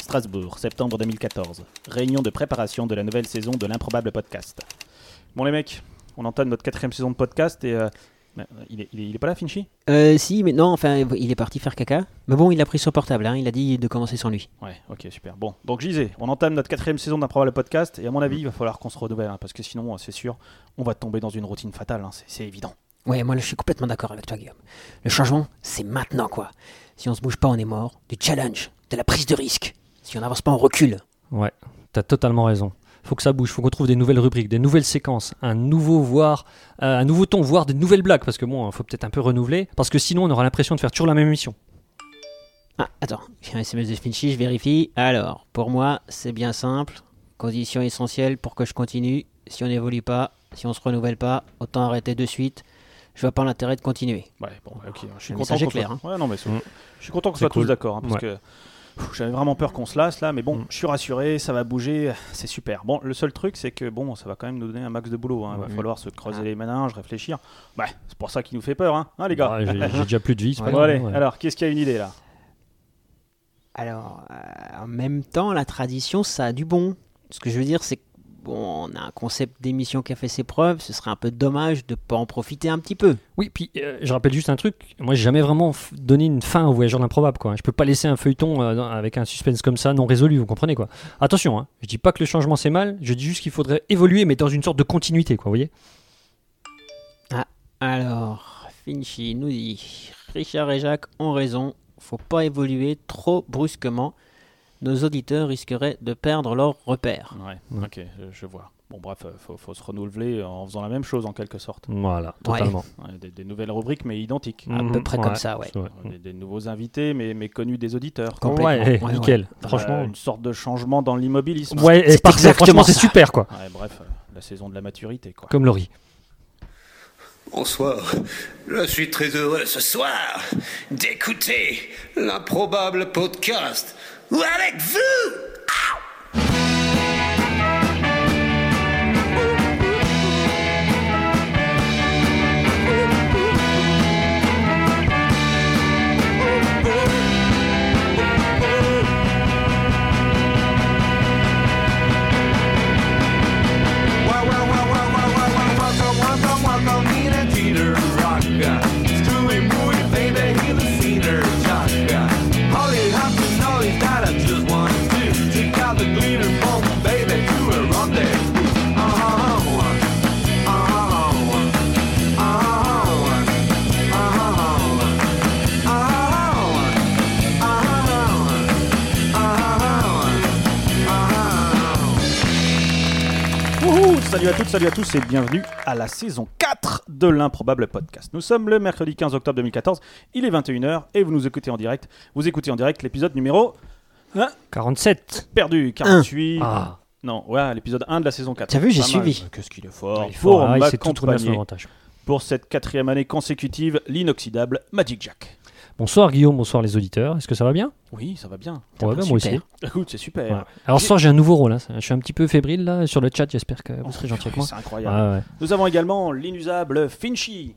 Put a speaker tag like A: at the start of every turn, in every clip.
A: Strasbourg, septembre 2014. Réunion de préparation de la nouvelle saison de l'improbable podcast. Bon les mecs, on entame notre quatrième saison de podcast et... euh, bah, il, est, il est- il est pas là, Finchy
B: Euh, si, mais non, enfin, il est parti faire caca. Mais bon, il a pris son portable, hein, il a dit de commencer sans lui.
A: Ouais, ok, super. Bon, donc je disais, on entame notre quatrième saison d'improbable podcast et à mon avis, il va falloir qu'on se renouvelle hein, parce que sinon, euh, c'est sûr, on va tomber dans une routine fatale, hein, c'est- c'est évident.
B: Ouais, moi là, je suis complètement d'accord avec toi, Guillaume. Le changement, c'est maintenant, quoi. Si on se bouge pas, on est mort. Du challenge, de la prise de risque. Si on n'avance pas, on recule.
C: Ouais, t'as totalement raison. Faut que ça bouge, faut qu'on trouve des nouvelles rubriques, des nouvelles séquences, un nouveau voire, euh, un nouveau ton, voire des nouvelles blagues, parce que bon, hein, faut peut-être un peu renouveler, parce que sinon on aura l'impression de faire toujours la même émission.
B: Ah, attends, j'ai un SMS de Finchy, je vérifie. Alors, pour moi, c'est bien simple. Condition essentielle pour que je continue. Si on n'évolue pas, si on se renouvelle pas, autant arrêter de suite. Je vois pas l'intérêt de continuer.
A: Ouais, bon, bah, ok. Je suis
B: Le
A: content
B: message hein. est
A: qu'on
B: clair,
A: soit- Ouais, non, mais c'est-
C: Mm.
A: je suis content qu'on
C: C'est
A: soit tous
C: cool.
A: d'accord, hein, parce
C: Ouais. Mm.
A: que pff, j'avais vraiment peur qu'on se lasse là, mais bon, je suis rassuré, ça va bouger, c'est super. Bon, le seul truc, c'est que bon, ça va quand même nous donner un max de boulot. hein, Il va
C: Ouais.
A: falloir se creuser
B: Ah.
A: les méninges, réfléchir. Bah, c'est pour ça qu'il nous fait peur, hein, hein, les gars.
C: Ouais, Bah, J'ai j'ai déjà plus de vie, c'est pas
A: Bon,
C: grave,
A: allez,
C: ouais.
A: alors, qu'est-ce qu'il y a une idée là
B: Alors, euh, en même temps, la tradition, ça a du bon. Ce que je veux dire, c'est que, bon, on a un concept d'émission qui a fait ses preuves. Ce serait un peu dommage de pas en profiter un petit peu.
C: Oui, puis euh, je rappelle juste un truc, moi j'ai jamais vraiment f- donné une fin au voyageur d'improbable, quoi. Je peux pas laisser un feuilleton euh, dans- avec un suspense comme ça non résolu, vous comprenez, quoi. Attention, hein, je dis pas que le changement c'est mal, je dis juste qu'il faudrait évoluer, mais dans une sorte de continuité, quoi, vous voyez
B: Alors, Finchy nous dit Richard et Jacques ont raison, faut pas évoluer trop brusquement. Nos auditeurs risqueraient de perdre leur repère.
A: Ouais,
C: Ouais.
A: ok, je- je vois. Bon, bref, euh, faut, faut se renouveler euh, en faisant la même chose en quelque sorte.
C: Voilà, totalement. Mhm.
A: Ouais, des, des nouvelles rubriques, mais identiques.
C: Mm.
A: Euh,
B: À peu près comme ça, ouais.
C: c'est vrai.
A: Des, des nouveaux invités, mais, mais connus des auditeurs.
B: Com- Complètement.
C: Ouais, eh,
B: Ouais, Bah,
C: nickel,
A: Euh,
C: franchement.
A: une sorte de changement dans l'immobilisme.
C: Ouais, et
B: C'est
C: parfait,
B: exactement
C: franchement, c'est
B: ça.
C: super, quoi.
A: Ouais, bref, euh, la saison de la maturité, quoi.
C: Comme Laurie.
D: Bonsoir. Je suis très heureux ce soir d'écouter l'improbable podcast avec vous.
E: Welcome, welcome, welcome, welcome me to Teeter Rock. Screwy, mooey, baby, he's a cedar jock. Holly hops and nollies that I just want to do. Take out the glitter from the baby to a rendezvous. Uh-huh, uh-huh, uh-huh, uh-huh, uh-huh, uh-huh, uh-huh, uh-huh.
A: Wouhou salut à toutes, salut à tous et bienvenue à la saison 4 de l'improbable podcast. Nous sommes le mercredi 15 octobre 2014, il est 21h et vous nous écoutez en direct. Vous écoutez en direct l'épisode numéro hein,
C: 47.
A: perdu 48.
C: Ah,
A: Non, ouais, l'épisode 1 de la saison 4.
B: T'as vu, j'ai
A: Pas mal. Euh,
B: suivi.
A: Qu'est-ce qu'il est fort.
C: il est
A: pour
C: fort, hein, il sait tout tourner à son
A: m'accompagner
C: avantage.
A: pour cette quatrième année consécutive, l'inoxydable Magic Jack.
C: Bonsoir Guillaume, bonsoir les auditeurs. Est-ce que ça va bien
A: Oui, ça va bien.
B: Ça
C: Ouais,
B: va
C: bah, moi aussi.
B: super.
A: Écoute, c'est super.
C: Ouais. Alors ce soir j'ai un nouveau rôle. hein. Je suis un petit peu fébrile là sur le chat. J'espère que vous serez gentil avec moi.
A: C'est incroyable.
C: Ouais, ouais.
A: Nous avons également l'inusable Finchy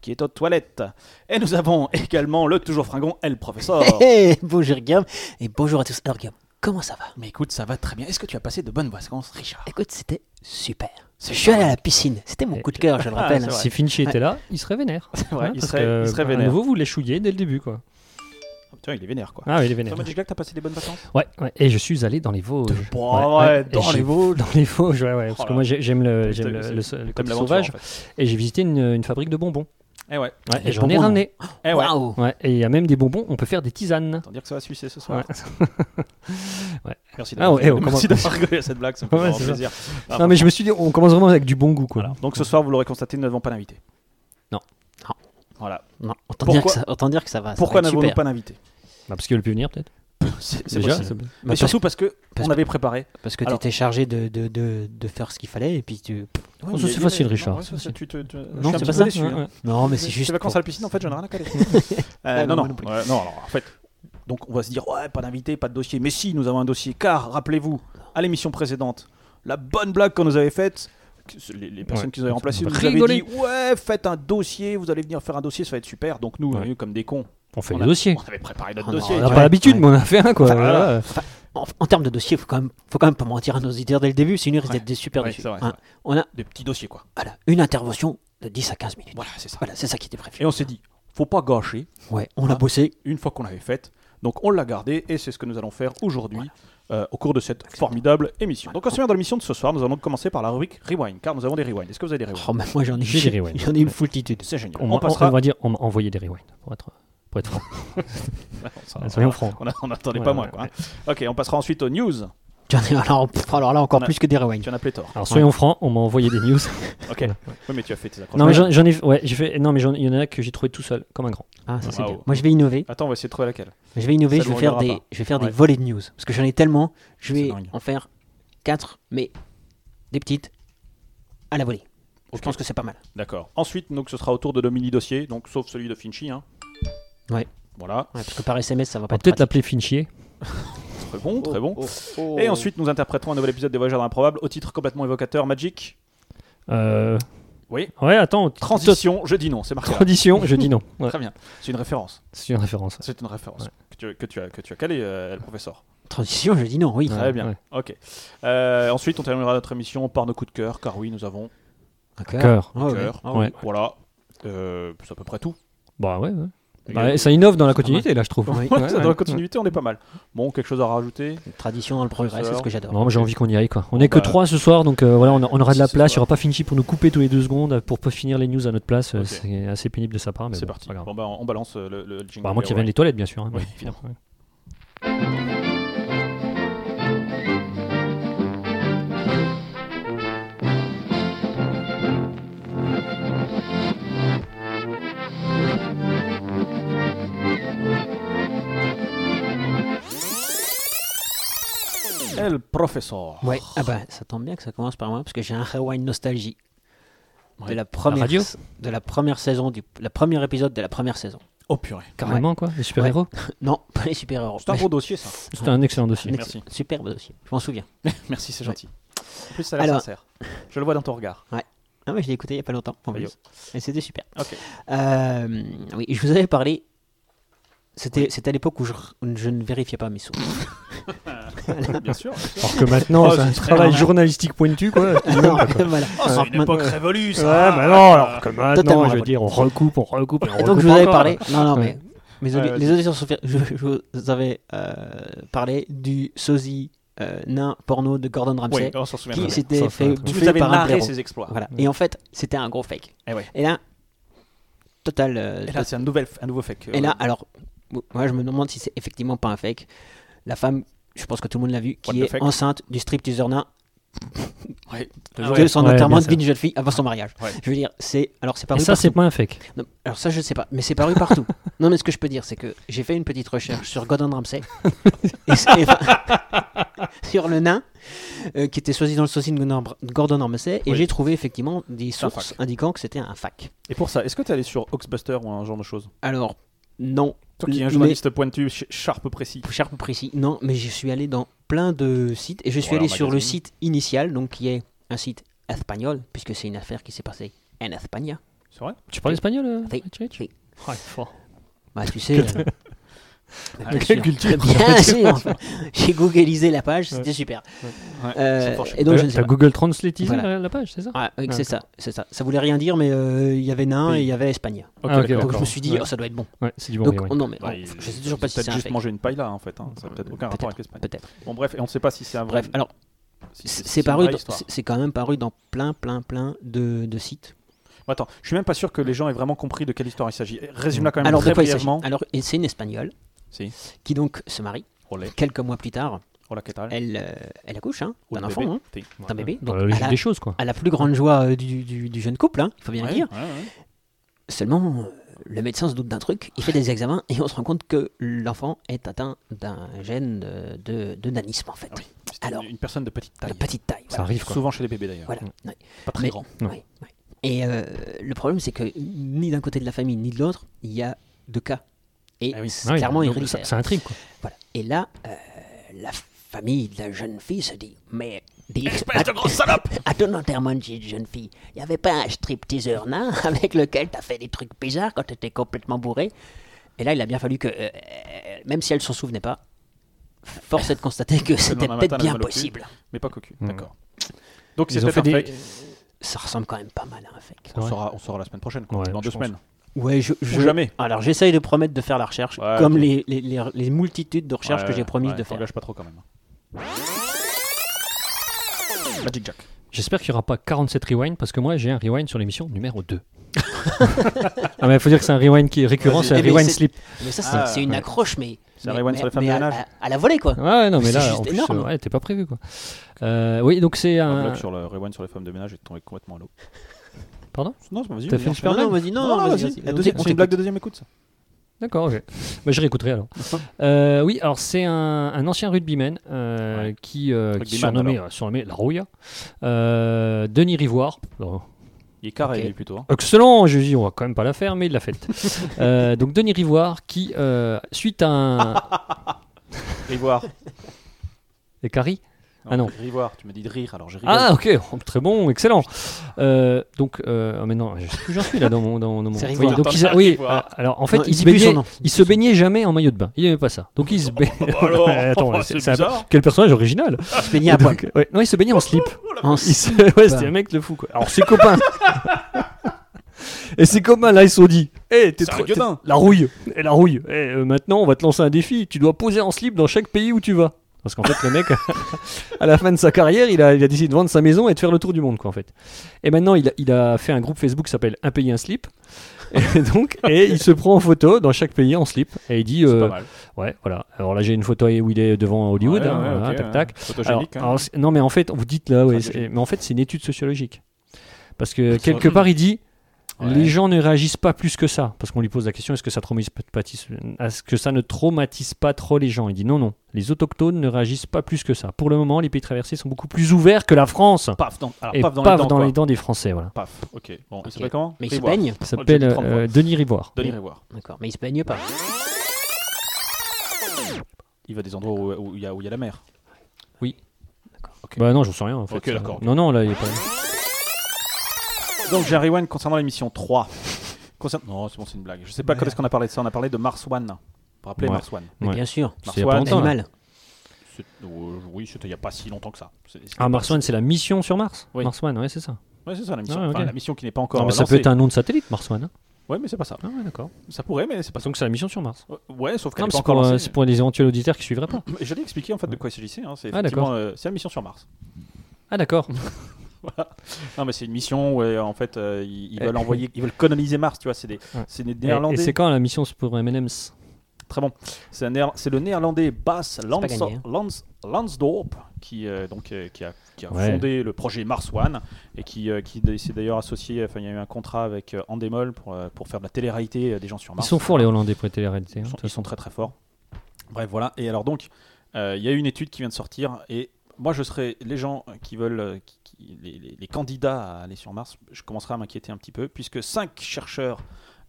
A: qui est aux toilettes. Et nous avons également le toujours fringon El Professeur.
B: Hé, hé, bonjour Guillaume et bonjour à tous. Alors Guillaume, comment ça va
A: Mais écoute, ça va très bien. Est-ce que tu as passé de bonnes vacances, Richard
B: Écoute, c'était super.
A: C'est
B: Je suis allé à la piscine, c'était mon
C: Et-
B: coup de cœur, je le
A: Ah,
B: rappelle.
A: c'est vrai.
C: Si Finchy était là, il serait vénère.
A: C'est vrai,
C: Hein,
A: il,
C: parce
A: serait,
C: que,
A: il serait
C: bah,
A: vénère.
C: À nouveau vous l'échouillez dès le début quoi.
A: Oh, putain, il est vénère quoi.
C: Ah oui, il est
A: Toi,
C: vénère.
A: Magic Jack, t'as passé des bonnes vacances
C: Ouais, ouais. Et je suis allé dans les Vosges.
A: Bon,
C: Ouais,
A: ouais,
C: ouais.
A: dans
C: Et
A: les
C: j'ai-
A: Vosges.
C: Dans les Vosges, ouais, ouais. Parce
A: Oh là.
C: que moi j'ai- j'aime le,
A: T'aimes-
C: j'aime le,
A: t'aimes-
C: le- le
A: Comme
C: côté
A: l'aventure. en
C: sauvage.
A: fait.
C: Et j'ai visité une, une fabrique de bonbons.
A: Eh ouais.
C: Ouais,
B: Les
C: et j'en ai
B: bonbons.
C: ramené.
A: Eh ouais.
B: Waouh
C: Ouais. Et il y a même des bonbons. On peut faire des tisanes.
A: Tant dire que ça va sucer ce soir.
C: Ouais.
A: Merci
C: Ah
A: d'avoir
C: ouais, on
A: merci
C: commence-
A: d'avoir rigolé à cette blague, ça me fait
C: Ouais,
A: vraiment
C: c'est ça.
A: plaisir. Ah,
C: Non mais je me suis dit, on commence vraiment avec du bon goût quoi.
A: Voilà. Donc ce soir, vous l'aurez constaté, nous n'avons pas d'invité.
C: Non.
B: Non.
A: Voilà.
B: Non, autant dire, que
A: Pourquoi-
B: ça, autant dire que ça va. ça
A: Pourquoi
B: va être
A: n'avons-nous
B: Ah, super.
A: pas d'invité
C: Bah, parce qu'elle peut venir peut-être.
A: C'est c'est
C: Déjà.
A: possible.
C: c'est-
A: Mais
B: parce-
A: surtout parce que
B: parce-
A: on avait préparé.
B: Parce que tu
A: Alors-
B: étais chargé de, de, de, de faire ce qu'il fallait et puis tu.
A: Ouais,
C: ça,
A: mais-
C: c'est
A: mais-
C: facile,
A: mais-
C: Richard,
A: non, ouais,
C: c'est
A: ça,
C: facile.
A: tu- tu- tu-
B: Non,
A: je
B: c'est
A: suis
B: pas
A: un
B: ça,
A: peu déçu,
C: Ouais,
A: hein.
C: ouais.
B: Non, mais
A: Ces
B: c'est juste.
A: vacances
B: pour-
A: à la piscine, en fait, j'en ai rien à caler.
B: Ah,
A: Euh, non,
B: moi
A: non,
B: non plus.
A: ouais, non, alors, en fait, donc on va se dire, ouais, pas d'invité, pas de dossier. Mais si, nous avons un dossier, car rappelez-vous, à l'émission précédente, la bonne blague qu'on nous avait faite, que ce- les, les personnes
C: Ouais.
A: qui nous avaient remplacés
C: On
A: nous
C: va
A: avaient dit,
C: rigoler.
A: ouais, faites un dossier, vous allez venir faire un dossier, ça va être super. Donc nous, on est
C: Ouais.
A: venus comme des cons,
C: On fait
A: on
C: les
A: a-
C: dossiers.
A: On avait préparé notre
B: Oh non,
A: dossier.
C: On
A: tu
C: n'a
A: vois.
C: pas l'habitude,
B: ouais.
C: mais on a fait un quoi.
A: Enfin,
C: Voilà.
A: voilà.
B: En, en termes de dossier, faut quand même, faut quand même pas mentir à nos auditeurs dès le début, sinon ils risquent
A: Ouais.
B: d'être des super
A: Ouais,
B: déçus.
A: c'est vrai,
B: Hein.
A: c'est
B: On a
A: Des petits dossiers, quoi.
B: voilà, une intervention de 10 à 15 minutes.
A: Voilà, c'est ça.
B: Voilà, c'est ça qui était prévu.
A: Et on Ah. s'est dit, faut pas gâcher
B: Ouais, on l'a bossé.
A: une fois qu'on l'avait faite. Donc on l'a gardée et c'est ce que nous allons faire aujourd'hui euh, au cours de cette formidable émission. Donc en sommaire de l'émission de ce soir, nous allons commencer par la rubrique Rewind, car nous avons des Rewind. Est-ce que vous avez des Rewind
B: Oh, mais moi j'en ai,
C: J'ai des rewinds.
B: j'en ai une foultitude.
A: C'est génial.
C: On,
A: On,
C: m'a- on-
A: passera.
C: on va dire, on m'a envoyé des rewinds pour être, pour être franc. Soyons francs.
A: On a- on n'attendait
C: Ouais,
A: pas
C: ouais,
A: moins. quoi, hein. Ok, on passera ensuite aux news.
B: J'en ai- alors, pff, alors là, encore
A: On a-
B: plus que des rewinds.
A: Tu en as pléthore.
C: Alors soyons francs, on m'a envoyé des news.
A: Ok.
C: Voilà.
A: Oui, mais tu as fait tes accroches.
C: non mais j'en j'en ai, ouais, j'ai fait. Non mais j'en- il y en a que j'ai trouvé tout seul, comme un grand.
B: Ah, ça, c'est
A: Waouh.
B: bien. Moi je vais innover.
A: Attends, on va essayer de trouver laquelle.
B: Je vais innover,
A: Ça,
B: je vais
A: on
B: faire,
A: regardera
B: des,
A: pas.
B: je vais faire
A: Ouais.
B: des volets de news. Parce que j'en ai tellement, je
A: C'est
B: vais
A: dingue.
B: en faire 4, mais des petites à la volée.
A: Ok.
B: Je pense que c'est pas mal.
A: D'accord. Ensuite, donc, ce sera au tour de nos mini-dossiers, donc sauf celui de Finchy. Hein.
B: Ouais.
A: Voilà.
B: Ouais, parce que par SMS, ça va
C: On
B: pas
C: va
B: être
C: peut-être
B: pratique.
C: l'appeler Finchier.
A: Très bon,
C: Oh,
A: très bon. Et ensuite, nous interpréterons un nouvel épisode des Voyageurs de l'improbable au titre complètement évocateur Magic.
C: Euh...
A: Oui.
C: Ouais, attends. t-
A: Transition, je dis non, c'est marqué. là.
C: Tradition, je dis non. Ouais,
A: Très bien. C'est une référence.
C: C'est une référence.
A: C'est une référence
C: Ouais.
A: que, tu, que, tu as, que tu as calée, euh, le professeur.
B: Transition, je dis non, oui.
A: Très
C: Ouais,
A: bien.
C: ouais.
A: Ok. Euh, ensuite, on terminera notre émission par nos coups de cœur, car oui, nous avons
B: Un
C: Cœur.
B: Ah ouais.
A: cœur.
B: Ah
C: ouais.
A: Voilà. Euh, c'est à peu près tout.
C: Bah ouais. ouais. Bah, ça innove dans la continuité là, je trouve.
B: Ouais.
C: Ouais,
A: Dans
C: ouais.
A: la continuité, on est pas mal. Bon, quelque chose à rajouter
B: Tradition dans le progrès, c'est ce que j'adore.
C: Non, mais j'ai envie qu'on y aille quoi. On est que
A: Bah,
C: trois ce soir, donc euh, voilà, on, a- on aura de la
A: c'est
C: place. Il
A: ça.
C: n'y aura pas Finchi pour nous couper tous les deux secondes euh, pour pas finir les news à notre place. euh,
A: Ok.
C: C'est assez pénible de sa part, mais
A: C'est
C: bon,
A: parti.
C: pas grave.
A: Bon, bah, on balance euh, le, le jingle.
C: Bah, à moins qu'il
A: ouais.
C: vienne les toilettes, bien sûr. hein,
A: Oui,
C: mais-
A: évidemment.
C: Ouais.
A: El professeur.
B: Ouais, ah bah ça tombe bien que ça commence par moi parce que j'ai un rewind nostalgie
A: Ouais.
B: de la première
C: radio
B: de la première saison du la première épisode de la première saison.
A: Oh purée.
C: Carrément quoi, les super héros.
B: Non, pas les super héros.
A: C'est un gros dossier, ça.
C: C'était un excellent dossier.
A: Merci.
B: Superbe dossier. Je m'en souviens.
A: Merci, c'est gentil. En plus, ça a l'air
B: Alors-
A: sincère. Je le vois dans ton regard.
B: Ah ouais, je l'ai écouté il y a pas longtemps. en
A: Aïe,
B: plus. Et c'était super.
A: Ah, Ok.
B: Euh, oui, je vous avais parlé. C'était c'était à l'époque où je, je ne vérifiais pas mes sources.
A: Bien sûr.
C: Alors que maintenant,
A: Oh,
C: c'est un
A: c'est très
C: travail
A: normal.
C: journalistique pointu quoi.
B: Non,
A: Ah,
B: voilà.
A: Oh,
B: Alors, maintenant-
A: révolue,
C: Ouais, bah non, alors que maintenant,
B: Totalement
C: je veux
B: révolté.
C: dire, on recoupe, on recoupe, et on
B: Et
C: recoupe.
B: donc je vous avais
C: encore.
B: parlé. Non, non, mais
C: Ouais.
B: mes
A: Ouais,
B: audi-
A: vas-y.
B: les auditeurs sont fiers. Je, je vous avais euh, parlé du sosie euh, nain porno de Gordon
A: Oui,
B: Ramsay
A: on s'en souvient.
B: qui
A: très bien.
B: s'était
C: Ça,
B: fait
C: ça,
A: Tu
B: bouffer
A: nous avais
B: par un
A: narré
B: blaireau.
A: ses exploits.
B: Voilà. Et en fait, c'était un gros fake.
A: Eh ouais.
B: Et là, total. euh,
A: Et là, c'est un, nouvel, un nouveau fake. euh,
B: Et là, alors, bon, moi je me demande si c'est effectivement pas un fake. La femme, je pense que tout le monde l'a vu,
A: What
B: qui
A: the
B: est
A: fuck
B: enceinte du stripteaser nain
A: ouais.
B: de
A: Ah ouais.
B: son
C: Ouais,
B: enterrement
C: bien
B: de
C: sûr.
B: vie d'une jeune fille avant son mariage.
A: Ouais.
B: Je veux dire, c'est alors c'est
C: Et
B: paru
C: ça, c'est
B: partout.
C: pas un fake.
B: Non, alors ça je sais pas, mais c'est paru partout. non mais ce que je peux dire c'est que j'ai fait une petite recherche sur Gordon Ramsay et c'est- enfin, sur le nain euh, qui était choisi dans le saucine Gordon- Gordon Ramsay et
A: Oui.
B: j'ai trouvé effectivement des
A: un
B: sources indiquant que c'était un fac.
A: Et pour ça, est-ce que tu es allé sur Oxbuster ou un genre de choses
B: Alors non,
A: Toi qui es un
B: Mais-
A: journaliste pointu, ch- sharp, précis.
B: cher précis. Non, mais je suis allé dans plein de sites et je suis
A: Voilà,
B: allé sur le
A: magazine.
B: site initial, donc qui est un site espagnol, puisque c'est une affaire qui s'est passée en Espagne.
A: C'est vrai
C: Tu parles espagnol euh,
B: Oui.
C: Thierry
B: Oui.
C: Ouais, fort.
B: Bah, tu sais. euh,
A: Ah,
B: bah, bien
C: Quelle
B: sûr.
C: culture
B: Bien sûr. enfin, J'ai googlisé la page, c'était super. Euh,
A: Ils sont forts, je sais
B: et donc, je ne sais
C: T'as
B: pas.
C: Google Translate
B: Voilà.
C: la, la page, c'est ça
B: Ah, oui,
C: Ah,
B: c'est ça, c'est ça. Ça voulait rien dire, mais euh, il y avait nain
A: Oui.
B: et il y avait Espagne.
A: Ok,
C: Ah, ok,
A: d'accord.
B: Donc je me
C: D'accord.
B: suis dit,
C: Ouais.
B: oh, ça doit être bon.
C: Ouais, c'est du bon.
B: donc
C: oui, ouais.
B: oh, non, mais
A: Bah,
B: oh,
A: ils-
B: je sais toujours pas
A: ils ont
B: si
A: peut-être
B: c'est un
A: juste
B: fake.
A: manger une paille là en fait. hein. Ça n'a peut-être aucun rapport
B: Peut-être,
A: avec l'Espagne.
B: Peut-être.
A: Bon, bref, et on ne sait pas si c'est un vrai.
B: Bref, alors
A: si- si-
B: c'est
A: si
B: c'est
A: une
B: paru,
A: vraie
B: dans-
A: histoire.
B: c'est c'est quand même paru dans plein, plein, plein de, de sites.
A: Bon, Attends, je suis même pas sûr que les gens aient vraiment compris de quelle histoire il s'agit. Résume-la quand même
B: Alors, de
A: très
B: quoi il s'agit Ah.
A: brièvement.
B: Alors, et c'est une Espagnole
A: Si.
B: qui donc se marie.
A: Olé.
B: Quelques mois plus tard,
A: Hola, ¿qué tal
B: elle, euh, elle accouche hein,
A: Hola,
B: d'un
A: bébé.
B: enfant, hein,
A: T'es-
B: d'un bébé.
C: Dans
B: Donc,
C: la
B: à,
C: logique
B: la,
C: des choses, quoi.
B: à la plus grande joie euh, du, du- du jeune couple, hein, il faut bien le
A: Ouais,
B: dire.
A: ouais, ouais.
B: Seulement, euh, le médecin se doute d'un truc, il fait des examens et on se rend compte que l'enfant est atteint d'un gène euh, de, de nanisme, en fait.
A: Ah oui, C'est
B: Alors-
A: une, une personne de petite taille.
B: De petite taille.
C: Ça
B: voilà.
C: arrive, Mm. quoi.
A: Souvent chez les bébés d'ailleurs.
B: Voilà. Ouais.
A: Pas très
B: Mais-
A: grand.
C: Ouais.
B: Ouais, ouais. Et euh, le problème, c'est que ni d'un côté de la famille, ni de l'autre, il y a deux cas. Et
A: Ah oui.
B: c'est
C: Ah oui,
B: clairement
C: donc
B: héréditaire.
C: ça- C'est un trip, quoi.
B: Voilà. Et là, euh, la famille de la jeune fille se dit Mais. Dis,
D: Espèce de grosse salope
B: à ton enterrement de cette jeune fille, il n'y avait pas un stripteaseur nain avec lequel t'as fait des trucs bizarres quand t'étais complètement bourré Et là, il a bien fallu que, euh, euh, même si elle s'en souvenait pas, force est de constater que c'était
A: matin,
B: peut-être
A: elle a
B: bien
A: mal au cul.
B: possible.
A: mais pas cocu.
F: Mm.
A: D'accord. Donc c'est
C: Ils ont
A: peut-être un
C: fait des-
A: fake.
B: Euh, Ça ressemble quand même pas mal à un fake.
A: On
C: Ouais.
A: saura, on saura la semaine prochaine, quoi.
C: Ouais,
A: dans deux
C: je pense.
A: semaines.
B: Ouais, je,
A: Ou
B: je-
A: jamais.
B: Alors j'essaye de promettre de faire la recherche,
A: Ouais,
B: comme
A: ok.
B: les, les, les, les multitudes de recherches
A: Ouais,
B: que j'ai promises
A: ouais,
B: de faire.
A: t'engages pas trop quand même. Magic Jack.
C: J'espère qu'il n'y aura pas 47 rewind parce que moi j'ai un rewind sur l'émission numéro 2. ah mais il faut dire que c'est un rewind qui est récurrent,
A: Vas-y.
C: c'est un
B: Eh mais
C: rewind
B: c'est-
C: slip.
B: Mais ça, c'est
A: Ah,
B: c'est une
A: ouais.
B: accroche, mais.
A: C'est un
B: mais-
A: rewind sur les
B: mais-
A: femmes
B: mais
A: de
B: à,
A: ménage.
B: à- à la volée, quoi.
C: Ouais, ouais, non mais
B: C'est
C: là
B: juste
C: en plus,
B: énorme.
C: euh, ouais, t'es pas prévu quoi. Euh, oui donc c'est
A: Un
C: un.
A: blog sur le rewind sur les femmes de ménage est tombé complètement à l'eau.
C: Pardon
A: Non, c'est pas vas-y.
C: T'as
A: vas-y,
C: fait une
A: on
C: super
A: fait un
B: blague
A: live.
B: Non, non,
A: non,
B: vas-y,
A: vas-y.
B: vas-y.
A: La
B: On
A: deuxième-
B: t'écoute.
A: C'est une blague de deuxième écoute. ça.
C: D'accord, ok. Bah, je réécouterai alors. Euh, oui, alors c'est un, un ancien rugbyman euh,
A: Ouais.
C: qui, euh, qui
A: Rugbyman,
C: surnommé, euh, surnommé La Rouille, euh, Denis Rivoire. Alors,
A: Il est carré
B: Ok.
A: lui, plutôt. hein.
C: Excellent, je dis, on va quand même pas la faire, mais il l'a faite. Euh, donc Denis Rivoire qui, euh, suite à un...
A: Rivoire.
C: Et Carrie Ah non.
A: Rivoire, tu me dis de rire, alors je rigole.
C: Ah ok, oh, très bon, excellent. Euh, donc euh, ah, mais non, je sais plus où j'en suis là dans mon... Dans, dans mon...
B: C'est
C: Oui,
B: Rivoire.
C: donc, ils-
A: Attends,
C: oui,
A: Rivoire.
C: euh, alors en fait,
B: Non,
C: il,
B: il
C: se
B: dit plus son
C: baignait,
B: nom.
C: il se baignait jamais en maillot de bain. Il n'aimait pas ça. Donc il se baignait...
A: Bah alors,
C: Attends,
A: oh,
C: c'est-
A: c'est
C: c'est un-
A: bizarre.
C: Quel personnage original
B: Il se baignait à
C: Et
B: poil.
C: donc, ouais. Non, il se baignait en slip.
B: En-
C: Il se- Ouais, c'était un mec de fou quoi. Alors ses copains. Et ses copains là, ils se sont dit Eh, t'es
A: C'est un
C: trop.
A: gueudin.
C: t'es- La rouille Eh, la rouille Eh, euh, maintenant, on va te lancer un défi. Tu dois poser en slip dans chaque pays où tu vas. Parce qu'en fait, le mec, à la fin de sa carrière, il a, il a décidé de vendre sa maison et de faire le tour du monde quoi en fait. Et maintenant, il a, il a fait un groupe Facebook qui s'appelle Un pays, un slip. Et donc, et il se prend en photo dans chaque pays en slip. Et il dit
A: C'est
C: euh,
A: pas mal.
C: Ouais, voilà. Alors là, j'ai une photo eh, où il est devant Hollywood.
A: Ouais,
C: hein,
A: ouais,
C: voilà,
A: ok,
C: tac,
A: ouais.
C: tac. Alors,
A: Photogénique. hein.
C: alors, c'est- non, mais en fait, vous dites là, ouais,
A: Stratégique.
C: c'est- mais en fait, c'est une étude sociologique. Parce que
A: C'est
C: quelque
A: horrible.
C: part, il dit
A: Ouais.
C: les gens ne réagissent pas plus que ça. Parce qu'on lui pose la question est-ce que, ça traumatise pas- pas- est-ce que ça ne traumatise pas trop les gens Il dit non, non. Les autochtones ne réagissent pas plus que ça. Pour le moment, les pays traversés sont beaucoup plus ouverts que la France.
A: Ah, Paf dans, alors,
C: et
A: paf dans les dents.
C: dans
A: quoi.
C: les dents des Français, voilà.
A: Paf, ok. Bon, il
B: Ok.
A: s'appelle comment
B: Mais il se
A: Rivoire.
B: baigne.
C: Il
A: Oh,
C: s'appelle
A: j'ai dit 30
C: euh, Denis Rivoire.
A: Denis Rivoire.
B: D'accord, mais il se baigne pas.
A: Il va des endroits où- où il y, a- où il y a la mer.
C: Bah non, j'en sais rien. En fait.
A: Ok, d'accord.
C: Non, non, là, il est pas.
A: Donc j'ai un rewind concernant l'émission 3. Concern- Non, c'est bon, c'est une blague. Je sais pas quand est-ce qu'on a parlé de ça. On a parlé de Mars One. Vous vous rappelez
C: Ouais.
A: Mars One
B: Mais
C: Ouais.
B: bien sûr.
A: Mars
C: C'est il y a pas
A: One,
C: longtemps, là.
B: Animal.
A: C'est- euh, oui, c'était il n'y a pas si longtemps que ça. C'est- c'était
C: Ah,
A: pas-
C: Mars One, c'est la mission sur Mars
A: Oui.
C: Mars One, ouais, c'est ça.
A: Ouais, c'est ça la mission.
C: Ouais, ok.
A: Enfin, la mission qui n'est pas encore.
C: Non, mais ça
A: lancée.
C: peut être un nom de satellite, Mars One. hein.
A: Ouais, mais c'est pas ça.
C: Ah, ouais, d'accord.
A: Ça pourrait, mais c'est pas ça.
C: Donc, c'est la mission sur Mars.
A: Ouais, sauf qu'elle
C: Non,
A: n'est pas
C: mais c'est
A: encore
C: pour, euh,
A: lancée.
C: c'est pour les éventuels auditeurs qui suivraient pas.
A: Mais J'allais expliquer en fait de quoi il s'agissait. hein. C'est
C: Ah,
A: effectivement, euh, c'est la mission sur Mars.
C: Ah d'accord.
A: Voilà. Non, mais c'est une mission où euh, en fait euh, ils, ils veulent envoyer, ils veulent coloniser Mars. Tu vois, c'est des,
C: Ouais.
A: c'est des
C: Et, et
A: Néerlandais.
C: c'est quand la mission pour M&M's
A: Très bon. C'est un Néer- c'est le néerlandais Bas Lans-
B: pas gagné, hein.
A: Lans- Lansdorp qui, euh, donc, euh, qui a, qui a
C: Ouais.
A: fondé le projet Mars One et qui, euh, qui d- s'est d'ailleurs associé, enfin il y a eu un contrat avec euh, Endemol pour, euh, pour faire de la télé-réalité euh, des gens sur
C: Ils
A: Mars.
C: sont forts les Hollandais pour les télé-réalités.
A: Ils
C: hein, de
A: sont,
C: toute
A: ils
C: façon.
A: sont très très forts. Bref, voilà. Et alors donc, euh, il y a une étude qui vient de sortir et moi je serais les gens qui veulent, euh, qui- qui- les, les- les candidats à aller sur Mars, je commencerai à m'inquiéter un petit peu puisque cinq chercheurs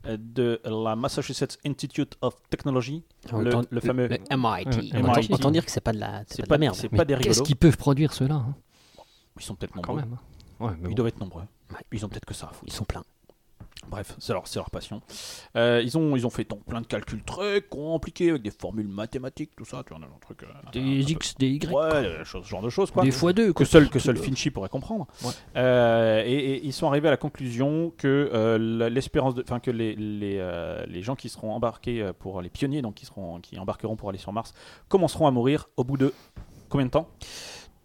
A: euh, de la Massachusetts Institute of Technology,
C: Ah,
B: On
A: le,
B: entend-
A: le fameux
B: Le MIT.
C: Euh,
B: On entend-
A: MIT.
B: entend dire que c'est pas de la,
A: C'est
B: c'est
A: pas-
B: pas de la
A: c'est
B: merde.
A: pas des
C: Qu'est-ce
A: rigolos.
C: qu'ils peuvent produire ceux-là hein,
A: Ils sont peut-être
C: Quand
A: nombreux.
C: même. hein. Ouais, mais
A: Ils
C: bon.
A: doivent être nombreux.
B: Ouais.
A: Ils ont peut-être que ça à foutre.
B: Ils sont pleins.
A: Bref, c'est leur, c'est leur passion. Euh, ils, ont, ils ont fait donc, plein de calculs très compliqués avec des formules mathématiques, tout ça. Tu vois, un truc. euh, un
C: Des
A: peu-
C: X, des Y,
A: Ouais, euh, chose- ce genre de choses, quoi.
C: des fois deux.
A: que
C: quoi.
A: seul, que seul
C: Tout-
A: Finchy pourrait comprendre.
C: euh, Ouais.
A: Euh, et, et ils sont arrivés à la conclusion que euh, la- l'espérance de, enfin que les les, euh, les gens qui seront embarqués euh, pour les pionniers, donc qui seront qui embarqueront pour aller sur Mars, commenceront à mourir au bout de combien de temps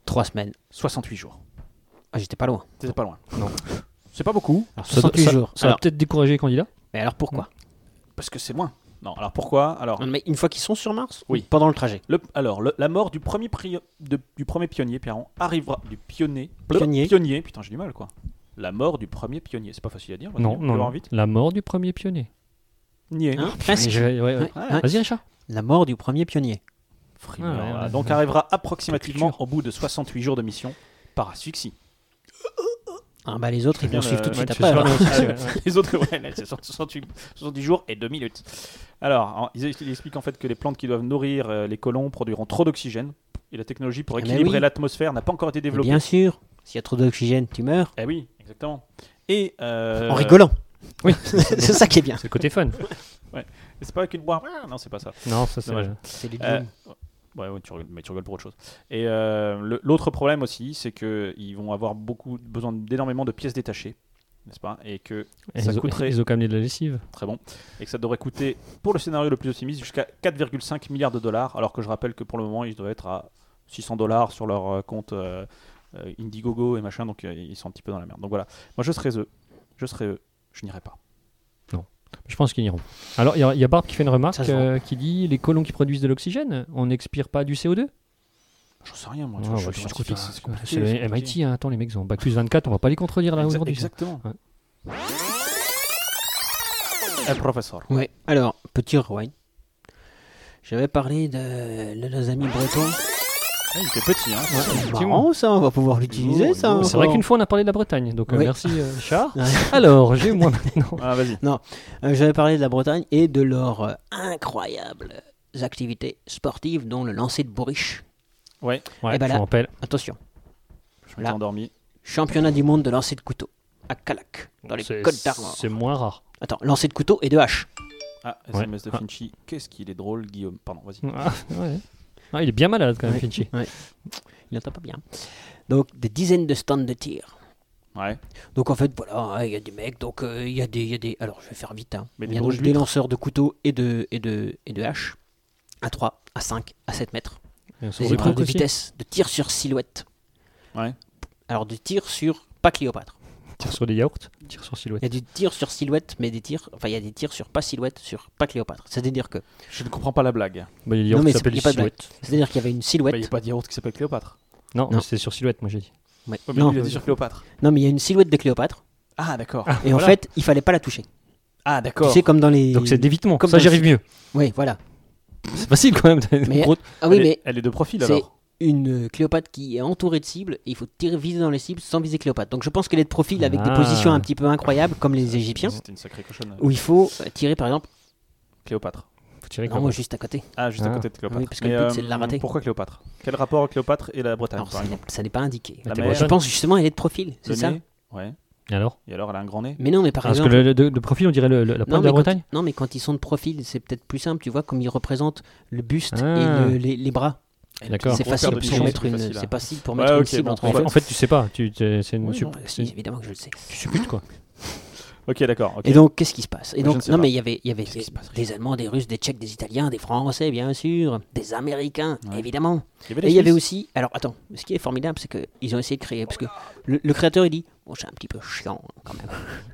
B: Trois semaines.
A: 68 jours.
B: Ah, j'étais pas loin.
A: C'est pas loin.
C: Non.
A: C'est pas beaucoup
B: Alors,
C: Ça, doit-
B: 68
C: ça-
B: jours.
C: ça va
B: Alors,
C: peut-être décourager les candidats.
B: mais alors pourquoi
A: parce que c'est loin. Non. Alors pourquoi Alors
B: Non, Mais une fois qu'ils sont sur Mars
A: Oui.
B: ou Pendant le trajet.
A: Le- alors, le- la mort du premier, pri- de- du premier pionnier, Pierron, arrivera. Du pionnier.
B: Pionnier.
A: Pionnier, putain, j'ai du mal, quoi. La mort du premier pionnier. C'est pas facile à dire. on va
C: Non,
A: dire.
C: non.
A: Tu vas
C: non. Ah,
A: vite
C: La mort du premier pionnier.
A: Nier.
B: Hein
C: Mais
B: Presque.
C: je vais- ouais, ouais.
B: Ouais,
A: Ouais.
B: ouais.
C: Vas-y Richard.
B: La mort du premier pionnier.
A: Frimeur,
C: Ouais, ouais,
A: voilà.
C: ouais.
A: Donc, arrivera approximativement
C: Culture.
A: au bout de 68 jours de mission par asphyxie.
B: Ah bah les autres ils
A: bien
B: vont suivre
A: le-
B: tout de suite
C: Ouais, tu
B: après. hein.
C: fais
B: alors.
C: ça,
A: Ah,
C: ouais.
A: les autres, ouais, là, c'est 68 70 jours et 2 minutes. Alors, en- ils, ils expliquent en fait que les plantes qui doivent nourrir euh, les colons produiront trop d'oxygène et la technologie pour
B: Ah, mais
A: équilibrer
B: oui.
A: l'atmosphère n'a pas encore été
B: Mais
A: développée.
B: Bien sûr. S'il y a trop d'oxygène, tu meurs.
A: Eh oui, exactement. Et euh,
B: En rigolant.
C: Oui. Euh,
B: c'est ça qui est bien.
C: C'est le côté fun.
A: Ouais. Et C'est pas avec une boire. Ah, Non, c'est pas ça.
C: Non, ça c'est.
A: Dommage.
B: C'est les
A: Euh,
B: jeans.
A: ouais, ouais, tu rigoles, mais tu rigoles pour autre chose. Et euh, le- l'autre problème aussi, c'est que ils vont avoir beaucoup besoin d'énormément de pièces détachées, n'est-ce pas Et que
C: Et
A: ça
C: ils, ont-
A: coûterait
C: ils ont quand même de la lessive.
A: très bon, et que ça devrait coûter, pour le scénario le plus optimiste, jusqu'à 4,5 milliards de dollars, alors que je rappelle que pour le moment, ils doivent être à 600 dollars sur leur euh, compte euh, euh, Indiegogo et machin, donc euh, ils sont un petit peu dans la merde. Donc voilà, moi je serais eux, je serais eux, je n'irai pas.
C: Je pense qu'ils n'iront. Alors, il y a- il y, a Barbe qui fait une remarque
B: Ça se
C: euh, qui dit les colons qui produisent de l'oxygène, on n'expire pas du CO2
A: J'en sais rien, moi.
C: Ouais,
A: tu
C: ouais,
A: vois, je
C: bah,
A: suis
C: écoute,
A: scientifique,
C: hein,
A: c'est compliqué,
C: C'est
A: c'est
C: le
A: compliqué.
C: MIT, hein, attends les mecs, ils ont bac plus 24, on va pas les contredire là
A: Exa-
C: aujourd'hui.
A: Exactement.
C: Ouais.
A: Eh, professeur.
B: Ouais, alors, petit rewind. J'avais parlé de, de nos amis bretons.
A: Eh, il était petit, hein.
B: C'est
C: effectivement.
B: marrant ça, on va pouvoir l'utiliser
A: Oh,
B: ça.
A: oh,
C: C'est vrai
B: encore.
C: qu'une fois on a parlé de la Bretagne, donc euh,
B: Oui.
C: merci euh, Char. Alors, j'ai moi maintenant.
A: Ah, vas-y.
B: Euh, J'avais parlé de la Bretagne et de leurs euh, incroyables activités sportives, dont le lancer de bourriche.
A: Ouais,
C: Ouais,
B: Eh ben
C: je
B: là.
C: me rappelle.
B: Attention,
A: je m'étais
B: Là.
A: endormi.
B: championnat du monde de lancer de couteau à Calac, dans les
C: C'est-
B: Côtes d'Armor.
C: C'est moins rare.
B: Attends, lancer de couteau et de hache.
A: Ah,
C: Ouais.
A: SMS de Finchi. Qu'est-ce qu'il est drôle, Guillaume. Pardon, vas-y.
C: Ah, ouais. Ah, il est bien malade quand même,
B: Ouais.
C: Finchi.
B: Ouais. Il n'entend pas bien. Donc, des dizaines de stands de tir.
A: Ouais.
B: Donc, en fait, voilà, hein, il y a des mecs, donc euh, il y, a des- il y a des. Alors, je vais faire vite. hein.
A: Mais
B: il
A: des
B: y a
A: grosses
B: donc des
A: huîtres.
B: lanceurs de couteau et de, et de, et de hache à 3, à 5, à 7 mètres.
C: Et sur
B: Des
C: les
B: épreuves
C: trucs
B: de
C: aussi.
B: vitesse, de tir sur silhouette.
A: Ouais.
B: Alors, du tir sur. Pas Cléopâtre.
C: Tire sur des yaourts, tire sur
B: Il y
C: silhouette.
B: a du tir sur silhouette, mais des tirs. Enfin, il y a des tirs sur pas silhouette, sur pas Cléopâtre. C'est-à-dire que.
A: Je ne comprends pas la blague.
C: Bah, les
B: Non,
C: yaourts
B: mais c'est-
C: s'appellent
B: il y a pas de blague.
C: silhouette.
B: C'est-à-dire qu'il y avait une
A: Bah, Il
B: silhouette.
A: n'y a pas d'héros qui s'appelle Cléopâtre.
C: Non,
B: Non.
C: mais c'est sur silhouette, moi j'ai dit.
B: Ouais.
A: Ouais, mais
B: non,
A: lui, il a dit sur Cléopâtre.
B: non, mais il y a une silhouette de Cléopâtre.
A: Ah, d'accord.
B: Et en fait, il fallait pas la toucher.
A: Ah,
B: Tu
A: d'accord.
B: sais, comme dans les.
C: Donc c'est d'évitement.
B: Comme
C: Ça,
B: dans
C: j'y arrive mieux.
B: Oui, voilà.
C: C'est facile quand même. t'as une
B: Mais-
C: grosse-
B: Ah oui,
A: elle,
B: mais
A: est, elle est de profil
B: c'est
A: alors.
B: une Cléopâtre qui est entourée de cibles et il faut tirer viser dans les cibles sans viser Cléopâtre. Donc je pense qu'elle est de profil avec des
C: Ah.
B: positions un petit peu incroyables comme les Égyptiens
A: C'était une sacrée cochonne.
B: où il faut euh, tirer par exemple
A: Cléopâtre.
C: Faut tirer
B: non,
C: quand
B: moi
C: même.
B: juste à côté.
A: Ah, juste à
C: Ah.
A: côté de Cléopâtre. euh,
B: Oui, parce que le but, c'est de la rater.
A: Pourquoi Cléopâtre Quel rapport Cléopâtre et la Bretagne
B: Alors
A: par
B: ça
A: exemple
B: n'est- ça n'est pas indiqué.
A: La
C: t'es
A: mer,
B: Je
C: bretonne.
B: pense justement elle est de profil,
A: le
B: c'est ça
A: nez Ouais.
C: Et Alors
A: Et alors, elle a un grand nez
B: Mais non, mais par
C: Ah, Parce que
B: exemple
C: le, le- de, de profil, on dirait le- le- la
B: non,
C: pointe de
B: mais
C: la
B: quand-
C: Bretagne.
B: non, mais quand ils sont de profil, c'est peut-être plus simple, tu vois, comme ils représentent le buste
C: Ah.
B: et le- les, les bras.
C: D'accord.
B: C'est
A: gros cœur
B: facile
A: de
B: pour
A: pigeon,
B: mettre
A: c'est plus
B: une,
A: facile,
B: c'est
A: hein.
B: facile pour
A: Ouais,
B: mettre une
A: ok,
B: cible
A: bon,
B: entre
A: en
C: En
B: les
C: fait,
B: mains.
C: en fait, tu sais pas. Tu, tu- c'est une
A: Oui,
C: sup-
B: Bah, si,
C: c'est-
B: évidemment que je le sais.
C: tu supputes quoi.
A: Ok, d'accord. Ah, ok.
B: Et donc, qu'est-ce qui se passe Et
A: Moi, je ne
B: donc,
A: sais
B: non,
A: pas.
B: mais il y avait, il y avait
A: Qu'est-ce qui se passe
B: des Allemands, des Russes, des Tchèques, des Italiens, des Français, bien sûr, des Américains,
A: Ouais.
B: évidemment.
A: Il y avait
B: Et
A: des
B: il y avait
A: Suisses.
B: aussi. Alors, attends, ce qui est formidable, c'est qu'ils ont essayé de créer. Parce que le, le créateur, il dit Bon, c'est un petit peu chiant, hein, quand même.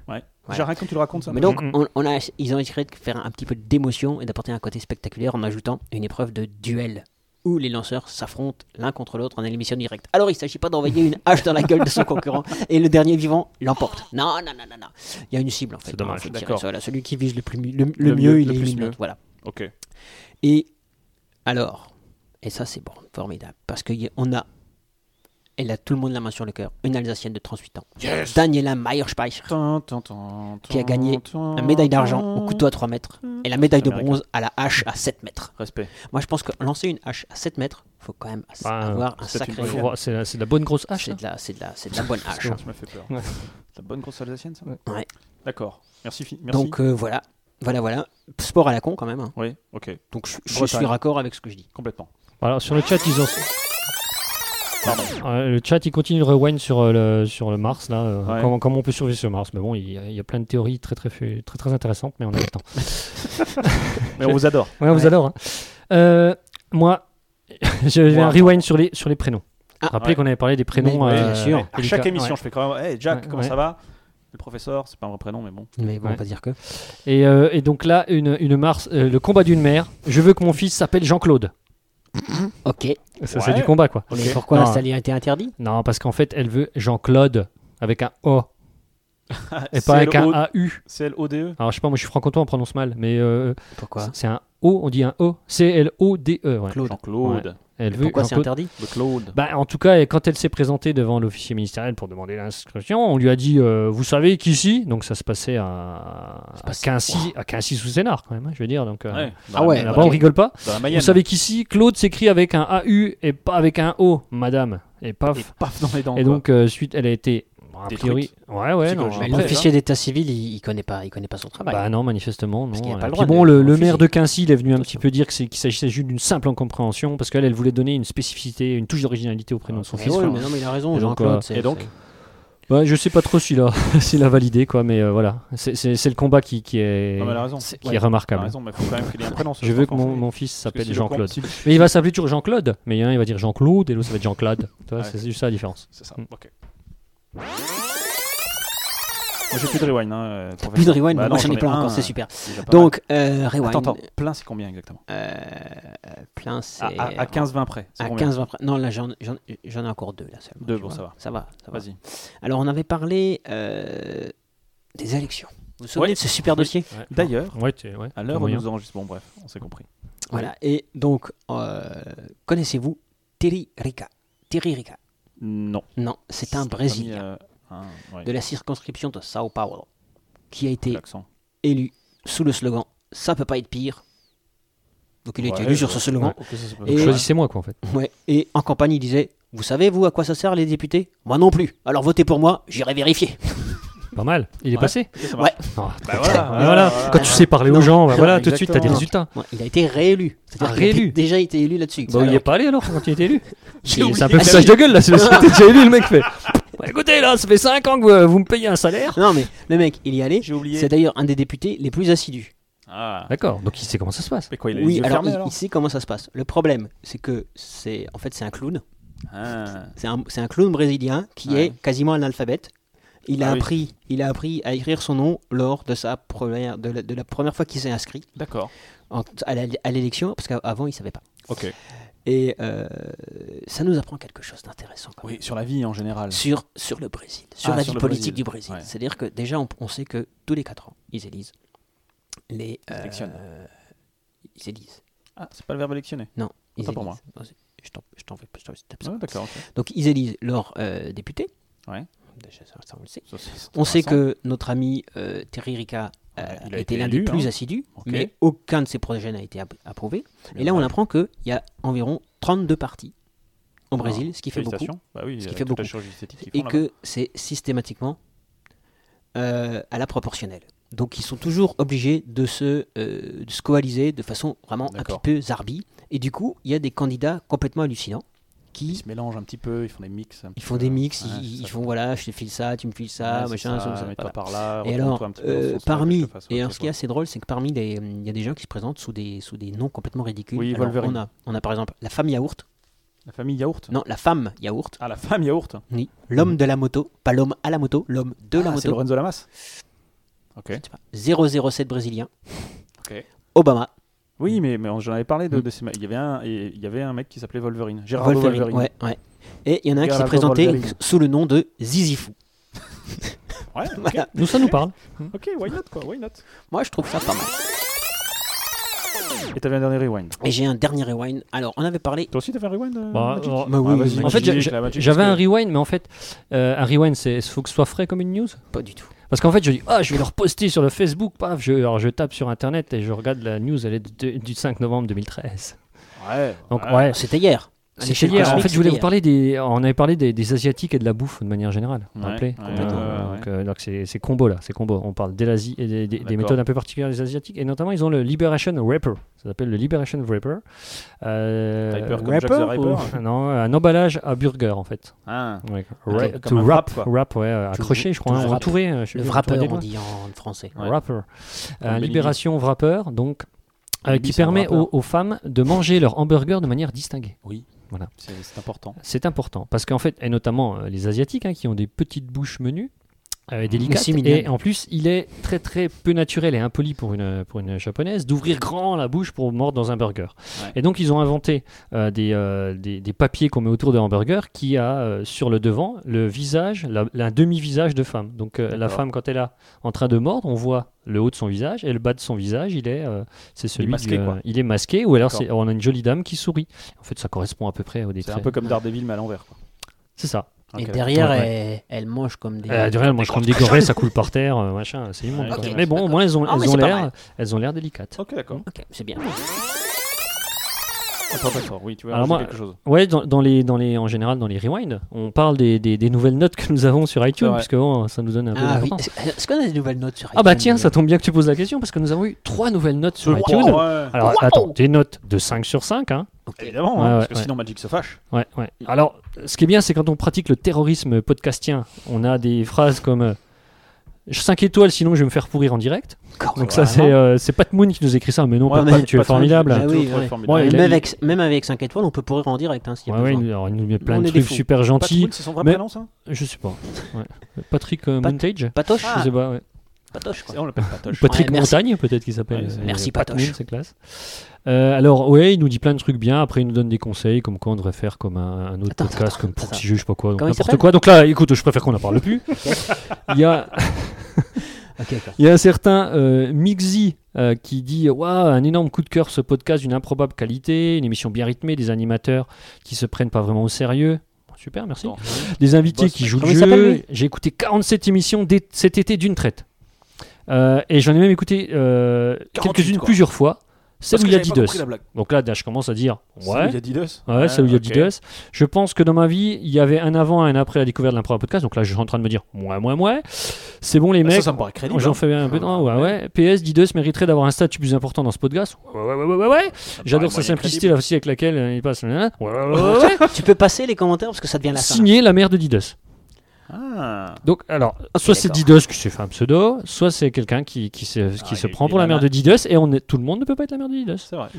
A: Ouais.
B: Ouais.
A: J'ai rien quand tu le racontes ça.
B: Mais
A: moi.
B: donc, on, on a, ils ont essayé de faire un petit peu d'émotion et d'apporter un côté spectaculaire en ajoutant une épreuve de duel où les lanceurs s'affrontent l'un contre l'autre en élimination directe. Alors, il ne s'agit pas d'envoyer une hache dans la gueule de son concurrent et le dernier vivant l'emporte. Non, non, non, non, non. Il y a une cible en fait.
C: C'est dommage,
B: Faut tirer,
A: Oh d'accord.
B: voilà, celui qui vise le, plus, mi- le, le
A: Le
B: mieux,
A: mieux,
B: il
A: le plus
B: élimine
A: mieux.
B: l'autre. Voilà.
A: Mhm. Ok.
B: Et alors, et ça c'est bon, formidable, parce qu'on a, et là tout le monde la main sur le cœur, une Alsacienne de 38 ans, Daniela Meyerspeicher,
A: Qui
B: qui a gagné la médaille d'argent au couteau à 3 mètres et la médaille de bronze à la hache à 7 mètres.
A: Respect.
B: Moi je pense que lancer une hache à 7 mètres, faut quand même as-
C: Bah,
B: avoir un
A: c'est une
B: sacré.
A: bonne
C: Faut voir, C'est la- c'est de la bonne grosse hache.
B: C'est
C: là.
B: de, la, c'est, de la, hein. c'est de la bonne hache. hein.
A: Tu m'as fait peur.
C: Ouais.
A: C'est la bonne grosse alsacienne, ça
B: Ouais.
A: D'accord. Merci, fi- merci.
B: Donc euh, voilà, voilà, voilà. Sport à la con quand même. hein.
A: Oui, ok,
B: Donc je, je
A: Bretagne.
B: suis raccord avec ce que je dis.
A: complètement.
C: Alors sur le chat, ils ont. Euh, le chat, il continue le rewind sur euh, le sur le Mars là. euh,
A: Ouais.
C: comment, comment on peut survivre sur Mars Mais bon, il y, a, il y a plein de théories très très très très, très intéressantes, mais on a le temps.
A: Mais on vous adore.
C: Ouais, on vous adore. hein. Euh, moi, je vais
A: Moi,
C: un
A: attends.
C: rewind sur les sur les prénoms.
B: Ah.
C: Rappelez
A: Ouais.
C: qu'on avait parlé des prénoms.
B: Mais-
C: euh,
B: Bien sûr.
A: À chaque
C: délicats.
A: émission, je fais quand même. Hey, Jack,
C: Ouais,
A: comment
C: ouais.
A: ça va Le professeur, c'est pas un vrai prénom, mais bon.
B: Mais bon, on
C: Ouais.
B: va dire que.
C: Et, euh, et donc là, une, une Mars, euh, le combat d'une mère. Je veux que mon fils s'appelle Jean-Claude.
B: Ok,
C: Ça,
A: Ouais.
C: c'est du combat, quoi.
B: mais pourquoi
C: Non.
B: ça lui a été interdit
C: Non, parce qu'en fait, elle veut Jean-Claude avec un O et
A: Ah, C'est
C: pas avec un
A: L-O-
C: AU.
A: C'est L-O-D-E
C: Alors, je sais pas, moi, je suis franc-comtois, on prononce mal, mais euh,
B: Pourquoi
C: c'est un O, on dit un E, O. C-L-O-D-E, ouais.
B: Claude.
A: Jean-Claude.
C: Elle veut
B: Pourquoi c'est
C: Jean-Claude.
B: interdit
A: Le Claude.
C: Bah, en tout cas, quand elle s'est présentée devant l'officier ministériel pour demander l'inscription, on lui a dit euh, Vous savez qu'ici, donc ça se passait à,
B: Ça se
C: à
B: passe-
C: Quincy, à Quincy sous Sénart, quand même, hein, je veux dire. Donc, euh,
A: Ouais, dans
B: Ah
A: la-
B: ouais,
A: dans
C: là-bas,
A: la-
C: on rigole pas.
A: Dans la
C: Vous
A: Mayenne.
C: savez qu'ici, Claude s'écrit avec un AU et pas avec un O, madame. Et paf.
A: Et paf dans les dents.
C: Et
A: quoi.
C: donc, euh, suite, elle a été Bon, a
A: Détruite.
C: priori. Ouais, ouais, non.
A: Psychologiquement.
B: Mais
C: après-
B: L'officier d'état civil, il, il connaît pas, il connaît pas son travail.
C: Bah non, manifestement, non.
B: Parce qu'il y a
C: Et
B: pas le
C: puis
B: droit
C: bon,
B: de-
C: le, le
B: refuser.
C: maire de Quincy, il est venu un petit
B: Attention.
C: peu dire que c'est- qu'il s'agissait juste d'une simple incompréhension, parce qu'elle, elle voulait donner une spécificité, une touche d'originalité au prénom de son
B: Mais
C: fils.
B: ouais,
C: Enfin,
B: mais non, mais il a raison,
C: Et donc,
B: Jean-Claude.
C: euh,
B: c'est-
A: et donc
B: c'est-
C: bah, je sais pas trop s'il a, s'il a validé, quoi, mais euh, voilà. C'est- C'est c'est le combat qui, qui est,
A: Non, mais elle a raison.
C: c'est- qui
A: Ah, bah, Ouais.
C: est
A: T'as
C: remarquable.
A: raison, mais faut quand même qu'il ait un prénom. ce
C: Je veux que
A: enfant.
C: mon, mon fils
A: Parce que
C: s'appelle
A: si le
C: Jean-Claude.
A: con- si-
C: Mais il va s'appeler toujours Jean-Claude, mais il y en a un, il va dire Jean-Claude et l'autre, ça va être Jean-Claude. Tu vois,
A: Ouais.
C: C'est juste ça la différence.
A: C'est ça,
C: Mm.
A: ok. Moi j'ai plus de rewind. Hein, euh, pour
B: Plus de
A: faire-
B: rewind,
A: Bah
B: moi
A: non,
B: j'en ai plein
A: un,
B: encore, c'est
A: euh,
B: super.
A: déjà pas
B: Donc, euh,
A: mal.
B: rewind.
A: Attends, attends, plein c'est combien exactement
B: Euh, plein, c'est.
A: À, à- à 15-20 près. c'est
B: À
A: combien
B: 15, 20 après. Non, là, j'en j'en- j'en ai encore deux. Là, seulement,
A: Deux,
B: tu
A: bon,
B: vois.
A: ça va.
B: Ça va, ça va.
A: Vas-y.
B: Alors, on avait parlé euh, des élections. Vous vous souvenez
A: Ouais.
B: de ce super dossier
A: D'ailleurs,
C: Ouais, t'es- ouais,
A: à
C: t'es
A: l'heure où
C: moyen.
A: nous enregistrons, bon, bref, on s'est compris.
B: Voilà. Et donc, euh, connaissez-vous Terry Rica Terry Rica.
A: Non.
B: Non, c'est un
A: pas
B: Brésilien
A: mis, euh, un- ouais,
B: de la circonscription de Sao Paulo qui a été
A: l'accent.
B: élu sous le slogan Ça peut pas être pire. Donc, il a été
A: Ouais,
B: élu sur
A: ouais.
B: ce slogan.
A: Ok, ça, c'est pas-
B: Et-
C: Choisissez-moi, quoi, en fait.
B: Ouais, et en campagne, il disait Vous savez, vous, à quoi ça sert les députés Moi non plus. Alors votez pour moi, j'irai vérifier.
C: Pas mal. Il est
A: Ouais.
C: passé.
A: Ok, ça
B: Ouais.
A: marche.
C: Ah,
A: Bah voilà,
C: Et voilà, quand tu sais parler
B: Non.
C: aux gens, bah voilà, tout de suite, t'as
A: Exactement.
C: des résultats.
B: Ouais, il a été réélu. C'est-à-dire
C: Ah,
B: qu'il a
C: réélu.
B: été- déjà été élu là-dessus.
C: Bah, il
B: Alors,
C: n'y est pas allé alors quand il était élu.
A: J'ai
C: C'est un
A: oublié.
C: peu foutage de gueule là, c'est c'était déjà élu, le mec fait. Bah, écoutez, là, ça fait 5 ans que euh, vous me payez un salaire.
B: Non, mais le mec, il y allait.
A: J'ai oublié.
B: C'est d'ailleurs un des députés les plus assidus.
A: Ah.
C: D'accord, donc il sait comment ça se passe.
A: Mais quoi, il a les
B: oui,
A: yeux
B: alors,
A: fermés
B: il,
A: alors
B: il sait comment ça se passe. Le problème, c'est que c'est en fait c'est un clown.
A: Ah.
B: C'est un, c'est un clown brésilien qui
A: Ouais.
B: est quasiment analphabète. Il a
A: Ah oui.
B: appris, il a appris à écrire son nom lors de sa première, de la, de la première fois qu'il s'est inscrit
A: D'accord.
B: en- à la- à l'élection, parce qu'avant il savait pas.
A: Ok.
B: Et euh, ça nous apprend quelque chose d'intéressant quand même.
A: Oui, sur la vie en général.
B: sur, sur le Brésil, sur
A: Mm. Ah,
B: la
A: sur
B: vie
A: le
B: politique
A: Brésil.
B: du Brésil.
A: Ouais.
B: C'est-à-dire que déjà, on, on sait que tous les 4 ans, ils élisent les.
A: Ils
B: euh,
A: électionnent.
B: ils élisent.
A: Ah, c'est pas le verbe électionner.
B: Non, ils
A: Autant pour
B: élisent. Non, c'est- Je t'en je t'en fais pas. je t'en- je tape ça.
A: Ah, D'accord. ok.
B: Donc, ils élisent leurs euh, députés.
A: Ouais.
B: Déjà, ça, ça, on le sait.
A: Ça, c'est- c'est
B: On sait
A: intéressant.
B: que notre ami euh, Terry Rica euh,
A: Ouais, il a
B: était,
A: été
B: l'un
A: élu,
B: des plus
A: hein.
B: assidus,
A: Ok.
B: mais aucun de ses projets n'a été app- approuvé. Et là, on apprend qu'il y a environ 32 partis au Brésil, ce qui fait beaucoup.
A: Félicitations. Bah oui,
B: Ce qui
A: avec
B: fait
A: toute la
B: beaucoup.
A: chirurgie esthétique qu'ils
B: et
A: font là-bas.
B: que c'est systématiquement euh, à la proportionnelle. Donc ils sont toujours obligés de se, euh, de se coaliser de façon vraiment un petit
A: D'accord.
B: peu zarbi. Et du coup, il y a des candidats complètement hallucinants
A: ils
B: qui
A: se mélangent un petit peu, ils font des mix. un
B: ils
A: petit
B: font
A: peu.
B: des mix,
A: Ouais,
B: ils- ils,
A: ça.
B: font voilà, je te file ça, tu me files ça,
A: Ouais, c'est
B: machin, ça, ça,
A: mets-toi
B: voilà.
A: par là. retourne-toi
B: Et alors,
A: un petit peu dans ce
B: euh,
A: sens-là,
B: parmi,
A: quelque chose,
B: et
A: ok,
B: alors ce qui est assez drôle, c'est que parmi les, euh, il y a des gens qui se présentent sous des, sous des noms complètement ridicules.
A: Oui,
B: Alors,
A: Wolverine.
B: on a, on a par exemple la femme yaourt,
A: La famille yaourt
B: non, la femme yaourt,
A: Ah, la femme yaourt
B: oui, l'homme de la moto, pas l'homme à la moto, l'homme de la
A: Ah, C'est
B: moto.
A: Lorenzo Lamas Ok.
B: Je sais pas, 007 brésilien.
A: Ok.
B: Obama.
A: Oui, mais, mais on- j'en avais parlé de,
B: Mm.
A: de ces mecs. Il y avait un, il y avait un mec qui s'appelait Wolverine. Gérard
C: Ah,
B: Wolverine.
A: Wolverine.
B: Ouais, ouais. Et il y en a un qui s'est
A: Gerardo
B: présenté
A: Wolverine.
B: sous le nom de Zizifou.
A: Ouais, ok.
B: Voilà.
C: Nous, ça nous parle.
A: ok, why not quoi, why not
B: Moi, je trouve ça pas mal.
A: Et t'avais un dernier rewind.
B: Et j'ai un dernier rewind. Alors, on avait parlé.
A: Toi aussi t'avais un rewind euh,
C: Bah,
A: Magic
C: alors-
B: Bah oui,
A: Ah,
B: oui,
A: vas-y,
B: oui.
C: En fait,
A: Magic,
C: j'a-
A: la Magic,
C: j'avais un
A: parce que-
C: rewind, mais en fait, euh, un rewind, c'est faut que ce soit frais comme une news.
B: Pas du tout.
C: Parce qu'en fait, je dis, ah, je vais leur poster sur le Facebook, paf, je, alors je tape sur Internet et je regarde la news, elle est de- du 5 novembre 2013.
A: Ouais.
C: Donc,
A: ouais.
C: ouais.
B: C'était hier.
C: C'était hier. En fait, je voulais vous
B: parler.
C: parler des. On avait parlé des, des Asiatiques et de la bouffe de manière générale. Vous vous
A: Ouais,
C: rappelez
A: ouais,
C: complètement.
A: ouais, ouais, ouais.
C: Donc, euh, donc c'est c'est combo là, c'est combo. On parle de l'Asie et des, des- des
A: D'accord.
C: méthodes un peu particulières des Asiatiques. Et notamment, ils ont le Liberation Wrapper. Ça s'appelle le Liberation Wrapper. Euh,
A: Typer comme Jack the Ripper. hein.
C: ou- Non, un emballage à burger en fait.
A: Ah.
C: Ouais.
A: Ok,
C: Wra-
A: comme
C: to
A: un
C: wrap,
A: wrap, quoi.
C: wrap, ouais, euh,
B: To-
C: accroché, je crois,
B: to
C: hein,
B: wrap.
C: entouré. euh, je sais
B: Le
C: plus,
B: wrapper,
C: entouré des
B: on
C: doigts.
B: dit en français.
A: Ouais.
C: Wrapper. Euh,
A: Benny
C: Libération Wrapper, donc, euh,
A: Baby,
C: qui
A: c'est un
C: permet aux,
A: wrapper.
C: aux femmes de manger leur hamburger de manière distinguée.
A: Oui.
C: Voilà.
A: C'est c'est important.
C: C'est important parce qu'en fait, et notamment euh, les Asiatiques hein, qui ont des petites bouches
A: Mmh.
C: menues. euh, délicates
B: C'est mignon.
C: et en plus il est très très peu naturel et impoli pour une, pour une japonaise d'ouvrir grand la bouche pour mordre dans un burger
A: Ouais.
C: et donc ils ont inventé euh, des, euh, des, des papiers qu'on met autour de hamburger qui a euh, sur le devant le visage la- la- un demi-visage de femme donc euh, la
A: D'accord.
C: femme quand elle est en train de mordre on voit le haut de son visage et le bas de son visage il est euh, c'est celui du-
A: masqué, quoi.
C: il est masqué ou alors
A: D'accord.
C: c'est- on a une jolie dame qui sourit en fait ça correspond à peu près au
A: C'est
C: détail
A: un peu comme Daredevil mais à l'envers. quoi.
C: c'est ça
B: Et
A: Ok.
B: derrière,
C: Ouais,
B: Elle, elle mange comme des.
C: euh, du réel, moi je prends des gorées, ça coule par terre, euh, machin, c'est immonde.
A: Ouais,
C: quoi.
A: ok.
C: Mais bon, au moins elles ont,
B: Ah, mais
C: elles ont
B: c'est pas
C: l'air,
B: mal.
C: elles ont l'air délicates.
A: Ok, d'accord.
B: Ok, c'est bien.
A: Ah, Pas très fort, oui, tu veux
C: Alors
A: rajouter
C: moi,
A: quelque chose.
C: Ouais, dans, dans les, dans les, en général, dans les rewinds, on parle des, des, des nouvelles notes que nous avons sur iTunes,
A: vrai.
C: parce que bon, ça nous donne un peu
B: Ah oui,
C: d'importance.
B: est-ce est-ce qu'on a des nouvelles notes sur
C: Ah bah
B: iTunes, euh,
C: tiens, ça
B: d'ailleurs
C: tombe bien que tu poses la question, parce que nous avons eu trois nouvelles notes sur
A: Wow,
C: iTunes.
A: Ah, ouais.
C: Alors attends, des notes de 5 sur 5, hein
A: Évidemment,
C: Ouais,
A: hein,
C: ouais,
A: parce que
C: ouais.
A: sinon Magic se fâche.
C: Ouais, ouais. Alors, ce qui est bien, c'est quand on pratique le terrorisme podcastien, on a des phrases comme euh, 5 étoiles, sinon je vais me faire pourrir en direct.
B: Encore
C: Donc,
B: une
C: ça,
B: fois,
C: c'est
B: vraiment.
C: euh, c'est Pat Moon qui nous écrit ça, mais non,
A: Ouais,
C: Pat
A: mais
C: Moon, tu es
A: Pat Moon,
C: formidable.
A: j'ai
B: Ah
A: toujours
B: oui,
A: trouvé
B: ouais.
A: formidable.
C: euh, Ouais, il
B: même,
C: a-
B: avec, même avec 5 étoiles, on peut pourrir en direct hein, s'il y a
C: Ouais, ouais, il
B: besoin.
C: nous- alors, il nous met plein
B: On
C: de
B: est des
C: trucs
B: fous.
C: super
A: Pat
C: gentils.
A: Moon, c'est son vrai
C: mais-
A: prénom, ça
C: Je sais pas. Ouais. Patrick euh,
B: Pat-
C: Montage
B: Patoche
C: Je sais pas, ouais.
B: Patoche, quoi.
A: On l'appelle Patoche.
C: Patrick
B: Ouais, merci.
C: Montagne, peut-être qu'il s'appelle.
A: Ouais, c'est-
C: euh,
B: merci,
C: Pat
B: Patoche.
C: Moon, C'est classe. Euh, alors, ouais, il nous dit plein de trucs bien. Après, il nous donne des conseils, comme quoi on devrait faire comme un, un autre
B: Attends,
C: podcast,
B: attends,
C: comme pour
B: attends.
C: petit jeu, je sais pas quoi. donc
B: Comment il
C: N'importe
B: s'appelle
C: quoi. Donc là, écoute, je préfère qu'on en parle plus. il, y a,
B: Ok, d'accord.
C: il y a un certain euh, Mixi euh, qui dit Waouh, un énorme coup de cœur ce podcast d'une improbable qualité, une émission bien rythmée, des animateurs qui se prennent pas vraiment au sérieux. Super, merci.
A: Attends.
C: Des invités
A: Boss,
C: qui
A: mec.
C: jouent
B: Comment
C: le
B: il s'appelle,
C: jeu.
B: lui
C: J'ai écouté 47 émissions dès- cet été d'une traite. Euh, et j'en ai même écouté euh,
A: 48,
C: quelques-unes
A: quoi.
C: plusieurs fois.
A: Parce
C: Celle
A: que
C: où il y a
A: j'avais pas compris
C: Didos.
A: la blague.
C: Donc là, je commence à dire
A: Celle où
C: Ouais,
A: Il y a Didos. Ah,
C: ouais, celle où il y a
A: ok.
C: Didos. Je pense que dans ma vie, il y avait un avant et un après la découverte de l'Impro Podcast. Donc là, je suis en train de me dire Ouais, ouais, ouais. C'est bon, les
A: Bah, Ça,
C: mecs.
A: ça me paraît crédible.
C: J'en
A: hein.
C: fais un peu.
A: Ouais,
C: non, ouais, ouais. PS, Didos mériterait d'avoir un statut plus important dans ce podcast. Ouais, ouais, ouais, ouais, ouais. ouais. J'adore sa
A: moyen
C: simplicité,
A: crédible.
C: la facilité avec laquelle euh, il passe. nanana. Ouais, ouais, ouais, ouais, ouais.
B: Tu peux passer les commentaires parce que ça devient la fin.
C: Signé la mère de Didos.
A: Ah.
C: Donc, alors, soit c'est
B: d'accord.
C: Didos qui s'est fait un pseudo, soit c'est quelqu'un qui, qui se, qui
A: Ah,
C: se
A: il-
C: prend
A: il
C: pour la
A: en
C: mère
A: a.
C: de Didos et on est, tout le monde ne peut pas être la mère de Didos.
A: C'est vrai.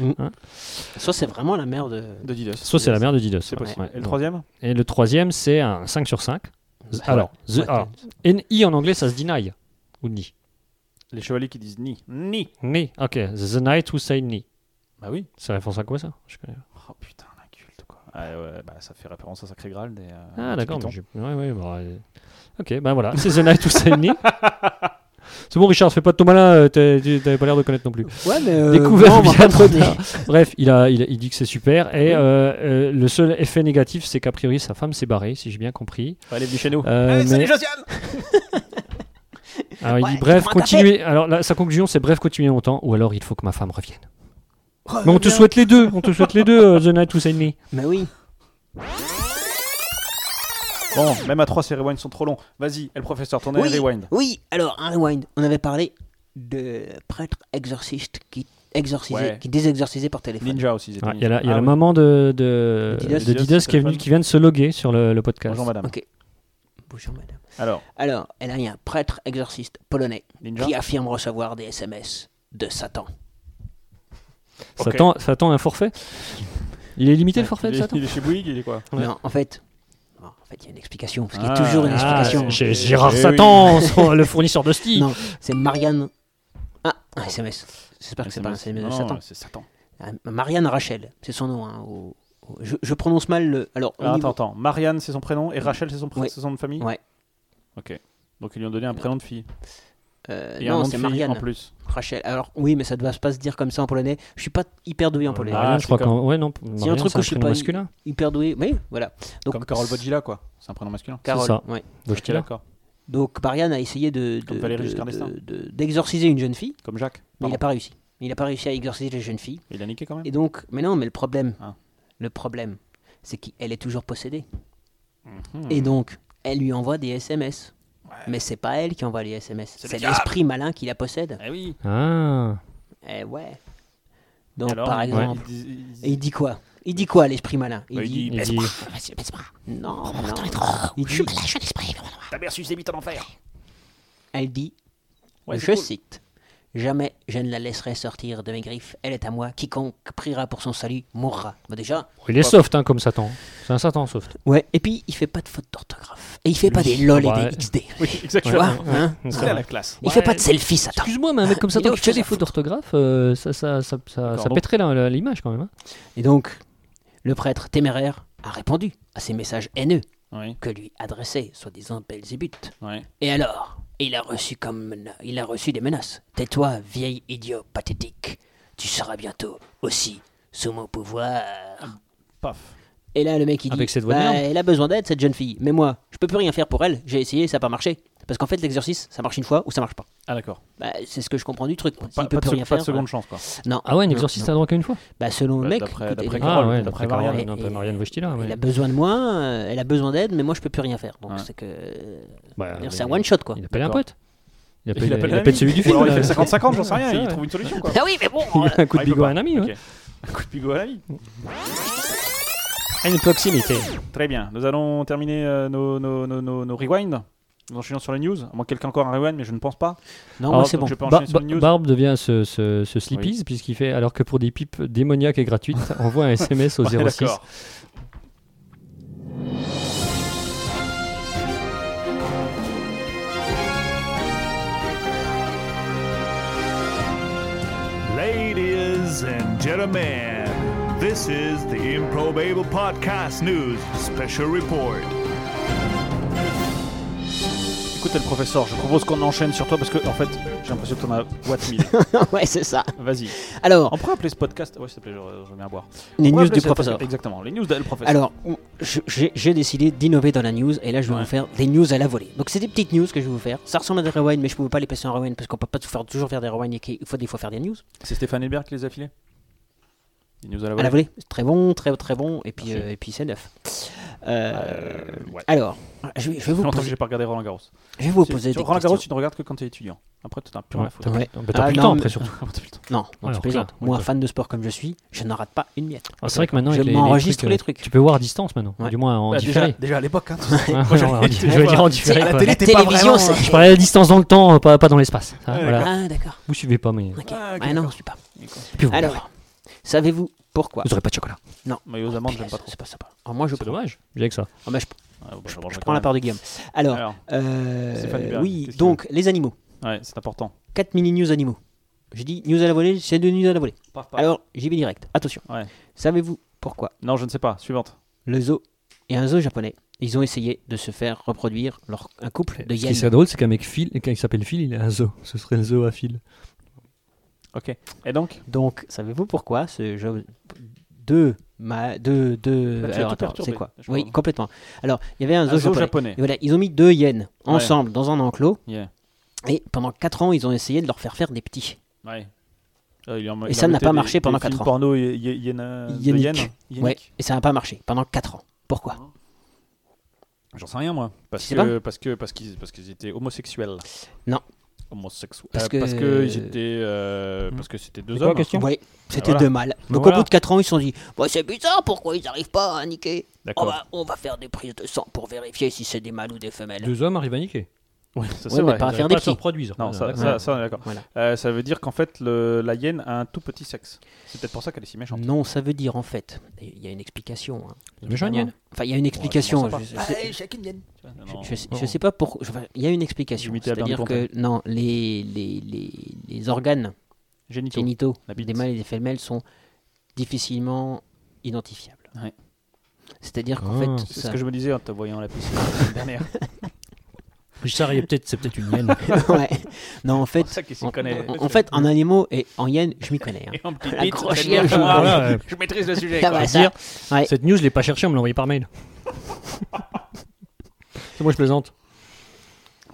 B: Soit c'est vraiment la merde. euh,
A: De Didos.
C: Soit c'est la mère de Didos.
A: C'est
C: Ouais,
A: possible.
C: ouais,
A: Et le
C: non.
A: troisième
C: Et le troisième, c'est un 5 sur 5. Alors, the-
B: ouais,
C: alors, NI en anglais, ça se dit NI ou ni.
A: Les chevaliers qui disent ni. Ni.
C: Ni, ok. The Knight who say ni.
A: Bah oui.
C: C'est référence à quoi ça Je connais.
A: Oh putain, l'inculte quoi. Ah ouais, bah ça fait référence à Sacré Graal des. euh,
C: Ah,
A: des
C: d'accord.
A: Tibétains.
C: mais j'ai- Ouais, ouais, bah, euh, Ok, bah voilà. C'est The Knight who say ni. C'est bon, Richard, fais pas de ton malin, euh, t'as- tu- t'avais pas l'air de connaître non plus.
B: Ouais, mais. euh,
C: Découvert
B: non, on va
C: via
B: pas trop
C: Twitter.
B: dire.
C: Bref, il, a, il, il dit que c'est super. Et euh, euh, le seul effet négatif, c'est qu'a priori, sa femme s'est barrée, si j'ai bien compris.
A: Ouais, elle est venue chez nous.
C: Euh,
E: Ah,
C: mais- alors, il
B: Ouais,
C: dit bref,
B: je prends un café.
C: continuez. Alors, là, sa conclusion, c'est bref, continuez longtemps, ou alors il faut que ma femme revienne.
B: Oh,
A: Reviens.
C: Mais on te souhaite les deux, on te souhaite les deux, euh, The Night Who Said Me.
B: Mais oui.
A: Bon, même à 3, ces rewinds sont trop longs. Vas-y, et le professeur, ton air
B: Oui.
A: rewind.
B: Oui, alors, un rewind. On avait parlé de prêtres exorcistes qui, exorcisaient,
A: Ouais.
B: qui désexorcisaient par téléphone.
A: Ninja aussi. ils étaient
C: Ah, Il y a la, il y
A: ninjas.
C: a la
A: Ah oui.
C: maman de, de,
B: De Didas.
C: de Didas qui, est venue, qui vient de se loguer sur le, le podcast.
A: Bonjour madame.
B: Ok. Bonjour, madame.
A: Alors,
B: Alors, elle a eu un prêtre exorciste polonais
A: Ninja
B: qui affirme recevoir des SMS de Satan.
A: Ok.
C: Satan, Satan a un forfait Il est limité le forfait
A: Ah, il
C: de
A: est,
C: Satan
A: il est chez Bouygues, il est quoi
C: Ouais.
B: Non, en fait, bon, en fait, il y a une explication, parce qu'il
A: Ah,
B: y a toujours une
C: Ah,
B: explication.
A: c'est-
C: G- Gérard
A: Eh oui.
C: Satan, son- le fournisseur de ski.
B: Non, c'est Marianne. Ah, un SMS. J'espère
C: Ah,
B: que c'est pas un SMS de
A: Non,
B: Satan.
A: C'est Satan.
B: Ah, Marianne Rachel, c'est son nom. hein, au- au- Je, je prononce mal le. Alors, au
A: Ah,
B: niveau-
A: attends, attends. Marianne, c'est son prénom et Rachel, c'est son, pr-
B: Ouais.
A: c'est son nom de famille
B: Ouais.
A: Ok. Donc ils lui ont donné un prénom de fille.
B: euh,
A: Et un
B: non,
A: nom de
B: c'est
A: fille
B: Marianne
A: en plus.
B: Rachel. Alors, oui, mais ça ne doit pas se dire comme ça en polonais. Je suis pas hyper doué en polonais.
A: Ah,
C: Marianne, je
A: c'est
C: crois
A: comme-
C: qu'en. Ouais, non,
B: C'est un
C: Marianne,
B: truc
C: c'est
B: que
C: un
B: je suis
C: prénom
B: pas
C: masculin.
B: hyper doué. Oui, voilà. Donc,
A: Comme Carole Bodgila, quoi. C'est un prénom masculin.
B: Carole,
C: ça.
B: ouais.
A: Ok, d'accord.
B: Donc, Marianne a essayé de, de-
A: Comme Valérie
B: de-
A: Giscard d'Estaing.
B: de- de- d'exorciser une jeune fille,
A: Comme Jacques.
B: mais il
A: Pardon.
B: n'a pas réussi. Il n'a pas réussi à exorciser les jeunes filles.
A: Il a niqué quand même.
B: Et donc, mais non, mais le problème,
A: Ah.
B: le problème, c'est qu'elle est toujours possédée.
A: Mhm.
B: Et donc, elle lui envoie des SMS. Mais c'est pas elle qui envoie les SMS,
A: C'est le
B: c'est
A: diable.
B: l'esprit malin qui la possède.
A: Eh oui.
C: Ah,
B: Eh ouais. Donc,
A: Alors,
B: par
A: il-
B: exemple,
A: il dis- il-
B: et il dit quoi Il dit quoi, l'esprit malin
A: Bah, il dit-
C: il dit.
B: Non, non. Il dit-
A: Ta mère suce des bites en enfer.
B: Elle dit,
A: Ouais,
B: je
A: c'est cool.
B: cite, Jamais je ne la laisserai sortir de mes griffes, elle est à moi, quiconque priera pour son salut mourra. Bah déjà,
C: Il est soft hein, comme Satan. C'est un Satan soft.
B: ouais, et puis il fait pas de faute d'orthographe. Et il fait pas
C: Lui,
B: des lol
C: bah,
B: et des XD.
A: Oui,
B: Tu vois,
A: exactement.
B: hein
C: C'est
A: C'est
C: vrai.
A: la classe.
B: Il fait pas de selfie, Satan.
C: Excuse-moi, mais un mec comme
B: Il a
C: Satan qui
B: autre
C: fait
B: chose
C: des
B: à
C: fautes d'orthographe, euh, ça, ça, ça, ça, ça
A: Pardon.
C: pèterait la- la- l'image quand même. hein.
B: Et donc, le prêtre téméraire a répondu à ces messages haineux
A: Oui,
B: que lui adressait soi-disant Belzébuth.
A: oui.
B: Et alors, il a reçu comme mena- il a reçu des menaces. Tais-toi, vieil idiot pathétique. Tu seras bientôt aussi sous mon pouvoir.
A: Paf.
B: Et là, le mec, il dit
C: Avec cette voix de
B: bah,
C: merde.
B: Elle a besoin d'aide, cette jeune fille. Mais moi, je peux plus rien faire pour elle. J'ai essayé, ça n'a pas marché. Parce qu'en fait, l'exercice, ça marche une fois ou ça marche pas.
A: Ah, d'accord.
B: Bah, c'est ce que je comprends du truc.
A: Pas,
B: S'il
A: pas
B: peut
A: de,
B: plus
A: sec-
B: rien
A: pas de
B: faire,
A: seconde
B: voilà.
A: chance, quoi.
B: Non.
C: Ah ouais, un exorciste a droit qu'à une fois
B: Bah, selon le
A: Bah,
B: mec,
A: d'après-
B: écoute,
A: d'après
B: elle-
A: Carole, hein,
C: Ah ouais,
A: d'après
C: d'après
A: Carole,
C: Marianne,
B: et-
C: d'après Marianne Wojtyla.
B: elle
C: ouais. Bah,
B: a besoin de moi, euh, elle a besoin d'aide, mais moi, je peux plus rien faire. Donc
A: Ouais.
B: c'est que euh,
C: Bah,
A: Ah
B: c'est
C: il-
B: un one shot quoi.
C: Il appelle un
A: D'accord.
C: pote. Il
A: Il
C: appelle,
A: appelle
C: il
A: un
C: appelle
A: ami.
C: celui du
A: Ou
C: film.
A: alors il
C: là.
A: fait 50-50, j'en sais rien,
C: C'est
A: il
C: vrai.
A: trouve une solution, quoi.
B: Ah oui, mais bon.
C: Il a
A: Ah,
C: un coup de
A: il peut
C: bigot à
A: pas.
C: un ami. ouais.
A: Ok. Un coup de bigot à l'ami.
C: À une proximité.
A: Très bien, nous allons terminer euh, nos, nos, nos, nos, nos rewinds. Nous enchaînons sur les news. À moins que quelqu'un encore un rewind, mais je ne pense pas.
B: Non,
C: Alors,
B: moi, Ah, c'est
A: donc Ah,
B: bon.
A: je peux
C: Ba-
A: enchaîner sur
C: Ba-
A: les news.
C: Barbe devient ce, ce, ce Sleepies, puisqu'il fait alors que pour des pipes démoniaques et gratuites, envoie un SMS au
A: Ouais,
C: 06.
A: d'accord.
F: Ladies and gentlemen, this is the Improbable Podcast News Special Report.
A: Écoutez le professeur, je propose qu'on enchaîne sur toi parce que en fait j'ai l'impression que t'en as what mille.
B: ouais, c'est ça.
A: Vas-y.
B: Alors,
A: On pourrait appeler ce podcast. Ouais s'il te plaît, je, je mets à boire.
B: les
A: On pourrait
B: news
A: appeler
B: du
A: ce
B: professeur.
A: podcast- Exactement, les news de le professeur.
B: Alors, on- je- j'ai j'ai décidé d'innover dans la news et là je vais
A: Ouais.
B: vous faire des news à la volée. Donc c'est des petites news que je vais vous faire. Ça ressemble à des rewinds mais je ne peux pas les passer en rewind parce qu'on peut pas tout faire, toujours faire des rewinds et qu'il faut des fois faire des news.
A: C'est Stéphane Hébert qui les a filés Les news à la
B: À
A: volée
B: la volée, c'est très bon, très très bon et puis,
A: Merci.
B: euh, et puis c'est neuf. Euh,
A: ouais.
B: Alors, je, vais- je vais vous
A: Longtemps que
B: poser,
A: j'ai pas regardé Roland Garros.
B: je vais vous
A: Si,
B: poser
A: tu-
B: des
A: Roland Garros,
B: questions.
A: tu ne regardes que quand t'es étudiant. Après, t'en as plus rien
C: Ouais,
A: à foutre.
C: t'as
B: Ouais.
C: plus- bah, t'as
B: Ah,
C: plus le
B: non,
C: temps
B: mais-
C: après surtout.
B: Non, non,
C: Alors,
B: tu plaisantes.
C: clair,
B: Moi,
C: d'accord.
B: fan de sport comme je suis, je ne rate pas une miette.
C: Ah, c'est vrai que maintenant,
B: Je
C: avec les- les
B: m'enregistre
C: trucs,
B: les
C: euh,
B: trucs.
C: Tu peux voir à distance maintenant,
B: Ouais.
C: du moins en
A: Bah, déjà,
C: différé.
A: déjà à l'époque, hein,
C: Ouais,
A: moi,
C: ouais,
A: j'allais-
C: en- Je vais
A: voilà.
C: dire en différé.
A: À la
C: quoi.
A: télé, t'es pas
B: télévision,
A: vraiment-
B: c'est-
C: Je parlais à distance dans le temps, euh, pas, pas dans l'espace. Ah,
A: Ouais,
C: voilà.
B: Ah d'accord.
C: Vous suivez pas, mais.
B: Ok.
A: Ah, ok,
B: Ah, non,
A: d'accord.
B: je suis pas.
C: Puis vous-
B: Alors, savez-vous pourquoi
C: Vous aurez pas de chocolat.
A: Mais aux amandes, j'aime pas trop.
B: C'est pas sympa. Alors, moi, je
C: C'est
B: prends,
C: dommage. J'ai que ça.
B: Ah, bah, je,
A: Ah, bon, je
B: je
A: mangerai
B: prends la
A: quand
B: part de Guillaume. Alors,
A: même. Alors,
B: Euh,
A: Stéphane Hubert,
B: oui,
A: qu'est-ce qu'il
B: donc les animaux.
A: ouais, c'est important.
B: 4 mini news animaux. Je dis news à la volée, c'est deux news à la volée.
A: Paf, paf.
B: Alors j'y vais direct. Attention.
A: Ouais.
B: Savez-vous pourquoi
A: Non, je ne sais pas. Suivante.
B: le zoo et un zoo japonais, ils ont essayé de se faire reproduire leur, un couple de
C: Ce qui
B: hyènes.
C: serait drôle, c'est qu'un mec Phil, qui s'appelle Phil, il a un zoo. Ce serait le zoo à Phil.
A: Ok. Et donc
B: Donc savez-vous pourquoi ce jeu deux ma deux deux
A: Là, tu as
B: alors
A: tout
B: attends,
A: perturbé,
B: c'est quoi
A: je crois.
B: Oui, complètement. Alors, il y avait un zoo,
A: Un zoo
B: japonais.
A: japonais.
B: Et voilà, ils ont mis deux hyènes
A: Ouais.
B: ensemble dans un enclos
A: Yeah.
B: et pendant 4 ans, ils ont essayé de leur faire faire des petits.
A: Ouais. Euh, il en-
B: Et
A: il
B: ça
A: en
B: n'a
A: mettait
B: pas
A: des-
B: marché
A: des
B: pendant
A: films
B: quatre ans.
A: Porno y- y- yen, euh, de
B: Yannick.
A: yen.
B: Ouais,
A: Yannick.
B: et ça n'a pas marché pendant 4 ans. Pourquoi
A: J'en sais rien moi. Parce
B: Tu sais
A: que parce que parce qu'ils parce qu'ils étaient homosexuels.
B: Non.
A: Homosexuels.
B: Parce
A: Euh,
B: que-
A: Parce que ils étaient euh,
C: Hmm.
A: parce que c'était deux
C: quoi la
A: hommes.
C: question
B: Oui, c'était
A: voilà.
B: deux mâles. Donc
C: voilà.
B: au bout de 4 ans, ils se sont dit Bah, C'est bizarre, pourquoi ils n'arrivent pas à niquer on
A: D'accord.
B: va, on va faire des prises de sang pour vérifier si c'est des mâles ou des femelles.
C: Deux hommes arrivent à niquer.
A: Oui, ça
B: Ouais,
A: c'est
B: mais
A: vrai.
B: pas-
C: Ils
B: faire
C: arrivent
B: des
C: pas à se
B: petits.
C: reproduire.
A: Non,
C: Voilà,
A: ça,
C: d'accord.
A: ça, ça, on est d'accord.
B: Voilà.
A: Euh, ça veut dire qu'en fait, le- la hyène a un tout petit sexe. C'est peut-être pour ça qu'elle est si méchante.
B: Non, ça veut dire en fait. Il y a une explication. hein.
C: Mais
A: Ah
C: j'en ai une.
B: Enfin, il
A: Oh,
B: y a une explication.
A: bon, ça
B: je, je-
A: Non,
B: je-
A: non.
B: je sais- je sais pas pourquoi. enfin, Il y a une explication.
A: Limité à Albert
B: C'est-à-dire que non, les, les, les, les organes
A: Génitaux.
B: génitaux
A: La bite.
B: des mâles et des femelles sont difficilement identifiables.
A: Ouais.
B: C'est-à-dire qu'en
C: Ah,
B: fait,
A: C'est
B: ça-
A: ce que je me disais en te voyant à la piscine la semaine dernière.
C: Richard, il est peut-être- c'est peut-être une hyène.
B: Ouais. Non, en fait,
A: C'est ça qu'il s'y
B: En,
A: connaît.
B: en- en fait, en animaux et en hyènes, je m'y connais. hein.
A: Et en petite
B: la
A: bite,
B: grosse
A: c'est
B: hyène,
A: noir.
B: je-
A: Ah,
C: voilà, ouais.
A: je maîtrise le sujet.
B: Ah
A: quoi.
B: bah,
C: dire.
B: ça, ouais.
C: Cette news, je l'ai pas cherchée, on me l'a envoyée par mail. C'est moi, je plaisante.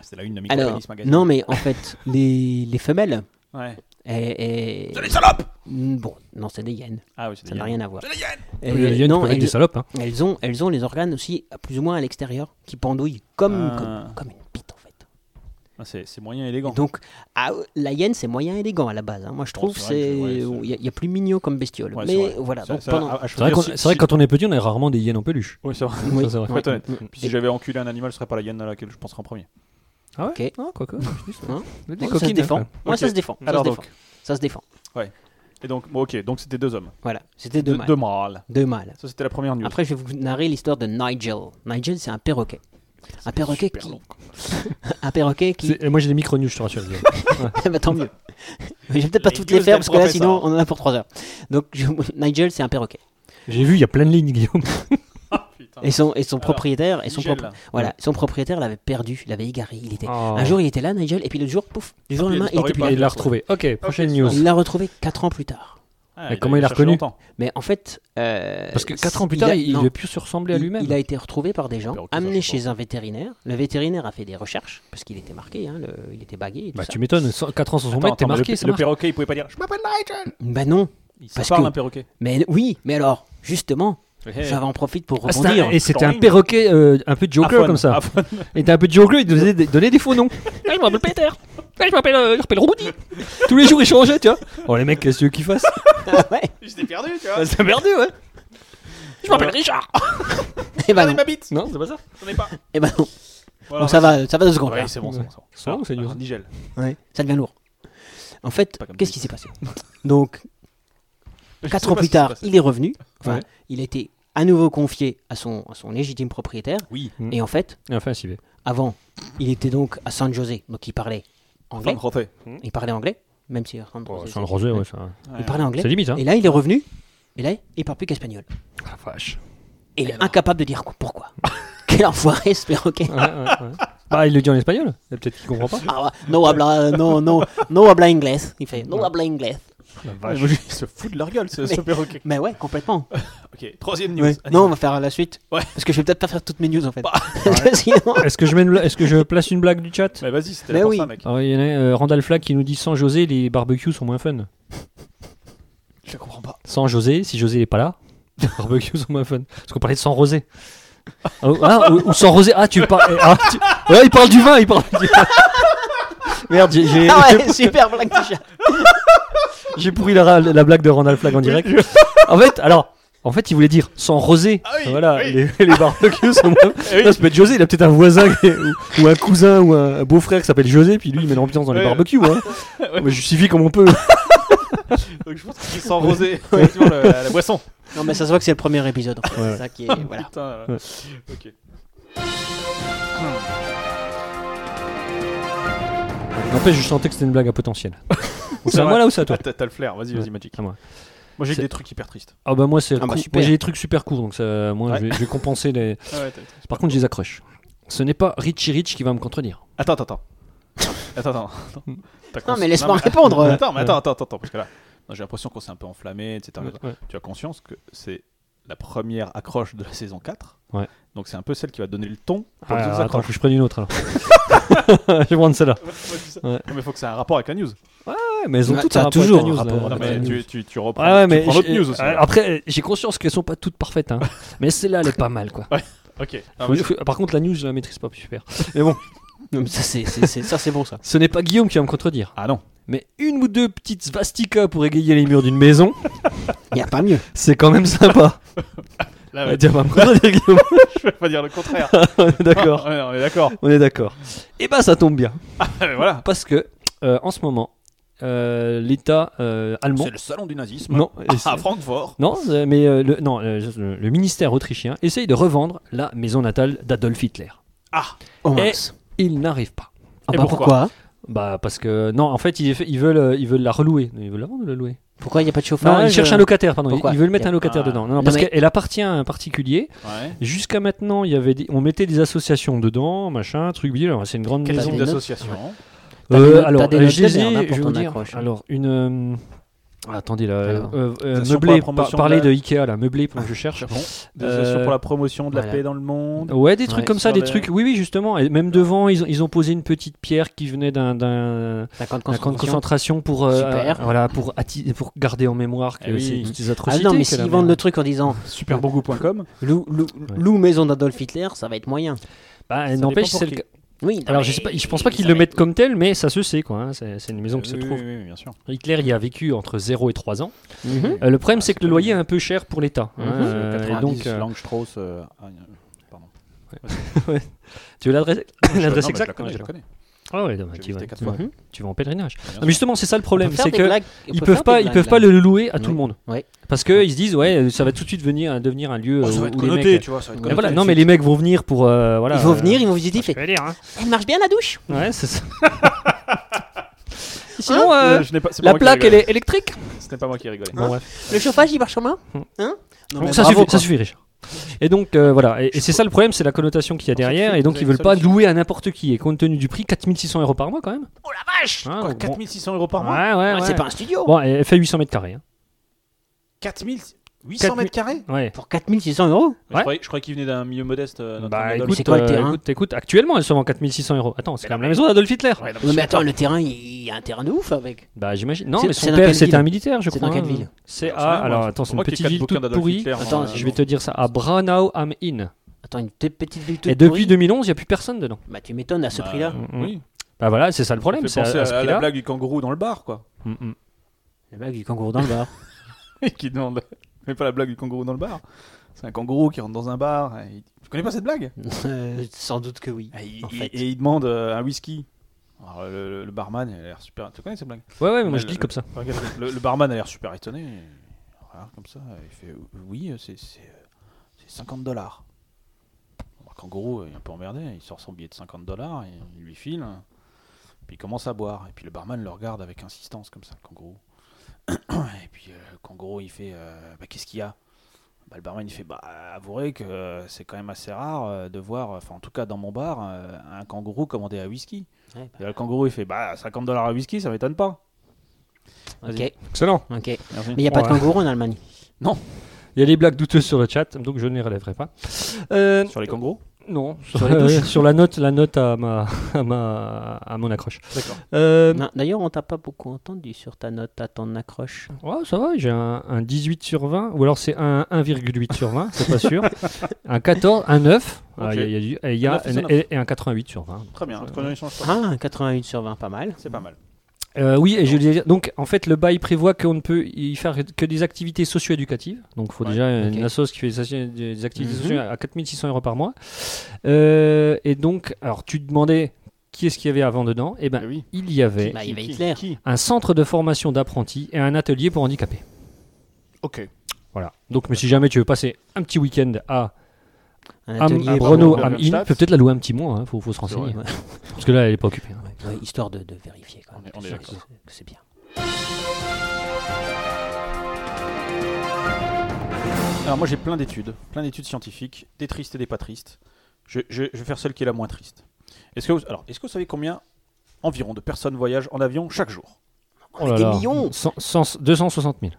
A: C'est la une de
B: Alors,
A: Micropénis Magazine.
B: non, mais en fait, les, les femelles.
A: Ouais.
B: Et, des Bon, non, c'est des hyènes.
A: Ah oui, c'est
B: Ça
A: des
B: n'a rien à voir. Et-
C: Les hyènes
B: non,
C: peuvent être
B: elles,
C: des salopes. hein.
B: elles ont, elles ont les organes aussi, plus ou moins à l'extérieur, qui pendouillent comme,
A: Ah.
B: comme, comme une bite, en fait.
A: Ah, C'est c'est moyen et élégant.
B: Et donc, ah, la hyène, c'est moyen élégant à la base. hein. Moi, je
A: Bon,
B: trouve
A: c'est vrai
B: c'est
A: que, ouais, c'est-
B: il y, a- il y a plus mignon comme bestiole.
A: Ouais,
B: mais
A: c'est vrai.
B: voilà.
A: Ça-
B: Donc,
A: ça-
B: pendant-
A: ah, je
C: C'est vrai,
A: veux
C: qu'on-
A: dire, si-
C: c'est vrai
A: si-
C: que quand on est petit, on a rarement des hyènes en peluche.
A: Oui, c'est vrai.
B: Oui,
C: ça, c'est vrai.
A: Faut être honnête.
B: Mm, mm.
A: Puis si
B: Et-
A: j'avais enculé un animal, ce serait pas la hyène à laquelle je penserais en premier.
C: Ah
B: ouais
C: Non, quoi que.
B: Hein
C: Des
B: ça se
C: coquines,
B: défend.
C: hein,
B: Moi,
A: Ok.
B: ça se défend. Ça
A: Alors
B: se
A: donc.
B: défend. Ça se défend.
A: Et donc, bon, ok, donc c'était deux hommes.
B: Voilà. C'était deux
A: Deux-
B: mâles.
A: deux mâles.
B: Deux mâles.
A: Ça, c'était la première news.
B: Après, je vais vous narrer l'histoire de Nigel. Nigel, c'est un perroquet. Un perroquet
A: super
B: qui.
A: long,
B: un perroquet qui.
C: C'est- et Moi, j'ai des micro-news, je te rassure. Guillaume.
B: bah, tant mieux. Mais je vais peut-être pas
A: Les
B: toutes les
A: gueules
B: faire
A: des
B: parce que là,
A: professeurs.
B: sinon, on en a pour 3 heures. Donc, je- Nigel, c'est un perroquet.
C: j'ai vu, il y a plein de lignes, Guillaume.
A: Putain.
B: Ah. Et son, et son
A: Alors,
B: propriétaire. Et son,
A: Nigel,
B: propri-
A: là.
B: voilà, son propriétaire l'avait perdu, l'avait égaré. Il était...
C: Oh.
B: Un jour, il était là, Nigel, et puis l'autre jour, pouf, du jour au
A: il a
B: lendemain, il
A: disparu,
B: était plus
A: pas.
B: là.
C: Et il l'a retrouvé. Ok, prochaine news.
B: Il l'a retrouvé 4 ans plus tard.
A: Ah,
C: Mais comment il a
A: cherché
C: reconnu
A: longtemps.
B: Mais en fait. euh,
C: Parce que 4 ans plus
B: il
C: tard,
B: a-
C: il,
B: non.
C: il a pu se ressembler à
B: Il-
C: lui-même.
B: Il a été retrouvé par des gens,
A: J'espère que ça,
B: amené
A: je
B: chez un vétérinaire. Le vétérinaire a fait des recherches, parce qu'il était marqué, hein, le- il était bagué et tout
C: Bah,
B: ça.
C: tu m'étonnes, 4 ans sans son
A: Attends,
C: mec, t'es
A: attends, mais
C: marqué,
A: le,
C: ça
A: le
C: marche.
A: perroquet, il pouvait pas dire Je m'appelle Nigel
B: Bah non,
A: Ça
B: Parce
A: parle
B: que-
A: un perroquet. Eh,
B: mais oui, mais alors, justement,
A: Hey.
B: j'en profite pour
C: Eh. Ah, c'était un-
B: rebondir.
C: et c'était un perroquet euh, un peu
A: Afwan,
C: joker comme ça.
A: Afwan.
C: Il était un peu joker, il donnait des, donnait des faux noms. Ah, je m'appelle Peter. Ah, je m'appelle euh, je m'appelle Rudy. Tous les jours, il changeait, tu vois. Oh, les mecs, qu'est-ce qu'ils fassent
B: Ah ouais,
A: Je t'ai perdu, tu
C: Ah,
A: vois.
C: C'est perdu, ouais. Je m'appelle Richard.
B: eh ben
A: Allez,
B: non,
A: ma bite
C: Non, c'est pas ça.
A: J'en ai pas.
B: eh ben non.
A: Voilà.
B: Bon, ça va, ça va deux secondes.
A: Ouais,
B: là.
A: c'est bon, c'est bon.
C: C'est bon, Ah, c'est dur.
A: Nigel.
B: Ça devient lourd. En fait,
A: Pas comme
B: qu'est-ce
A: lui.
B: qui s'est passé Donc,
A: Je sais
B: quatre ans
A: pas
B: plus
A: ce qui s'est
B: tard,
A: passé.
B: il est revenu. Enfin,
C: Ouais.
B: il a été à nouveau confié à son, à son légitime propriétaire.
A: Oui.
C: Mm.
B: Et en fait,
C: Et Enfin, si, mais-
B: avant, il était donc à San José, donc il parlait anglais.
A: Franck Rothé.
B: Il parlait anglais, même si San
C: Oh,
B: José,
C: San
B: c'est-
C: José, ouais, ça.
B: Il parlait anglais.
C: C'est limite, hein.
B: Et là, il est revenu. Et là, il parle plus qu'espagnol.
C: Ah, vache.
B: Et il est incapable de dire co- pourquoi. Quel enfoiré ce perroquet.
C: Ouais, ouais, ouais. Bah, il le dit en espagnol. Et Peut-être qu'il comprend pas.
B: Ah, no habla, no, no, no habla inglés. Il fait no habla inglés.
A: Il se fout de leur gueule, ce, ce
B: Mais-
A: perroquet.
B: Mais ouais, complètement.
A: Ok, troisième news.
B: Ouais.
C: Ah,
A: Allez.
B: Non, on va faire la suite.
A: Ouais.
B: Parce que je vais peut-être pas faire toutes mes news en fait.
C: Bah.
B: Parce que sinon-
C: Est-ce que, je mets une bla- est-ce que je place une blague du chat
A: Mais vas-y, c'était
B: Mais
A: là pour
B: oui.
A: ça, mec.
C: Alors, il y en a euh, Randall Flack qui nous dit sans José, les barbecues sont moins fun.
A: Je comprends pas.
C: Sans José, si José n'est pas là, les barbecues sont moins fun. Parce qu'on parlait de sans Rosé. Ah, ou- ah, ou, ou sans Rosé. Ah, tu parles. Ah, tu- Ouais, il parle du vin, il parle du vin. Merde, j'ai- j'ai
B: Ah ouais, super blague déjà.
C: j'ai pourri la, ra- la blague de Randall Flack en direct. En fait, alors. En fait, il voulait dire sans Rosé.
A: Ah oui,
C: voilà,
A: oui.
C: les, les barbecues sont moins
A: Eh oui.
C: Non, ça peut être José, il a peut-être un voisin qui- ou, ou un cousin ou un beau-frère qui s'appelle José, puis lui il met l'ambiance dans les
A: Ouais.
C: barbecues. Hein. On va justifier comme on peut.
A: Donc, je pense qu'il sent rosé, effectivement, le- la, la boisson.
B: Non, mais ça se voit que c'est le premier épisode. en fait.
C: Ouais.
B: C'est ça qui est. Voilà.
A: Putain. euh,
C: Ouais.
A: Ok.
C: En fait, je sentais que c'était une blague à potentiel. c'est
A: Ça
C: à
A: va.
C: moi là ou c'est à toi
A: Ah, T'as t'as le flair, vas-y, vas-y, Magic.
C: À moi.
A: Moi, j'ai que
C: C'est-
A: des trucs hyper tristes.
C: Ah bah moi c'est
B: Ah bah,
C: court.
B: super.
C: Moi, j'ai des trucs super courts donc ça, moi
A: Ouais.
C: je, vais, je vais compenser les.
A: Ah ouais, t'as-
C: Par contre je les accroche. Ce n'est pas Richie Rich qui va me contredire.
A: Attends, attends, attends. attends, attends. attends.
C: Mm.
A: T'as
B: Non,
A: consci-
B: mais laisse-moi répondre.
A: mais
B: euh.
A: Attends, mais attends, attends, attends, parce que là, non, j'ai l'impression qu'on s'est un peu enflammé, etc.
C: Ouais.
A: Tu as conscience que c'est la première accroche de la saison 4.
C: Ouais.
A: Donc c'est un peu celle qui va donner le ton pour
C: Ah,
A: les autres
C: alors, attends,
A: accroches.
C: faut que je prenne une autre alors. je vais prendre celle-là.
A: Ouais, c'est ça.
C: Ouais.
A: Non, mais faut que ça ait un rapport avec la news.
C: Ouais, mais elles ont
B: Ouais,
C: toutes
B: ça
C: un
B: a
C: rapport
B: toujours
C: avec la
B: un
C: news,
B: rapport
A: Non,
C: là,
B: avec
C: Euh, la
A: mais
C: news. Ah
A: tu, tu, tu reprends,
C: Ouais, ouais,
A: tu
C: mais
A: prends l'autre
C: j'ai-
A: news aussi.
C: euh, après, euh, j'ai conscience qu'elles sont pas toutes parfaites, hein. mais celle-là, elle est pas mal, quoi.
A: ok. Non,
C: Faut-
A: mais-
C: faut- par contre, la news, je la maîtrise pas, super.
B: Non, mais ça, c'est- c'est c'est- ça, c'est bon ça.
C: Ce n'est pas Guillaume qui va me contredire,
A: Ah non.
C: mais une ou deux petites svastikas pour égayer les murs d'une maison,
B: Il y a pas mieux.
C: c'est quand même sympa.
A: Ah Là,
C: On
A: ouais,
C: va dire, va me contredire, Guillaume.
A: je vais pas dire le contraire.
C: On est d'accord.
A: Ouais, on est d'accord.
C: On est d'accord. Et bah, ça tombe bien,
A: Ah, mais voilà.
C: parce que euh, en ce moment, euh, l'État euh, allemand.
A: C'est le salon du nazisme.
C: Non,
A: Ah,
C: euh, c'est-
A: à Francfort.
C: non, euh, mais euh, le, non, euh, le- le ministère autrichien essaye de revendre la maison natale d'Adolf Hitler.
A: Ah,
B: Oh,
C: Et-
B: mince.
C: Il n'arrive pas.
B: Ah
A: et
B: bah
A: pourquoi
B: pourquoi
C: Bah parce que non, en fait ils, ils veulent euh, ils veulent la relouer, ils veulent la vendre ou la louer.
B: Pourquoi il n'y a pas de
C: Non,
B: chauffage euh,
C: ils cherchent un locataire, pardon. Ils,
B: Pourquoi
C: ils veulent mettre
B: Y a-
C: un locataire
A: Ah.
C: dedans. Non, non,
B: Non,
C: parce
B: mais-
C: qu'elle appartient à un particulier.
A: ouais.
C: Jusqu'à maintenant, il y avait des- on mettait des associations dedans, machin, truc bidule. Alors, C'est une grande
A: Quel
C: maison.
A: type
B: des notes
A: d'association
B: T'as des notes- t'as
C: Euh, alors,
B: des notes
C: je les
B: de
C: ai-
B: merde, hein, pour
C: je vais
B: ton
C: vous dire.
B: accroche.
C: Alors une euh, attendez là, euh,
B: Alors.
C: euh, euh,
A: Association pour
C: meublé,
A: la promotion
C: par- parler
A: de la-
C: de Ikea là, meublé, pendant que je cherche.
A: Japon. Des
C: Euh,
A: associations pour la promotion de la
B: voilà.
A: paix dans le monde.
C: Ouais, des trucs
B: Ouais,
C: comme ça,
A: sur
C: des
A: les-
C: trucs. Oui, oui, justement. Et même devant, ils ont, ils ont posé une petite pierre qui venait d'un- d'un
B: T'as quand de
C: Un camp de
B: concentration.
C: concentration pour, euh,
B: Super.
C: euh, voilà, pour, atti- pour garder en mémoire que
A: Eh oui.
C: c'est toutes ces
B: Ah
C: atrocités.
B: non, mais
C: qu'elle hein.
B: s'ils
C: a mis en-
B: vendent le truc en disant
C: Oh,
A: Superbourgou.com.
B: Lou, Lou- Lou maison d'Adolf Hitler, ça va être moyen.
C: Bah,
A: Ça
C: n'empêche,
A: dépend
C: c'est
A: pour
C: le
A: qui.
C: cas-
B: Oui. non,
C: Alors, je,
B: mais-
C: sais pas, je pense pas qu'ils
B: ça
C: le
B: va
C: mettent
B: être-
C: comme tel, mais ça se sait, quoi. hein, c'est c'est une maison qui se
A: Oui,
C: trouve.
A: oui, oui, bien sûr.
C: Hitler y a vécu entre 0 et 3 ans.
B: Mhm.
C: Euh, le problème,
A: Ah,
C: c'est
A: c'est
C: que le
A: pas
C: loyer est
A: bien.
C: un peu cher pour l'État. hein,
B: Mhm.
C: euh, et
A: 90,
C: donc, euh,
A: Langstrauss. euh, ah, euh, pardon.
C: tu veux l'adresse
A: Je- non, mais
C: l'adresse
A: je
C: exacte
A: la connais, je
C: non, tu
A: la
C: vois.
A: connais.
C: Ah ouais, donc,
A: J'ai
C: tu, vas,
A: visité quatre fois.
B: Mhm.
C: tu vas en pèlerinage.
A: sûr.
C: Non, mais justement, c'est ça le
B: On
C: problème.
B: peut faire
C: C'est
B: des
C: que
B: blagues, on
C: ils
B: peut
C: peuvent
B: faire
C: pas,
B: des
C: ils
B: blagues,
C: peuvent pas
B: là.
C: le louer à tout
B: Oui.
C: le monde.
B: Ouais.
C: Parce que ils se disent, ouais, ça va tout de suite venir, à devenir un lieu.
A: Oh,
C: euh,
A: ça va être
C: où les
A: connoté,
C: mecs-
A: tu vois. Ça va être
C: Ouais, voilà.
A: connoté.
C: Non, mais les mecs vont venir pour. euh, voilà,
B: Ils vont
C: euh,
B: venir, ils vont visiter.
C: Je
B: Fait,
C: vais lire, hein.
B: elle marche bien la douche.
C: Ouais, c'est ça. Sinon,
A: Euh,
C: euh,
A: je n'ai pas- c'est pas
C: la
A: moi qui
C: plaque, elle
A: rigolais.
C: est électrique.
A: Ce n'est pas moi qui rigolais.
C: Bon, bref.
B: Le chauffage, il marche en main. Hein Non, mais
C: Donc, ça,
B: bravo,
C: suffit, ça
B: quoi.
C: suffit, Richard. Et donc, euh, voilà. Et, et c'est ça le problème, c'est la connotation qu'il y a derrière.
A: que
C: Et donc,
A: vous
C: ils
A: avez
C: veulent pas
A: une solution.
C: louer à n'importe qui. Et compte tenu du prix, 4600 euros par mois quand même. Oh la vache
A: Quoi, 4600 euros par mois
C: Ouais, ouais,
B: Ouais,
C: ouais.
B: Ah, C'est pas un studio.
C: Bon, elle fait 800 mètres carrés. hein.
A: 4800 mètres carrés
C: Ouais.
B: Pour 4600 euros
A: Mais
C: Ouais.
A: Je croyais, je croyais qu'il venait d'un milieu modeste. euh, notre
C: Bah
A: ami Adolphe.
C: écoute,
B: c'est quoi le terrain
C: écoute, écoute, actuellement elle se vend 4600 euros. Attends, c'est quand même la maison d'Adolf Hitler.
B: Ouais, mais attends, le terrain, il il y a un terrain de ouf avec.
C: Bah j'imagine. Non,
B: C'est-
C: mais
B: c'est
C: son
B: dans
C: père
B: quelle
C: c'était
B: ville
C: un militaire, je
B: C'est
C: crois.
B: dans quelle ville Ah,
C: C'est
A: J'en sais rien,
C: à.
A: moi.
C: ah, Alors attends,
A: Pour
B: Oh,
C: c'est une
A: moi, qu'il y ait
C: petite
A: quatre
C: ville
A: bouquins
C: toute
A: d'Adolf
C: pourrie.
A: Hitler euh, en-
B: Attends,
A: en-
C: Je vais te dire ça. À Branau am Inn.
B: Attends, une toute petite ville toute
C: Et depuis
B: pourrie.
C: 2011, il n'y a plus personne dedans.
B: Bah, tu m'étonnes à ce
A: Bah,
B: prix-là.
A: Oui.
C: Bah voilà, c'est ça le problème.
A: Ça
C: C'est
A: fait penser
C: à, à
A: à,
C: ce
A: à la
C: prix-là.
A: blague du kangourou dans le bar, quoi.
C: Mm, mm.
B: Le mec du kangourou dans le bar.
A: qui demande. Mais pas la blague du kangourou dans le bar. C'est un kangourou qui rentre dans un bar. et il- Tu connais pas cette blague
B: Euh, Sans doute que oui.
A: et il,
B: En
A: il-
B: fait.
A: et il demande euh, un whisky. Alors, le, le- le barman, il a l'air super. Tu connais cette blague
C: Ouais, ouais, mais moi
A: Mais
C: je
A: le-
C: dis comme ça.
A: Regarde, le, le barman a l'air super étonné. Voilà, comme ça, il fait Oui, euh, c'est c'est, euh, c'est 50 dollars. Kangourou, euh, il est un peu emmerdé. hein. Il sort son billet de 50 dollars, et il lui file. hein. Puis il commence à boire. Et puis le barman le regarde avec insistance, comme ça, le kangourou. Et puis euh, le kangourou, il fait euh, Bah, Qu'est-ce qu'il y a Bah, Le barman, il fait Bah, avouez que euh, c'est quand même assez rare euh, de voir, enfin, en tout cas dans mon bar, euh, un kangourou commandé à whisky.
B: Ouais,
A: Et là, le kangourou, il fait Bah, 50 dollars à whisky, ça m'étonne pas.
B: Ok,
C: Excellent.
B: ok. Mais
A: Merci.
B: il n'y a pas de
C: Ouais.
B: kangourou en Allemagne.
C: Il y a des blagues douteuses sur le chat, donc je ne les relèverai pas. Euh,
A: Sur les kangourous
C: non,
B: sur les douches.
C: sur la note, la note à ma, à ma, à mon accroche.
A: D'accord.
C: Euh,
B: Non, D'ailleurs, on t'a pas beaucoup entendu sur ta note à ton accroche.
C: ouais, ça va, j'ai un, un 18 sur 20, ou alors c'est un 1,8 sur 20, c'est pas sûr. un 14, un 9, ah, il y a- il y a du- et il y a
A: Un 9, c'est
C: un-
A: un
C: et, et un 88 sur 20.
A: Très bien, qu'on échange pas.
B: Ah, 81 sur 20, pas mal.
A: C'est pas mal.
C: Euh, oui, et je voulais dire, donc en fait, le bail prévoit qu'on ne peut y faire que des activités socio-éducatives. Donc il faut
A: Ouais,
C: déjà euh,
B: ok.
C: une assoce qui fait des assi- des activités
B: Mhm.
C: socio à 4600 euros par mois. Euh, et donc, alors tu demandais qui est-ce qu'il y avait avant dedans Eh ben,
A: Eh oui.
C: il y avait
B: Bah, il y avait
A: Qui-
B: Hitler.
A: qui
C: un centre de formation d'apprentis et un atelier pour handicapés.
A: Ok.
C: Voilà. Donc, mais si jamais tu veux passer un petit week-end à,
B: Un
C: à,
B: atelier
C: à
B: pour-
C: Brno,
A: pour
C: à
A: Bergstadt.
C: Inn, tu peux peut-être la louer un petit mois, hein, faut, faut se renseigner.
B: vrai.
C: Parce que là, elle n'est pas occupée. hein.
B: Ouais, ouais, histoire de, de vérifier quand
A: On
B: même.
A: est- on est
B: sûr
A: d'accord.
B: que- que c'est bien.
A: Alors moi j'ai plein d'études, plein d'études scientifiques, des tristes et des pas tristes. Je, je- je vais faire celle qui est la moins triste. Est-ce que vous, alors est-ce que vous savez combien environ de personnes voyagent en avion chaque jour
C: Oh là
B: des
C: là.
B: millions.
C: Cent- cent- 260 000.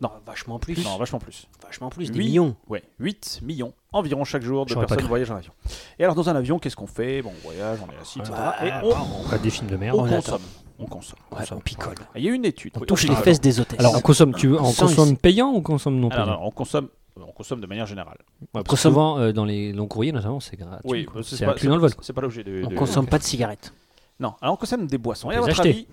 A: Non,
B: Vachement plus.
A: non, vachement plus.
B: Vachement plus, des
A: Oui.
B: millions.
A: Ouais, 8 millions environ chaque jour de
C: J'aurais pas
A: personnes
C: cru.
A: voyagent en avion. Et alors dans un avion, qu'est-ce qu'on fait Bon, on voyage, on est assis, etc. et on,
C: Pas des films de merde.
A: on
B: Ah, on attend.
A: consomme. On consomme. on
B: Ouais,
A: consomme.
B: on picole.
A: Il y a une étude.
B: On
A: oui,
B: touche
A: on
B: les
A: consomme.
B: fesses des hôtesses.
C: Alors on consomme, tu veux, on
B: Sans
C: consomme
B: ici.
C: payant ou on consomme non
A: Ah,
C: payant
A: non, non, on consomme, on consomme de manière générale.
C: Ouais, parce que
B: consomme-
C: Souvent euh, dans les longs courriers notamment c'est gratuit. quoi.
A: bah,
C: c'est
A: pas-
C: inclus dans le vol. quoi.
A: C'est pas l'objet de.
B: on
A: de-
B: consomme pas de cigarettes.
A: Non, alors on consomme des boissons.
C: On
A: et
C: peut
A: à
C: les
A: votre
C: acheter.
A: avis,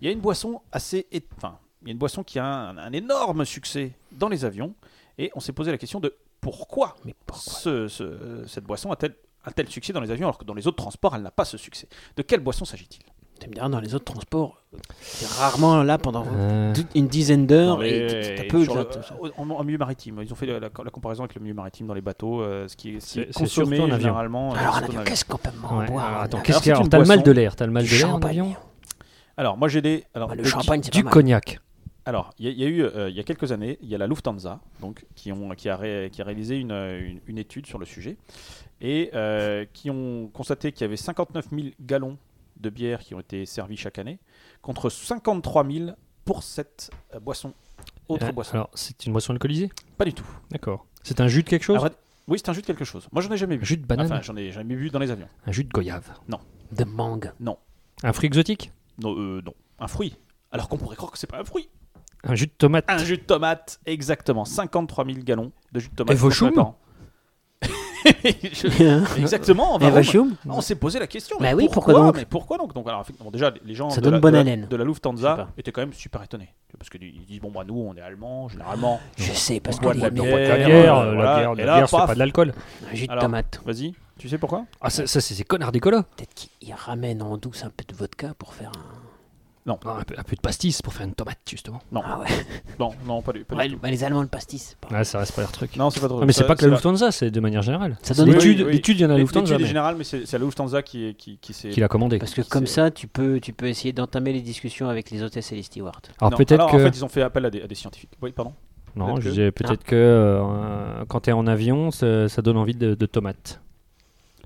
A: il y a une boisson assez. é- Enfin, il y a une boisson qui a un, un énorme succès dans les avions. Et on s'est posé la question de pourquoi,
B: Mais pourquoi
A: ce- ce- euh, cette boisson a-t-elle un tel succès dans les avions alors que dans les autres transports, elle n'a pas ce succès De quelle boisson s'agit-il
B: Tu me diras, dans les autres transports, t'es rarement là pendant
C: Euh,
B: toute une dizaine d'heures et
A: Dans les-
B: t'as peu
A: sur le-
B: exact.
A: euh, en, en milieu maritime. Ils ont fait la, la- la comparaison avec le milieu maritime dans les bateaux, euh, ce qui est, ce qui est
C: C'est- c'est
A: consommé
C: surtout en avion.
A: généralement. euh,
B: Alors,
A: surtout
B: en
A: en
B: avion,
A: avion.
B: qu'est-ce qu'on peut en
C: ouais,
B: boire
C: alors,
B: en
C: attends,
A: Alors,
B: avion
C: qu'est-ce qu'il y a
A: c'est
C: Alors,
A: une
C: T'as le mal
A: boisson.
C: de l'air, t'as le mal
B: Du
C: de l'air. en
B: champagne.
C: avion
A: Alors, moi j'ai des. Alors,
B: Ah, Le
A: des-
B: champagne, c'est
C: Du
B: pas mal.
C: cognac.
A: Alors, il y, a- il y a eu, euh, il y a quelques années, il y a la Lufthansa, donc, qui, ont, qui, a, ré- qui a réalisé une, euh, une- une étude sur le sujet, et euh, qui ont constaté qu'il y avait 59 000 gallons de bière qui ont été servis chaque année, contre 53 000 pour cette euh, boisson. Autre
C: Euh,
A: boisson.
C: Alors c'est une boisson alcoolisée
A: Pas du tout.
C: D'accord. C'est un jus de quelque chose
A: À vrai- oui, c'est un jus de quelque chose. Moi, j'en ai jamais
C: Un
A: bu.
C: jus de banane
A: Ah Enfin, j'en ai jamais bu dans les avions.
C: Un jus de goyave
B: De mangue.
C: Un fruit exotique
A: Non, euh, non. un fruit. Alors qu'on pourrait croire que c'est pas un fruit.
C: Un jus de tomate
A: Un jus de tomate, exactement. 53 000 gallons de jus de tomate.
C: Et vos
A: consommés
C: choux
A: par an. Je- Exactement, on va
B: Et
A: Rome.
B: Vachoum
A: Ah, On s'est posé la question.
B: Bah
A: mais
B: oui, pourquoi donc
A: Mais pourquoi donc, donc alors, effectivement, déjà, les gens
B: Ça
A: de,
B: donne
A: la,
B: bonne
A: de la-
B: haleine.
A: de la
B: Je sais
A: Lufthansa
B: pas.
A: étaient quand même super étonnés. Tu vois, Parce qu'ils disent bon, bah nous, on est allemands, généralement.
B: Je sais, parce
A: On
B: que
A: boit de la
B: les-
C: Non,
A: bière,
C: pas de la
A: euh,
C: bière, euh,
A: voilà.
C: la bière,
A: Et
C: la
A: là,
C: bière, c'est
A: paf.
C: pas de l'alcool.
B: un jus de
A: Alors,
B: tomate.
A: Vas-y, tu sais pourquoi
C: Ah, ça, ça, c'est ces connards des colas.
B: Peut-être qu'ils ramènent en douce un peu de vodka pour faire un.
C: Ah, Un peu un peu de pastis pour faire une tomate, justement.
B: Ah ouais,
A: Non, non, pas du, pas du
B: Ouais,
A: tout.
B: bah, les Allemands, le pastis. c'est pas-
C: Ouais, Ah, ça reste pas leur truc.
A: Non, c'est pas trop.
C: Ah, mais c'est
A: Ça-
C: pas que la
A: ça-
C: Lufthansa, c'est de manière générale.
B: Ça donne
A: Oui,
B: une-
A: oui,
C: L'étude,
A: oui.
C: l'étude, il y en a la
A: L'étude
C: Lufthansa
A: est
C: mais-
A: générale, mais c'est c'est la Lufthansa qui, est- qui, qui s'est.
C: qui l'a commandé.
B: Parce que comme
A: C'est-
B: ça, tu peux, tu peux essayer d'entamer les discussions avec les hôtesses et les stewards.
C: Alors
A: Non,
C: peut-être que
A: En fait, ils ont fait appel à des, à des scientifiques. Oui, pardon.
C: Non,
A: Peut-être
C: je
A: que-
C: disais peut-être que euh, quand t'es en avion, ça, ça donne envie de, de tomates.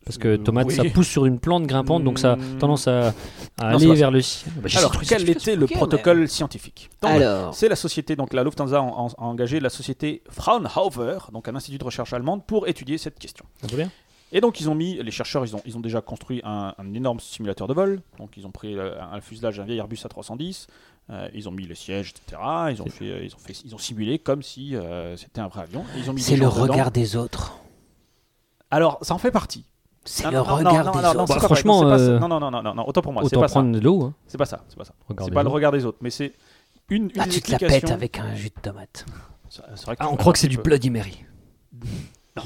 C: Parce que tomate, ça
A: oui.
C: pousse sur une plante grimpante, donc ça a
A: Hmm.
C: tendance à, à
A: Non, c'est
C: aller
A: pas
C: vers le. ci- Bah, j'ai
A: Alors,
C: trouvé ça
A: quel
C: super.
A: était le
B: ok,
A: protocole scientifique Donc,
B: Alors,
A: C'est la société, donc la Lufthansa a, en- a engagé la société Fraunhofer, donc un institut de recherche allemande, pour étudier cette question.
C: Ça va bien
A: Et donc ils ont mis, les chercheurs, ils ont, ils ont déjà construit un, un énorme simulateur de vol. Donc ils ont pris euh, un, un fuselage d'un vieil Airbus A310, euh, ils ont mis les sièges, etc. Ils ont, fait, euh, ils ont, fait, ils ont simulé comme si euh, c'était un vrai avion. Et ils ont mis
B: c'est
A: des
B: le
A: gens dedans.
B: regard des autres.
A: Alors ça en fait partie.
B: C'est
A: Non,
B: le
A: non, non,
B: regard
A: non,
B: des
A: non, non,
B: autres.
A: c'est
C: Bah,
A: pas vrai. Non,
C: franchement,
A: c'est pas ça.
C: euh,
A: non, non, non, non, non, non, autant pour moi, c'est
C: Autant
A: pas ça.
C: prendre de l'eau. hein.
A: C'est pas ça, c'est pas ça.
C: Regard
A: C'est
C: des
A: pas le
C: autres.
A: regard des autres, mais c'est une, une
B: Ah,
A: des
B: tu te la
A: explications-
B: pètes avec un jus de tomate.
A: C'est- c'est vrai que
C: Ah,
A: tu peux-
C: on croit que c'est du
A: tu peux-
C: Bloody Mary.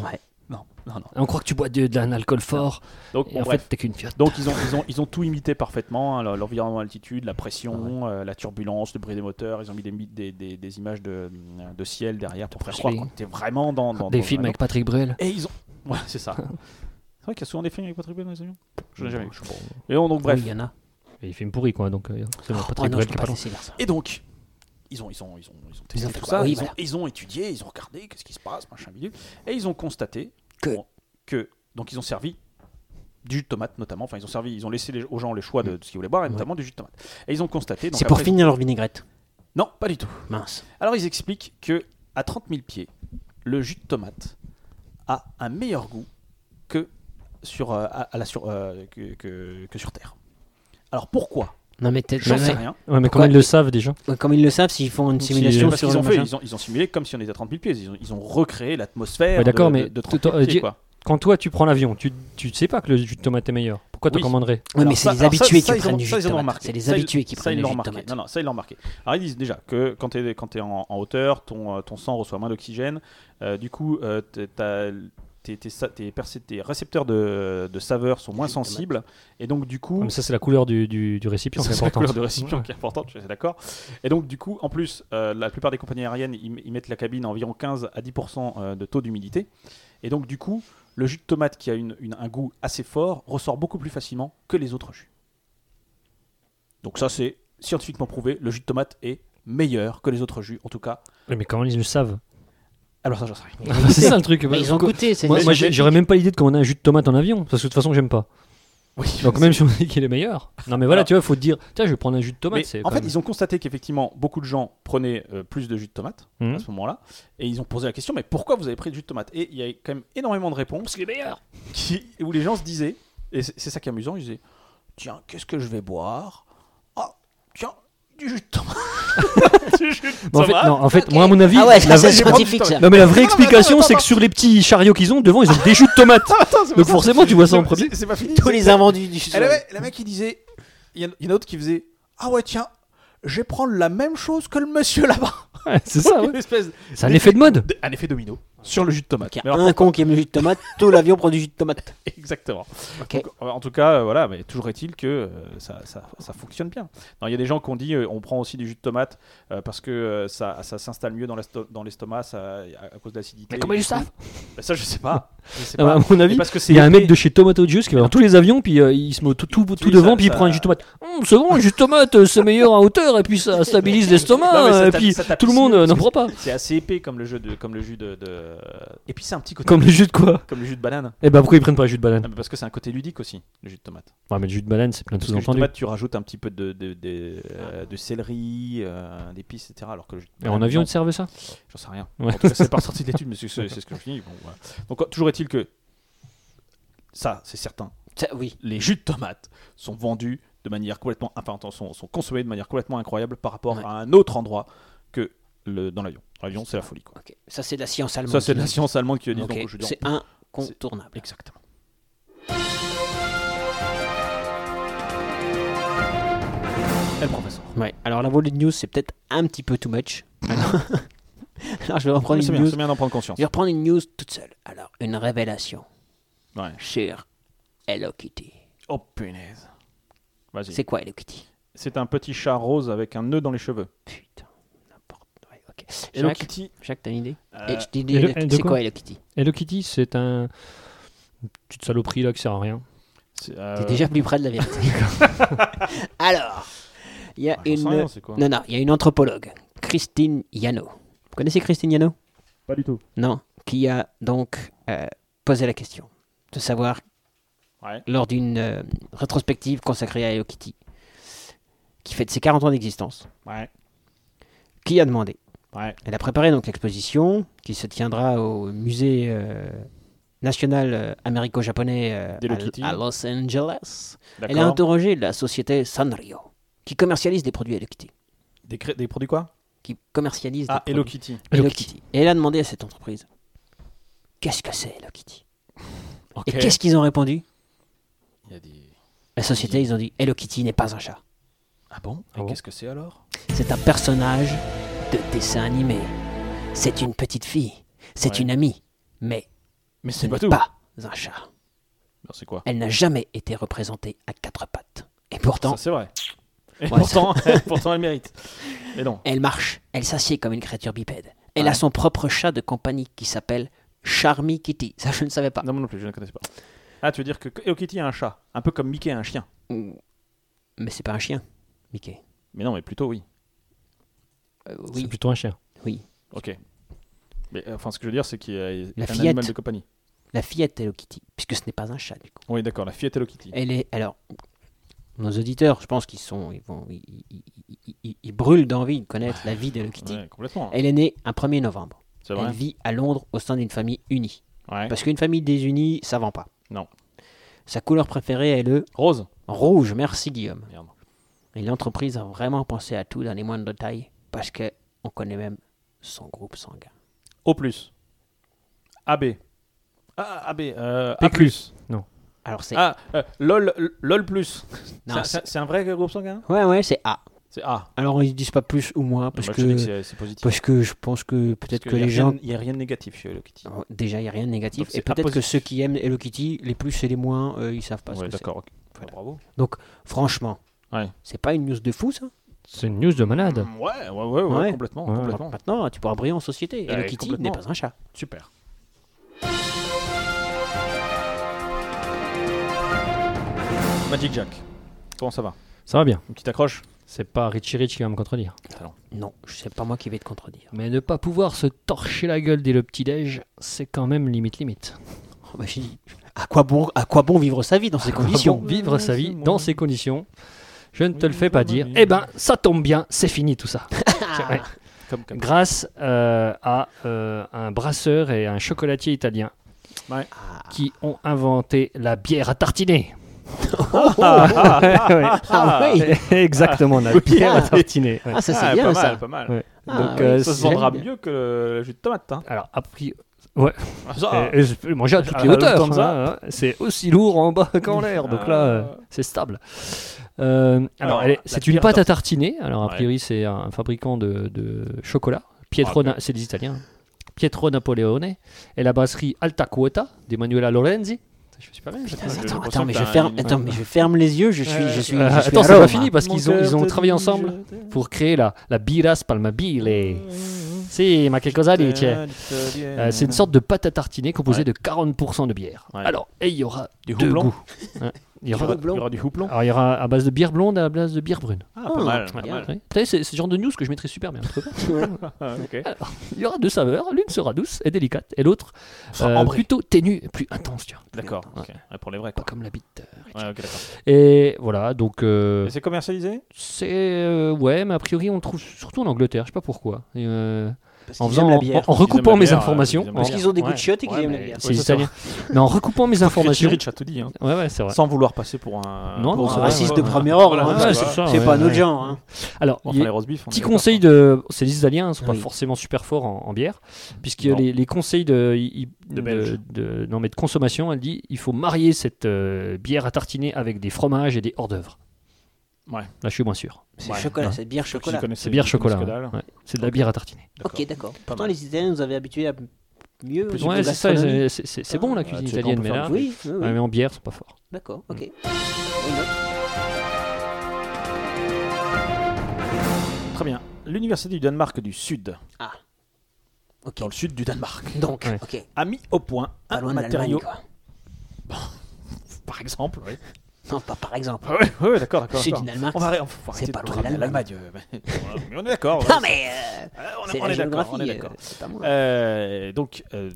B: Ouais.
A: Non, non, non.
C: On croit que tu bois de, de l'alcool fort.
A: Donc,
C: et
A: bon,
C: en
A: bref.
C: fait, t'es qu'une fiotte.
A: Donc ils ont, ils, ont, ils ont tout imité parfaitement, hein, leur- l'environnement, l'altitude, la pression,
C: Ah
A: euh, la turbulence, le bruit des moteurs, ils ont mis des, mi- des, des, des images de, de ciel derrière pour faire croire
C: Presley.
A: qu'on était vraiment dans... dans-
C: Des
A: dans-
C: films
A: dans-
C: avec Patrick Bruel.
A: Et ils ont... Ouais, c'est ça. c'est vrai qu'il y a souvent des films avec Patrick Bruel dans les avions Je n'ai jamais vu. Et donc, donc, bref.
B: Oui, il y en a.
C: Et des films pourris, quoi. Donc, euh, c'est
B: Oh,
C: Patrick
B: non,
C: Bruel
B: je
C: qui
B: peux
C: est pas
B: pas
C: loin.
B: laisser dire ça.
A: Et donc, ils ont, ils ont, ils ont, ils ont testé
B: Ils ont fait
A: tout
B: quoi
A: ça,
B: Oui,
A: ils,
B: voilà.
A: ont, ils ont étudié, ils ont regardé qu'est-ce qui se passe, machin bidule, et ils ont constaté
B: Que-
A: bon, que donc ils ont servi du jus de tomate notamment, enfin ils ont servi, ils ont laissé les- aux gens les choix de, de ce qu'ils voulaient boire, et notamment du jus de tomate. Et ils ont constaté. donc
B: C'est pour
A: après-
B: finir leur vinaigrette.
A: Non, pas du tout.
B: Mince.
A: Alors ils expliquent que à 30 000 pieds, le jus de tomate a un meilleur goût que sur euh, à, à la sur euh, que, que- que sur terre. Alors pourquoi
B: Non, mais t'es.
A: J'en
B: ouais,
A: sais
B: ouais.
A: rien.
C: Ouais, mais
B: Pourquoi
C: comment ils le savent déjà
B: Ouais, Comme ils le savent, s'ils font une
C: Si-
B: simulation
A: Parce
B: sur
A: qu'ils
B: le
A: ont fait,
B: machin.
A: ils ont, ils ont simulé comme si on était à 30 000 pieds. Ils ont, ils ont recréé l'atmosphère
C: Ouais,
A: de,
C: d'accord, mais
A: de, de 30
C: tout-
A: 000 pieds.
C: dis-
A: Quoi.
C: Quand toi, tu prends l'avion, tu, tu sais pas que le jus de tomate est meilleur. Pourquoi
A: Oui.
C: tu commanderais
B: Ouais, mais
A: Alors
B: c'est
A: ça-
B: les
A: alors ça-
B: habitués
A: ça,
B: qui
A: ils
B: prennent
A: ont-
B: du
A: ça,
B: jus de
A: ils ont
B: tomate.
A: remarqué.
B: C'est les
A: Ça, ils-
B: habitués qui
A: ça,
B: prennent
A: ils
B: le
A: l'ont
B: jus de
A: remarqué.
B: tomate.
A: Non, non, ça, ils l'ont remarqué. Alors, ils disent déjà que quand tu es, en, en hauteur, ton, euh, ton sang reçoit moins d'oxygène. Euh, du coup, euh, t'es- t'as- tes- tes sa- tes percé- tes récepteurs de, de saveur sont moins
B: Jus de tomate.
A: sensibles. Et donc, du coup.
C: Ah, mais ça, c'est la couleur du, du, du récipient.
A: Ça,
C: C'est
A: c'est la
C: important.
A: couleur de récipient qui est importante, je suis d'accord. Et donc, du coup, en plus, euh, la plupart des compagnies aériennes, ils, m- ils mettent la cabine à environ 15 à 10% euh, de taux d'humidité. Et donc, du coup, le jus de tomate qui a une- une- un goût assez fort ressort beaucoup plus facilement que les autres jus. Donc, ça, c'est scientifiquement prouvé. Le jus de tomate est meilleur que les autres jus, en tout cas.
C: Ouais, Mais comment ils le savent
A: Alors, ça, j'en sais rien.
C: C'est ça le truc.
B: Mais ils ont
C: Pourquoi-
B: goûté, c'est
C: Moi,
B: des-
C: moi, j'ai- j'aurais même pas l'idée de commander un jus de tomate en avion, parce que de toute façon, j'aime pas. Donc même si on dit qu'il est meilleur. Non, mais voilà,
A: Alors-
C: tu vois, faut te dire, tiens, je vais prendre un jus de tomate.
A: Mais
C: c'est
A: en
C: quand
A: fait,
C: même-
A: ils ont constaté qu'effectivement, beaucoup de gens prenaient euh, plus de jus de tomate à
C: Mhm.
A: ce moment-là. Et ils ont posé la question, mais pourquoi vous avez pris du jus de tomate Et il y a quand même énormément de réponses.
C: qu'il est meilleur.
A: qui- où les gens se disaient, et c'est c'est ça qui est amusant, ils disaient Tiens, qu'est-ce que je vais boire Ah, tiens, du jus de tomate Du jus de
C: Mais en fait,
A: tomate.
C: non, en fait, moi, à mon avis,
B: Ah ouais,
C: la
B: ça,
C: vraie-
B: c'est scientifique ça.
C: Non mais la vraie
A: Non, mais attends,
C: explication
A: attends,
C: c'est que
A: attends.
C: sur les petits chariots qu'ils ont devant ils ont des jus de tomates.
A: Attends, c'est pas
C: Donc
A: ça.
C: forcément tu vois ça en
A: Non,
C: premier.
A: c'est- C'est pas fini.
B: Tous
A: c'est-
B: les invendus du
A: Et le, mec, le mec, il disait Il y en- il y en a d'autres qui faisaient Ah ouais, tiens, je vais prendre la même chose que le monsieur là-bas.
C: Ouais, c'est ça. ouais.
A: Une espèce
C: C'est un effet de mode.
A: de- un effet domino sur le jus de tomate.
B: Il y
A: Mais
B: a
A: alors,
B: un con qui aime le jus de tomate, tout l'avion prend du jus de tomate.
A: exactement.
B: Ok.
A: Donc, en tout cas, euh, voilà, mais toujours est-il que euh, ça, ça- ça fonctionne bien. Non, Il y a des gens qui ont dit euh, on prend aussi du jus de tomate euh, parce que euh, ça, ça s'installe mieux dans l'esto- dans l'estomac ça- à, à cause de l'acidité.
C: Mais comment ils le savent
A: Bah, Ça, je sais pas. Je sais
C: Ah bah,
A: pas.
C: à mon avis,
A: Et parce que c'est
C: il y a un mec
A: épais.
C: de chez Tomato Juice qui va dans tous les avions puis euh, il se met tout, tout, tout
A: Oui,
C: devant
A: ça-
C: puis il
A: ça-
C: prend un jus de tomate. Hum, c'est bon, jus de tomate euh, c'est meilleur à hauteur et puis ça stabilise
A: Non, mais ça
C: l'estomac et
A: tape-
C: puis
A: ça tape
C: tout le monde
A: dessus,
C: euh, n'en
A: parce
C: prend pas.
A: C'est assez épais comme le, jeu de, comme le jus de, de- Et puis, c'est un petit côté.
C: Comme le jus de quoi
A: comme le jus de banane.
C: Eh ben pourquoi ils prennent pas le jus de banane
A: Non, mais parce que c'est un côté ludique aussi, le jus de tomate.
C: Ouais mais le jus de banane c'est plein de
A: Parce que le jus de
C: sous-entendus.
A: tomate, tu rajoutes un petit peu de, de, de, euh, de céleri, euh, d'épices, etc. Alors que le jus de
C: Et
A: banane,
C: en avion
A: non.
C: ils te servent ça
A: J'en sais rien.
C: Ouais.
A: En tout cas, c'est pas sorti d'études, mais c'est c'est- c'est ce que je finis. Bon, voilà. Donc, toujours est-il que ça, c'est certain.
B: Ça, oui.
A: Les jus de tomates sont vendus de manière complètement, enfin, attends, sont, sont consommés de manière complètement incroyable par rapport
B: Ouais.
A: à un autre endroit que le, dans l'avion. Dans L'avion, c'est la folie. Quoi.
B: Ok. Ça, c'est de la science allemande.
A: Ça, c'est de la
B: Ok.
A: science allemande qui le dit. donc, je dis,
B: C'est
A: on-
B: incontournable.
A: Exactement. Et le professeur.
B: Ouais. Alors la volée de news, c'est peut-être un petit peu too much. Alors, Alors, je vais reprendre
A: Mais C'est
B: une
A: bien,
B: news.
A: c'est bien d'en prendre conscience.
B: Je vais reprendre une news toute seule. Alors, une révélation
A: Ouais.
B: sur Hello Kitty.
A: Oh punaise. Vas-y.
B: C'est quoi Hello Kitty
A: C'est un petit chat rose avec un nœud dans les cheveux.
B: Putain, n'importe. Ouais, ok.
A: Hello
B: Jacques,
A: Kitty.
B: Jacques, t'as une idée
A: euh,
B: Et je t'ai dit, Hello
C: Hello-
B: Kitty,
C: de
B: C'est
C: quoi
B: quoi Hello Kitty
C: Hello Kitty c'est un une petite saloperie là qui sert à rien.
A: C'est, euh,
B: T'es déjà plus près de la vérité. Alors, il y a
A: ah, j'en sais
B: une.
A: rien, c'est quoi
B: Non, non, il y a une anthropologue, Christine Yano. Vous connaissez Christine Yano
A: Pas du tout.
B: Non. Qui a donc euh, posé la question de savoir
A: Ouais.
B: lors d'une euh, rétrospective consacrée à Hello Kitty, qui fête ses 40 ans d'existence.
A: Ouais.
B: Qui a demandé
A: Ouais.
B: Elle a préparé donc l'exposition qui se tiendra au musée euh, national euh, américo-japonais euh,
A: D'Hello
B: à-
A: Kitty.
B: à Los Angeles. Elle a
A: D'accord.
B: interrogé la société Sanrio, qui commercialise des produits Hello Kitty.
A: Des, cré- des produits quoi
B: Qui commercialise
A: Ah,
B: des
A: Hello
B: produits
A: Kitty.
B: Hello
C: Hello
B: Kitty. Et elle a demandé à cette entreprise Qu'est-ce que c'est Hello Kitty
A: Ok.
B: Et qu'est-ce qu'ils ont répondu
A: Il y a des-
B: La société, ils ont dit Hello Kitty n'est pas un chat.
A: Ah bon Et
C: Ah bon
A: qu'est-ce que c'est alors
B: C'est un personnage de dessin animé. C'est une petite fille. C'est
A: Ouais.
B: une amie. Mais
A: Mais
B: ce
A: c'est pas
B: n'est
A: tout.
B: pas un chat.
A: Non, c'est quoi
B: Elle n'a jamais été représentée à quatre pattes. Et
A: Ça,
B: pourtant,
A: c'est vrai. Et
B: Ouais,
A: pourtant, pourtant, elle mérite. Mais non.
B: Elle marche, elle s'assied comme une créature bipède. Elle
A: Ouais.
B: a son propre chat de compagnie qui s'appelle Charmy Kitty. Ça, je ne savais pas.
A: Non, moi non plus, je ne connaissais pas. Ah, tu veux dire que Hello Kitty a un chat, un peu comme Mickey a un chien.
B: Mais c'est pas un chien, Mickey.
A: Mais non, mais plutôt oui.
B: Euh,
C: C'est
B: oui,
C: plutôt un chien.
B: oui.
A: Ok. Mais euh, enfin, ce que je veux dire, c'est qu'il y a il y a
B: La
A: un
B: fillette.
A: animal de compagnie.
B: La fillette Hello Kitty, puisque ce n'est pas un chat, du coup.
A: Oui, d'accord, la fillette Hello Kitty.
B: Elle est. Alors, nos auditeurs, je pense qu'ils sont. Ils, vont, ils, ils- ils- ils- ils brûlent d'envie de connaître la vie d'Hello Kitty.
A: Ouais, complètement. hein.
B: Elle est née un 1er novembre.
A: C'est
B: Elle
A: vrai.
B: vit à Londres au sein d'une famille unie.
A: Ouais.
B: Parce qu'une famille désunie, ça vend pas.
A: Non.
B: Sa couleur préférée est le
A: Rose.
B: rouge. Merci, Guillaume.
A: Merde.
B: Et l'entreprise a vraiment pensé à tout dans les moindres détails parce que on connaît même son groupe sanguin.
A: O plus. AB. Ah, AB. Euh, A
C: PQ.
A: plus.
B: Alors c'est
A: Ah, euh, LOL, LOL plus.
B: Non,
A: C'est un-
B: c'est-
A: c'est un vrai groupe sanguin
B: ouais ouais c'est A.
A: C'est A.
B: Alors ils disent pas plus ou moins parce
A: Moi, je Ah, bah, dis que
B: que
A: c'est- c'est positif.
B: parce que je pense que peut-être que, les gens
A: Il n'y a rien de négatif chez Hello Kitty.
B: Oh, déjà il y a rien de négatif
A: Donc,
B: et
A: c'est
B: peut-être que
A: appositif.
B: ceux qui aiment Hello Kitty les plus et les moins euh, ils savent pas
A: Ouais,
B: ce que c'est.
A: d'accord. ok. Bah, bravo.
B: Franchement.
A: Ouais.
B: C'est pas une news de fou ça.
C: C'est une news de malade.
A: Mm, Ouais, ouais, ouais, ouais,
B: Ouais.
A: complètement.
C: Ouais.
A: complètement.
B: Bah, Maintenant tu pourras briller en société.
A: Ouais,
B: Hello Kitty
A: complètement.
B: n'est pas un chat.
A: Super. Magic Jack, comment ça va
C: Ça va bien.
A: Une petite accroche
C: C'est pas Richie Rich qui va me contredire.
B: Non c'est pas moi qui vais te contredire.
C: Mais ne pas pouvoir se torcher la gueule dès le petit-déj, c'est quand même limite limite.
B: Oh, bah, j'ai dit, à quoi bon à quoi bon vivre sa vie dans ces conditions
C: Bon, vivre sa vie dans ces conditions, je ne te le fais pas dire.
A: oui.
C: Eh ben, ça tombe bien, c'est fini tout ça. Ouais.
A: Comme, comme
C: Grâce euh, à euh, un brasseur et un chocolatier italien
B: Ah.
C: qui ont inventé la bière à tartiner.
B: Ah oui.
C: Exactement, la bière à tartiner. ouais.
B: Ah, ça, c'est
A: Ah,
B: bien,
A: pas
B: ça.
A: mal, pas mal.
C: Ouais.
B: Ah,
C: Donc,
B: oui.
C: euh,
A: Ça se
C: c'est-
A: vendra
B: Génial.
A: mieux que le jus de tomate. Hein.
C: Alors, a priori,
A: Ah, ça,
C: euh, euh, je peux le manger à toutes
A: Ah,
C: les
A: le
C: hauteurs.
A: Lufthansa.
C: hein, hein. C'est aussi lourd en bas qu'en l'air. Donc là, euh,
A: Ah.
C: c'est stable. Euh, alors,
A: Alors,
C: elle est-
A: la
C: c'est une
A: bière
C: pâte à tartiner. Alors, a
A: Ouais.
C: priori, c'est un fabricant de, de chocolat. Pietro,
A: Ah,
C: Na- c'est des Italiens. Pietro Napoleone et la brasserie Alta Quota d'Emanuela Lorenzi. Je fais super bien.
B: Putain,
A: J'ai
B: Ah, attends,
A: l'impression
B: attends, mais
A: que
B: je
A: t'as
B: ferme,
A: une-
B: attends, mais je ferme les yeux, je suis, je suis,
C: Euh,
B: je suis
C: attends,
B: à
C: c'est pas
B: Rome.
C: fini parce qu'ils ont, ils ont travaillé ensemble pour créer la, la Bira Spalmabile. Si, ma che cosa dice? Euh, c'est une sorte de pâte à tartiner composée
A: Ouais.
C: de 40% de bière.
A: Ouais.
C: Alors, et il y aura
A: Du
C: deux
A: houblon.
C: goûts. Ouais. Il y
A: Il y, aura,
C: aura,
A: il y aura du houblon.
C: alors, il y aura à base de bière blonde et à base de bière brune.
A: Ah, pas mal. Pas
B: bien.
A: mal.
C: Ouais. Vous savez, C'est c'est le genre de news que je mettrais super bien. entre parenthèses.
A: Ah, ok.
C: il y aura deux saveurs. L'une sera douce et délicate et l'autre
A: Sera
C: euh,
A: ambrée.
C: plutôt ténue et plus intense. Tu vois.
A: D'accord.
C: Ouais.
A: ok. Ouais, pour les vrais.
C: Pas
A: Quoi.
C: comme la bite.
A: Ouais, ok, d'accord.
C: Et voilà, donc euh,
A: Et c'est commercialisé
C: c'est. euh, ouais, mais a priori, on le trouve surtout en Angleterre, je sais pas pourquoi. Et, euh,
B: Parce
C: en,
B: qu'ils
C: faisant-
B: aiment la
C: en-
B: bière.
C: en
A: Ils
C: recoupant
A: aiment la
C: mes
A: bière, euh,
C: informations.
A: ils aiment la
C: en-
B: Parce qu'ils ont des goûts de
A: Ouais.
B: chiottes et qu'ils
A: Ouais,
B: aiment
A: mais-
B: la bière.
C: c'est
A: Ouais, ça, c'est
C: italien. Mais en recoupant mes informations.
A: Rich a tout dit. Hein.
C: Ouais, ouais, c'est vrai.
A: Sans vouloir passer pour un,
C: Non,
A: pour
C: non,
A: un
C: c'est vrai,
A: raciste
C: ouais,
A: de
C: ouais.
A: premier ordre.
C: Ouais,
A: hein,
C: ouais,
A: tu
C: c'est
A: vois.
C: ça,
B: C'est
C: ouais,
B: pas
C: ouais.
B: notre genre. hein.
C: Alors,
A: Bon,
C: il y
A: Enfin,
C: a-
A: les roast beef. on est
C: petit
A: d'accord.
C: conseil de. C'est les Italiens, ils sont pas
B: Oui.
C: forcément super forts en, en bière, puisque
A: Non.
C: les, les conseils de, i- i-
A: De Belges.
C: de- non, mais de consommation, elle dit il faut marier cette euh, bière à tartiner avec des fromages et des hors-d'œuvre.
A: Ouais.
C: Là, je suis moins sûr.
B: C'est
A: Ouais.
B: chocolat,
C: Ouais.
B: cette bière
A: Ceux qui
B: chocolat.
C: C'est
A: connaissent-
C: bière
A: qui
C: chocolat.
A: connaissent que
C: hein.
A: dalle.
C: Ouais. C'est de la bière à tartiner.
B: Ok, d'accord. Pourtant,
A: mal.
B: les Italiens nous avaient habitués à mieux.
A: Plus
B: niveau
A: de
C: Ouais, c'est ça.
B: gastronomie.
C: c'est- C'est c'est bon la
A: Ah,
C: cuisine
A: tu sais, on
C: italienne,
A: peut
C: mais
A: faire
C: là,
A: ça.
B: Oui, oui, oui.
C: ouais, Mm. mais en bière, c'est pas fort.
B: D'accord, ok. Oui, non.
A: Très bien. L'université du Danemark du Sud,
B: Ok.
A: dans le sud du Danemark,
B: Donc,
C: Ouais.
B: ok.
A: a mis au point
B: Pas
A: un
B: loin de l'Allemagne,
A: matériau,
B: quoi.
A: par exemple. Oui,
B: Non, pas par exemple.
A: ouais, ouais, d'accord, d'accord.
B: C'est
A: d'accord.
B: du Danemark.
A: On va arrêter, on va arrêter
B: pas
A: de
B: loin
A: tout ramener à
B: de
A: l'Allemagne. euh, mais- mais on est d'accord.
B: Non,
A: ouais,
B: mais euh,
A: c'est- on est-
B: c'est
A: on
B: la euh,
A: est d'accord.
B: géographie.
A: On est
B: euh,
A: d'accord.
B: C'est pas moi.
A: Euh, donc, euh,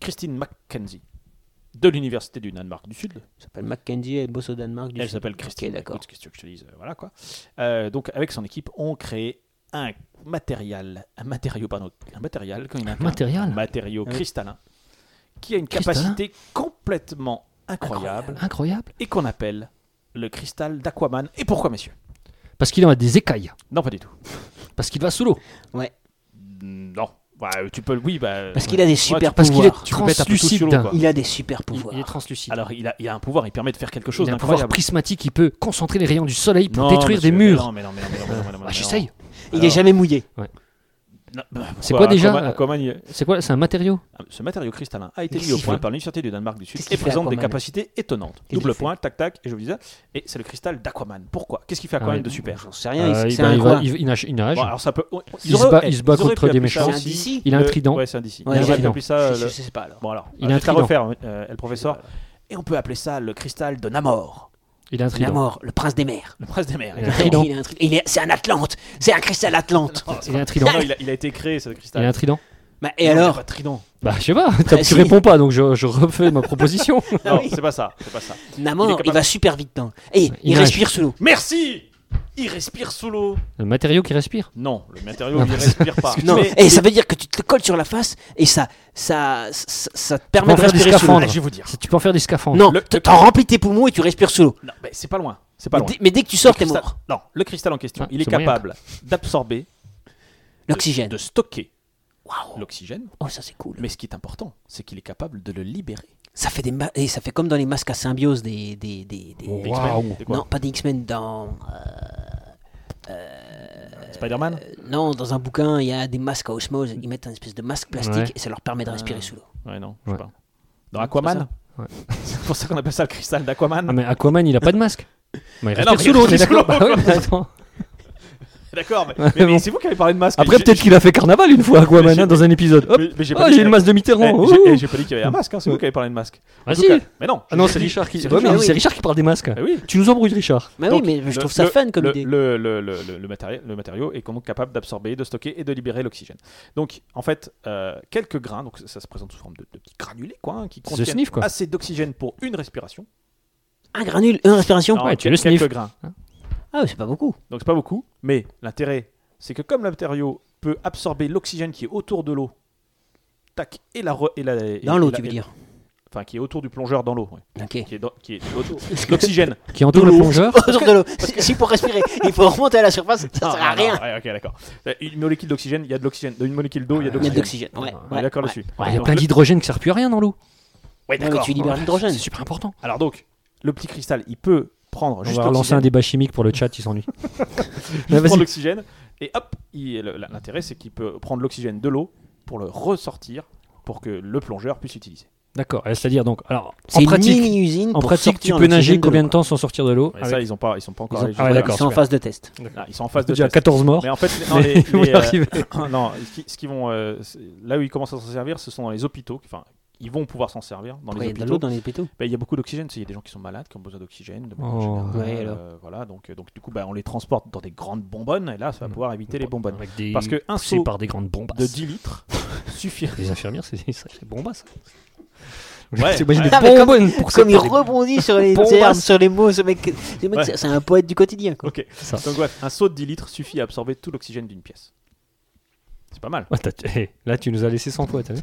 A: Christine McKenzie, de l'université du Danemark du Sud.
B: Elle s'appelle Mackenzie, elle bosse au Danemark. du
A: Elle
B: Sud.
A: s'appelle
B: Ok,
A: Christine.
B: d'accord.
A: Écoute, qu'est-ce que tu veux que je te dise, euh, Voilà quoi. Euh, donc avec son équipe, on crée un matériel, un matériau, pardon, un matériel, quand il y en a qu'un,
C: matériel
A: un matériau
B: Ah oui.
A: cristallin, qui a une
C: Cristallin
A: capacité complètement incroyable
C: Incroyable.
A: et qu'on appelle le cristal d'Aquaman. Et pourquoi, messieurs
C: Parce qu'il en a des écailles.
A: Non, pas du tout.
C: Parce qu'il va sous l'eau.
B: Ouais.
A: Mm, Non. Bah, euh, tu peux, le- oui, bah.
B: Parce qu'il a des super
A: tu-
C: parce qu'il est
B: pouvoirs.
A: tu peux mettre un peu tout
C: translucide.
A: sur l'eau, quoi.
B: Il a des super
C: Il,
B: pouvoirs.
C: il est translucide.
A: Alors, il a, il a un pouvoir, il permet de faire quelque chose
C: il a un pouvoir
A: d'incroyable.
C: prismatique, il peut concentrer les rayons du soleil pour
A: Non,
C: détruire
A: monsieur,
C: des
A: mais
C: murs.
A: non, mais non, mais non, mais non, mais non, mais non, mais
C: Ah,
A: non.
C: J'essaye.
B: Il est jamais mouillé.
A: Non, bah,
C: C'est
A: pourquoi
C: quoi déjà,
A: Aquaman-
C: euh,
A: Aquaman, il-
C: C'est quoi C'est un matériau
A: Ah, Ce matériau cristallin a été
B: Qu'est-ce
A: mis au
B: qu'il
A: point
B: fait
A: par l'Université du Danemark du Sud
B: Qu'est-ce
A: et
B: qu'il fait,
A: présente des
B: Aquaman
A: capacités étonnantes.
B: Qu'est-ce
A: Double
B: qu'il fait
A: point, tac tac, et je vous disais, et c'est le cristal d'Aquaman. Pourquoi Qu'est-ce qu'il fait Aquaman
C: Ah oui.
A: de super
B: J'en sais rien,
C: Euh,
B: il-
C: il,
B: c'est
C: va-
B: un
C: il va-
B: quoi.
C: il- il nage- il nage.
A: Bon, alors ça peut- on-
C: Il se bat- il se bat
A: ils auraient
C: contre
A: pu
C: des
A: appeler ça
C: méchants.
A: aussi
B: C'est un DC.
C: Il a un
A: le-
C: trident.
A: Ouais, c'est un DC.
B: Ouais,
A: Ils
C: il a un
A: auraient pu
C: trident.
A: appeler ça.
B: je,
A: le-
B: je sais pas alors.
A: Bon alors, je
C: Il a un
A: vais te la
C: trident.
A: refaire, euh, elle, professeur. Et on peut appeler ça le cristal de Namor,
C: Il a un trident.
B: Namor, le prince des mers.
A: le prince des mers.
C: Il a un
A: exactement.
C: trident.
B: Il a un tri- il est- C'est un Atlante. C'est un cristal Atlante.
C: Il a un trident.
A: Non, il a- il a été créé ce
C: Il a un
A: cristal.
C: trident.
B: Bah, et
A: Non, il a
B: alors
A: pas de trident.
C: Bah, je sais pas. t'as-
B: Ah,
C: tu
B: si.
C: réponds pas, donc je, je refais ma proposition.
A: Non,
B: oui.
A: c'est pas ça, c'est pas ça.
B: Namor,
A: il
B: il,
A: est capable-
B: va super vite dedans. Et il,
C: Il nage.
B: respire sous l'eau.
A: Merci. Il respire sous l'eau.
C: Le matériau qui respire.
A: Non, le matériau il respire pas.
B: Non,
C: Eh,
A: Mais-
B: et ça veut dire que tu te le colles sur la face et ça, ça, ça, ça te permet
C: peux
B: de
C: faire des
B: respirer sous l'eau.
C: scaphandres.
A: Je vais vous dire.
C: C'est- Tu peux en faire des scaphandres.
B: Non,
A: Le-
B: t- t'en remplis tes poumons et tu respires sous l'eau.
A: Non, mais c'est pas loin. C'est pas
B: Mais,
A: loin.
B: dès- mais dès que tu sors,
A: Le
B: t'es
A: cristal-
B: mort.
A: Non, le cristal en question,
C: Ah,
A: il est
C: c'est moyen, Eh.
A: capable d'absorber, de-
B: L'oxygène.
A: de stocker
B: Waouh.
A: l'oxygène.
B: Oh, ça c'est cool.
A: Mais ce qui est important, c'est qu'il est capable de le libérer.
B: Ça fait des ma- et ça fait comme dans les masques à symbiose des des, des, des-
C: Oh,
A: Des
C: Waouh.
A: X-Men, des quoi
B: non pas des X-Men dans euh,
A: Spider-Man
C: Euh,
B: non dans un bouquin il y a des masques à osmose ils mettent un espèce de masque plastique
C: Ouais.
B: et ça leur permet de respirer
A: Ah.
B: sous l'eau.
A: Ouais, non, je sais
C: euh, Ouais.
A: pas. Dans Aquaman
C: ça Ouais.
A: C'est pour ça qu'on appelle ça le cristal d'Aquaman.
C: Ah, mais Aquaman, il a pas de masque. Bah, il
A: Mais Ah, non,
C: respire
A: mais
C: sous l'eau,
A: il
C: on est
A: respire
C: d'accord.
A: sous
C: Bah,
A: l'eau,
C: ouais, attends.
A: D'accord, mais, mais- mais
C: bon.
A: c'est vous qui avez parlé de masque.
C: Après,
A: J'ai-
C: peut-être qu'il a fait carnaval une fois,
A: Mais
C: Aquaman,
A: j'ai-
C: hein, dans un épisode. Hop.
A: Mais, mais j'ai
C: Ah,
A: pas dit-
C: j'ai le masque de Mitterrand.
A: Eh,
C: Ouh.
A: j'ai- eh, j'ai pas dit qu'il y avait un masque, hein, c'est vous qui avez parlé de masque. En
C: Ah,
A: tout
C: si.
A: cas- Mais non.
C: Ah non,
A: je
C: c'est
A: dis-
C: Richard qui.
A: c'est
C: Ouais, mais
B: Richard,
C: c'est
B: oui.
C: Richard qui parle des masques.
A: Eh oui.
C: Tu nous embrouilles, Richard.
B: Mais
A: Donc,
B: Ah oui mais je
A: le-
B: trouve ça
A: le-
B: fun comme
A: le,
B: idée.
A: Le, le- le- le- le matéri- le matériau est donc capable d'absorber, de stocker et de libérer l'oxygène. Donc, en fait, euh, quelques grains, donc ça, ça se présente sous forme de, de petits granulés, quoi, hein, qui
C: The
A: contiennent
C: sniff, quoi.
A: assez d'oxygène pour une respiration.
B: Un granule une respiration.
A: Non,
C: ouais, tu
A: quel-
C: le
A: quelques
C: sniff.
A: grains.
B: Ah ouais, c'est pas beaucoup.
A: Donc, c'est pas beaucoup, mais l'intérêt, c'est que comme le matériau peut absorber l'oxygène qui est autour de l'eau, tac, et la. re- et la et-
B: Dans
A: et
B: l'eau
A: la-
B: tu veux
A: et-
B: dire.
A: Enfin, qui est autour du plongeur dans l'eau, ouais,
B: OK.
A: qui est, dans- qui est autour. l'oxygène.
C: Qui entoure le
A: l'eau.
C: plongeur.
B: Autour de l'eau. Si pour respirer, il faut remonter à la surface, ça sert à
A: Ah, non,
B: rien.
A: non, ouais, ok, d'accord. Une molécule d'oxygène, il y a de l'oxygène. Une molécule d'eau, il y a de
B: Il y a de
A: l'oxygène. Ah,
B: l'oxygène. Ouais,
A: On est
B: ouais,
A: d'accord
B: ouais.
A: là-dessus.
C: Ouais, il y a
A: Donc,
C: plein
A: le-
C: d'hydrogène qui sert plus à rien dans l'eau.
A: Ouais,
B: Non, mais
A: d'accord.
B: tu libères l'hydrogène.
C: C'est super important.
A: Alors donc, le petit cristal, il peut prendre
C: On
A: juste
C: va relancer
A: l'oxygène,
C: un débat chimique pour le chat, il s'ennuie. Bah,
A: juste prendre
C: Vas-y.
A: l'oxygène, et hop, il- le- la- l'intérêt c'est qu'il peut prendre l'oxygène de l'eau pour le ressortir pour que le plongeur puisse utiliser.
C: D'accord, euh, c'est-à-dire donc, alors,
B: C'est
C: en
B: une
C: pratique,
B: mini usine.
C: en pratique tu peux nager combien de temps sans sortir de l'eau
A: Et
C: Avec-
A: ça, ils ont pas, ils sont pas encore.
C: Ah Ils
A: allés
C: ont- Ah ouais,
A: jusque-là.
C: d'accord,
B: Ils sont en
C: super.
B: phase de test.
A: Ah, ils sont en phase de
C: Déjà
A: test.
C: 14 morts.
A: Mais en fait, les- non, les-
C: mais vous
A: les,
C: y
A: euh,
C: arrivez.
A: non, ce qui- ce qu'ils vont, euh, c'est- là où ils commencent à s'en servir, ce sont dans les hôpitaux. Enfin, ils vont pouvoir s'en servir dans
B: Après,
A: les
B: Il y a de
A: hôpitaux.
B: l'eau dans les pétaux.
A: Ben, il y a beaucoup d'oxygène, c'est- il y a des gens qui sont malades, qui ont besoin d'oxygène. de manière
C: Oh.
A: générale,
B: Ouais, alors.
A: euh, voilà, donc, euh, donc du coup, ben, on les transporte dans des grandes bonbonnes, et là, ça va
C: Mm. bah,
A: pouvoir éviter les bonbonnes.
C: Avec des-
A: Parce que un
C: poussés
A: seau
C: par des grandes bombes.
A: de 10 litres suffit.
C: Les infirmières, c'est des sacrées bombes, ça.
A: Ouais,
C: T'imagines
A: ouais.
B: Ah, mais
C: des
B: comme-
C: bonbonnes pour
B: Comme il
C: séparer-
B: rebondit sur les
C: Bombasse.
B: termes, sur les mots, ce mec, ce mec,
A: Ouais.
B: c'est- c'est un poète du quotidien. Quoi.
A: Ok.
C: Ça.
A: Donc bref, un seau de 10 litres suffit à absorber tout l'oxygène d'une pièce. C'est pas mal.
C: Ouais, t'as- hé, Là, tu nous as laissé sans poids, t'as vu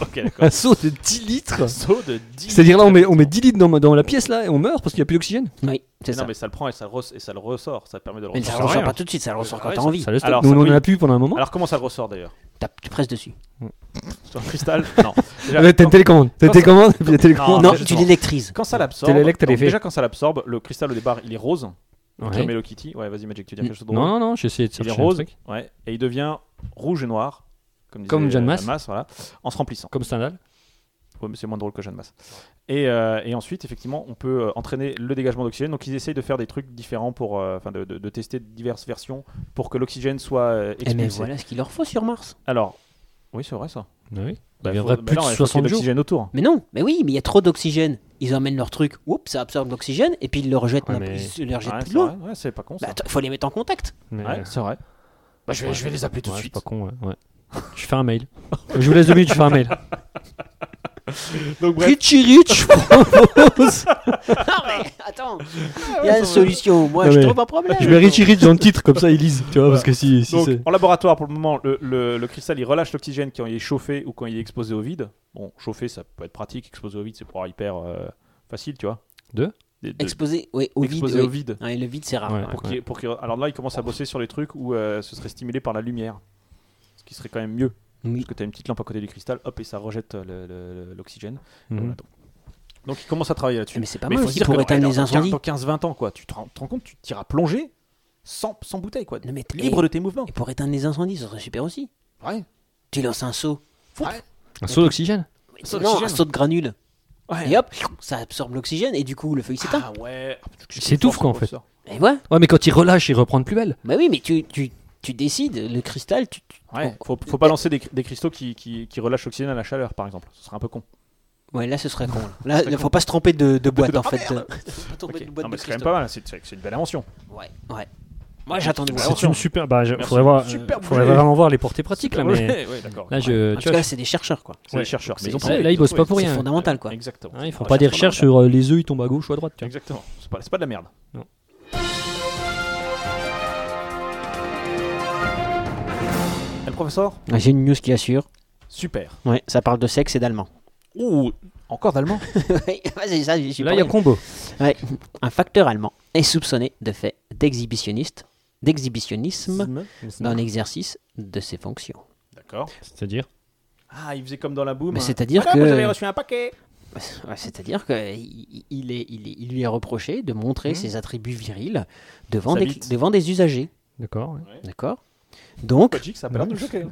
A: ok,
C: Un
A: d'accord.
C: seau de 10 litres
A: Un seau de 10
C: C'est-à-dire là, on met, on met 10 litres dans, ma- dans la pièce, là, et on meurt parce qu'il n'y a plus d'oxygène
B: Oui, c'est
A: Non,
B: ça.
A: mais ça le prend et ça le, res- et ça le ressort. Ça permet de le
B: Mais ça
A: ressortir.
B: ne ressort
C: rien.
B: pas tout de suite, ça le ressort quand
A: Ouais,
B: t'as
A: ça-
B: envie.
C: Ça le stoppe.
A: Alors,
C: Nous,
A: ça-
C: on
A: oui.
C: en a plus pendant un moment.
A: Alors comment ça le ressort d'ailleurs
B: T'as- Tu presses dessus.
A: Sur un cristal Non. Déjà,
C: Ouais, Euh, T'as une
A: quand,
C: télécommande. T'as une
A: Quand ça-
C: télécommande, puis la télécommande.
B: non,
A: mais
B: tu
A: justement.
B: l'électrises.
A: quand ça l'absorbe.
C: Télélect, elle est
A: donc
C: fait.
A: déjà quand ça l'absorbe, le cristal au départ il est rose.
C: Ouais. Mm.
A: Comme Hello Kitty. Ouais, vas-y Magic, tu dis quelque chose de
C: Non,
A: drôle.
C: non, non, j'ai essayé de
A: Il est
C: chercher un
A: rose.
C: truc.
A: Ouais. Et il devient rouge et noir. Comme,
C: Comme
A: disait,
C: Jeanne
A: euh,
C: Masse.
A: voilà, en se remplissant.
C: Comme Stendhal.
A: Ouais, mais c'est moins drôle que Jeanne Masse. Et, euh, et ensuite, effectivement, on peut euh, entraîner le dégagement d'oxygène. Donc, ils essayent de faire des trucs différents pour, euh, enfin, de, de- de tester diverses versions pour que l'oxygène soit euh,
B: Eh
A: expulsé.
B: mais voilà ce qu'il leur faut sur Mars.
A: Alors, oui, c'est vrai ça.
C: Oui.
A: Bah,
C: Il viendrait
A: faut- bah
C: plus de
A: non, il faut qu'il y ait
C: 60 jours.
A: d'oxygène autour.
B: Mais non, mais oui, mais il y a trop d'oxygène. Ils emmènent leur truc, oups, ça absorbe l'oxygène, et puis ils le rejettent,
C: Ouais,
B: n'importe-
C: mais-
B: ils le rejettent
A: Ouais,
B: plus
A: c'est
B: loin.
A: vrai. Ouais, c'est pas con
B: Bah,
A: ça.
B: attends, faut les mettre en contact.
C: Mais,
A: Ouais, c'est vrai. Bah, je, vais, je vais les appeler tout de
C: Ouais, c'est
A: suite.
C: pas con, ouais. ouais. Je fais un mail. je vous laisse deux minutes, je fais un mail.
A: Donc bref,
B: Richie Rich propose. non mais attends, il y a une solution. Moi,
C: Non,
B: je
C: mais-
B: trouve un problème.
C: Je mets Richie Rich dans le titre, comme ça ils lisent, tu vois, parce que si, si
A: Donc,
C: c'est.
A: en laboratoire, pour le moment, le, le- le cristal il relâche l'oxygène quand il est chauffé ou quand il est exposé au vide. Bon, chauffé ça peut être pratique, exposé au vide c'est pour avoir hyper euh, facile, tu vois.
C: De
A: Des- de-
B: Exposé, ouais, au vide.
A: Exposé
B: ouais.
A: au vide.
B: Ouais, le vide, c'est rare.
C: Ouais.
B: quand même.
A: Pour qu'il- pour qu'il- alors là, il commence à bosser sur les trucs où euh, ce serait stimulé par la lumière. Ce qui serait quand même mieux.
B: Oui.
A: Parce que tu as une petite lampe à côté du cristal, hop, et ça rejette euh, le- le- l'oxygène.
C: Mhm.
A: Voilà, donc. donc il commence à travailler là-dessus.
B: Mais c'est pas
A: Mais
B: mal
A: faut
B: aussi
A: dire que
B: pour
A: dans-
B: éteindre
A: dans
B: les
A: 15
B: incendies.
A: Dans 15-20 ans, quoi. Tu te rends, te rends compte, tu t'iras plonger sans, sans bouteille, quoi.
B: Non, mais t-
A: Libre de tes mouvements.
B: Et pour éteindre les incendies, ça serait super aussi.
A: Ouais.
B: Tu lances un seau.
C: Un saut d'oxygène
A: Saut
B: non, un
A: d'oxygène.
B: seau de granules.
A: Ouais.
B: Et hop, ça absorbe l'oxygène et du coup le feu il s'éteint.
A: Ah ouais.
C: Il s'étouffe, quoi, en fait.
B: Et voilà.
C: Ouais, mais quand il relâche, il reprend de plus belle.
B: Bah oui, mais tu, tu, tu décides, le cristal, tu, tu-
A: Ouais, faut, faut pas lancer des, des cristaux qui, qui, qui relâchent l'oxygène à la chaleur, par exemple. Ce serait un peu con.
B: Ouais, là ce serait con. Là, là, faut pas se tromper de, de boîte en fait. Faut pas tromper
A: Ah, Ok.
B: de boîte
A: Non, mais
B: de
A: c'est quand même
B: cristal.
A: pas mal. hein. C'est c'est- c'est une belle invention.
B: Ouais, ouais. Moi j'attends de voir.
A: C'est
C: C'est
A: sûr.
C: une super. Bah, je-
A: Merci.
C: faudrait, voir,
A: Super
C: euh, faudrait
A: boulet.
C: vraiment voir les portées pratiques là, mais.
A: Ouais, ouais, d'accord.
C: Là, je,
B: En
C: tu
B: tout
C: vois,
B: cas, c'est des chercheurs quoi.
A: C'est les chercheurs. mais ils ont
C: c'est-
A: trouvé,
C: là, ils
A: ont
C: bossent
A: trouvé.
C: pas pour
B: C'est
C: rien.
B: fondamental quoi.
A: Exactement.
C: hein, ils font
A: Ouais,
C: pas des
A: c'est
C: recherches
A: fondamental.
C: sur euh, les œufs, ils tombent à gauche ou à droite. tu vois.
A: Exactement. C'est pas, c'est pas de la merde.
C: Non.
A: Et le professeur
B: Ah, J'ai une news qui assure.
A: Super.
B: Ouais, ça parle de sexe et d'allemand.
A: Ouh, encore d'allemand
B: Ouais, c'est ça, j'y suis
C: Là,
B: pour
C: il y a
B: rien.
C: combo.
B: Ouais. Un facteur allemand est soupçonné de fait d'exhibitionniste, d'exhibitionnisme dans l'exercice de ses fonctions.
A: D'accord.
C: C'est-à-dire
A: Ah, il faisait comme dans la boum.
B: Mais c'est-à-dire
A: Ah,
B: que-
A: Vous avez reçu un paquet
B: Ouais, C'est-à-dire qu'il il est, il est- il lui est reproché de montrer ses attributs virils devant
A: Sa
B: des,
A: bite.
B: devant des usagers.
C: D'accord. ouais.
B: D'accord Donc,
A: Magic, ça a pas l'air de le choquer.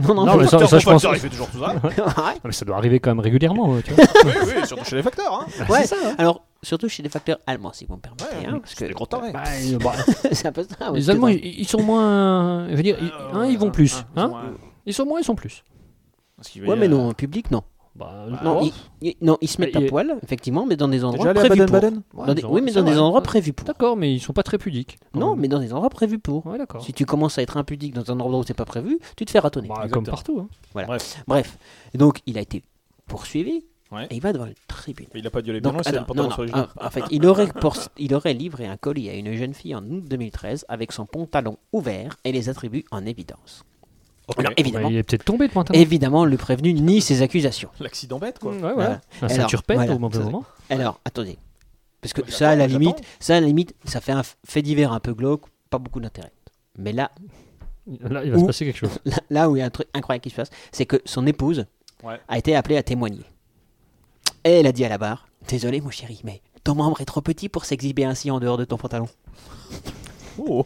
B: non, non,
C: Non, mais ça, ça, je pense.
A: Il fait toujours tout ça.
B: ouais,
C: Non, mais ça doit arriver quand même régulièrement, euh, tu vois.
A: oui, oui, surtout chez les facteurs. Hein.
B: ouais. Alors, surtout chez les facteurs allemands, si vous me permettez.
A: Ouais,
B: hein, parce que
A: C'est des gros tarés.
C: Bah, euh, bah,
B: c'est un peu ça. ouais,
C: les
B: c'est
C: Allemands,
B: vrai.
C: ils, ils sont moins. euh, Je veux dire, ils, hein, ils vont plus.
A: Ah, ils
C: Hein
A: ont un-
C: ils sont moins, ils sont plus.
A: parce qu'il euh, va y
B: Ouais, mais
A: avoir-
B: non, en public, non.
C: Bah,
A: Ah
B: Non,
C: oh.
B: ils, ils- non, ils se mettent
C: Ah, il
B: à
C: est-
B: poil, effectivement, mais dans
A: T'es
B: des
A: déjà
B: endroits
A: allé à
B: prévus pour.
A: Baden-Baden
B: Dans
C: Ouais,
B: des-
C: ils ont-
B: oui, mais
C: c'est
B: dans des
C: vrai.
B: endroits prévus pour.
C: D'accord, mais ils sont pas très pudiques. quand
B: Non,
C: même.
B: mais dans des endroits prévus pour.
C: Ouais, d'accord.
B: Si tu commences à être impudique dans un endroit où c'est pas prévu, tu te fais ratonner.
C: Bah, comme partout. hein.
B: Bref, donc il a été poursuivi
A: Ouais.
B: et il va devant le tribunal.
A: Mais Il a pas violé.
B: Donc,
A: Bien, c'est
B: attends,
A: le pantalon
B: non, non,
A: sur les genoux.
B: ah, en fait, il aurait, por- il aurait livré un colis à une jeune fille en août 2013 avec son pantalon ouvert et les attributs en évidence. Alors, évidemment,
C: Bah, il est peut-être tombé de point.
B: évidemment, le prévenu nie ses accusations.
A: L'accident bête, quoi.
C: Ouais, ouais.
B: Voilà.
C: La
B: Alors,
C: ceinture pète
B: voilà,
C: au mauvais
B: ça-
C: moment.
B: Alors, attendez. Parce que
A: Moi,
B: ça, à la
A: j'attends,
B: limite,
A: j'attends.
B: ça, à la limite, ça fait un f- fait divers un peu glauque, pas beaucoup d'intérêt. Mais là,
C: Là, il va se
B: Ou-
C: passer quelque chose.
B: là, là où il y a un truc incroyable qui se passe, c'est que son épouse
A: Ouais.
B: a été appelée à témoigner. Et elle a dit à la barre Désolé, mon chéri, mais ton membre est trop petit pour s'exhiber ainsi en dehors de ton pantalon.
A: Oh,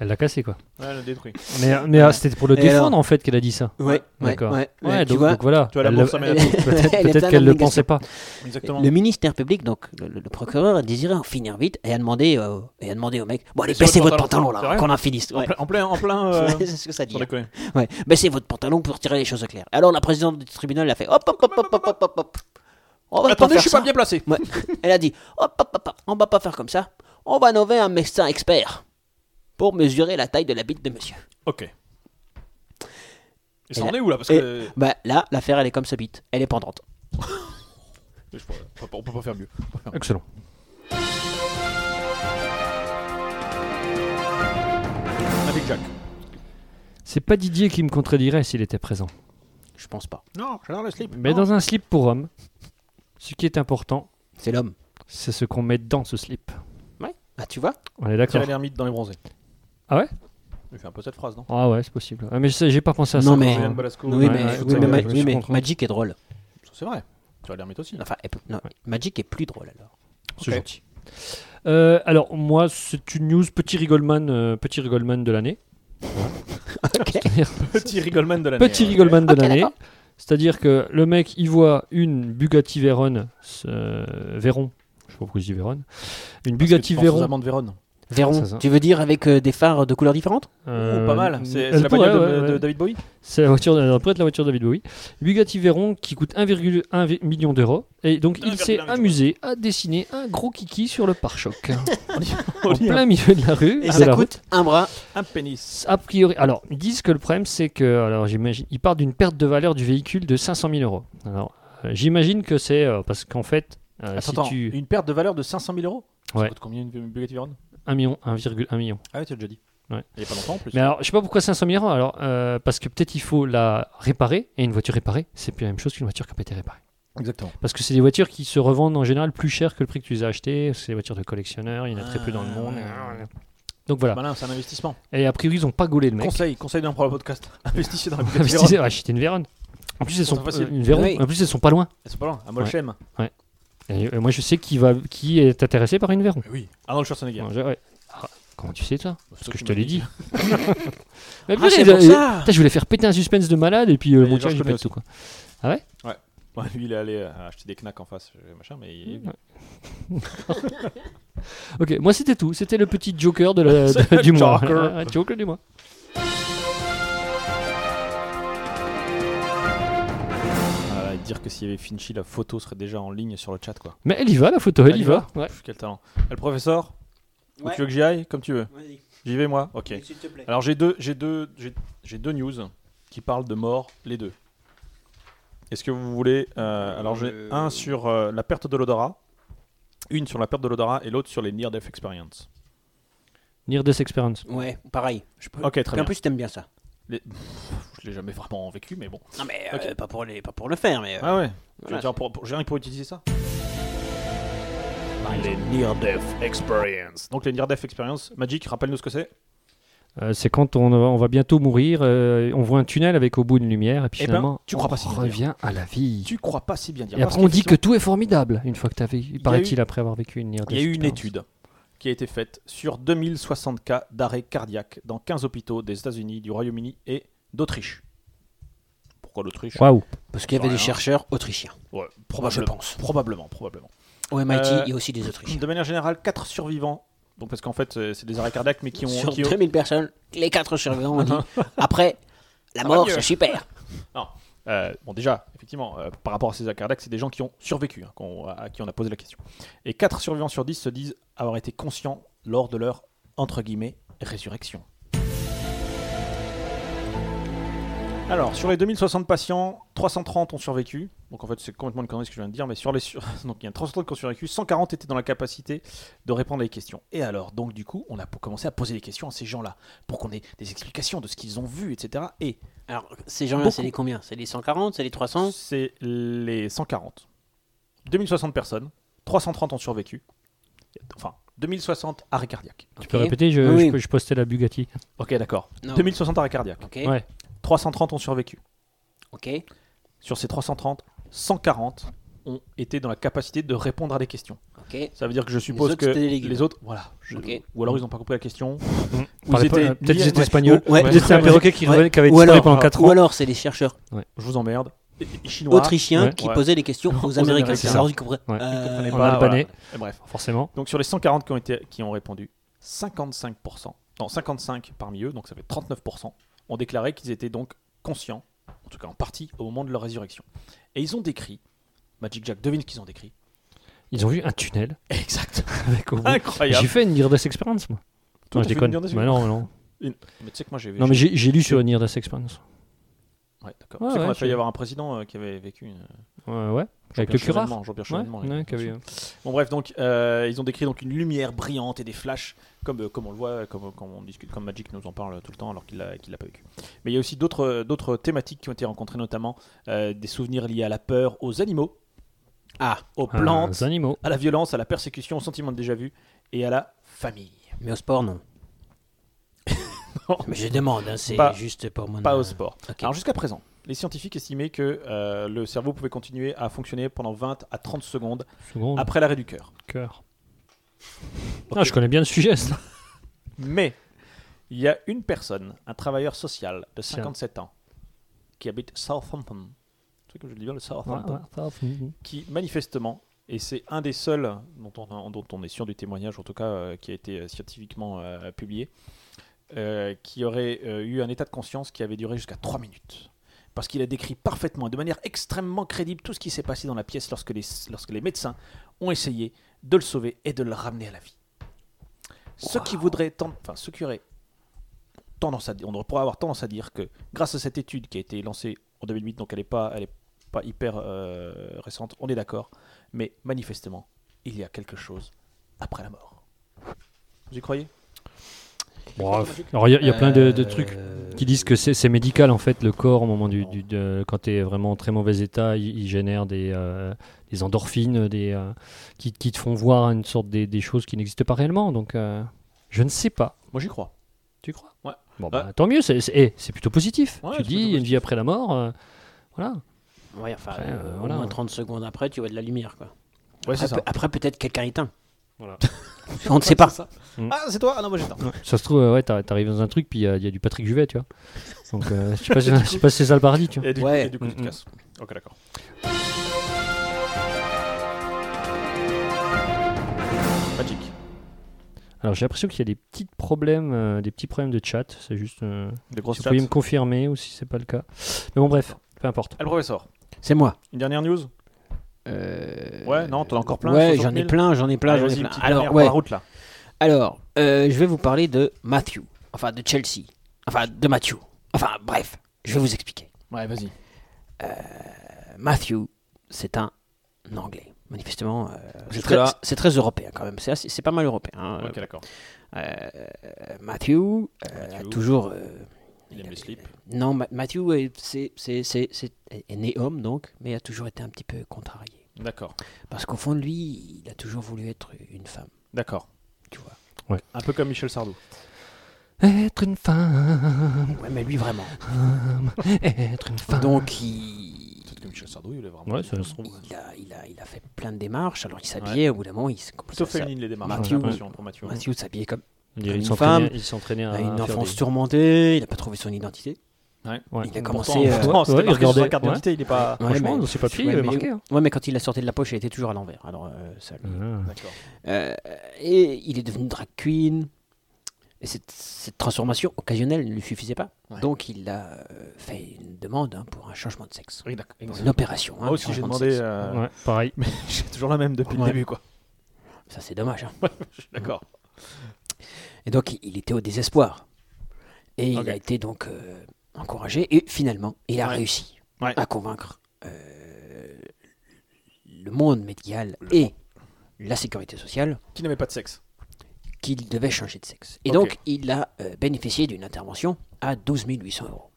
C: Elle l'a cassé, quoi.
A: Ouais, elle a détruit.
C: Mais, mais ah, c'était pour le
B: Et
C: défendre,
B: alors
C: en fait, qu'elle a dit ça.
B: Ouais, ouais,
C: D'accord.
B: ouais.
C: Ouais,
B: Tu
C: donc,
B: vois,
C: donc voilà.
A: Tu vois, la
C: Elle
A: bourse,
C: le-
A: ça met la
B: elle-
A: trouille.
B: elle est
C: Peut-être
B: pleine
C: peut-être qu'elle le
B: d'obligations.
C: pensait pas.
A: Exactement.
B: Le ministère public, donc le, le- le procureur, désirait en finir vite et a demandé, euh, et a demandé au mec Bon, allez,
A: Baissez
B: baissez
A: votre
B: votre pantalon,
A: pantalon, c'est
B: là,
A: vrai
B: qu'on en finisse. Ouais.
A: En plein, en plein. euh,
B: c'est ce que ça dit. hein.
A: sans déconner.
B: Ouais. Baissez votre pantalon pour tirer les choses au clair. Alors la présidente du tribunal a fait Hop, hop, hop, hop, hop, hop, hop, hop. On va
A: Attendez,
B: faire
A: je suis
B: ça.
A: pas bien placé.
B: Ouais. Elle a dit hop, hop, hop, hop, on va pas faire comme ça. On va nommer un médecin expert pour mesurer la taille de la bite de monsieur.
A: Ok. Et ça
B: Et
A: en
B: là-
A: est où là Parce
B: Et
A: que.
B: bah là, l'affaire elle est comme ce bite. Elle est pendante.
A: Je sais pas, On peut pas faire mieux.
C: Excellent.
A: Avec Jack.
C: C'est pas Didier qui me contredirait s'il était présent.
B: Je pense pas.
A: Non, j'adore le slip.
C: Mais dans un slip pour homme, ce qui est important,
B: C'est l'homme.
C: c'est ce qu'on met dans ce slip.
B: Ouais. Ah tu vois
C: On est d'accord
A: Thierry l'ermite dans les bronzés.
C: Ah ouais
A: Il fait un peu cette phrase, non
C: Ah ouais, c'est possible. Ah, mais je sais- j'ai pas pensé à ça.
B: Non,
C: quand-
B: mais-
A: Julian Balasco.
B: Ah. Oui,
C: ouais,
B: mais,
C: ouais,
B: oui,
C: ouais,
B: mais, Ma-
C: ouais, je
B: oui,
C: me
B: mais
C: comprends.
B: Magic est drôle.
A: C'est vrai. Thierry l'ermite aussi.
B: Enfin, est- non, Magic est plus drôle alors.
C: C'est
A: Ok.
C: gentil. Euh, alors, moi, c'est une news, petit rigolman, euh, petit rigolman de l'année.
B: Ok.
C: C'est-à-dire-
A: Petit Rigoleman de l'année. hein.
C: Petit rigolman de
B: Ok,
C: l'année.
B: d'accord.
C: C'est-à-dire que le mec, il voit une Bugatti Veyron, euh, Veyron, je sais pas pourquoi je dis Veyron, une Bugatti Veyron.
A: de Véron.
C: C'est ça.
B: Véron, tu veux dire avec euh, des phares de couleurs différentes Euh,
A: Oh, pas mal. C'est
C: euh, elle
A: c'est la bagnole
C: pourrait,
A: de,
C: ouais,
A: de
C: ouais.
A: David Bowie
C: C'est la voiture, elle pourrait être la voiture de David Bowie. Bugatti Veyron qui coûte 1,1 vi- million d'euros. Et donc il
A: 1,1
C: s'est
A: million.
C: amusé à dessiner un gros kiki sur le pare-choc. en plein milieu de la rue.
B: hein. Et
C: de
B: Ah, ça
C: la
B: coûte un bras.
A: Un pénis.
C: route. A priori, alors ils disent que le problème c'est que, alors j'imagine, ils partent d'une perte de valeur du véhicule de 500 000 euros. Alors Euh, J'imagine que c'est euh, parce qu'en fait, euh,
A: Attends,
C: si
A: attends,
C: tu.
A: une perte de valeur de 500 000 euros Ça
C: Ouais.
A: coûte combien une Bugatti Veyron
C: 1 million, 1,1 million.
A: Ah oui, tu l'as déjà dit.
C: Ouais.
A: Il n'y a pas longtemps en plus.
C: Mais alors, je sais pas pourquoi 500 000 euros. Alors, euh, parce que peut-être il faut la réparer. Et une voiture réparée, c'est plus la même chose qu'une voiture qui n'a pas été réparée.
A: Exactement.
C: Parce que c'est des voitures qui se revendent en général plus cher que le prix que tu les as achetées. C'est des voitures de collectionneurs. Il y en a très peu dans le
A: Ah,
C: monde.
A: ouais.
C: Donc voilà.
A: Malin, c'est un investissement.
C: Et a priori, ils ont pas gaulé le Bah. mec.
A: Conseil, conseil d'un pro podcast. Investissez dans la
C: Ah,
A: Bugatti Veyron.
C: Investissez- ouais, Acheter une Veyron. En plus, elles sont
A: Trop facile.
C: euh, une Veyron.
B: Oui.
C: En plus, elles sont pas loin.
A: Elles sont pas loin, à Molsheim.
C: Et, euh, moi, je sais qui va, qui est intéressé par une Veyron.
A: Mais oui, Arnold Schwarzenegger.
C: Ouais, je- ouais. Ah, comment tu sais ça
A: Parce
C: Parce que je te l'ai dit. Mais
A: Ah,
C: purée,
A: c'est pour
C: euh,
A: ça
C: putain, je voulais faire péter un suspense de malade et puis euh,
A: Mais
C: mon
A: genre,
C: chat,
A: je
C: j'ai
A: connais
C: pas de tout quoi.
A: Ouais, lui, il est allé euh, acheter des knacks en face, euh, machin, mais il-
C: Mm. Ok, moi c'était tout. C'était le petit Joker de la-
A: C'est
C: de-
A: le
C: du mois.
A: Joker.
C: Ah, Joker du mois.
A: Ah, dire que s'il y avait Finchy, la photo serait déjà en ligne sur le chat, quoi.
C: Mais elle y va, la photo, elle, y va. Ouais.
A: Pff, quel talent. Eh, le professeur, ou
B: Ouais.
A: tu veux que j'y aille Comme tu veux.
B: Vas-y,
A: J'y vais, moi Ok.
B: s'il te plaît.
A: Alors, j'ai deux, j'ai deux, j'ai- j'ai deux news qui parlent de mort, les deux. Est-ce que vous voulez. euh, alors, j'ai
B: Euh,
A: un sur euh, la perte de l'odorat, une sur la perte de l'odorat et l'autre sur les Near Death Experience.
C: Near Death Experience.
B: Ouais, pareil. Je peux-
A: Ok, très
B: en
A: bien.
B: plus, t'aimes bien ça.
A: Je l'ai jamais vraiment vécu, mais bon.
B: Non, mais euh, pas, pour les, pas pour le faire, mais. euh,
A: Ah ouais Tu
B: voilà,
A: veux dire, pour- pour- J'ai rien que pour utiliser ça
F: Les Near Death Experience.
A: Donc, les Near Death Experience, Magic, rappelle-nous ce que c'est.
C: Euh, c'est quand on, on va bientôt mourir, euh, on voit un tunnel avec au bout une lumière et puis
A: Eh ben,
C: finalement,
A: tu crois pas si
C: on
A: bien
C: revient à la vie.
A: Tu crois pas si bien dire.
C: Et
A: parce
C: après, on dit que
A: qu'effectivement,
C: tout est formidable une fois que t'as vécu, paraît-il, après avoir vécu une
B: Ah,
C: Near Death
A: Il y a eu une
C: Experience.
A: étude qui a été faite sur 2060 cas d'arrêt cardiaque dans 15 hôpitaux des États-Unis, du Royaume-Uni et d'Autriche. Pourquoi l'Autriche
C: Waouh.
B: Parce qu'il y avait des
A: Rien.
B: chercheurs autrichiens.
A: Ouais,
B: je
A: probablement,
B: pense.
A: Probablement, probablement.
B: Au MIT,
A: Euh,
B: il y a aussi des Autrichiens.
A: De manière générale, 4 survivants. Donc parce qu'en fait, euh, c'est des arrêts cardiaques, mais qui ont,
B: Sur
A: qui ont-
B: 3000 personnes, les quatre survivants ont dit après, la
A: va
B: mort,
A: mieux.
B: c'est super.
A: Euh, bon, déjà, effectivement, euh, par rapport à ces acariacs, c'est des gens qui ont survécu, hein, qu'on- à qui on a posé la question. Et 4 survivants sur 10 se disent avoir été conscients lors de leur, entre guillemets, résurrection. Alors, sur les 2060 patients, 330 ont survécu. Donc, en fait, c'est complètement une connerie ce que je viens de dire, mais sur les. sur- Donc, il y a 330 qui ont survécu, 140 étaient dans la capacité de répondre à des questions. Et alors, donc, du coup, on a po- commencé à poser des questions à ces gens-là, pour qu'on ait des explications de ce qu'ils ont vu, etc. Et
B: Alors, ces gens-là,
A: Beaucoup.
B: c'est les combien C'est les 140 C'est les 300
A: c'est les 140. 2060 personnes, 330 ont survécu. Enfin, 2060 arrêts cardiaques.
C: Tu peux
B: Ok.
C: répéter, je,
B: Oui.
C: je peux- je postais la Bugatti.
A: Ok, d'accord.
B: Non.
A: 2060 arrêts cardiaques.
B: Ok.
C: Ouais.
A: 330 ont survécu.
B: Ok.
A: Sur ces 330, 140 ont été dans la capacité de répondre à des questions.
B: Ok.
A: Ça veut dire que je suppose
B: autres,
A: que
B: c'était des légumes.
A: les autres, voilà, je-
B: Ok.
A: ou alors ils n'ont pas compris la question. Ou
C: Parlais
A: ils
C: pas-
A: étaient
C: Peut-être qu'ils
A: liés-
C: étaient
A: Ouais.
C: espagnols.
B: Ouais.
C: Peut-être c'était un perroquet qui,
B: Ouais.
C: revenait- qui avait
B: Ou
C: disparu
B: alors-
C: pendant 4
B: Ou
C: ans.
B: alors, c'est les chercheurs
A: Je vous emmerde. Et- et Chinois.
B: autrichiens
C: Ouais.
B: qui
A: Ouais.
B: posaient les questions aux,
A: Aux
B: Américains.
A: Américains.
B: Alors, ils comprenaient.
C: Ouais. Ils
B: Euh,
A: comprenaient
C: En
A: Voilà,
C: albanais,
A: Et Bref.
C: forcément.
A: Donc sur les 140 qui ont, été, qui ont répondu, 55%, non 55 parmi eux, donc ça fait 39%, ont déclaré qu'ils étaient donc conscients, en tout cas en partie, au moment de leur résurrection. Et ils ont décrit, Magic Jack, devine ce qu'ils ont décrit.
C: Ils ont vu un tunnel
A: Exact.
C: avec au bout. J'ai
A: Incroyable.
C: fait une Near Death Experience, moi.
A: Toi, t'as
C: Non, je
A: fait
C: déconne.
A: une Near Death
C: Bah non, non.
A: Mais tu sais que moi j'ai vu.
C: Non, mais j'ai j'ai lu sur une Near Death Experience.
A: Ouais, d'accord.
C: Ouais,
A: tu sais qu'on
C: ouais,
A: a failli
C: j'ai-
A: avoir un président euh, qui avait vécu. une-
C: Ouais, ouais. Avec le
A: Jean-Pierre
C: curare.
A: Chevènement, Jean-Pierre
C: Ouais,
A: Chevènement,
C: ouais, qui avait-
A: Bon bref, donc euh, ils ont décrit donc une lumière brillante et des flashs, comme, euh, comme on le voit, euh, comme, comme on discute, comme Magic nous en parle tout le temps alors qu'il l'a qu'il l'a pas vécu. Mais il y a aussi d'autres euh, d'autres thématiques qui ont été rencontrées, notamment euh, des souvenirs liés à la peur, aux animaux,
B: Ah,
A: aux
C: Ah,
A: plantes,
C: les animaux.
A: à la violence, à la persécution, au sentiment de déjà vu et à la famille.
B: mais au sport, non. mais je demande, hein, c'est
A: Pas-
B: juste pour mon.
A: Pas
B: euh,
A: au sport.
B: ok.
A: Alors jusqu'à présent, les scientifiques estimaient que euh, le cerveau pouvait continuer à fonctionner pendant 20 à 30 secondes
C: Seconde.
A: après l'arrêt du cœur.
C: Cœur. Ah, je connais bien le sujet. ça.
A: Mais il y a une personne, un travailleur social de
C: Tiens.
A: 57 ans, qui habite Southampton, tu sais comme je le dis bien, le
C: Ouais,
A: Southampton,
C: ouais, ça, mm, mm.
A: qui manifestement, et c'est un des seuls dont on, dont on est sûr du témoignage, en tout cas euh, qui a été euh, scientifiquement euh, publié, euh, qui aurait euh, eu un état de conscience qui avait duré jusqu'à 3 minutes. Parce qu'il a décrit parfaitement, et de manière extrêmement crédible, tout ce qui s'est passé dans la pièce lorsque les, lorsque les médecins ont essayé de le sauver et de le ramener à la vie. Ceux qui voudraient, tend- enfin ceux qui auraient tendance à, dire- on pourrait avoir tendance à dire que grâce à cette étude qui a été lancée en 2008, donc elle n'est pas, elle est pas hyper euh, récente, on est d'accord. Mais manifestement, il y a quelque chose après la mort. Vous y croyez
C: Bon, alors, il y, a- il y a plein de, de trucs
B: Euh,
C: qui disent que c'est c'est médical en fait le corps au moment du, du- de- quand tu es vraiment en très mauvais état il, il génère des, euh, des endorphines des euh, qui, qui te font voir une sorte des, des choses qui n'existent pas réellement donc euh, je ne sais pas
A: Moi, j'y crois.
C: tu crois
A: Ouais.
C: bon bah, tant mieux c'est c'est- eh, c'est plutôt positif
A: Ouais,
C: tu
A: c'est
C: dis
A: plutôt
C: il y a une vie après la mort euh, voilà
B: Ouais, enfin,
C: Après,
B: euh,
C: euh,
B: au
C: voilà.
B: moins 30 secondes après, tu vois de la lumière. Quoi.
A: Ouais,
B: Après, pe- après, peut-être quelqu'un éteint.
C: Voilà.
B: On ne sait pas.
C: Mm.
A: Ah, c'est toi Ah non, moi, j'étais.
C: ça se trouve euh, ouais t'ar- t'arrives dans un truc puis il y, a- il y a du Patrick Juvet tu vois donc euh, je sais pas si- je sais pas si c'est ça le paradis tu vois
A: Et du,
B: Ouais.
A: et du coup, tu te
C: Mm-mm.
A: casses. Ok, d'accord. Magic.
C: alors j'ai l'impression qu'il y a des petits problèmes euh, des petits problèmes de chat c'est juste euh,
A: Des grosses
C: Si vous
A: chattes.
C: pouvez me confirmer ou si c'est pas le cas. Mais bon, bref, peu importe.
A: Ah, le professeur.
B: C'est moi.
A: Une dernière news
B: Euh,
A: Ouais, non, t'en as encore plein
B: Ouais,
A: 60
B: j'en ai
A: 000.
B: plein, j'en ai plein,
A: Allez,
B: j'en ai
A: vas-y,
B: plein.
A: petite dernière
B: Alors,
A: pour
B: ouais.
A: la route là.
B: Alors, euh, je vais vous parler de Matthew. Enfin, de Chelsea. Enfin, de Matthew. Enfin, bref, je vais vous expliquer. Euh,
A: Ouais, vas-y.
B: Matthew, c'est un Anglais. Manifestement, euh, c'est très,
A: Jusque-là.
B: c'est très européen quand même. C'est assez- c'est pas mal européen. hein.
A: Ok, d'accord.
B: Euh, Matthew, euh, a
A: Matthew.
B: toujours. euh,
A: Il aime les slips.
B: Non, Ma- Matthew euh, c'est- c'est- c'est- c'est- est, est né homme, donc, mais a toujours été un petit peu contrarié.
A: D'accord.
B: Parce qu'au fond de lui, il a toujours voulu être une femme,
A: D'accord.
B: tu vois.
A: Un peu comme Michel Sardou.
C: Être une femme,
B: Ouais, mais lui, vraiment.
C: être une femme.
B: Donc, il,
A: Peut-être que Michel Sardou, il est vraiment.
C: Ouais, ça se trouve.
B: il, a, il, a, il a fait plein de démarches. Alors, il s'habillait, au bout d'un moment, il s'est
A: Plutôt
B: ça-
A: féminine les démarches.
B: Mathieu.
A: j'ai l'impression, pour Mathieu.
B: Matthew s'habillait comme
C: Il,
B: Une
C: s'entraînait-
B: femme
C: il s'entraînait à
B: à une
C: faire
B: enfance
C: des-
B: tourmentée, il n'a pas trouvé son identité.
C: Ouais.
B: il a
A: Pourtant,
B: commencé.
A: pourtant,
B: euh,
C: Ouais,
A: c'était
C: ouais,
A: marqué sur sa
C: regardez.
A: carte d'identité, il est pas.
B: Ouais,
C: Franchement,
B: mais-
C: dans ses papiers,
B: ouais,
C: il est
B: mais-
C: marqué. hein.
B: Ouais, mais quand il a sorti de la poche, elle était toujours à l'envers. Alors, euh, ça lui-
C: Ah.
A: D'accord.
B: Euh, et il est devenu drag queen. Et cette, cette transformation occasionnelle ne lui suffisait pas.
A: Ouais.
B: Donc il a euh, fait une demande hein, pour un changement de sexe.
A: Oui, d'accord.
B: Pour une opération. hein,
A: Moi
B: de
A: aussi, j'ai
B: changement de
A: demandé.
B: sexe.
A: euh,
C: Ouais, pareil.
A: Mais j'ai toujours la même depuis le
B: Ouais.
A: début, quoi.
B: Ça, c'est dommage. hein.
A: D'accord.
B: Et donc il- il était au désespoir. Et
A: Ok.
B: il a été donc euh, encouragé. Et finalement, il a
A: Ouais.
B: réussi
A: Ouais.
B: à convaincre euh, le monde médical et la sécurité sociale
A: Qui n'aimait pas de sexe
B: qu'il devait changer de sexe. Et
A: Ok.
B: donc il a euh, bénéficié d'une intervention à 12 800 euros.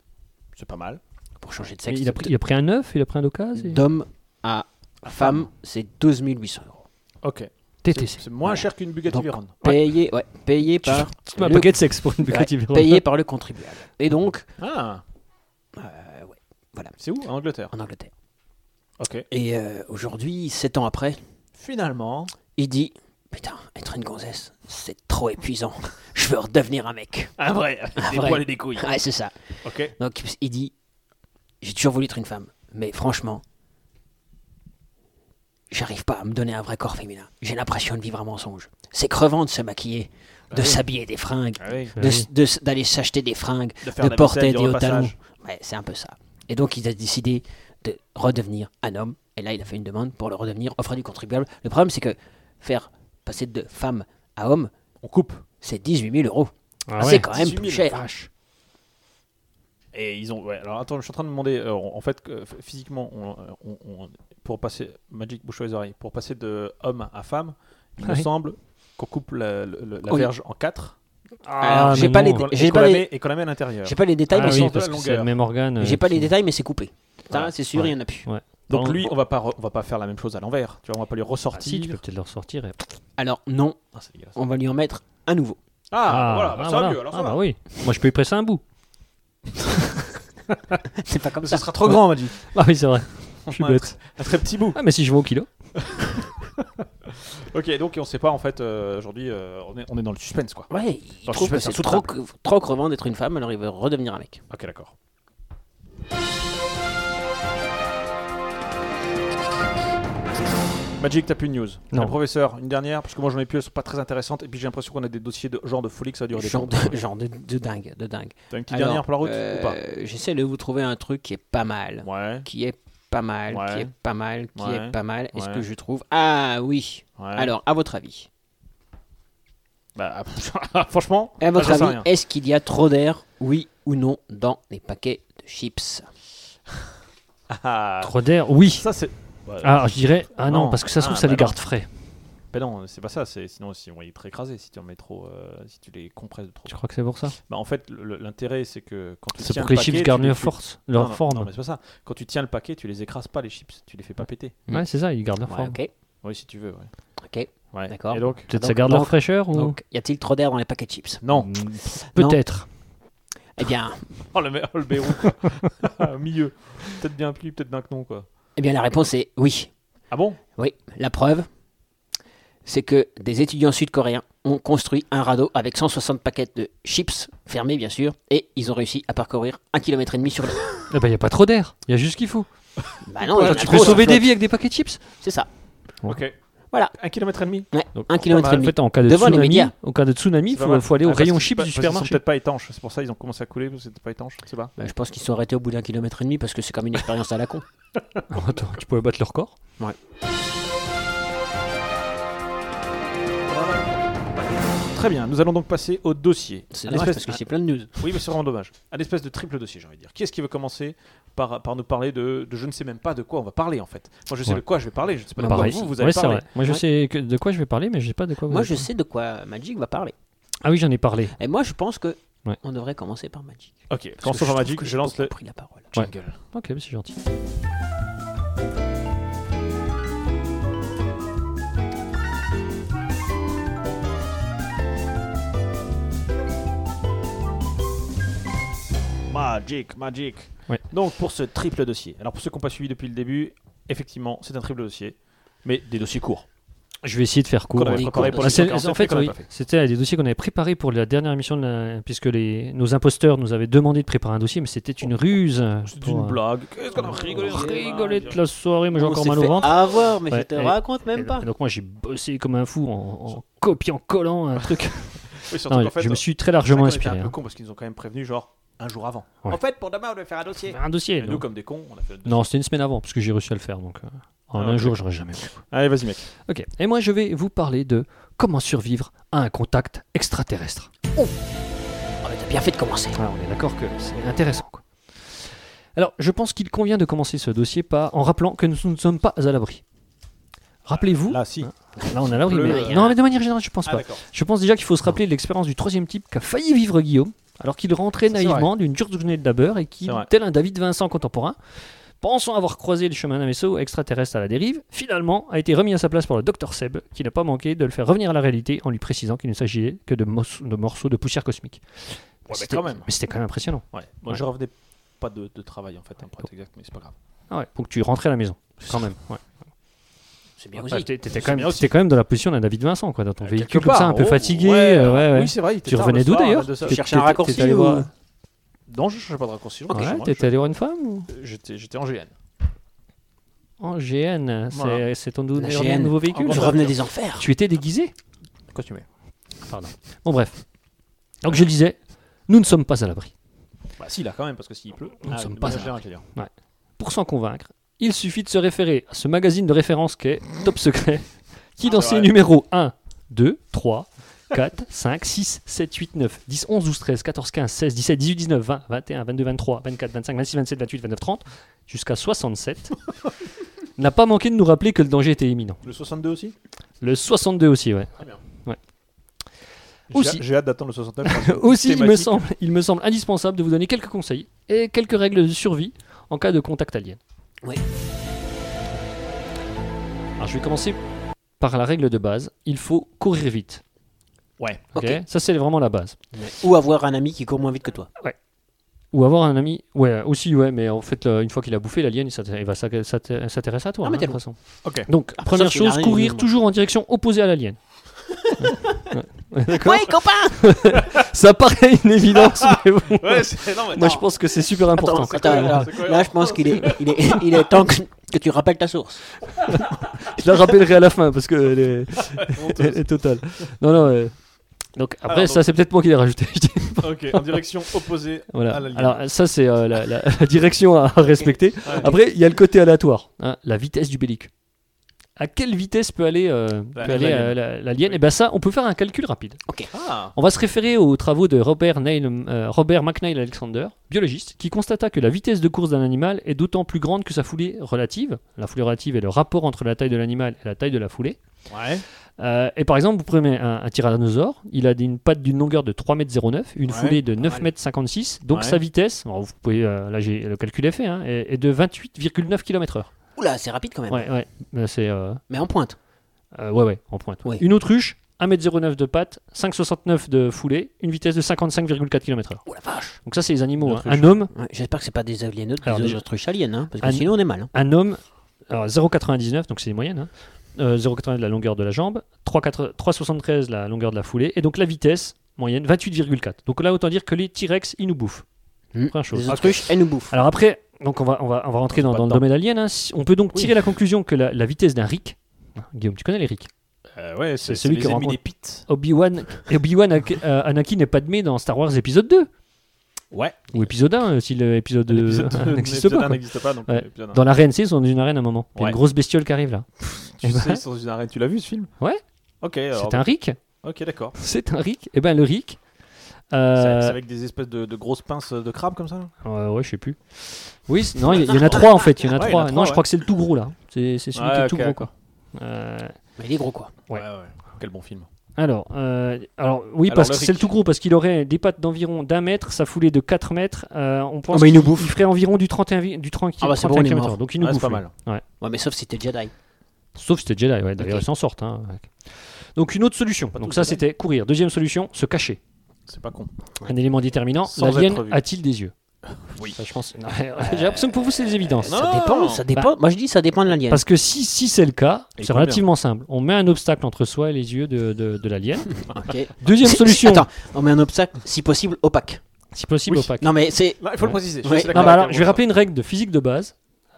A: C'est pas mal.
B: pour changer de
C: Mais
B: sexe.
C: il, a pris, il a pris un œuf, il a pris un occasion.
B: D'homme à femme, c'est 12 800 euros.
A: Ok.
C: TTC.
A: C'est moins cher qu'une Bugatti
B: Donc,
A: Veyron.
B: Payé, ouais, payé par
C: Un
B: le-
C: paquet de sexe pour une
B: ouais,
C: Bugatti Veyron.
B: payé par le contribuable. Et donc,
A: Ah,
B: euh, ouais,
A: c'est où En Angleterre.
B: en Angleterre.
A: Ok.
B: Et euh, aujourd'hui, 7 ans après,
A: Finalement,
B: il dit Putain, être une gonzesse, c'est trop épuisant. Je veux redevenir un mec.
A: un Ah, vrai. Des
B: vrai.
A: poils et des couilles.
B: Ouais, c'est ça.
A: Ok.
B: Donc, il dit J'ai toujours voulu être une femme, mais franchement, j'arrive pas à me donner un vrai corps féminin. J'ai l'impression de vivre un mensonge. C'est crevant de se maquiller,
A: Ah
B: de s'habiller des fringues,
C: Ben
B: de s- de s- d'aller s'acheter des fringues,
A: De faire
B: Ah de,
A: la
B: porter
A: vaisselle,
B: des
A: du
B: hauts talons.
A: repassage.
B: Ouais, c'est un peu ça. Et donc, il a décidé de redevenir un homme. Et là, il a fait une demande pour le redevenir au frais du contribuable. Le problème, c'est que faire passer de femme à homme,
A: On coupe.
B: c'est 18 000 euros.
C: Ah ouais.
B: c'est quand même
A: 18 000,
B: plus cher. Ah,
A: vache. Et ils ont. Ouais, alors attends, je suis en train de demander. euh, en fait, que, f- physiquement, on, euh, on- on- pour passer. Magic, bouche les oreilles. Pour passer de homme à femme, il
C: Ah
A: me
C: oui.
A: semble qu'on coupe la, le- le- la
B: Oui.
A: verge en quatre.
B: Alors, j'ai
C: Ah, mais
B: pas
C: non.
A: Et
B: les-
A: qu'on-
B: j'ai
A: et qu'on
B: pas
A: la
B: les-
A: met- Et qu'on la met à l'intérieur.
B: J'ai pas les détails,
C: Ah
B: mais
A: Ils
B: c'est-
A: sont
C: oui,
A: de la
C: parce que c'est
A: longueur.
C: le même organe. euh,
B: j'ai pas les
C: qui-
B: détails, mais c'est coupé. Ça,
A: Ouais.
B: c'est sûr, il
C: Ouais.
B: y en a plus.
C: Ouais.
A: Donc
C: Bon,
A: lui,
C: bon.
A: on va pas, re- on va pas faire la même chose à l'envers. Tu vois, on va pas lui
C: Ah,
A: ressortir.
C: si, tu peux peut-être le ressortir. et-
B: Alors non,
A: Ah, c'est dégueulasse.
B: on va lui en mettre un nouveau.
A: Ah, voilà,
C: ah,
A: ça
C: voilà.
A: va mieux. Alors ça
C: Ah,
A: va.
C: bah oui. Moi, je peux y presser un bout.
B: c'est pas comme
A: Ce
B: ça.
A: sera trop grand, Magic.
C: Ah oui, c'est vrai. Je suis
A: Ouais,
C: bête.
A: Un très petit bout.
C: Ah, mais si je vais au kilo.
A: Ok, donc on sait pas en fait euh, aujourd'hui. euh, on, est, on est dans le suspense quoi.
B: Ouais, il
A: Dans le
B: trouve que
A: suspense, c'est
B: c'est trop, trop crevant d'être une femme, alors il veut redevenir un mec.
A: Ok, d'accord. Magic, t'as plus de news.
C: Non.
A: Le professeur, une dernière, parce que moi j'en ai plus, elles sont pas très intéressantes. Et puis j'ai l'impression qu'on a des dossiers de genre de folie que ça dure des
B: Genre,
A: temps.
B: de, genre de, de dingue, de dingue.
A: T'as une petite
B: Alors,
A: dernière pour la route
B: euh,
A: ou pas
B: J'essaie de vous trouver un truc qui est pas mal.
A: Ouais,
B: Qui est pas mal,
A: Ouais.
B: qui est pas mal, qui
A: Ouais.
B: est pas mal. Est-ce
A: Ouais.
B: que je trouve Ah oui
A: ouais.
B: Alors, à votre avis
A: Bah, franchement,
B: Eh, À votre
A: Ah, j'en sais
B: avis,
A: rien.
B: est-ce qu'il y a trop d'air, oui ou non, dans les paquets de chips
A: Ah,
C: 3DR,
B: eh,
C: oui.
A: ça c'est. Ouais.
C: Ah, je dirais, ah non,
A: Non.
C: parce que ça se trouve,
A: Ah,
C: ça
A: bah
C: les
A: non.
C: garde frais.
A: Ben non, c'est pas ça. C'est sinon ils vont être écrasés si tu en mets trop, euh, si tu les compresses de trop.
C: Je crois que c'est pour ça.
A: Bah, en fait, le- le- l'intérêt c'est que quand tu
C: C'est
A: tiens
C: pour que les
A: le paquet,
C: chips
A: tu
C: gardent
A: les-
C: leur
A: tu-
C: force,
A: Non,
C: leur
A: non,
C: forme.
A: Non, mais c'est pas ça. Quand tu tiens le paquet, tu les écrases pas les chips, tu les fais pas péter.
C: Ouais, c'est ça, ils gardent leur
B: Ouais,
C: forme.
B: ok,
A: Oui, si tu veux. Ouais.
B: ok.
A: Ouais.
B: D'accord.
A: Et Ah, donc
C: Peut-être
B: Donc-
C: ça garde
B: donc-
C: leur fraîcheur ou
B: Donc, y a-t-il trop d'air dans les paquets de chips
A: non.
B: non.
C: peut-être.
B: Eh bien,
A: Oh le, me- oh, le Bérou. Au milieu. Peut-être bien plus, peut-être bien que non quoi.
B: eh bien, la réponse est oui.
A: Ah bon
B: Oui, la preuve, c'est que des étudiants sud-coréens ont construit un radeau avec 160 paquets de chips, fermés bien sûr, et ils ont réussi à parcourir un kilomètre et demi sur le.
C: Eh ben, il y a pas trop d'air. Il y a juste ce qu'il faut.
B: Bah non, il y en a
C: tu
B: trop,
C: peux
B: ça
C: sauver des
B: flotte.
C: vies avec des paquets de chips.
B: C'est ça.
A: Ok.
B: Voilà.
A: Un kilomètre et demi.
B: Ouais,
C: Donc,
B: un kilomètre
C: Bah,
B: et
C: en
B: demi.
C: fait, en cas de
B: Devant les
C: tsunami,
B: médias.
C: en cas de tsunami,
A: C'est pas
C: faut,
A: mal.
C: faut aller au
A: Ah, parce
C: rayon
A: qu'ils-
C: chips
A: parce
C: du
A: qu'ils sont
C: supermarché.
A: peut-être pas étanches. C'est pour ça qu'ils ont commencé à couler parce que c'était pas étanche. Je sais pas.
B: Bah, je pense qu'ils sont arrêtés au bout d'un kilomètre et demi parce que c'est comme une expérience à la con.
C: Attends, tu pouvais battre leur corps.
A: Très bien. Nous allons donc passer au dossier.
B: C'est
C: Ah,
A: Un
B: dommage parce
A: espèce-
B: que c'est plein de news.
A: Oui, mais c'est vraiment dommage. Un espèce de triple dossier, j'ai envie de dire. Qui est-ce qui veut commencer par, par nous parler de, de je ne sais même pas de quoi on va parler en fait Moi, je sais
C: Ouais.
A: de quoi je vais parler, je ne sais pas de quoi
C: Pareil.
A: Bah, vous, vous
C: Ouais,
A: allez
C: c'est
A: parler.
C: vrai. Moi, je
B: Ouais.
C: sais que- de quoi je vais parler, mais je sais pas de quoi. vous
B: Moi,
C: allez
B: je
C: parler.
B: sais de quoi Magic va parler.
C: Ah oui, j'en ai parlé.
B: Et moi, je pense que
C: Ouais.
B: on devrait commencer par Magic.
A: Ok,
B: Parce
A: commençons
B: que
A: par
B: trouve
A: Magic,
B: que
A: je
B: j'ai
A: lance
B: beaucoup
A: le
B: pris la parole.
C: Ouais.
A: jingle.
C: Ok, mais c'est gentil.
A: Magic, Magic.
C: Ouais.
A: Donc pour ce triple dossier, alors pour ceux qui n'ont pas suivi depuis le début, effectivement c'est un triple dossier, mais des dossiers courts.
C: Je vais essayer de faire court.
A: Qu'on avait
C: ouais.
A: préparé pour
C: Ah,
A: les
C: c'est-
A: 148,
C: en fait,
A: qu'on avait
C: oui,
A: pas fait.
C: c'était des dossiers qu'on avait préparés pour la dernière émission, de la- puisque les, nos imposteurs nous avaient demandé de préparer un dossier, mais c'était une ruse.
A: C'est
C: pour,
A: une
C: euh,
A: blague. Qu'est-ce qu'on a rigolé
C: on
A: on a
C: rigolait de la soirée, mais j'ai
B: On
C: encore
B: s'est
C: mal au
B: Oh, fait
C: ventre.
B: Avoir, mais
C: Ouais,
B: je te
C: et-
B: raconte
C: Et
B: même pas.
C: donc, donc moi j'ai bossé comme un fou en, en copiant, collant un truc.
A: Oui, surtout
C: Non,
A: qu'en fait,
C: je me suis très
A: c'est vrai
C: largement
A: qu'on était
C: inspiré.
A: un peu
C: hein.
A: con parce qu'ils nous ont quand même prévenu genre un jour avant.
C: Ouais.
A: En fait pour demain on doit faire un dossier.
C: Un dossier.
A: Et nous
C: donc.
A: comme des cons on a fait. le
C: Non, c'était une semaine avant, parce que j'ai réussi à le faire. Donc euh, en
A: Ah,
C: un
A: ok.
C: jour, j'aurais jamais. pu.
A: Allez vas-y mec.
C: Ok. Et moi, je vais vous parler de comment survivre à un contact extraterrestre.
B: Ah, mais t'as bien fait de commencer.
C: Ah, on est d'accord que c'est intéressant. quoi. Alors, je pense qu'il convient de commencer ce dossier par, en rappelant que nous ne sommes pas à l'abri. Rappelez-vous, là,
A: Là si.
C: on est à l'abri,
A: Le-
C: mais... Non, mais de manière générale, je pense
A: Ah
C: pas.
A: d'accord.
C: Je pense déjà qu'il faut se rappeler de l'expérience du troisième type qu'a failli vivre Guillaume, alors qu'il rentrait
A: C'est
C: naïvement d'une dure journée de labeur et qui,
A: C'est vrai.
C: tel un David Vincent contemporain, pensant avoir croisé le chemin d'un vaisseau extraterrestre à la dérive, finalement a été remis à sa place par le docteur Seb, qui n'a pas manqué de le faire revenir à la réalité en lui précisant qu'il ne s'agissait que de, mos- de morceaux de poussière cosmique.
A: mais
C: C'était-
A: quand même.
C: Mais c'était quand même impressionnant.
A: Ouais. Moi je revenais pas de, de travail en fait hein, pour être exact mais c'est pas grave.
C: Ah ouais, donc tu rentrais à la maison, quand même. Ouais.
B: C'est bien
C: Ouais,
B: aussi.
C: t'étais- T'étais quand, même-
A: bien aussi.
C: t'étais quand même dans la position d'un David Vincent, quoi, dans ton
A: Euh,
C: véhicule
A: quelque
C: comme ça,
A: part,
C: un peu
A: oh,
C: fatigué.
A: ouais,
C: euh, ouais, ouais.
A: Oui c'est vrai. il était
C: Tu
A: tard
C: revenais
A: le
C: d'où
A: soir,
C: d'ailleurs
A: de ça.
C: T'étais-
B: cherchais un
C: t'étais-
B: raccourci
C: t'étais allé
B: ou-
C: voir-
A: Non je cherchais pas de raccourci. je rentrais
C: Ouais,
A: chez moi,
C: t'étais allé voir une femme ou-
A: je- J'étais j'étais en GN.
C: En GN, c'est-
A: Voilà.
C: c'est ton nou-
B: La
C: meilleur
B: GN.
C: nouveau véhicule.
A: En
B: Je
A: gros,
B: revenais des enfers.
C: Tu étais déguisé
A: Costumé.
C: Bon, bref. Donc, je disais, nous ne sommes pas à l'abri.
A: Bah si là quand même parce que s'il pleut. Ah,
C: Nous ne sommes
A: de
C: pas
A: manière
C: à
A: générale, je veux dire.
C: Pour s'en convaincre, il suffit de se référer à ce magazine de référence qu'est Top Secret, qui, dans
A: c'est
C: ses
A: vrai.
C: numéros 1, 2, 3, 4, 5, 6, 7, 8, 9, 10, 11, 12, 13, 14, 15, 16, 17, 18, 19, 20, 21, 22, 23, 24, 25, 26, 27, 28, 29, 30, jusqu'à 67, n'a pas manqué de nous rappeler que le danger était imminent.
A: Le 62 aussi
C: Le 62 aussi, ouais.
A: J'ai-
C: Aussi.
A: J'ai hâte d'attendre le 69. parce que
C: Aussi, il me,
A: thématique-
C: semble, il me semble indispensable de vous donner quelques conseils et quelques règles de survie en cas de contact alien.
B: Oui.
C: Alors, je vais commencer par la règle de base. Il faut courir vite.
A: Ouais.
C: Ok.
B: Ok.
C: Ça, c'est vraiment la base.
B: Ou avoir un ami qui court moins vite que toi.
C: Ou avoir un ami. Ouais, aussi, ouais, mais en fait, là, une fois qu'il a bouffé l'alien, il s'atte- il va s'atte- s'atte- s'intéresser à toi,
B: Ah,
C: hein,
B: mais
C: de
B: t'es
C: toute
B: bon.
C: façon.
A: Ok.
C: Donc,
B: Ah,
C: première
B: sauf s'il a
C: chose,
B: rien,
C: courir
B: évidemment.
C: toujours en direction opposée à l'alien.
B: Oui, copain
C: Ça paraît une évidence, mais bon.
A: Ouais, c'est- non, mais
C: Moi,
A: attends.
C: je pense que c'est super important.
B: Attends, attends,
A: cohérent,
B: alors,
A: c'est cohérent.
B: là, je pense qu'il est, il est, il est temps que, que tu rappelles ta source.
C: Je la rappellerai à la fin parce que elle est, elle est totale. Non, non. euh, Donc après,
A: Alors,
C: ça
A: donc-
C: c'est peut-être moi qui l'ai rajouté. je dis-
A: Ok, en direction opposée
C: voilà.
A: à la ligne.
C: Alors ça c'est euh, la, la- la direction à, à respecter. Après, il y a le côté aléatoire, hein, la vitesse du bellic. à quelle vitesse peut aller euh,
A: La-
C: peut aller,
A: l'alien.
C: euh, la- l'alien Et bien ça, on peut faire un calcul rapide.
A: Ah,
C: On va se référer aux travaux de Robert, Neil, euh, Robert McNeil Alexander, biologiste, qui constata que la vitesse de course d'un animal est d'autant plus grande que sa foulée relative. La foulée relative est le rapport entre la taille de l'animal et la taille de la foulée.
A: ouais.
C: Euh, et par exemple, vous prenez un, un tyrannosaure, il a des- une patte d'une longueur de 3,09 m, une
A: Ouais,
C: foulée de
A: pas
C: 9,56
A: mal.
C: m, donc
A: Ouais.
C: sa vitesse, alors vous pouvez, euh, là j'ai le calcul est fait, hein, est, est de 28,9 km/h.
B: Oula, c'est rapide quand même.
C: Ouais, ouais, mais c'est. euh,
B: Mais en pointe.
C: euh, ouais, ouais, en pointe.
B: Oui.
C: Une autruche, 1m09 de patte, 5,69 de foulée, une vitesse de 55,4 km/h.
B: Oh la vache.
C: Donc ça, c'est les animaux. hein.
A: L'autruche.
C: Un homme,
B: Ouais, J'espère que c'est pas des aliens autres,
C: Alors,
B: des
C: déjà-
B: autruches aliens, hein, parce que
C: Un-
B: sinon on est mal. hein.
C: un homme, alors 0,99, donc c'est les moyennes. Hein. Euh, 0,99 la longueur de la jambe, 3,4 3,73 la longueur de la foulée, et donc la vitesse moyenne 28,4. Donc là, autant dire que les T-Rex, ils nous bouffent.
B: Hmm.
C: Première chose.
B: Les autruches, elles nous bouffent.
C: Alors après, donc on va, on va, on va rentrer dans,
A: Pas
C: dans le
A: dedans.
C: domaine alien. hein. Si- On peut donc
B: Oui.
C: tirer la conclusion que la, la vitesse d'un Rick, hein, Guillaume, tu connais les Rick
A: Euh, ouais, c'est
C: C'est
A: celui
C: celui qui
A: qui amis
C: rencontre-
A: des Pits.
C: Obi-Wan, Obi-Wan Ak- euh, Anakin et Padmé dans Star Wars épisode 2
A: Ouais.
C: ou épisode 1 euh, si l'épisode
A: L'épisode
C: 1
A: deux-
C: n'existe
A: l'épisode
C: pas.
A: un
C: quoi.
A: n'existe pas. donc euh,
C: Ouais.
A: l'épisode un.
C: Dans l'arène, c'est ils sont dans une arène à un moment. Il y a
A: Ouais.
C: une grosse bestiole qui arrive là.
A: Tu
C: Eh ben,
A: sais, ils sont dans une arène. Tu l'as vu ce film
C: Ouais.
A: Ok, alors.
C: C'est un Rick.
A: Ok, d'accord.
C: C'est un Rick. Et ben le Rick.
A: C'est-
C: euh,
A: C'est avec des espèces de, de grosses pinces de crabe comme ça
C: ouais, ouais, je sais plus. Oui, c'est- non, il y, il y en a trois en fait. Il y en a
A: Ouais, il y en
C: trois.
A: a
C: Non,
A: trois,
C: je
A: ouais.
C: crois que c'est le tout gros là. C'est c'est celui
A: Ouais,
C: qui est
A: ok,
C: tout gros quoi. Euh,
B: Mais il est gros quoi.
C: Ouais.
A: Quel bon film.
C: alors, euh, alors, oui,
A: Alors,
C: parce
A: le
C: que c'est le
A: Rick.
C: tout gros, parce qu'il aurait des pattes d'environ d'un mètre, sa foulée de 4 mètres. euh, on pense
B: Oh, mais il nous
C: qu'il-
B: bouffe.
C: il ferait environ du 31, vi- du 30,
B: Ah, bah, c'est
C: 31
B: bon, on est
C: km/h,
B: mort.
C: Donc il nous
A: Ouais, c'est
C: bouffe.
A: pas
C: lui.
A: mal.
B: Ouais, mais sauf si t'es Jedi.
C: Sauf si c'était Jedi, ouais, d'ailleurs
B: Ok.
C: ils s'en sortent. hein. Donc une autre solution. Donc
A: tous
C: ça
A: Jedi.
C: c'était courir. Deuxième solution, se cacher.
A: C'est pas con.
C: Un élément déterminant,
A: Sans être
C: l'alien
A: vu.
C: a-t-il des yeux
A: Oui.
C: Ça, je pense. non, J'ai l'impression que pour vous c'est des évidences.
A: Non,
B: ça dépend, ça dépend. Moi je dis ça dépend de l'alien.
C: Parce que si, si c'est le cas,
A: Et
C: c'est
A: combien
C: relativement simple. On met un obstacle entre soi et les yeux de, de, de l'alien.
B: Ok.
C: Deuxième solution,
B: Attends, on met un obstacle, si possible, opaque.
C: si possible
A: Oui.
C: opaque.
B: Non mais c'est.
A: Là, il faut
C: Ouais.
A: le préciser.
B: Ouais.
A: suis
C: Non,
A: d'accord
C: bah
A: avec
C: alors,
A: toi,
C: je vais
A: ça.
C: rappeler une règle de physique de base.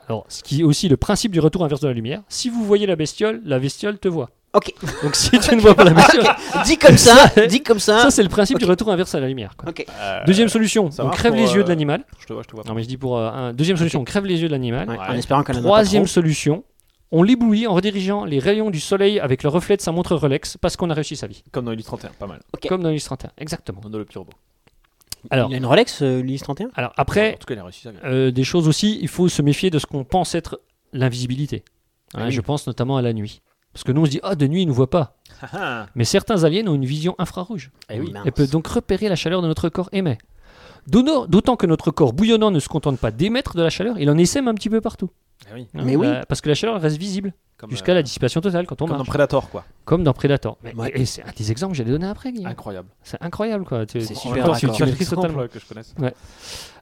C: Alors, ce qui est aussi le principe du retour inverse de la lumière. Si vous voyez la bestiole, la bestiole te voit.
B: Ok.
C: Donc si tu ne vois pas la bestiole,
B: Dit comme Ah. ça, dit comme ça.
C: ça c'est le principe
B: Ok.
C: du retour inverse à la lumière. quoi.
B: Ok.
A: Ah. Euh,
C: Deuxième solution,
A: ça
C: on
A: marche
C: crève
A: pour,
C: les yeux
A: euh,
C: de l'animal.
A: Je te vois, je te vois.
C: Non mais je dis pour euh, un- deuxième solution, on crève les yeux de l'animal.
B: Ouais, En espérant qu'elle en a pas
C: Troisième
B: trop.
C: solution, on l'éblouit en redirigeant les rayons du soleil avec le reflet de sa montre Rolex parce qu'on a réussi sa vie.
A: Comme dans Elite 31, pas mal.
B: Ok.
C: Comme dans l'Ulysse 31, exactement.
A: Dans le petit robot.
C: Alors,
B: Il a une Rolex, euh, l'Ulysse 31
C: alors après,
A: En tout cas, il a réussi ça. bien.
C: euh, des choses aussi, il faut se méfier de ce qu'on pense être l'invisibilité. Hein,
A: Ah oui.
C: Je pense notamment à la nuit. Parce que nous on se dit, ah de nuit ils ne voient pas.
A: Ah, ah.
C: Mais certains aliens ont une vision infrarouge.
A: Eh oui.
B: Oh, Mince.
C: Elle peut donc repérer la chaleur de notre corps émet. D'ono- D'autant que notre corps bouillonnant ne se contente pas d'émettre de la chaleur, il en essaime un petit peu partout.
A: Eh oui.
C: Hein,
B: Mais oui.
C: la- parce que la chaleur elle reste visible
A: Comme,
C: jusqu'à
A: euh,
C: la dissipation totale quand on
A: Comme dans
C: marche.
A: Predator, quoi.
C: Comme dans Predator. Mais-
B: Ouais.
C: Et c'est un des exemples que j'allais donner après, Guillaume.
A: Incroyable.
C: C'est incroyable quoi. Tu-
B: C'est
C: tu-
B: super
C: encore, tu-
B: raccord.
C: tu maîtrises totalement.
A: que je connaisse.
C: Euh,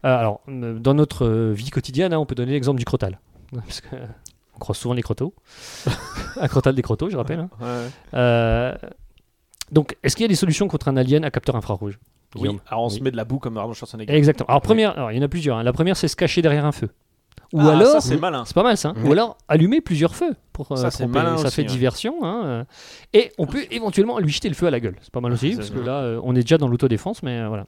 C: alors, euh, dans notre euh, vie quotidienne, hein, on peut donner l'exemple du crotal. Parce que, euh, on croise souvent les crotos. un crotal des crotos, je rappelle. hein.
A: Ouais.
C: Euh, donc, est-ce qu'il y a des solutions contre un alien à capteur infrarouge
A: Oui.
C: Guillaume
A: Alors, on se
C: Oui.
A: met de la boue comme Arnold Schwarzenegger.
C: Exactement. Alors,
A: Oui.
C: première, alors, il y en a plusieurs. hein. La première, c'est se cacher derrière un feu. Ou
A: Ah,
C: alors,
A: ça, c'est malin.
C: c'est pas mal ça.
B: Oui.
C: Ou alors allumer plusieurs feux pour euh,
A: Ça, c'est
C: tromper.
A: malin
C: ça
A: aussi,
C: fait
A: ouais. Ah,
C: diversion. hein, euh. Et on peut éventuellement lui jeter le feu à la gueule. C'est pas mal aussi
A: c'est
C: parce que
A: vrai.
C: là euh, on est déjà dans l'autodéfense, mais euh, voilà.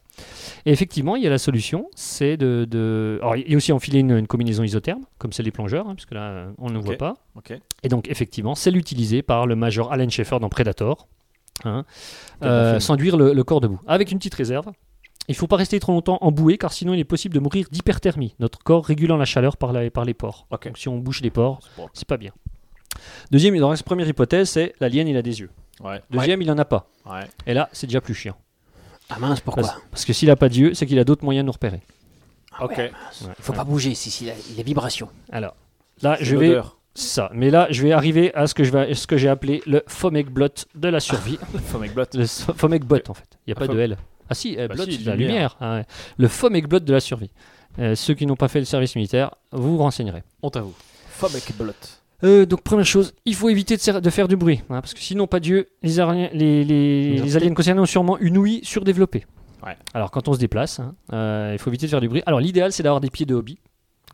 C: Et effectivement, il y a la solution, c'est de, de- alors il y a aussi enfiler une, une combinaison isotherme comme celle des plongeurs, hein, parce que là euh, on ne
A: Ok.
C: voit pas.
A: Ok.
C: Et donc effectivement, celle utilisée par le major Alan Sheffer dans Predator, hein,
A: Quel bon
C: euh,
A: film.
C: s'enduire le, le corps debout avec une petite réserve. Il faut pas rester trop longtemps en bouée car sinon il est possible de mourir d'hyperthermie, notre corps régulant la chaleur par, la- par les pores.
A: Ok.
C: Donc si on bouche les pores,
A: C'est bon.
C: c'est pas bien. Deuxième, il en reste première hypothèse, c'est l'alien il a des yeux.
A: Ouais.
C: Deuxième, il en a pas.
A: Ouais.
C: Et là, c'est déjà plus chiant.
B: Ah mince,
C: Parce,
B: pourquoi
C: parce que s'il a pas d'yeux, c'est qu'il a d'autres moyens de nous repérer.
A: Ok.
B: Il faut pas bouger, si, si, la- les vibrations.
C: Alors, là,
A: C'est
C: je vais
A: l'odeur.
C: c'est ça. Mais là, je vais arriver à ce que je vais, ce que j'ai appelé le Fomegblot de la survie.
A: Faut mec blot.
C: le so- Fomekblot en fait. Il y a
A: Ah,
C: pas
A: Fom-
C: de L. Ah si, euh,
A: Bah
C: blot,
A: si,
C: c'est de la lumière.
A: lumière.
C: Ah ouais. Le Fomegblot de la survie. Euh, ceux qui n'ont pas fait le service militaire, vous vous renseignerez.
A: On t'avoue. Faut mec blot.
C: Euh, donc première chose, il faut éviter de, ser- de faire du bruit, hein, parce que sinon, pas Dieu, les, ariens- les, les-
A: Ils ont
C: les aliens concernés ont sûrement une ouïe surdéveloppée.
A: Ouais.
C: Alors quand on se déplace, hein, euh, il faut éviter de faire du bruit. Alors l'idéal, c'est d'avoir des pieds de hobbit,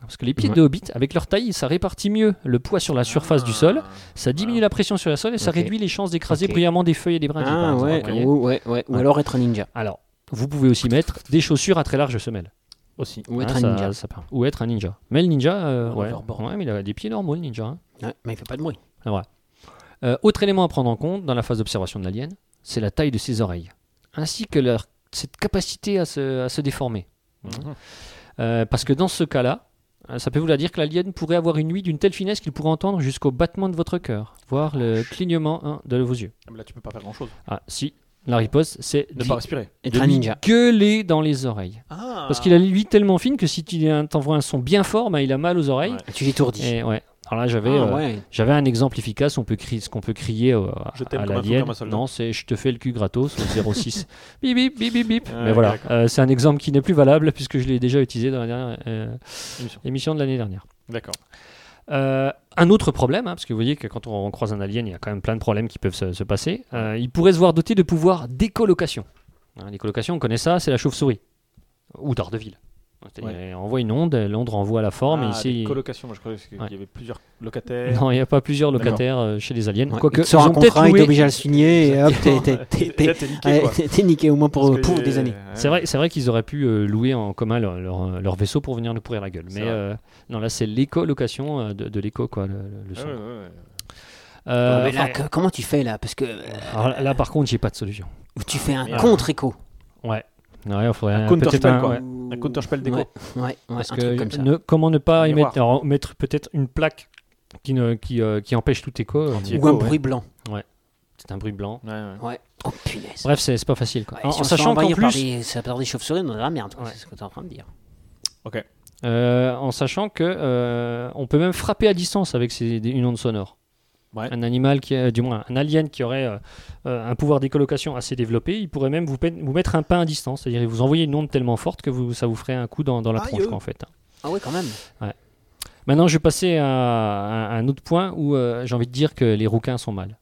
C: parce que les pieds
B: Ouais.
C: de hobbit, avec leur taille, ça répartit mieux le poids sur la surface du sol, ça diminue
A: Ah.
C: la pression sur la sol et ça
B: Ok.
C: réduit les chances d'écraser
B: Ok.
C: bruyamment des feuilles et des brindilles. par
B: Ah
C: exemple,
B: ouais,
C: vous voyez.
B: ou, ouais, ouais. Ou
C: Ouais.
B: alors être un ninja.
C: Alors, vous pouvez aussi mettre des chaussures à très large semelle.
A: Aussi.
B: Ou être
C: Hein,
B: un
C: ça-
B: ninja.
C: ça permet- Ou être un ninja. Mais le ninja, euh,
A: Un
C: ouais.
A: overboard.
C: Ouais, mais il a des pieds normaux, le ninja. hein.
B: Ouais, mais il fait pas de bruit.
C: Ah, voilà. Euh, autre élément à prendre en compte dans la phase d'observation de l'alien, c'est la taille de ses oreilles, ainsi que leur, cette capacité à se, à se déformer.
B: Mhm.
C: Euh, parce que dans ce cas-là, euh, ça peut vous la dire que l'alien pourrait avoir une nuit d'une telle finesse qu'il pourrait entendre jusqu'au battement de votre cœur, voire le clignement hein, de vos yeux.
A: Là, tu peux pas faire grand chose.
C: Ah, si, la riposte, c'est
A: Ne
C: d'y
A: pas respirer.
B: Être un ninja.
C: gueuler dans les oreilles.
A: Ah.
C: Parce qu'il a les lui tellement fine que si tu un- t'envoies un son bien fort, bah, il a mal aux oreilles.
A: Ouais.
B: Tu l'étourdis.
C: Et ouais. Alors là, j'avais
B: Ah,
C: euh,
B: ouais.
C: j'avais un exemple efficace, on peut crier, ce qu'on peut crier euh, à-
A: Je t'aime
C: à
A: comme un fou,
C: l'alien.
A: comme un soldat.
C: Non, c'est je te fais le cul gratos au 06. bip bip bip bip bip.
A: Ah,
C: Mais voilà,
A: d'accord.
C: euh, c'est un exemple qui n'est plus valable puisque je l'ai déjà utilisé dans la dernière euh,
A: Émission.
C: émission de l'année dernière.
A: D'accord.
C: Euh, un autre problème, hein, parce que vous voyez que quand on, on croise un alien, il y a quand même plein de problèmes qui peuvent se, se passer. Euh, il pourrait se voir doté de pouvoirs d'écolocation. Hein, L'écolocation, on connaît ça, c'est la chauve-souris. Ou d'Ardeville. C'est-à-dire, On envoie une onde, l'onde renvoie la forme. et
A: Ah,
C: ici,
A: des colocations, moi je croyais qu'il
C: Ouais.
A: y avait plusieurs locataires.
C: non, il n'y a pas plusieurs
A: D'accord.
C: locataires euh, chez les aliens.
B: Ouais.
C: Quoique,
B: il te sort
C: ils
B: un
C: ont peut-être
B: contrat, il
C: loué-
B: t'oblige à le signer et hop, t'es- t'es- t'es-
A: Là,
B: t'es
A: t'es niqué, quoi.
B: ouais, t'es- t'es niqué au moins
A: Parce
B: pour,
A: que
B: pour
A: j'ai-
B: des années.
A: ouais. Ah,
C: C'est vrai, c'est vrai qu'ils auraient pu euh, louer en commun leur, leur- leur vaisseau pour venir nous pourrir la gueule.
A: C'est
C: Mais
A: vrai.
C: euh, non, là, c'est l'éco-location euh, de, de l'éco, quoi, le, le- le
A: Ah
C: son.
A: ouais, ouais, ouais.
C: Euh,
B: Ouais, mais là,
C: enfin,
B: que- comment tu fais là Parce que euh,
C: alors là, par contre, j'ai pas de solution.
B: tu fais un
A: merde.
B: contre-écho.
C: Ouais. Ouais, il faudrait
A: Un
C: un-
A: counter
C: peut-être
A: spell,
C: un-
A: quoi.
C: ouais.
A: Un counterspell déco.
B: Ouais, ouais, ouais,
C: Parce
B: un
C: que
B: truc comme ça.
C: ne- comment ne pas
A: Un
C: émettre-
A: miroir.
C: alors, mettre peut-être une plaque qui, ne, qui, euh, qui empêche tout écho. euh,
A: Anti-
B: Ou un
A: écho, ouais.
B: bruit blanc.
C: c'est un bruit blanc.
A: Ouais, ouais.
B: Ouais. Oh punaise.
C: Bref, c'est c'est pas facile. Quoi.
B: Ouais,
C: en,
B: si
C: en
B: on se fait
C: sachant qu'en
B: envahir par
C: plus,
B: des- ça part des chauves-souris, on est dans la merde. quoi,
C: Ouais.
B: C'est ce que t'es en train de dire.
C: euh, en sachant que euh, on peut même frapper à distance avec ces- des- une onde sonore.
A: Ouais.
C: Un animal qui, est- du moins, un alien qui aurait euh, euh, un pouvoir d'écolocation assez développé, il pourrait même vous, pe- vous mettre un pain à distance, c'est-à-dire il vous envoyer une onde tellement forte que vous, ça vous ferait un coup dans, dans la
B: Aïe.
C: tronche, quoi, en fait.
B: Ah ouais, quand même.
C: Maintenant, je vais passer à, à- à un autre point où euh, j'ai envie de dire que les rouquins sont mal.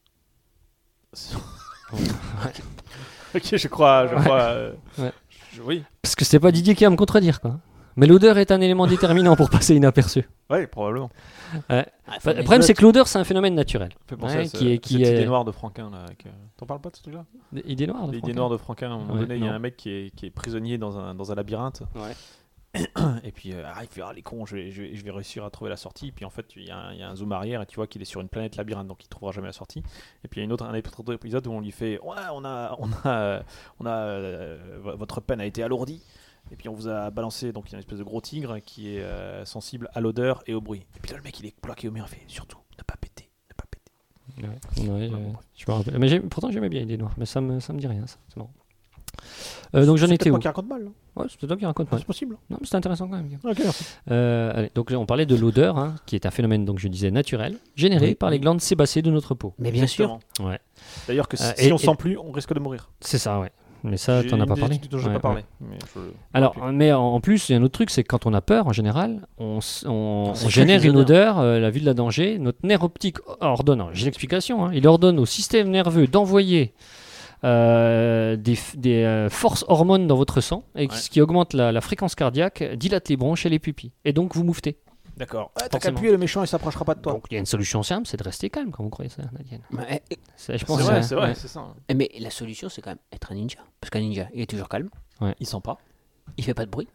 A: ok, je crois. Je crois euh,
C: Ouais.
A: je- oui.
C: Parce que c'est pas Didier qui va me contredire, quoi. Mais l'odeur est un élément déterminant pour passer inaperçu.
A: Ouais, probablement.
B: Ah, faut
C: Enfin,
B: mettre
C: Le problème,
B: le-
C: c'est que l'odeur, c'est un phénomène naturel.
A: Fait penser
C: Ouais,
A: à ce,
C: qui est-
A: cette
C: qui
A: idée
C: est-
A: noire de Franquin. Là, avec, euh, T'en parles pas de ce truc-là
C: Idée noire.
A: L'idée noire de Franquin, à un moment
C: Ouais,
A: donné, il y a
C: non.
A: un mec qui est, qui est prisonnier dans un, dans un labyrinthe.
B: Ouais.
A: Et puis, euh, ah, il fait Ah, les cons, je vais, je, vais, je vais réussir à trouver la sortie. Puis en fait, il y, a un, il y a un zoom arrière et tu vois qu'il est sur une planète labyrinthe, donc il trouvera jamais la sortie. Et puis, il y a une autre, un autre épisode où on lui fait Ouais, on a, on a, euh, on a euh, vo- votre peine a été alourdie. Et puis on vous a balancé, donc il y a une espèce de gros tigre qui est euh, sensible à l'odeur et au bruit. Et puis là, le mec, il est bloqué au mur, il fait surtout ne pas péter, ne pas péter.
C: je me rappelle. Mais j'ai- pourtant, j'aimais bien Idée noire, mais ça me, ça me dit rien, ça. C'est marrant. Euh, donc j'en
A: C'est
C: étais
A: peut-être
C: où
A: moi qui raconte mal, hein.
C: Ouais, c'est toi qui raconte pas.
A: c'est possible. hein.
C: Non, mais c'est intéressant quand même.
A: Ok, merci.
C: Euh, allez, donc on parlait de l'odeur, hein, qui est un phénomène, donc je disais naturel, généré
B: Oui.
C: par les glandes sébacées de notre peau.
B: Mais bien sûr.
A: Exactement.
C: Ouais.
A: D'ailleurs que si,
C: Euh,
A: si
C: et-
A: on
C: et-
A: sent plus, on risque de mourir.
C: C'est ça, ouais. Mais ça,
A: J'ai
C: t'en as
A: une
C: pas
A: des
C: parlé.
A: études dont j'ai
C: Ouais,
A: pas
C: ouais.
A: parlé. mais je-
C: Alors,
A: Puis-
C: mais en en plus, il y a un autre truc, c'est que quand on a peur, en général, on, s-
A: Ah,
C: on-
B: sait
C: on génère
B: qu'il y a
C: une
B: des
C: odeur, euh, la vue de la danger. Notre nerf optique ordonne, alors, j'ai l'explication, hein, il ordonne au système nerveux d'envoyer euh, des, f- des, euh, forces hormones dans votre sang, et ce qui augmente la, la fréquence cardiaque, dilate les bronches et les pupilles. Et donc, vous mouvetez.
A: D'accord. Ah, T'as qu'à
C: Forcément.
A: appuyer le méchant, il s'approchera pas de toi.
C: Donc, il y a une solution simple, c'est de rester calme quand vous croyez ça, un alien.
B: Mais,
C: C'est- je
A: c'est
C: pense euh,
A: vrai,
C: que
A: c'est vrai, c'est ça. hein.
B: eh, mais la solution, c'est quand même être un ninja. Parce qu'un ninja, il est toujours calme,
A: Il sent pas.
B: il fait pas de bruit.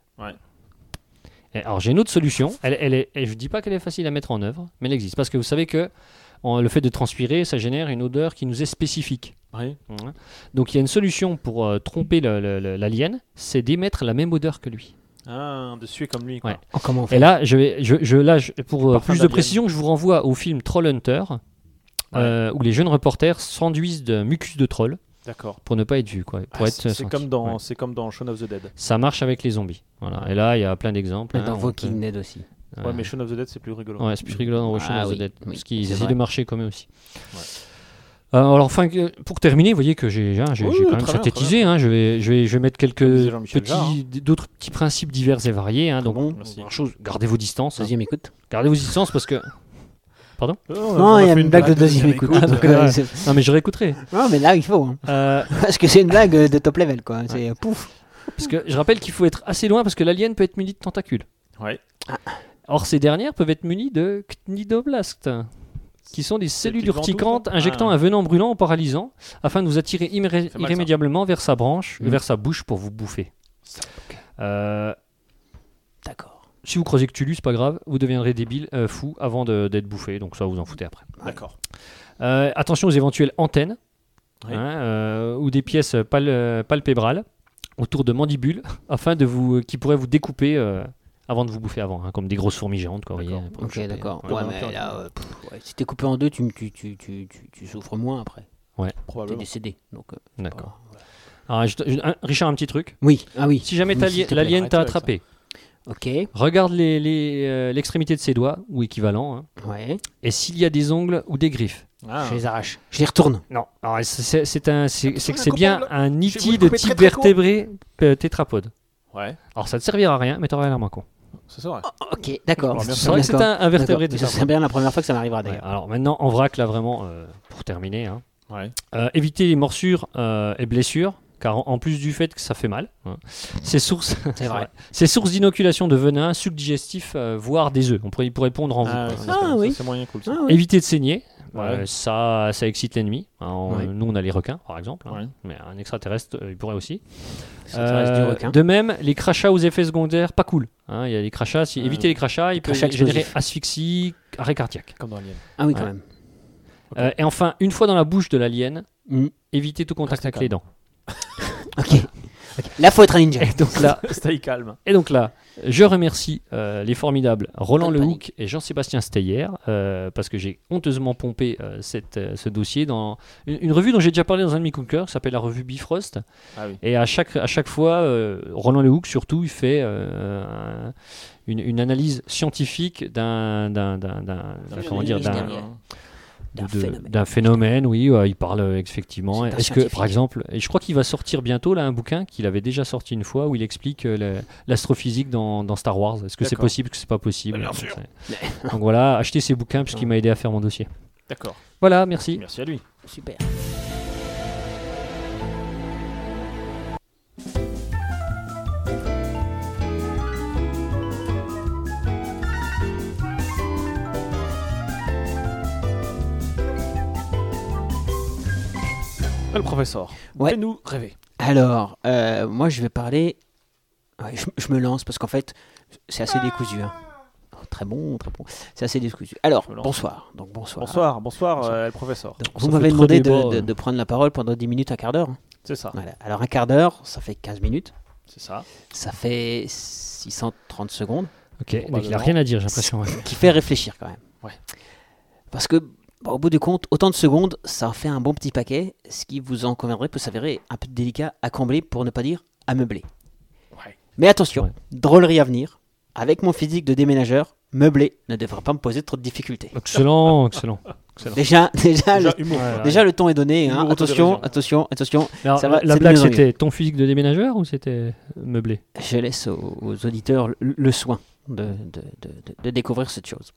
C: Et Eh, Alors j'ai une autre solution. Elle, elle est, et je dis pas qu'elle est facile à mettre en œuvre, mais elle existe parce que vous savez que en- le fait de transpirer, ça génère une odeur qui nous est spécifique.
A: Oui.
C: Hein. Donc il y a une solution pour euh, tromper le- le- le- l'alien, c'est d'émettre la même odeur que lui.
A: Ah, de suer comme lui. Quoi.
C: Ouais.
B: Oh, comment on fait
C: Et là, je vais, je, je- là, je- pour euh,
A: Parfum
C: plus de
A: d'alien.
C: précision, je vous renvoie au film Trollhunter, euh, où les jeunes reporters s'enduisent de mucus de troll
A: D'accord.
C: pour ne pas être vus, quoi, pour
A: Ah,
C: être
A: c'est c'est
C: sentis.
A: comme dans,
C: Ouais.
A: c'est comme dans Shaun of the Dead.
C: Ça marche avec les zombies. Voilà. Et là, il y a plein d'exemples.
B: Dans
C: hein, euh, on
B: Walking Dead aussi.
C: peut-
A: Ouais, mais Shaun of the Dead c'est plus rigolo.
C: Ouais, c'est plus rigolo dans Russian
B: Ah
C: of the
B: oui,
C: Dead,
B: oui,
C: parce qu'ils
B: c'est
C: essaient
B: vrai.
C: de marcher quand même aussi.
A: Ouais.
C: Euh, alors, enfin, que- pour terminer, vous voyez que j'ai j'ai- j'ai
A: Oui, oui,
C: j'ai quand même
A: très bien, très
C: synthétisé. hein, je, vais, je, vais, je vais mettre quelques
A: Comme disait Jean-Michel Jarre, Ah
C: petits- d'autres petits principes divers et variés. hein, donc,
B: bon,
A: Merci.
C: première chose, gardez vos distances. hein.
B: Deuxième écoute.
C: Gardez vos distances parce que.
A: Oh,
B: Non,
A: on
B: il y a
A: fait
B: une blague de deuxième écoute.
C: écoute.
B: Donc,
C: Ouais.
B: euh, c'est-
C: Non, mais je réécouterai.
B: Non, mais là, il faut. hein.
C: Euh,
B: Parce que c'est une blague euh, de top level, quoi. C'est euh, pouf.
C: parce que je rappelle qu'il faut être assez loin parce que l'alien peut être muni de tentacules.
A: Ouais.
C: Or, ces dernières peuvent être munies de cnidoblastes, qui sont des cellules
A: petites ventouses,
C: urticantes
A: là
C: injectant
A: Ah, ouais.
C: un venin brûlant ou paralysant afin de vous attirer imré-
A: fait mal, ça. Mmh.
C: irrémédiablement vers sa branche,
B: Mm.
C: vers sa bouche pour vous bouffer. Euh,
B: D'accord.
C: si vous croisez Cthulhu, c'est pas grave, vous deviendrez débile, euh, fou, avant de- d'être bouffé, donc ça vous en foutez après.
A: D'accord.
C: Euh, attention aux éventuelles antennes
A: Oui.
C: hein, euh, ou des pièces pal- palpébrales autour de mandibules afin de vous, qui pourraient vous découper euh, avant de vous bouffer avant, hein, comme des grosses fourmis géantes. Quoi, vous voyez, pour
B: Ok,
C: choper.
B: d'accord.
C: Ouais,
B: Ouais,
C: ouais,
B: mais
C: ouais.
B: là, euh, pff, ouais, si t'es coupé en deux, tu, me- tu, tu, tu, tu, tu souffres moins après. T'es
A: Probablement.
B: décédé. Donc, euh,
C: D'accord. Alors, je te- je- un- Richard, un petit truc.
B: Oui, ah oui.
C: Si jamais
B: Oui,
C: t'as
B: s'il
C: li-
B: te plaît,
C: l'alien
A: arrête
C: t'a
A: avec ça.
C: attrapé,
B: Ok,
C: regarde les- les, euh, l'extrémité de ses doigts ou équivalent, hein,
B: ouais.
C: et s'il y a des ongles ou des griffes.
A: Ah.
B: Je les arrache. Je les retourne.
C: Non, alors, c'est- c'est c'est un, c'est c'est que c'est
A: un
C: bien
A: copain,
C: un
A: Je vais vous
C: niti
A: le
C: de
A: couper
C: type
A: très, très court.
C: vertébré euh, tétrapode.
A: Ouais,
C: Alors ça te servira à rien, mais t'auras l'air moins con.
A: c'est vrai.
B: Ok, d'accord.
A: Alors, bien
C: C'est vrai que c'est un, un vertébré
B: Ce
C: tétrapode.
B: serait bien la première fois que ça m'arrivera
C: Ouais,
B: d'ailleurs.
C: alors maintenant, en vrac, là vraiment, euh, pour terminer, hein,
A: Ouais.
C: euh, éviter les morsures euh, et blessures, car en, en plus du fait que ça fait mal, hein, c'est source,
B: C'est vrai.
C: c'est source d'inoculation de venin, suc digestif, euh, voire des œufs. On pourrait, il pourrait pondre en vous.
A: Ah,
C: quoi.
A: ça,
B: Ah,
A: c'est- ça,
B: oui.
A: C'est moyen cool. ça.
B: Ah, oui.
C: Éviter de saigner,
A: Ouais.
C: euh, ça, ça excite l'ennemi. hein, on-
B: Ouais.
C: Nous, on a les requins, par exemple, hein,
A: Ouais.
C: mais un extraterrestre, euh, il pourrait aussi.
B: Extraterrestre du hein.
C: Euh,
B: requin.
C: de même, les crachats aux effets secondaires, pas cool. hein, Il y a les crachats, si,
A: Ouais.
C: éviter les crachats, il peut
B: crachats
C: générer
B: explosifs.
C: asphyxie, arrêt cardiaque.
A: Comme dans Alien.
B: Ah oui, quand
C: Ouais.
B: même.
C: Euh, et enfin, une fois dans la bouche de l'alien,
B: Mm.
C: éviter tout contact
A: Restez
C: avec les dents.
B: Ok. Ok. Là, faut être un ninja.
C: Et donc là,
A: Stay calme.
C: et donc là je remercie euh, les formidables Roland
B: Pas de
C: Lehoucq et Jean-Sébastien Steyer euh, parce que j'ai honteusement pompé euh, cette, euh, ce dossier dans une, une revue dont j'ai déjà parlé dans un de mes coups de cœur qui s'appelle la revue Bifrost.
A: Ah oui.
C: Et à chaque, à chaque fois, euh, Roland Lehoucq, surtout, il fait euh, un- une, une analyse scientifique d'un. d'un- d'un- d'un- Comment dire d'un-
B: Génial.
C: de-
B: D'un
C: de-
B: phénomène.
C: d'un phénomène, oui, euh, il parle euh, effectivement.
B: C'est un
C: Est-ce que,
B: scientifique.
C: par exemple, et je crois qu'il va sortir bientôt là un bouquin qu'il avait déjà sorti une fois où il explique euh, la- l'astrophysique dans, dans Star Wars. Est-ce que c'est
A: D'accord.
C: possible, est-ce que c'est pas possible
A: Bien
C: Donc,
A: sûr.
C: c'est- Donc voilà, achetez ces bouquins puisqu'il m'a aidé à faire mon dossier.
A: D'accord.
C: Voilà, merci.
A: Merci à lui.
B: Super.
A: Le professeur.
B: Ouais.
A: Fais-nous rêver.
B: Alors, euh, moi, je vais parler. Ouais, je, je me lance parce qu'en fait, c'est assez décousu. hein. Oh, très bon, très bon. C'est assez décousu. Alors,
A: Je me lance.
B: bonsoir. Donc, bonsoir.
A: Bonsoir, bonsoir,
B: Bonsoir.
A: euh, le professeur.
B: Donc,
C: Ça
B: vous m'avez
C: fait trop
B: demandé de,
C: débat,
B: de-
C: euh.
B: de prendre la parole pendant 10 minutes, un quart d'heure. hein.
A: C'est ça.
B: Voilà. Alors, un quart d'heure, ça fait 15 minutes.
A: C'est ça.
B: Ça fait 630 secondes.
C: Ok, donc il a
A: Probablement.
C: rien à dire, j'ai l'impression. ouais.
B: qui fait réfléchir quand même.
A: Ouais.
B: Parce que, bah, au bout du compte, autant de secondes, ça en fait un bon petit paquet, ce qui, vous en conviendrez, peut s'avérer un peu délicat à combler, pour ne pas dire à meubler.
A: Ouais.
B: Mais attention,
C: Ouais.
B: drôlerie à venir, avec mon physique de déménageur, meubler ne devrait pas me poser trop de difficultés.
C: Excellent, excellent.
B: Déjà, déjà,
A: Déjà,
B: Ah, le,
A: humour.
C: Voilà.
B: déjà, le ton est donné, hein.
A: Humour
B: attention,
A: autodérision.
B: attention, attention,
C: Alors,
B: ça va,
C: la
B: c'est de
C: blague,
B: mieux en mieux.
C: c'était ton physique de déménageur ou c'était meublé
B: Je laisse aux, aux auditeurs le, le soin de, de- de- de- de découvrir cette chose.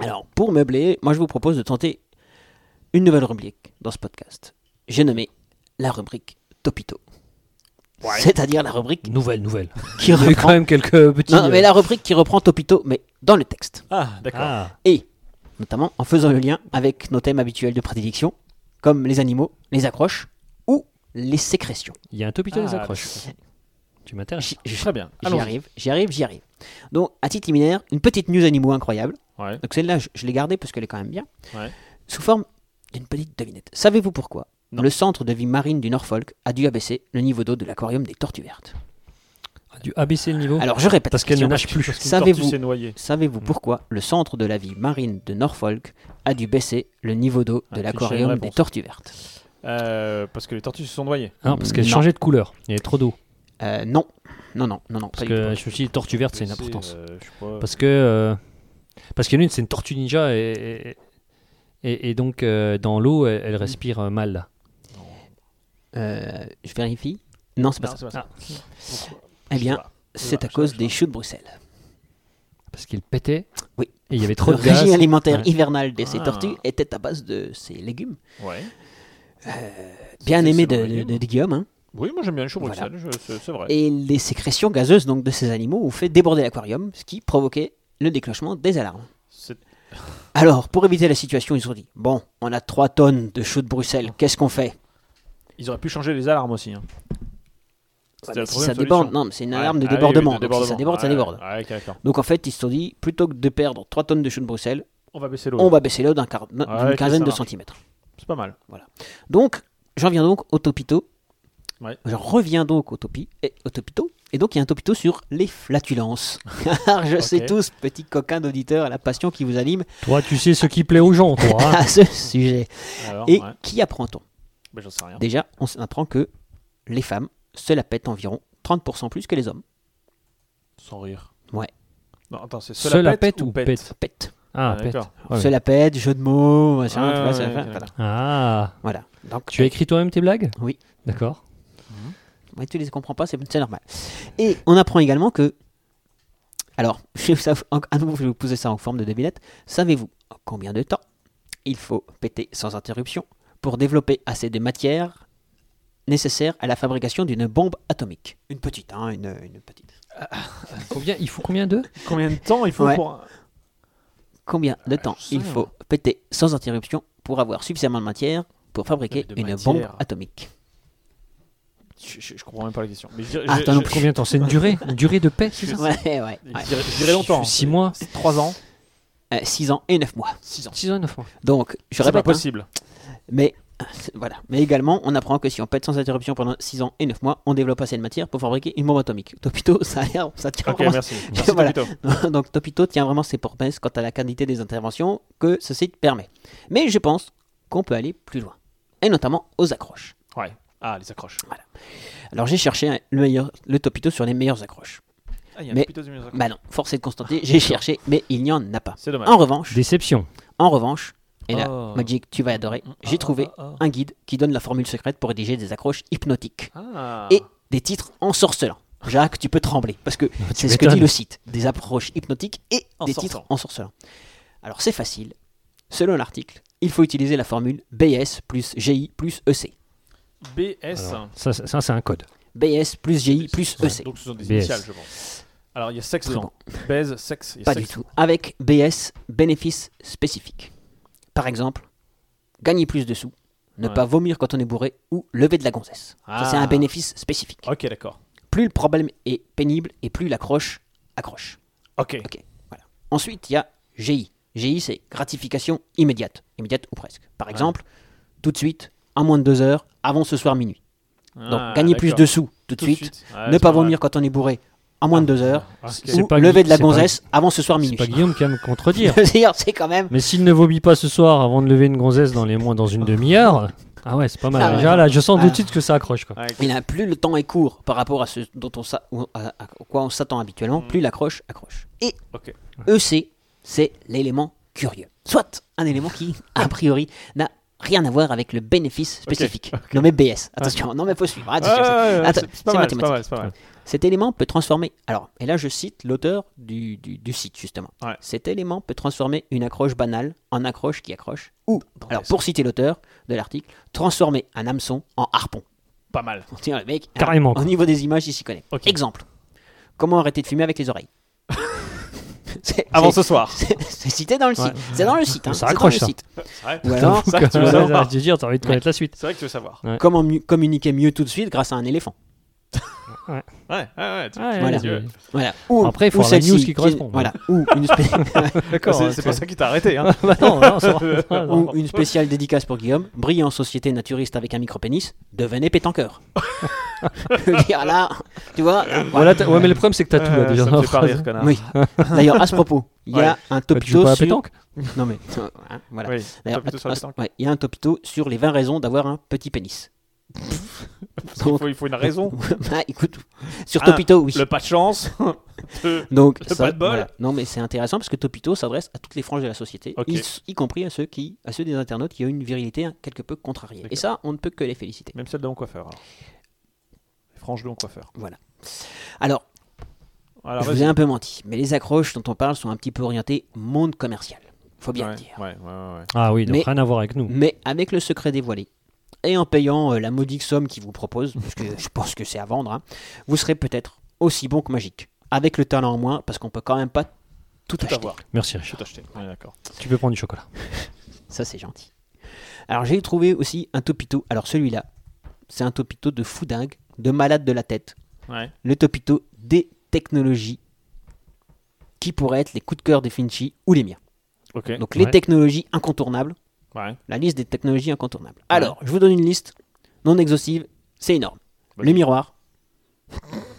B: Alors, pour meubler, moi je vous propose de tenter une nouvelle rubrique dans ce podcast. J'ai nommé la rubrique Topito. C'est-à-dire la rubrique
C: Nouvelle, nouvelle.
B: qui
C: Il y a eu quand
B: reprend.
C: même quelques petits.
B: Non, mais
C: euh,
B: la rubrique qui reprend Topito, mais dans le texte.
A: Ah, d'accord.
C: Ah,
B: Et notamment en faisant le lien avec nos thèmes habituels de prédilection, comme les animaux, les accroches ou les sécrétions.
C: il y a un topito des
A: Ah,
C: accroches. Tu m'intéresses
B: J'y- j'y-
A: Très bien.
B: J'y
A: Allons-y.
B: arrive, j'y arrive, j'y arrive. Donc, à titre liminaire, une petite news animaux incroyable.
A: Ouais.
B: Donc celle-là, je, je l'ai gardée parce qu'elle est quand même bien.
A: Ouais.
B: Sous forme d'une petite devinette. Savez-vous pourquoi
A: Non.
B: le centre de vie marine du Norfolk a dû abaisser le niveau d'eau de l'aquarium des tortues vertes
C: Ah, Du abaisser le niveau
B: Alors, je répète.
C: Parce
B: la
C: qu'elle
B: question.
C: ne nage plus.
A: Oh, Parce qu'une
B: Savez-vous-
A: tortue s'est noyée.
B: Savez-vous pourquoi le centre de la vie marine de Norfolk a dû baisser le niveau d'eau
A: Ah,
B: de
A: tu
B: l'aquarium
A: cherches une
B: des
A: réponse.
B: tortues vertes
A: Euh, parce que les tortues se sont noyées.
C: Non, Hein, parce qu'elle
B: Non.
C: changeait de couleur. Il y avait trop d'eau.
B: Euh, Non, non, non, non, non. pas
C: Parce
B: du
C: que
B: tout.
C: je me suis dit, tortue verte, c'est une
A: Mais
C: importance.
A: euh, je sais pas.
C: Parce que. euh, parce qu'il y en a une, c'est une tortue ninja et. et- Et, et donc, euh, dans l'eau, elle, elle respire euh, mal. Là.
B: Euh, je vérifie. Non, c'est pas
A: Non,
B: ça.
A: c'est pas ça.
B: Eh
A: Je sais
B: bien,
A: pas.
B: c'est
A: Ouais,
B: à
A: je-
B: cause
A: je-
B: des choux de Bruxelles.
C: Parce qu'il pétait.
B: Oui.
C: Et il y avait trop
B: le
C: de gaz.
B: régime alimentaire
C: Ouais.
B: hivernal de ces
A: Ah.
B: tortues était à base de ces légumes.
A: Ouais.
B: Bien
A: C'est
B: aimés de,
A: excellent,
B: de,
A: légumes.
B: de Guillaume. hein.
A: Oui, moi j'aime bien les choux
B: Voilà.
A: Bruxelles, je- c'est c'est vrai.
B: Et les sécrétions gazeuses donc, de ces animaux ont fait déborder l'aquarium, ce qui provoquait le déclenchement des alarmes.
A: C'est-
B: Alors, pour éviter la situation, ils se sont dit Bon, on a 3 tonnes de choux de Bruxelles, qu'est-ce qu'on fait
A: Ils auraient pu changer les alarmes aussi. hein.
B: Ouais,
A: C'était
B: mais
A: la
B: Si
A: troisième
B: ça déborde,
A: solution.
B: non, mais c'est une
A: Ouais.
B: alarme de
A: Ah oui, oui,
B: débordement.
A: de
B: donc si ça déborde, ça
A: Ouais,
B: déborde.
A: Ouais, ok, d'accord.
B: Donc en fait, ils se sont dit Plutôt que de perdre 3 tonnes de choux de Bruxelles,
A: On va baisser
B: on
A: l'eau.
B: va baisser l'eau d'un quart- d'une
A: ok, ça
B: quinzaine de
A: marche.
B: centimètres.
A: C'est pas mal.
B: Donc, j'en viens donc au topito.
A: Ouais.
B: J'en reviens donc au, topi, et, au topito. Et donc, il y a un topito sur les flatulences. Car je sais
A: Ok.
B: tous, petits coquins d'auditeurs, la passion qui vous anime
C: Toi, tu sais ce qui plaît aux gens, toi. hein.
B: à ce sujet.
A: Alors,
B: Et
A: ouais.
B: qui apprend-on
A: Bah, j'en sais rien.
B: Déjà, on apprend que les femmes se la pètent environ 30% plus que les hommes.
A: Sans rire.
B: Ouais.
A: Non, attends, c'est
C: Se la pète ou
A: pète
C: pète
B: Pète.
C: Ah,
A: Ah,
C: pète.
A: d'accord.
C: Ouais.
B: Se la pète, jeu de mots, machin,
A: Ouais,
B: tu vois, ça-
A: ouais, ouais,
B: voilà.
C: Ah,
B: Voilà. Donc,
C: tu as écrit toi-même tes blagues
B: Oui.
C: D'accord.
B: Ouais, tu les comprends pas, c'est c'est normal. Et on apprend également que. Alors, je vais vous- à nouveau, je vais vous poser ça en forme de devinette. Savez-vous en combien de temps il faut péter sans interruption pour développer assez de matière nécessaire à la fabrication d'une bombe atomique Une petite, hein, une, une petite.
C: Combien Il faut combien d'eux
A: Combien de temps il faut
B: Ouais.
A: pour.
B: Combien de temps
A: je sais
B: il
A: rien.
B: faut péter sans interruption pour avoir suffisamment de matière pour fabriquer
A: Mais de
B: une
A: matière.
B: bombe atomique
A: Je, je- je comprends même pas la question. Mais je, dirais-
B: Ah,
A: je-
B: toi non
A: je-
B: plus.
C: Combien de temps C'est une durée Une durée de paix, c'est ça
B: Ouais, ouais. ouais.
A: je dirais- je dirais longtemps.
C: 6 mois
A: 3 ans.
B: 6 Euh, ans et 9 mois.
A: 6 ans.
C: 6 ans, 9 mois.
B: Donc, je
A: C'est pas
B: répète. hein,
A: possible.
B: Mais voilà. Mais également, on apprend que si on pète sans interruption pendant 6 ans et 9 mois, on développe assez de matière pour fabriquer une bombe atomique. Topito, ça, a l'air- ça tient
A: Ok,
B: vraiment-
A: merci. Merci,
B: Voilà.
A: Topito.
B: Donc Topito tient vraiment ses promesses quant à la qualité des interventions que ce site permet. Mais je pense qu'on peut aller plus loin. Et notamment aux accroches.
A: Ouais. Ah, les accroches.
B: Alors j'ai cherché un- le, meilleur, le Topito sur les meilleures accroches.
A: Ah, il y a
B: Mais-
A: un Topito du
B: Bah non, force est de constater, j'ai cherché, mais il n'y en a pas.
A: C'est dommage.
B: En revanche,
C: Déception.
B: en revanche, et là,
A: Oh. mm,
B: Magic, tu vas adorer, j'ai trouvé un guide qui donne la formule secrète pour rédiger des accroches hypnotiques.
A: Ah.
B: et des titres ensorcelants. Jacques, tu peux trembler, parce que c'est ce que
C: m'étonnes.
B: dit le site, des approches hypnotiques et des
A: Ensorcelants.
B: titres ensorcelants. Alors c'est facile, selon l'article, il faut utiliser la formule BS plus GI plus E EC.
A: BS.
C: Alors, ça, ça, ça, c'est un code.
B: BS plus GI plus E
A: Ouais,
B: EC.
A: Donc ce sont des
C: BS.
A: initiales, je pense. Alors il y a sexe,
B: Très
A: non.
B: bon.
A: Baise, sexe. il y a
B: Pas
A: sexe.
B: du tout. Avec BS, bénéfice spécifique. Par exemple, gagner plus de sous, ne
A: Ouais.
B: pas vomir quand on est bourré ou lever de la gonzesse. Ça c'est
A: Ah.
B: un bénéfice spécifique.
A: Ok, d'accord.
B: Plus le problème est pénible et plus l'accroche accroche.
A: Ok.
B: Ok, voilà. Ensuite, il y a GI. GI, c'est gratification immédiate. Immédiate ou presque. Par exemple, tout de suite, en moins de deux heures, avant ce soir minuit. Donc,
A: Ah,
B: gagner plus
A: d'accord.
B: de sous tout de
A: Tout de
B: suite.
A: suite. Ouais,
B: ne
A: c'est
B: pas
A: mal.
B: vomir quand on est bourré en moins de deux heures.
A: Ah, ok.
C: C'est
B: Ou
C: pas
B: lever
C: Guy-
B: de la
C: c'est pas-
B: gonzesse avant ce soir minuit.
C: C'est pas Guillaume qui va me contredire.
B: D'ailleurs, c'est quand même.
C: Mais s'il ne vomit pas ce soir avant de lever une gonzesse dans les mois dans une demi-heure, ah ouais, c'est pas mal.
B: Ah ouais.
C: Déjà là, je sens
B: Ah.
C: de suite que ça accroche quoi.
A: Ouais,
B: Il a plus le temps est court par rapport à ce dont on s'a- ou à- à quoi on s'attend habituellement,
A: Mm.
B: plus l'accroche accroche. Et
A: Ok.
B: EC, c'est l'élément curieux. Soit un élément qui, a priori, n'a rien à voir avec le bénéfice spécifique, nommé BS. Attention, non mais faut suivre.
A: Ouais,
B: Attention,
A: ouais, ouais,
B: Attends,
A: c'est- c'est
B: c'est
A: pas mal, c'est
B: mathématique.
A: pas mal, c'est pas mal.
B: Cet élément peut transformer. Alors, et là je cite l'auteur du, du- du site justement.
A: Ouais.
B: Cet élément peut transformer une accroche banale en accroche qui accroche. Ou, alors pour citer l'auteur de l'article, transformer un hameçon en harpon.
A: Pas mal.
B: On tient le mec. hein,
C: Carrément.
B: Au
C: quoi.
B: niveau des images, il s'y connaît.
A: Ok.
B: Exemple. Comment arrêter de fumer avec les oreilles C'est-
A: Avant
B: c'est-
A: ce soir.
B: c'est- C'est cité dans le site.
C: Ouais.
B: C'est dans le site. hein.
C: Ça
B: C'est dans
C: accroche,
B: le
C: ça.
B: site.
A: C'est vrai.
B: Ou alors,
A: ça que tu veux
C: Ouais,
A: savoir.
C: ouais, Je veux dire, t'as envie de connaître la suite.
A: C'est vrai que tu veux savoir.
B: comment mieux- communiquer mieux tout de suite grâce à un éléphant
A: Ouais, ouais, ouais. tu-
C: Ouais,
B: Voilà.
A: tu veux.
B: Voilà. Ou,
C: Après, il faut
B: ou
C: avoir la
B: celle-ci
C: news qui correspond.
B: Voilà. Ou une, spé-
A: D'accord. C'est-
C: ouais,
A: C'est pas ça qui t'a arrêté. hein.
C: Bah non, non, ça va, ça va,
B: ou une spéciale dédicace pour Guillaume. Brille en société naturiste avec un micro-pénis. Devenez pétanqueur. Je veux dire, là, tu vois. là,
C: Voilà, t'as- ouais, mais le problème, c'est que t'as tout là
A: Euh,
C: déjà.
A: Ça
C: dans
A: me
C: la
A: fait pas
C: phrase.
A: rire, connard.
B: Oui. D'ailleurs, à ce propos, il y a un
C: Ah. Bah, tu
B: topito
C: joues pas à
B: sur...
C: pétanque
B: Non mais euh, hein, voilà.
A: Oui,
B: D'ailleurs,
A: topito sur
B: att-
A: la
B: att-
A: pétanque.
B: ouais, il y a un topito sur les 20 raisons d'avoir un petit pénis.
A: Parce qu'il faut- Il faut une raison.
B: bah, écoute, sur
A: Un,
B: Topito, oui.
A: Ah, Le pas de chance. Deux,
B: Donc,
A: le pas de bol.
B: Non, mais c'est intéressant parce que Topito s'adresse à toutes les franges de la société,
A: Ok.
B: y, y compris à ceux qui, à ceux des internautes qui ont une virilité hein, quelque peu contrariée. Et
A: D'accord.
B: ça, on ne peut que les féliciter.
A: Même celle de mon coiffeur. alors. Franche de mon coiffeur.
B: Alors,
A: Alors,
B: je
A: vas-y.
B: vous ai un peu menti, mais les accroches dont on parle sont un petit peu orientées monde commercial. Faut bien
A: ouais,
B: le dire.
A: ouais, ouais, ouais, ouais.
C: Ah oui, donc
B: Mais-
C: rien à voir avec nous.
B: Mais avec le secret dévoilé, et en payant euh, la modique somme qu'ils vous proposent, parce que je pense que c'est à vendre, hein, vous serez peut-être aussi bon que magique. Avec le talent en moins, parce qu'on peut quand même pas tout,
A: Tout
B: acheter.
A: avoir.
C: Merci
A: Tout
C: Richard.
A: acheté. Ouais, d'accord.
C: Tu peux prendre du chocolat.
B: Ça, c'est gentil. Alors, j'ai trouvé aussi un topito. Alors, celui-là, c'est un topito de fou dingue, de malade de la tête.
A: Ouais.
B: Le topito des technologies, qui pourraient être les coups de cœur des Finchi ou les miens.
A: Ok.
B: Donc les
C: Ouais.
B: technologies incontournables,
A: Ouais.
B: la liste des technologies incontournables. Alors, je vous donne une liste non exhaustive, c'est énorme.
A: Vas-y.
B: le miroir,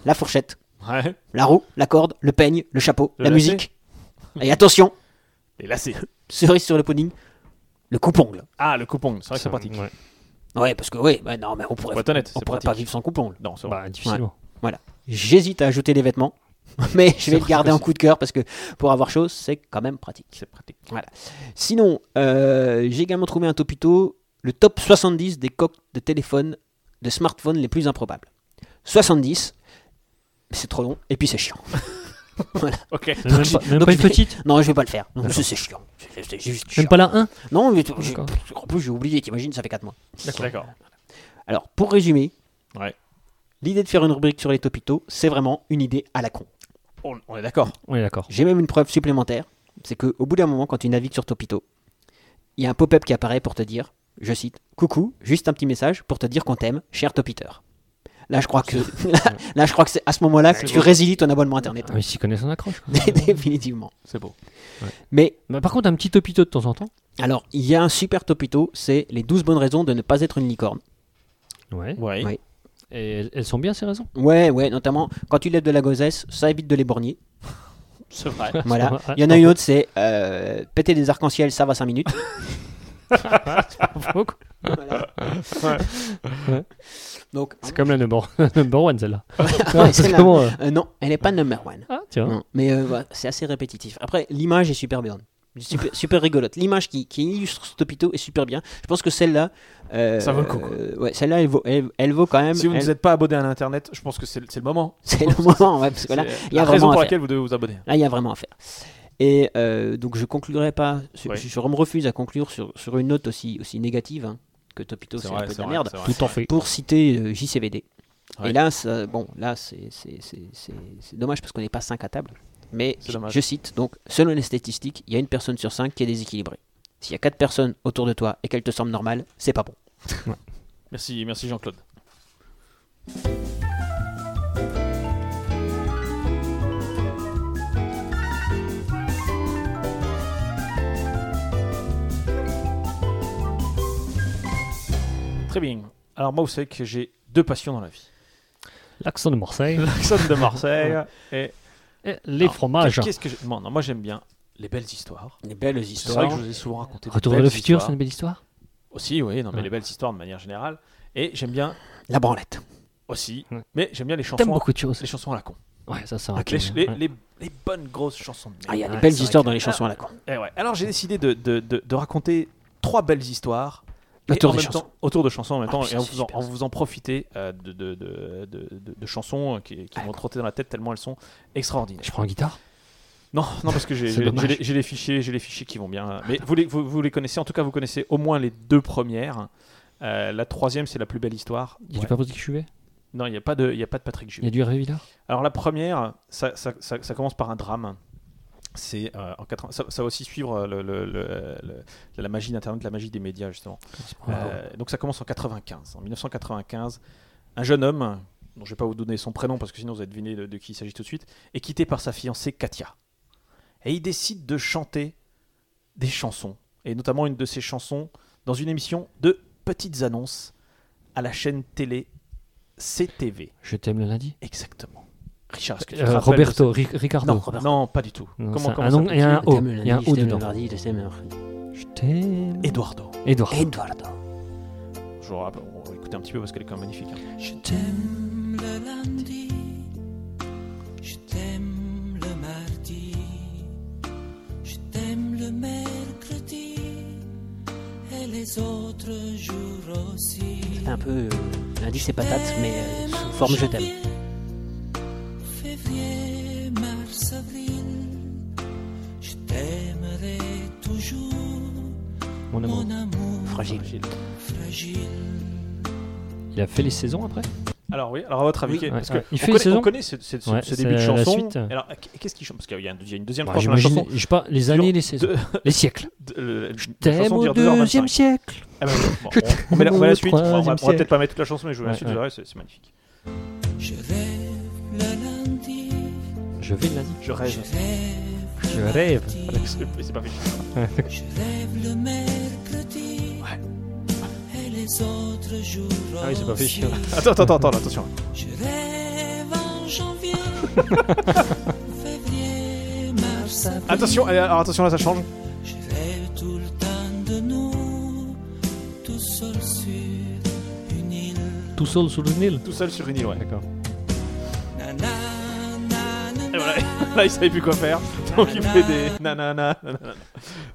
B: la fourchette,
A: Ouais.
B: la roue, la corde, le peigne, le chapeau,
A: Le
B: la
A: lacet.
B: musique. Et attention,
A: Et là, c'est.
B: cerise sur le pudding, le coupongle.
A: Ah, le coupon, c'est vrai que c'est
C: Ça,
A: pratique.
C: ouais.
B: Ouais, parce que oui, bah non, mais on pourrait,
A: Faut être honnête,
B: on
A: c'est
B: pourrait pas
A: pratique.
B: vivre sans coupongle.
A: Non, c'est vrai.
C: Bah, difficilement.
B: Voilà. J'hésite à ajouter les vêtements, mais je vais le garder en coup de cœur parce que pour avoir chaud, c'est quand même pratique.
A: C'est pratique.
B: Voilà. Sinon, euh, j'ai également trouvé un topito, le top 70 des coques de téléphone, de smartphone les plus improbables. 70, c'est trop long et puis c'est chiant.
A: Ok.
C: Même
B: Donc,
C: pas, même
B: donc,
C: pas
B: je
C: une
B: vais-
C: petite
B: Non, je vais pas le faire. Non, c'est c'est chiant. C'est- c'est juste
C: Même
B: chiant.
C: pas la 1
B: Non, mais tu- j'ai-
C: D'accord.
B: pff, en plus j'ai oublié, t'imagines, ça fait 4 mois.
A: D'accord.
B: Alors, pour résumer,
A: Ouais.
B: l'idée de faire une rubrique sur les topitos, c'est vraiment une idée à la con.
A: On, on est d'accord.
C: On est d'accord.
B: J'ai même une preuve supplémentaire, c'est que au bout d'un moment, quand tu navigues sur Topito, il y a un pop-up qui apparaît pour te dire, je cite, coucou, juste un petit message pour te dire qu'on t'aime, cher Topiteur. Là, je crois que, là, là, je crois que c'est à ce moment-là que tu résilies ton abonnement internet.
C: Ah, mais s'ils connaissent, on accroche. quoi.
B: Définitivement.
A: C'est beau.
B: Mais
C: Bah, par contre, un petit hôpital de temps en temps.
B: alors, il y a un super Topito, c'est les 12 bonnes raisons de ne pas être une licorne.
C: Ouais.
A: Ouais.
B: Ouais.
C: Et elles- elles sont bien ces raisons.
B: Ouais, ouais, notamment quand tu lèves de la gozesse, ça évite de l'éborgner.
A: C'est vrai.
B: Voilà.
C: Ça va,
B: Il y en a
C: ouais.
B: une autre, c'est euh, péter des arcs-en-ciel, ça va 5 minutes. Donc,
C: C'est comme la number, number one celle-là.
B: Ouais,
C: Non, c'est
B: celle-là.
C: comment, euh,
B: euh, non, elle n'est pas number one.
C: Ah, tiens.
B: Non, mais euh, voilà, c'est assez répétitif. Après, l'image est super bien. Super, super rigolote. L'image qui, qui illustre cet hôpital est super bien. Je pense que celle-là. euh,
A: Ça vaut le coup, quoi.
B: euh, ouais, celle-là, elle vaut, elle, elle vaut quand même.
A: Si vous
B: elle-
A: ne vous êtes pas abonné à l'internet, je pense que c'est le c'est le moment.
B: C'est le moment, ouais, parce que là,
A: C'est
B: il y a
A: la raison pour
B: vraiment à faire.
A: laquelle vous devez vous abonner.
B: Là, il y a vraiment à faire. Et euh, donc, je conclurai pas. sur-
A: Ouais.
B: Je, je me refuse à conclure sur, sur une note aussi, aussi négative hein, que Topito, c'est un peu de la merde.
C: Tout en fait.
B: pour citer euh, JCVD.
A: Ouais.
B: Et là, ça- bon, là, c'est c'est- c'est- c'est- c'est dommage parce qu'on n'est pas 5 à table. Mais
A: C'est
B: je-
A: dommage.
B: je cite, donc, selon les statistiques, il y a une personne sur 5 qui est déséquilibrée. S'il y a 4 personnes autour de toi et qu'elles te semblent normales, c'est pas bon.
A: Merci, merci Jean-Claude. Très bien. Alors moi, vous savez que j'ai deux passions dans la vie.
C: L'accent de Marseille.
A: L'accent de Marseille et
C: Et les
A: Alors,
C: fromages.
A: Qu'est-ce que je- non, non, moi j'aime bien les belles histoires.
B: Les belles
A: C'est vrai
B: histoires.
A: que je vous ai souvent raconté. des
C: Retour vers
A: belles
C: le futur,
A: histoires.
C: c'est une belle histoire.
A: Aussi, oui, non, mais
C: Ouais.
A: les belles histoires de manière générale. Et j'aime bien
B: La branlette.
A: aussi,
C: Ouais.
A: mais j'aime bien les chansons.
C: T'aimes beaucoup de choses.
A: Les chansons à la con.
C: Ouais, ça, ça.
A: Les, les- les- les bonnes grosses chansons. de
B: Ah, il y a des
C: Ouais,
B: belles
C: c'est
B: histoires
A: vrai
B: dans les
A: que-
B: chansons à la con.
A: Eh ouais. Alors j'ai décidé de, de- de- de raconter trois belles histoires et
B: Autour
A: en
B: des
A: même
B: chansons.
A: temps- autour de chansons en même
B: Ah,
A: temps,
B: putain,
A: et en
B: c'est
A: vous en,
B: super,
A: en
B: ça.
A: vous en profiter euh, de, de- de- de- de- de chansons euh, qui, qui
B: Ah,
A: vont trotter dans la tête tellement elles sont extraordinaires.
C: Je prends une guitare.
A: Non, non parce que j'ai
C: C'est
A: j'ai-
C: dommage.
A: j'ai les- j'ai les fichiers, j'ai les fichiers qui vont bien. Mais vous les, vous, vous les connaissez, en tout cas vous connaissez au moins les deux premières. Euh, la troisième c'est la plus belle histoire.
C: Il y a
A: Ouais.
C: du Patrick Chubet.
A: Non, il n'y a pas de, il y a pas de Patrick Juvet.
C: Il y a du Hervé Villard.
A: Alors la première, ça, ça- ça- ça commence par un drame. C'est euh, en 80 ça, ça va aussi suivre euh, le- le- le- le- la magie d'Internet, la magie des médias justement. Euh, donc ça commence en 95. En 1995, un jeune homme, dont je vais pas vous donner son prénom parce que sinon vous allez deviner de, de qui il s'agit tout de suite, est quitté par sa fiancée Katia. Et il décide de chanter des chansons, et notamment une de ses chansons dans une émission de petites annonces à la chaîne télé CTV.
C: Je t'aime le lundi.
A: Exactement. Richard, est-ce que tu te
C: Euh,
A: rappelles de
C: Roberto, Ri- Ricardo.
A: non, non, pas du tout.
C: Non,
A: comment
C: ça-
A: comment
C: un nom-
A: s'appelle-t-il
C: et un O. Il y a un
B: je
C: O
B: t'aime
C: dedans.
B: le mardi, je t'aime le mercredi.
C: Je t'aime.
A: Eduardo.
C: Edouard.
B: Eduardo.
A: Je vous rappelle, on va écouter un petit peu parce qu'elle est quand même magnifique. hein.
G: Je t'aime le lundi, je t'aime le mardi, je t'aime le mercredi et les autres jours aussi.
B: C'est un peu euh, lundi c'est patate, mais euh, sous forme je t'aime.
G: Janvier, Février, mars, avril, je t'aimerai toujours,
C: Mon amour.
G: mon amour
B: Fragile.
G: fragile.
C: Il a fait les saisons après
A: Alors oui, alors à votre avis,
B: Oui.
A: qu'est- parce
C: Ouais,
A: que
C: ouais. Il
A: on
C: fait les
A: connaît,
C: saisons
A: on connaît ce, ce- ce-
C: Ouais,
A: ce
C: c'est
A: début de
C: la
A: chanson.
C: suite.
A: Alors qu'est-ce qu'il chante Parce qu'il y a une, il y a une deuxième
C: Bah,
A: tranche dans la
C: J'imagine.
A: chanson.
C: Je sais pas, les
A: Dure
C: années, les saisons.
A: deux-
C: Les siècles.
A: de- le-
C: Je
A: la
C: t'aime
A: chanson
C: au
A: dure 2h25.
C: deuxième siècle.
A: Ah bah oui, bon, on, on met la, on met la suite. Bon, on va, on va
C: Troisième
A: peut-être pas mettre toute la chanson, mais je vous mets la
C: Ouais,
A: suite.
C: ouais.
A: vous verrez, c'est c'est magnifique.
G: Je rêve le lundi,
C: Je vais le lundi.
A: Je rêve.
G: je rêve
C: Je rêve.
A: C'est pas fini.
G: Je rêve le mercredi et les autres jours.
C: Ah oui, c'est pas fait chier.
G: aussi.
A: Attends, attends, attends, là, attention.
G: Je rêve en janvier, février, mars, avril.
A: Attention, allez, alors attention là, ça change.
G: Je rêve tout le temps de nous, tout seul sur une île.
C: Tout seul sous le Nil
A: Tout seul sur une île, ouais.
C: D'accord.
G: Nanana,
A: Et voilà, là, il savait plus quoi faire. Donc, il fait des nanana. nanana.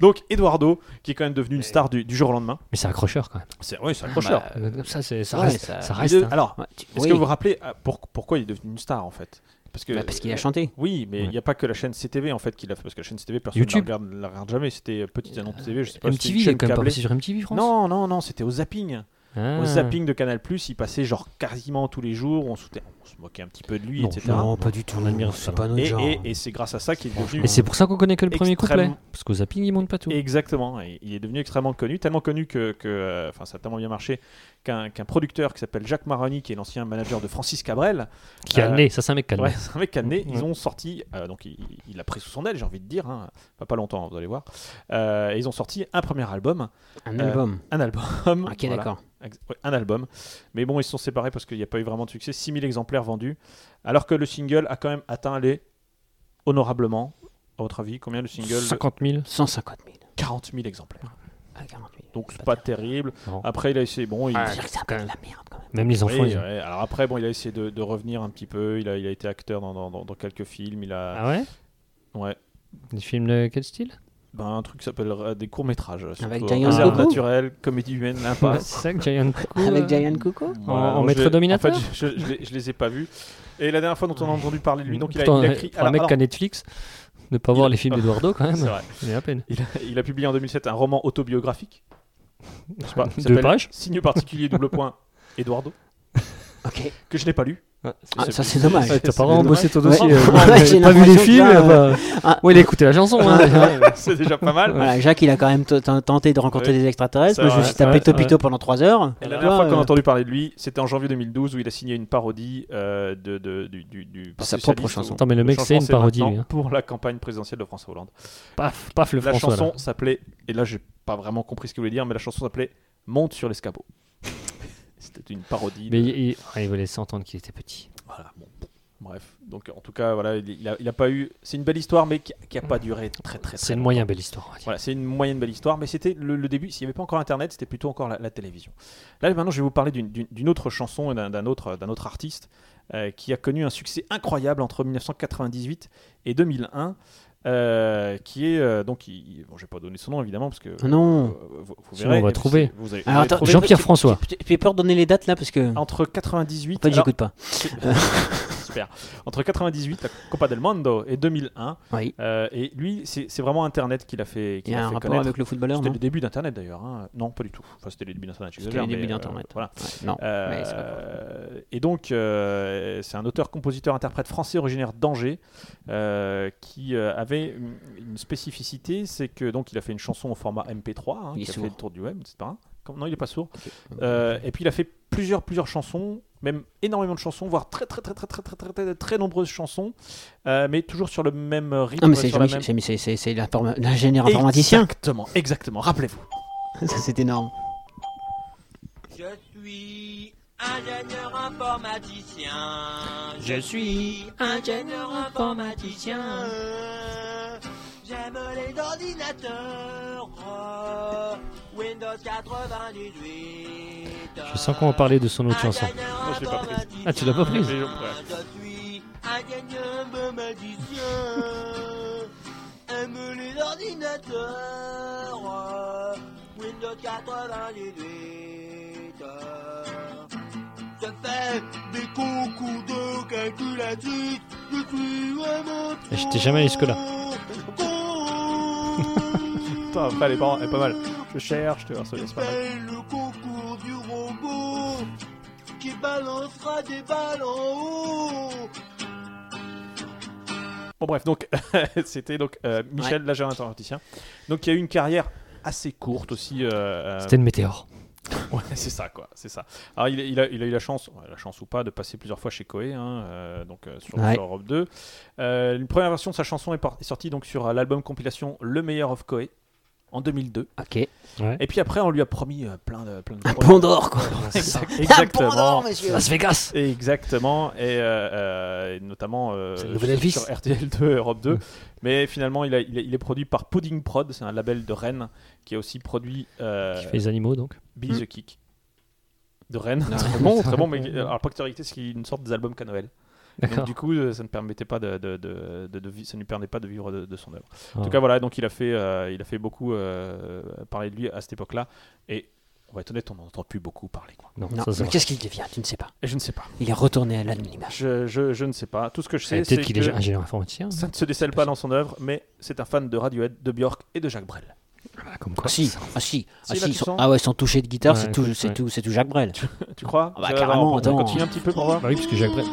A: Donc, Eduardo, qui est quand même devenu une star du, du jour au lendemain.
C: Mais c'est accrocheur quand même.
A: C'est, oui, c'est
C: Bah, euh, comme ça, c'est- ça
B: Ouais,
C: reste.
B: ça-
C: Ça reste.
A: Il est-
C: hein.
A: Alors,
B: Ouais, tu-
A: est-ce
B: oui.
A: que vous vous rappelez ah, pour- pourquoi il est devenu une star en fait Parce que euh,
B: Bah, parce qu'il a chanté.
A: Oui, mais il
C: Ouais.
A: n'y a pas que la chaîne CTV en fait qui l'a fait, parce que la chaîne CTV, personne ne la
C: YouTube.
A: regarde, la regarde jamais. C'était euh, Petite Annonce TV, je sais pas c'était une
C: MTV, il est
A: chaîne
C: quand même pas
A: câblée.
C: passé sur MTV France
A: Non, non, non, c'était au zapping.
C: Ah.
A: Au zapping de Canal, il passait genre quasiment tous les jours, on, soutenait- on se moquait un petit peu de lui,
C: Non,
A: etc.
B: Non, pas du tout.
C: On admire
B: C'est
C: ça.
B: pas notre
A: Et,
B: genre.
A: et- et c'est grâce à ça qu'il est devenu.
C: Et c'est pour ça qu'on connaît que le premier
A: Extrêmement-
C: couplet. Parce qu'au zapping, il monte pas tout.
A: Exactement, et il est devenu extrêmement connu, tellement connu que, que, euh, enfin, ça a tellement bien marché qu'un qu'un producteur qui s'appelle Jacques Maroni, qui est l'ancien manager de Francis Cabrel,
C: Qui a
A: Euh,
C: le nez, ça c'est un mec qui a le
A: Ouais,
C: nez.
A: c'est un mec qui a le nez. Ils
C: Mm, Ouais.
A: ont sorti, euh, donc il, il- il a pris sous son aile, j'ai envie de dire, hein, pas, pas longtemps, vous allez voir. Euh, ils ont sorti un premier album,
B: Un
A: euh,
B: album.
A: un album.
C: Ah,
B: Ok,
A: voilà,
B: d'accord.
A: ex- ouais, un album. Mais bon, ils se sont séparés parce qu'il n'y a pas eu vraiment de succès. 6000 exemplaires vendus, alors que le single a quand même atteint les honorablement. À votre avis, combien le single
C: 50 000.
B: 150 000.
A: 40 000 exemplaires.
B: Ah, 40 000.
A: Donc c'est pas terrible.
C: Non.
A: Après, il a essayé. Bon, il.
C: Ah,
B: Je veux dire que c'est un peu de la merde quand même.
C: Même les enfants.
A: Oui,
C: ils-
A: ouais. Alors après, bon, il a essayé de, de revenir un petit peu. Il a, il a été acteur dans, dans- dans- dans quelques films. Il a,
C: Ah ouais
A: ouais,
C: Des films de quel style
A: Ben, un truc qui s'appelle euh, des courts-métrages. surtout,
B: Avec
A: euh,
B: Giant
A: Réserve
B: Coco
A: naturelle, comédie humaine,
C: Ah,
A: l'impasse.
C: C'est ça que Giant Cuckoo, euh,
B: Avec Giant Coco
A: Voilà,
C: en
A: donc
C: maître
A: je l'ai-
C: dominateur
A: En fait, je, je les- je les ai pas vus. Et la dernière fois dont on a entendu parler de lui, donc il a,
C: Pourtant,
A: il a écrit.
C: pour un
A: alors-
C: mec
A: alors,
C: qui a Netflix, ne pas
A: Il
C: voir
A: a-
C: les films d'Eduardo quand
A: c'est
C: même,
A: vrai.
C: il est à peine.
A: Il a, il a publié en 2007 un roman autobiographique. Je sais pas, qui
C: Deux
A: s'appelle
C: pages.
A: Signe particulier, double point, Eduardo,
B: Ok.
A: que je n'ai pas lu.
B: Ah, ça c'est dommage.
A: Ouais,
C: T'as
A: c'est
C: pas vraiment
A: dommage.
C: bossé ton
B: Ouais.
C: dossier.
B: Ouais,
C: euh,
B: j'ai
C: T'as pas vu les
B: l'impression
C: films
B: que là,
A: bah.
C: euh,
B: Ah.
C: Ouais, il a écouté la chanson. hein.
A: C'est déjà pas mal.
B: Voilà, Jacques, il a quand même t- t- tenté de rencontrer
A: Oui.
B: des extraterrestres.
A: C'est
B: Moi, je me
A: vrai,
B: suis
A: c'est
B: tapé
C: vrai, c'est
B: Topito pendant 3 heures.
A: Et la
B: Toi,
A: dernière fois qu'on a
B: euh,
A: entendu parler de lui, c'était en janvier 2012 où il a signé une parodie euh, de, de- du, du, du Parti
B: Sa propre
A: socialiste
B: chanson.
A: où
C: Attends, mais le mec, c'est
A: changement,
C: une parodie.
A: maintenant
C: lui, hein.
A: Pour la campagne présidentielle de François Hollande.
C: Paf, paf, le
A: la
C: François. là.
A: chanson s'appelait, et là j'ai pas vraiment compris ce qu'il voulait dire, mais la chanson s'appelait Monte sur l'escabeau. C'était une parodie.
C: Mais
A: de-
C: il, il- ah, il voulait s'entendre qu'il était petit.
A: Voilà, bon, bref. Donc en tout cas, voilà, il, il a, il a pas eu. C'est une belle histoire, mais qui, qui a pas duré très très très.
C: C'est une
A: longtemps.
C: moyen belle histoire. on va dire.
A: Voilà, c'est une moyenne belle histoire, mais c'était le, le début. S'il n'y avait pas encore Internet, c'était plutôt encore la, la télévision. Là, maintenant, je vais vous parler d'une- d'une d'une autre chanson et d'un d'un autre, d'un autre artiste euh, qui a connu un succès incroyable entre 1998 et 2001, euh, qui est euh, donc, il- il- bon, je vais pas donner son nom évidemment parce que
B: Non.
A: euh, vous, vous
C: Ah Sinon,
A: verrez.
C: on va
A: Et puis,
C: trouver.
A: c'est- vous avez- vous
B: Alors,
A: avez
B: attends,
A: trouvé.
C: Jean-Pierre
B: tu-
C: François.
B: Tu tu as peur de donner les dates là parce que. En
A: entre 98
B: fait,
A: alors-
B: j'écoute pas.
A: Ah, super entre 98 la Copa del Mondo et 2001
B: Oui.
A: euh, et lui c'est c'est vraiment Internet qui l'a fait qui
B: Il y
A: l'a
B: a un
A: fait
B: rapport
A: connaître.
B: avec le footballeur,
A: c'était
B: non
A: le début d'Internet d'ailleurs hein. non pas du tout enfin c'était le début d'Internet
B: C'était
A: j'exagère,
B: le début
A: mais, euh,
B: d'Internet.
A: voilà
B: Ouais, Non.
A: Euh,
B: mais c'est pas grave.
A: et donc euh, c'est un auteur compositeur interprète français originaire d'Angers euh, qui euh, avait une, une spécificité c'est que donc il a fait une chanson au format MP3 hein,
B: Il est
A: qui a fait
B: sourd.
A: le tour du web etc Comme- non il est pas sourd euh, et puis il a fait plusieurs plusieurs chansons, même énormément de chansons, voire très très très très très très très très, très nombreuses chansons, euh, mais toujours sur le même rythme.
B: Non, mais c'est
A: sur la
B: Jean-Michel-
A: même-
B: c'est- c'est- c'est- c'est l'informa- l'ingénieur informaticien.
A: Exactement, exactement. Rappelez-vous.
B: Ça, c'est énorme.
G: Je suis ingénieur informaticien. Je suis ingénieur informaticien. J'aime les ordinateurs. euh, Windows 98.
C: Je sens qu'on va parler de son autre chanson.
G: Ingénieur
A: je l'ai pas prise.
G: informaticien.
C: Ah, tu l'as pas prise
A: Mais, ouais.
G: Je suis ingénieur informaticien. Aime les ordinateurs. euh, Windows 98. euh. Je fais des concours de calculatrice. Je suis vraiment.
C: Et Eh, j'étais jamais allé
H: Euh.
C: jusque-là.
A: Putain, après, elle est pas, elle est pas mal. Je cherche, tu vois, ça, c'est pas mal.
G: Fais le concours du robot qui balancera des balles en haut.
A: Bon bref, donc c'était donc euh, Michel Lager, informaticien. Donc il y a eu une carrière assez courte aussi. euh, euh,
C: C'était une météore.
A: Ouais, c'est ça, quoi. C'est ça. Alors, il, il a, il a eu la chance, ouais, la chance ou pas, de passer plusieurs fois chez Koei, hein, euh, donc euh, sur,
B: Ouais.
A: sur Europe 2. Euh, une première version de sa chanson est, par- est sortie donc sur euh, l'album compilation Le meilleur of Koei en 2002.
B: Ok.
A: Et puis après, on lui a promis euh, plein de plein de
B: Un pont d'or, quoi.
A: Exact-
B: Un pont
A: Exactement.
B: d'or, monsieur. Las Vegas.
A: Exactement, et, euh, euh, et notamment euh,
B: C'est le nouvel Elvis.
A: sur RTL2, Europe 2. Mais finalement, il, a- il est- il est produit par Pudding Prod, c'est un label de Rennes qui a aussi produit euh,
C: Qui fait les animaux donc.
A: Billy the Kick de Rennes. Très bon, très bon, mais alors particularité, c'est qu'il y a une sorte des albums qu'à Noël. Donc
C: D'accord.
A: du coup, euh, ça ne permettait pas de, de, de, de- de vi- ça ne lui permettait pas de vivre de, de son œuvre. En tout
C: Ah.
A: cas, voilà, donc il a fait, euh, il a fait beaucoup euh, parler de lui à cette époque-là, et on va être honnête, on n'entend plus beaucoup parler. Quoi.
C: Non,
B: Non,
C: ça, c'est
B: mais
C: vrai.
B: qu'est-ce qu'il devient Tu ne sais pas.
A: Et je ne sais pas.
B: Il est retourné à l'anonymat.
A: Je, je, je ne sais pas. Tout ce que je sais,
C: Eh,
A: c'est
C: Peut-être qu'il
A: que
C: est ingénieur informaticien.
A: ça ne se décèle pas dans son œuvre, mais c'est un fan de Radiohead, de Björk et de Jacques Brel.
C: Ah, Comme quoi.
B: Ah si, ah si,
A: Si,
B: ah
A: là, tu
B: si, son-
A: sens.
B: ah ouais, son toucher de guitare,
C: Ouais,
B: c'est tout,
C: écoute,
B: c'est
C: ouais.
B: tout, c'est tout Jacques Brel.
A: Tu crois
B: Ah bah,
A: Ça,
B: carrément,
A: on, on
B: attends.
A: continue un petit peu pour voir.
C: Bah oui, parce que Jacques Brel.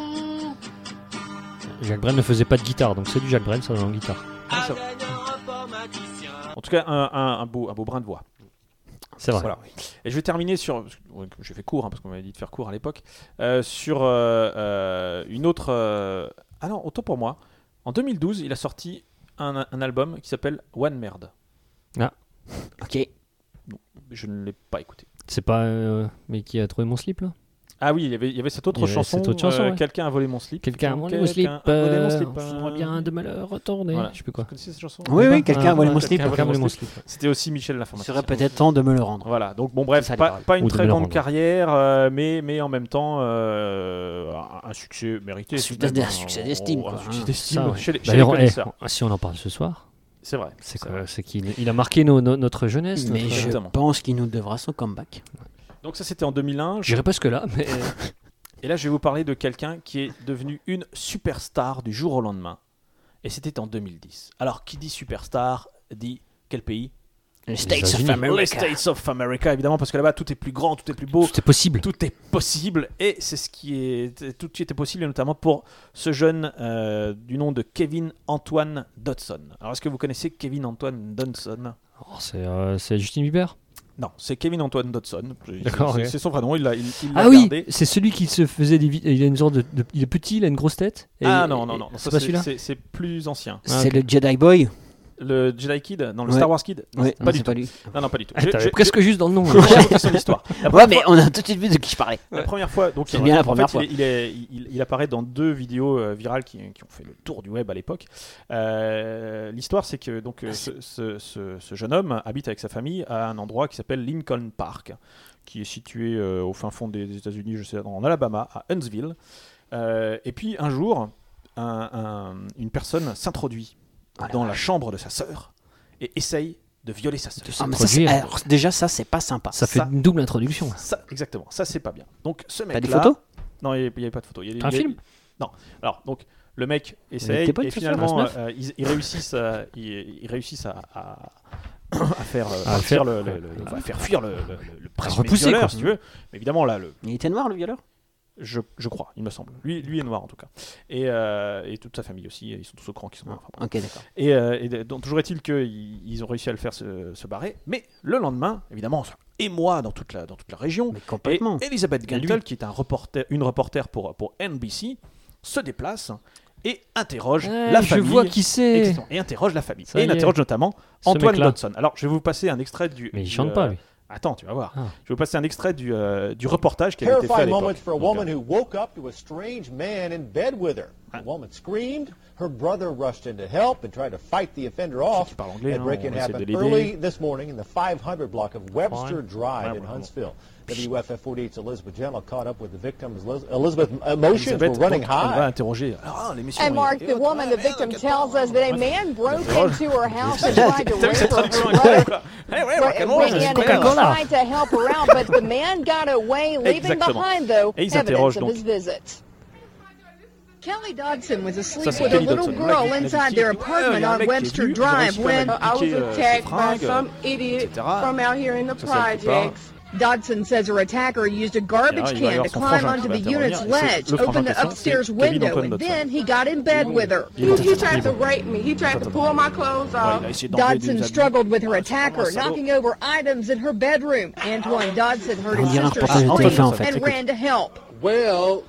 C: Jacques Brel ne faisait pas de guitare, donc c'est du Jacques Brel, ça dans la guitare.
A: ça va. En tout cas, un, un- un beau, un beau brin de voix.
C: C'est vrai.
A: Voilà. Et je vais terminer sur. parce que- ouais, J'ai fait court, hein, parce qu'on m'avait dit de faire court à l'époque. euh, sur euh, euh, une autre. euh, Ah non, autant pour moi. En 2012, il a sorti un, un album qui s'appelle One Merde.
B: Ok.
A: Je ne l'ai pas écouté.
C: C'est pas. euh, Mais qui a trouvé mon slip là
A: Ah oui, il y avait, il y avait cette autre
C: Il y avait
A: chanson.
C: cette autre chanson,
A: euh,
C: ouais.
A: Quelqu'un a volé mon slip.
C: Quelqu'un a volé mon
A: Quelqu'un
C: slip.
A: a volé mon
C: euh,
A: slip,
C: J'aimerais
A: euh,
C: bien de malheur retourner.
A: Voilà.
C: Je sais plus quoi.
A: Vous connaissez cette chanson
B: Oui, oui,
C: pas-
B: quelqu'un
C: ah,
B: a volé mon
C: voilà,
B: slip.
A: quelqu'un a
C: Quelqu'un a volé mon slip.
A: C'était aussi Michel
B: Il
A: l'informatique.
B: serait peut-être temps de me le rendre.
A: Voilà, donc bon
B: C'est
A: bref,
B: ça, les
A: pas,
B: paroles.
A: pas une
C: Ou de
A: très
C: me le
A: grande
C: rendre.
A: carrière, euh, mais, mais en même temps euh, un succès mérité.
B: Un
A: c'est
B: succès-
A: même
B: un succès d'estime,
A: Un
B: quoi,
A: succès
B: hein.
A: d'estime
C: Ça, ouais.
A: chez les, chez les
C: D'ailleurs, eh,
A: connaisseurs.
C: si on en parle ce soir,
A: C'est vrai.
C: c'est
A: c'est
C: quoi-
A: vrai.
C: c'est qu'il il a marqué nos- nos- notre jeunesse.
B: Mais
C: notre-
B: je
A: Exactement.
B: pense qu'il nous devra son comeback.
A: Donc ça c'était en 2001.
C: J'irai pas jusque là, mais
A: Et là je vais vous parler de quelqu'un qui est devenu une superstar du jour au lendemain. Et c'était en 2010. Alors qui dit superstar dit quel pays
B: Les States of
C: États-Unis.
B: America.
A: Les States of America évidemment parce que là-bas tout est plus grand, tout est plus beau.
C: tout est possible.
A: Tout est possible et c'est ce qui est tout qui était possible et notamment pour ce jeune euh, du nom de Kevin Antoine Dodson. Alors est-ce que vous connaissez Kevin Antoine Dodson
C: Oh, c'est euh, c'est Justin Bieber.
A: Non, c'est Kevin Antoine Dodson. C'est-
C: D'accord,
A: C'est
C: ok.
A: c'est son vrai nom. Il l'a il, il l'a
C: Ah oui,
A: gardé.
C: c'est celui qui se faisait des. vi- Il a une sorte de, de- Il est petit, il a une grosse tête. et-
A: ah non non
C: et-
A: non, ça,
C: C'est pas celui-là.
A: c'est c'est plus ancien.
C: Ah,
B: C'est
C: ok.
B: le Jedi Boy
A: Le Jedi Kid, non le
B: Ouais.
A: Star Wars Kid, non,
B: Ouais,
A: pas
B: non,
A: du
B: c'est
A: tout.
B: pas lui.
A: Non non pas du tout.
C: Ah,
A: J'ai-
C: t'avais
A: j'ai-
C: presque juste dans le nom.
A: j'ai raconté son histoire. La
B: Ouais,
A: première
B: mais
A: fois-
B: on a tout de suite vu de qui je parlais.
A: La première fois, donc
B: C'est
A: il-
B: bien la
A: en
B: première
A: fait,
B: fois.
A: Il, il est- il- il apparaît dans deux vidéos euh, virales qui, qui ont fait le tour du web à l'époque. Euh, L'histoire, c'est que donc euh, ce, ce- ce- ce jeune homme habite avec sa famille à un endroit qui s'appelle Lincoln Park, qui est situé euh, au fin fond des, des États-Unis, je sais, en Alabama, à Huntsville. Euh, et puis un jour, un- un- une personne s'introduit
B: Ah la
A: dans la chambre de sa sœur et essaye de violer sa sœur.
B: Ah, mais ça, c'est-
C: produire.
B: alors, déjà, ça, c'est pas sympa.
C: Ça fait
A: Ça-
C: une double introduction.
A: Ça, exactement, ça c'est pas bien. Donc ce mec-là.
B: T'as des photos
A: Non, il n'y avait pas de photo. Il y avait-
C: Un
A: il y avait-
C: film
A: Non. Alors, donc, le mec
B: Il
A: essaye
B: était pas une
A: et
B: chaussure,
A: finalement,
B: 29.
A: euh, ils, ils réussissent à, ils, ils réussissent à, à- à faire, euh,
C: À
A: partir
C: faire-
A: le, le- le- à faire fuir le, le, le- le présumé
C: repousser,
A: violeur,
C: quoi.
A: si tu veux. Mais évidemment, là, le,
B: Il était noir, le violeur
A: je, je crois, il me semble. Lui, lui est noir, en tout cas. Et, euh, et toute sa famille aussi. Ils sont tous au cran qui sont noirs. Enfin, bref.
B: Ok, d'accord.
A: Et, euh, et de- donc, toujours est-il qu'ils ils ont réussi à le faire se, se barrer. Mais le lendemain, évidemment, et moi dans toute la, dans toute la région,
B: Mais complètement.
A: et Elisabeth Gentel,
B: Lui.
A: qui est un reporter, une reporter pour, pour NBC, se déplace et interroge
C: Ah,
A: la
C: je
A: famille.
C: vois qui c'est.
A: Exactement, Et interroge la famille.
C: Ça
A: et
C: y
A: il
C: est.
A: interroge notamment
C: Ce
A: Antoine
C: mec-là.
A: Dodson. Alors, je vais vous passer un extrait du.
C: Mais il
A: du,
C: chante
A: euh,
C: pas, lui.
A: Attends, tu vas voir.
C: Ah.
A: Je vais vous passer un extrait du, euh, du reportage qui a été fait à
I: Terrifying
A: l'époque.
I: moments for a
A: Donc,
I: woman
A: euh,
I: who woke up to a strange man in bed with her. The woman screamed. Her brother rushed in to help and tried to fight the offender off.
A: parle anglais,
I: That
A: hein,
I: break-in
A: on essaie de
I: happened
A: l'aider.
I: early this morning in the 500 block of Webster Drive
A: Ouais,
I: in
A: ouais,
I: Huntsville. WFF 48's Elizabeth Jenner caught up with the victim's Elizabeth emotions were
A: euh, Elisabeth,
I: running
A: donc, on va
I: high.
A: interroger. Alors, ah, l'émission
H: And
A: est-
H: Mark, the woman, the victim, tells us that a man broke into her house and tried to
A: Putain, mais
H: rape
A: cette
H: her.
A: traduction
H: Her
A: est dingue,
H: brother
A: quoi. Eh ouais, rock'n'roll,
H: went
A: c'est
H: in
A: Coca-Cola.
H: and tried to help her out, but the man got away, leaving
A: Exactement.
H: behind, though,
A: Et ils interrogent
H: evidence of
A: donc.
H: his visit. Kelly Dodson was asleep
A: c'est
H: with a
A: Kelly
H: little
A: Dodson. Le mec, il
H: girl
A: a dit,
H: inside
A: il a
H: their
A: dit, ouais, il y
H: apartment
A: a un mec
H: on
A: qui est
H: Webster
A: venu, ils ont réussi
H: Drive
A: à
H: when
A: mettre piquer, euh, ses fringues, euh, etc.
H: idiot from out here in the
A: Ça, c'est le plus tard.
H: projects. Dodson says her attacker used a
A: Ah,
H: garbage
A: il va y
H: can
A: avoir
H: to
A: son
H: climb
A: frangin
H: onto
A: qui
H: the
A: va intervenir.
H: unit's
A: Et c'est
H: ledge,
A: le frangin
H: open
A: en
H: the
A: question,
H: upstairs
A: c'est Kevin
H: window,
A: Antoine
H: and
A: Dodson.
H: then he got in bed with her.
A: Il est parti, il est bon.
J: rape me. He tried to pull my clothes
A: Ouais,
J: off.
A: il a essayé d'enlever des
H: Dodson
A: habits.
H: struggled with her
A: vraiment
H: attacker,
A: un salaud.
H: knocking over items in her bedroom. Antoine Dodson heard his
B: On dirait un reportage de
H: sister scream
B: TF1, en fait.
H: and
B: Écoute.
H: ran to help.
G: Well,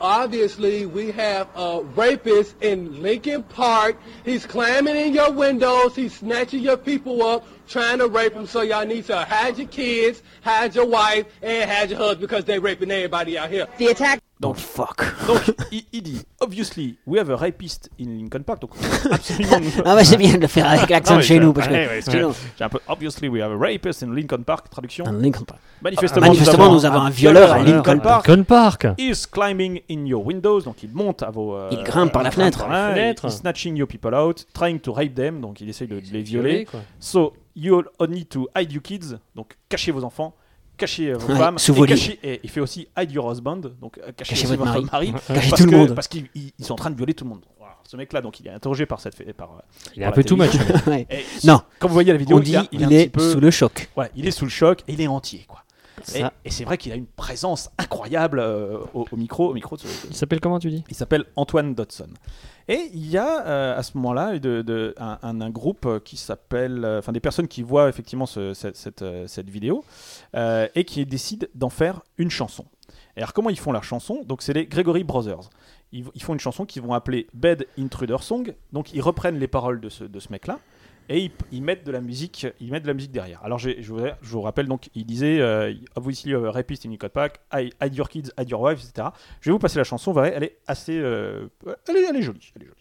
G: obviously, we have a rapist in Lincoln Park. He's climbing in your windows. He's snatching your people up, trying to rape them. So y'all need to hide your kids, hide your wife, and hide your husband because they raping everybody out here.
H: The attack
B: Donc, fuck.
A: Donc, il, il dit Obviously, we have a rapist in Lincoln Park. Donc, absolument.
B: Ah bah c'est bien de le faire avec l'accent
A: Non,
B: de
A: mais
B: chez
A: je-
B: nous parce
A: ah,
B: que
A: ouais, ouais, c'est
B: chez
A: vrai.
B: nous.
A: J'ai un peu Obviously, we have a rapist in Lincoln Park. Traduction
B: Un Lincoln Park.
A: Manifestement,
B: Ah, manifestement, nous avons un violeur à Lincoln Park.
C: Lincoln Park
A: Is climbing in your windows, donc il monte à vos. euh,
B: Il grimpe par la fenêtre. Ah,
A: par la
C: Par la fenêtre.
A: He's snatching your people out, trying to rape them, donc il essaye de, de les violer.
C: quoi.
A: So you all need to hide your kids, donc cachez vos enfants, cachez euh, vos
B: Ouais,
A: femmes,
B: sous
A: et
B: vos lits.
A: cachez- et il fait aussi hide your husband, donc euh, cachez,
B: Cachez
A: aussi
B: votre
A: votre mari,
B: Cachez
A: parce
B: tout le
A: que-
B: monde.
A: parce qu'ils ils- ils sont en train de violer tout le monde. Voilà, ce mec-là, donc il est interrogé par cette fée- par. euh,
C: Il est
A: par
C: un
A: la
C: peu too much.
A: télévision.
B: Ouais.
A: Et
B: Non.
A: Comme vous voyez à la vidéo,
B: On dit
A: il, a- il,
B: il,
A: a un
B: est
A: petit peu-
B: sous le choc.
A: voilà, il est sous le choc et il est entier, quoi. Et,
B: Ça.
A: et c'est vrai qu'il a une présence incroyable euh, au, au micro, au micro de ce-
C: Il s'appelle comment tu dis
A: il s'appelle Antoine Dodson. Et il y a euh, à ce moment-là de, de- un, un- un groupe euh, qui s'appelle, euh, enfin des personnes qui voient effectivement ce- cette, cette, euh, cette vidéo euh, et qui décident d'en faire une chanson. Et alors comment ils font la chanson Donc c'est les Gregory Brothers. Ils, ils font une chanson qu'ils vont appeler Bed Intruder Song. Donc ils reprennent les paroles de ce, de ce mec-là et ils, ils mettent de la musique, ils mettent de la musique derrière. Alors j'ai- je, vous- je vous rappelle donc, il disait, euh, obviously euh, rapist in Nicole Pack, I- hide your kids, hide your wife, etc. Je vais vous passer la chanson, vous verrez, elle est assez. euh, elle, est, elle est jolie. Elle est jolie.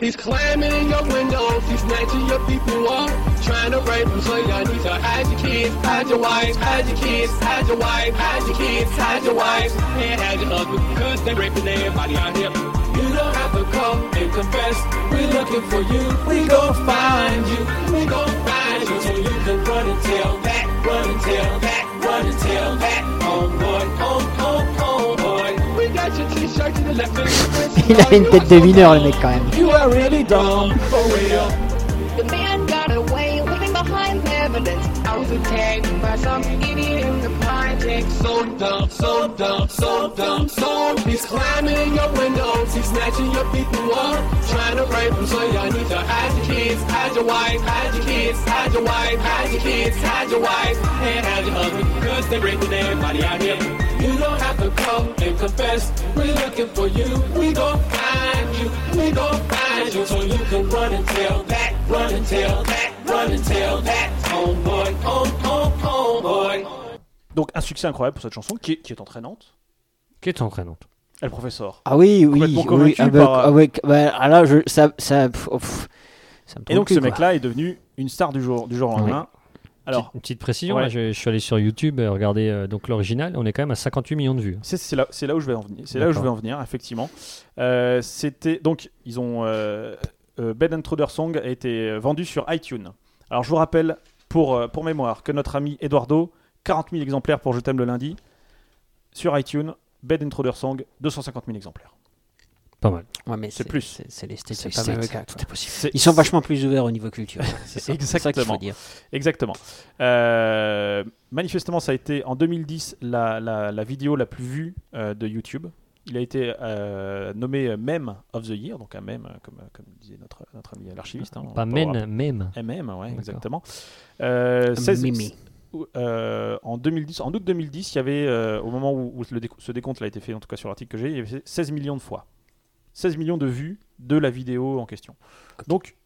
G: He's climbing in your windows, he's snatching your people up, trying to rape them. So y'all need to hide your kids, hide your wife, hide your kids, hide your wife, hide your kids, hide your wife, and hide your husband, because they raping everybody out here. You don't have to come and confess, we're looking for you, we gon' find you, we gon' find you, so you can run and tell that, run and tell that, run and tell that, on boy, on, on, on boy. We got your t-shirt to the left and
B: Il a une tête de mineur le mec quand même.
G: You are really dumb, for real.
J: The man got away, leaving behind evidence. I was attacked by some idiot in the project.
G: So dumb, so dumb, so dumb, so He's climbing in your windows, he's snatching your people up, trying to rape them. So y'all need to hide your kids, hide your wife, hide your kids, hide your wife, hide your kids, hide your wife, and hide your husband, because they're raping everybody out here. You don't have to come and confess, we're looking for you, we gon' find you, we gon' find you, so you can run and tell that, run and tell that, run and tell that, oh boy, oh, oh, oh boy.
A: Donc un succès incroyable pour cette chanson qui est, qui est entraînante.
C: Qui est entraînante
A: Elle professeur.
B: Ah oui, oui,
A: Complètement
B: oui.
A: convaincu
B: ah bah,
A: par- euh,
B: ah ouais, bah, ah là, je, ça, ça, pff, oh, pff, ça me
A: Et donc
B: trouve
A: ce
B: plus, quoi.
A: mec-là est devenu une star du jour, du jour au lendemain. Alors
C: Petite- Une petite précision,
A: Ouais.
C: là, je, je suis allé sur YouTube euh, regarder euh, donc l'original, on est quand même à 58 millions de vues. hein.
A: c'est c'est là, c'est là où je vais en venir. C'est là où je
C: D'accord.
A: vais en venir effectivement. Euh, C'était donc ils ont euh, euh, Bed Intruder Song a été euh, vendu sur iTunes. Alors je vous rappelle pour euh, pour mémoire que notre ami Eduardo 40 000 exemplaires pour Je t'aime le lundi sur iTunes. Bed Intruder Song 250 000 exemplaires.
C: Pas mal.
B: Ouais, mais
A: c'est plus.
B: C'est c'est les States,
C: C'est
B: c'est pas mal le
C: States,
B: cas, quoi.
A: C'est-
B: Ils sont vachement plus ouverts au niveau culture. C'est ça, c'est ça qu'il
A: Exactement.
B: faut dire.
A: Exactement. Euh, manifestement, ça a été en 2010 la, la- la vidéo la plus vue euh, de YouTube. Il a été euh, nommé Meme of the Year, donc un meme, euh, comme, euh, comme disait notre, notre ami l'archiviste. hein, on
C: Pas
A: peut
C: men, même.
A: avoir- MM, ouais,
C: D'accord.
A: exactement. Euh, 16
B: Mimi.
A: euh, en 2010, en août 2010, il y avait, euh, au moment où, où le déco- ce décompte a été fait, en tout cas sur l'article que j'ai, il y avait 16 millions de fois. 16 millions de vues de la vidéo en question. Donc,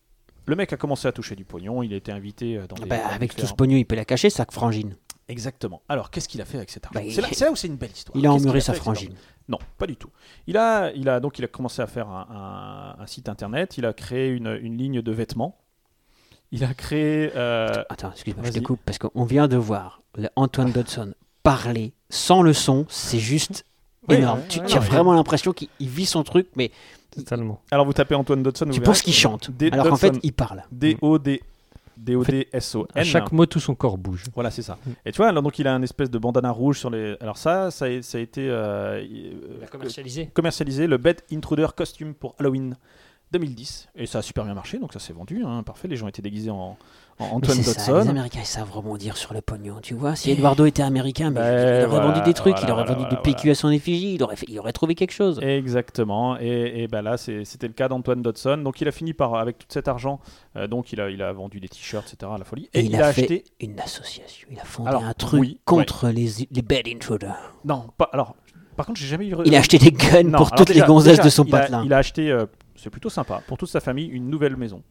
A: le mec a commencé à toucher du pognon, il a été invité euh, dans
B: Ah
A: des...
B: bah,
A: dans
B: avec tout
A: différents-
B: ce pognon, il peut la cacher, sa
A: Bah,
B: frangine.
A: Exactement. Alors, qu'est-ce qu'il a fait avec cet argent
B: Bah, il-
A: C'est là, c'est là où c'est une belle histoire.
B: Il a
A: Qu'est-ce qu'il
B: emmuré
A: fait
B: sa
A: avec cet argent
B: frangine.
A: Non, pas du tout. Il a, il a donc il a commencé à faire un, un- un site internet. Il a créé une, une ligne de vêtements. Il a créé. euh,
B: Attends, excuse-moi, je te
A: vas-y.
B: coupe parce qu'on vient de voir le Antoine Dodson parler sans le son, c'est juste
A: Oui,
B: énorme.
A: ouais,
B: tu
A: ouais,
B: tu as
A: non, mais-
B: vraiment l'impression qu'il il vit son truc, mais
C: Totalement.
A: Alors vous tapez Antoine Dodson. vous
B: tu
A: verrez
B: penses qu'il
A: que-
B: chante.
A: D-
B: Alors qu'en
A: Dodson.
B: fait, il parle.
A: D O D D O D S O N.
C: À
A: hein.
C: chaque mot, tout son corps bouge.
A: Voilà, c'est ça. Et tu vois, alors donc il a un espèce de bandana rouge sur les. Alors ça, ça a, ça a été euh,
C: commercialisé.
A: commercialisé le Bed Intruder costume pour Halloween 2010. Et ça a super bien marché, donc ça s'est vendu. hein, parfait, les gens étaient déguisés en, en
B: Mais
A: Antoine
B: c'est ça,
A: Dodson.
B: les Américains ils savent rebondir sur le pognon, tu vois. Si Eduardo était américain, mais il aurait vendu des trucs, il aurait vendu du PQ à son effigie, il aurait, fait- il aurait trouvé quelque chose.
A: Exactement. Et, et ben là, c'est- c'était le cas d'Antoine Dodson. Donc il a fini par, avec tout cet argent, euh, donc il a, il a vendu des t-shirts, etc. La folie. Et,
B: Et il
A: a,
B: a fait
A: acheté
B: une association. Il a fondé
A: Alors,
B: un truc
A: oui,
B: contre les, les bad intruders.
A: Non, pas. Alors, par contre, j'ai jamais eu.
B: Il a acheté des guns pour
A: alors
B: toutes les gonzesses de son
A: il a-
B: patelin.
A: Il a acheté, euh, c'est plutôt sympa, pour toute sa famille, une nouvelle maison.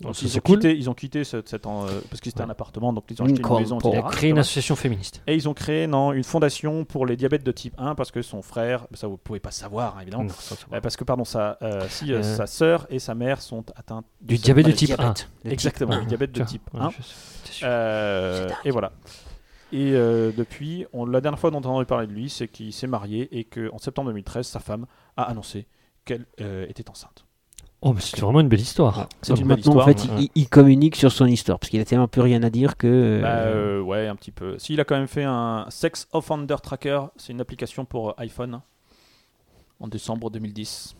A: Donc,
C: ça,
A: ils,
C: c'est
A: ont
C: cool.
A: quitté, ils ont quitté cette, cette en- euh, parce que c'était un appartement, donc ils ont acheté
C: Lincoln,
A: une maison
C: pour
A: etc.
C: Ah, créer une association féministe.
A: Et ils ont créé non, une fondation pour les diabètes de type 1 parce que son frère, ça vous pouvez pas savoir hein, évidemment,
C: Non, ça, ça
A: Euh, parce que pardon, sa, euh, si, euh,
C: Euh,
A: sa sœur et sa mère sont atteintes
C: Du
A: cette
C: diabète de
A: maladie.
C: type Ah. 1. Le type
A: Exactement,
C: 1,
A: du diabète de
C: tiens,
A: type
C: ouais,
A: 1.
C: je sais,
A: Euh, et voilà. Et euh, depuis, on, la dernière fois dont on a entendu parler de lui, c'est qu'il s'est marié et qu'en septembre 2013, sa femme a annoncé qu'elle euh, était enceinte.
C: Oh, mais c'est vraiment une belle histoire.
A: C'est une belle
B: Maintenant,
A: histoire.
B: en fait, il, il communique sur son histoire, parce qu'il a tellement plus rien à dire que. euh,
A: Bah, euh, ouais, un petit peu. S'il a quand même fait un Sex Offender Tracker, c'est une application pour euh, iPhone en décembre 2010.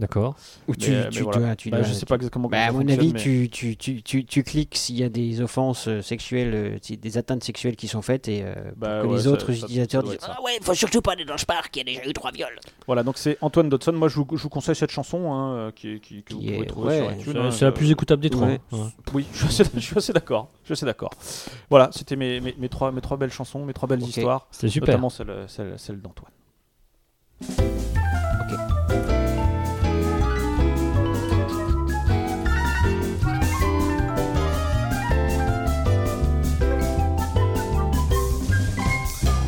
C: D'accord.
B: Où tu,
A: Mais, euh,
B: tu
A: mais voilà.
B: dois- tu
A: Bah,
B: dois-
A: je sais
B: tu-
A: pas exactement
B: Bah,
A: comment
B: à
A: ça
B: mon
A: fonctionne,
B: avis,
A: mais-
B: tu, tu, tu, tu, tu cliques s'il y a des offenses euh, sexuelles, euh, si- des atteintes sexuelles qui sont faites et euh, pour
A: Bah,
B: que
A: ouais,
B: les
A: ça-
B: autres
A: ça- ça
B: utilisateurs
A: doit
B: disent
A: être ça.
B: Ah ouais, faut surtout pas aller dans ce parc, il y a déjà eu trois viols.
A: Voilà, donc c'est Antoine Dodson. Moi, je vous, je vous conseille cette chanson hein, euh, qui, est- qui- que vous
B: Qui
A: pouvez
B: est-
A: trouver
B: ouais,
A: sur iTunes.
C: c'est-
A: hein,
C: c'est la plus écoutable des trois,
A: ouais.
C: hein. Ouais.
A: Oui, je suis assez, je suis assez d'accord. Je suis assez d'accord. Voilà, c'était mes, mes, mes trois, mes trois belles chansons, mes trois belles
B: Ok.
A: histoires.
C: C'était super.
A: Notamment celle, celle, celle d'Antoine.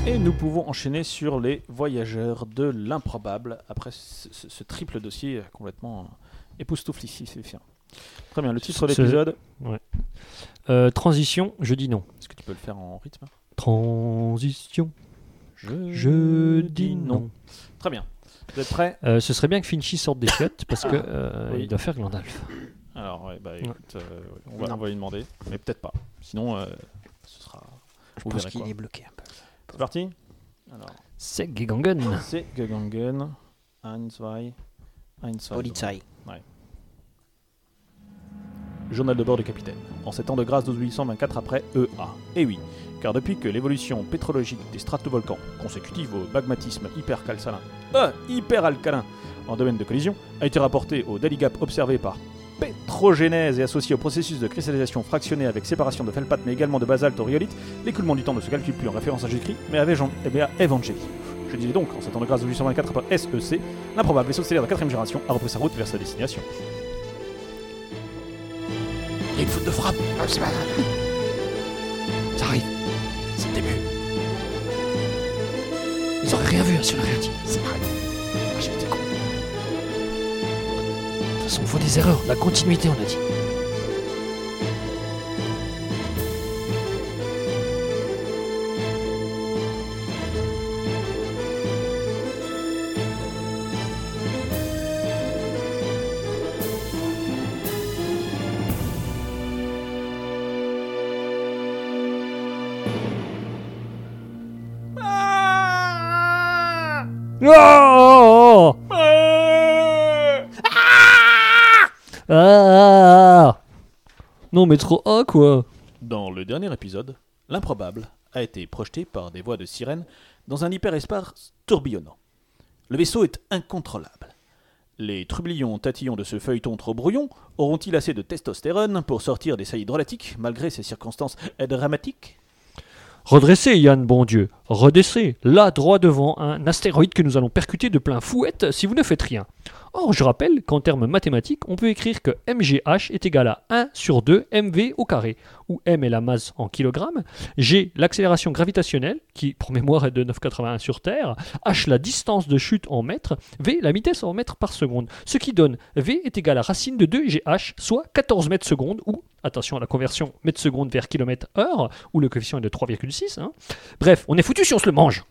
A: Et nous pouvons enchaîner sur les voyageurs de l'improbable après ce, ce- ce triple dossier complètement époustouflifiant. Très bien, le titre de
C: Ce-
A: l'épisode,
C: Ouais. Euh, transition, je dis non.
A: est-ce que tu peux le faire en rythme
C: Transition,
A: je...
C: je dis non.
A: Très bien. Vous êtes prêts
C: Euh, ce serait bien que Finchy sorte des chiottes parce que euh,
A: oui.
C: il doit faire Glandalf.
A: Alors, ouais, bah,
C: Ouais.
A: écoute, euh, ouais, on, va, on va lui demander, mais peut-être pas. Sinon, euh, ce sera.
B: Je
A: vous
B: pense
A: verrez
B: qu'il
A: quoi.
B: est bloqué un peu.
A: C'est parti Alors,
C: C'est Gigangen.
A: c'est Gegangen, 1, 2, 1, 2.
B: Polizei.
A: Journal de bord du capitaine. En ces temps de grâce 12824 après EA. Et oui, car depuis que l'évolution pétrologique des stratovolcans, consécutive au magmatisme hypercalcalin, euh, hyperalcalin en domaine de collision, a été rapportée au Daily Gap observé par pétrogénèse et associé au processus de cristallisation fractionnée avec séparation de felpate mais également de basalte au rhyolite, l'écoulement du temps ne se calcule plus en référence à Jésus-Christ mais à Véjan- eh bien, à Evangélie. Je disais donc, en ces temps de grâce 12824 après SEC, l'improbable vaisseau stellaire de 4 génération a repris sa route vers sa destination.
K: Il y a une faute de frappe. Ah, c'est pas grave. Ça arrive. C'est le début. Ils auraient rien vu hein, si on avait rien dit. C'est pareil. Ah, j'ai été con. De toute façon, on voit des erreurs. La continuité, on a dit.
C: Oh, oh, oh. Ah non, mais trop ah quoi.
A: Dans le dernier épisode, l'improbable a été projeté par des voix de sirène dans un hyperespace tourbillonnant. Le vaisseau est incontrôlable. Les trublions tatillons de ce feuilleton trop brouillon auront-ils assez de testostérone pour sortir des saillies hydrolatiques malgré ces circonstances dramatiques
C: Redressez, Yann, bon Dieu. Redressez, là, droit devant un astéroïde que nous allons percuter de plein fouette si vous ne faites rien. Or, je rappelle qu'en termes mathématiques, on peut écrire que MGH est égal à 1 sur 2 MV au carré, où M est la masse en kilogrammes, G l'accélération gravitationnelle, qui pour mémoire est de 9,81 sur Terre, H la distance de chute en mètres, V la vitesse en mètres par seconde, ce qui donne V est égal à racine de 2 GH, soit 14 mètres secondes, ou, attention à la conversion mètres secondes vers kilomètre heure, où le coefficient est de 3,6. hein. Bref, on est foutu si on se le mange.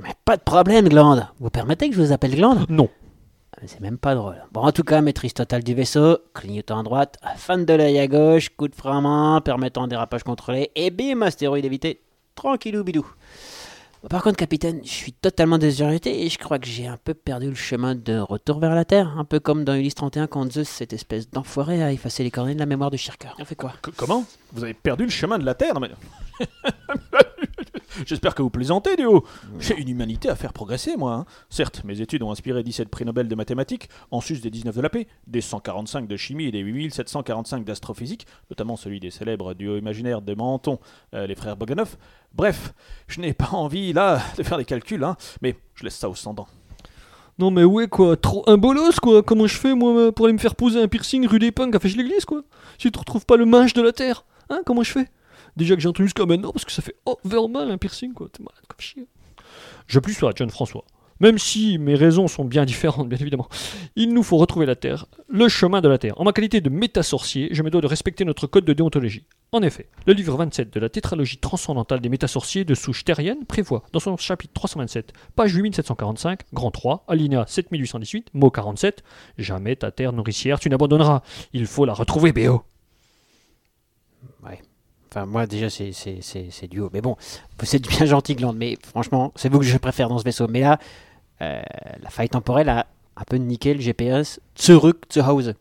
B: Mais pas de problème, Glande. Vous permettez que je vous appelle Glande
C: Non.
B: Ah, mais C'est même pas drôle. Bon, en tout cas, maîtrise totale du vaisseau, clignotant à droite, fan de l'œil à gauche, coup de frein à main, permettant un dérapage contrôlé, et bim, astéroïde évité, tranquillou bidou. Par contre, capitaine, je suis totalement désorienté et je crois que j'ai un peu perdu le chemin de retour vers la Terre, un peu comme dans Ulysse 31 quand Zeus, cette espèce d'enfoiré, a effacé les cornets de la mémoire de Shirker. On fait quoi
A: C- Comment Vous avez perdu le chemin de la Terre non, mais- J'espère que vous plaisantez, Léo. J'ai une humanité à faire progresser, moi. hein. Certes, mes études ont inspiré 17 prix Nobel de mathématiques, en sus des 19 de la paix, des 145 de chimie et des 8745 d'astrophysique, notamment celui des célèbres duos imaginaires de Menton, euh, les frères Bogdanov. Bref, je n'ai pas envie, là, de faire des calculs, hein, mais je laisse ça aux cendants.
C: Non mais ouais quoi, trop un bolos quoi, comment je fais moi pour aller me faire poser un piercing rue des punks à Fèche l'église quoi Si tu retrouves pas le mage de la terre, hein, comment je fais Déjà que j'ai entendu jusqu'à maintenant parce que ça fait over mal un piercing quoi, t'es malade comme chier. Je plus sur la John François. Même si mes raisons sont bien différentes, bien évidemment, il nous faut retrouver la Terre, le chemin de la Terre. En ma qualité de métasorcier, je me dois de respecter notre code de déontologie. En effet, le livre 27 de la tétralogie transcendantale des métasorciers de souche terrienne prévoit, dans son chapitre 327, page 8745, grand 3, alinéa 7818, mot 47, Jamais ta terre nourricière tu n'abandonneras, il faut la retrouver, Béo.
B: Ouais. Enfin, moi, déjà, c'est- c'est c'est- c'est du haut. Mais bon, vous êtes bien gentil, Gland, mais franchement, c'est vous que je préfère dans ce vaisseau. Mais là, euh, la faille temporelle a un peu niqué le GPS Zurück zu Hause.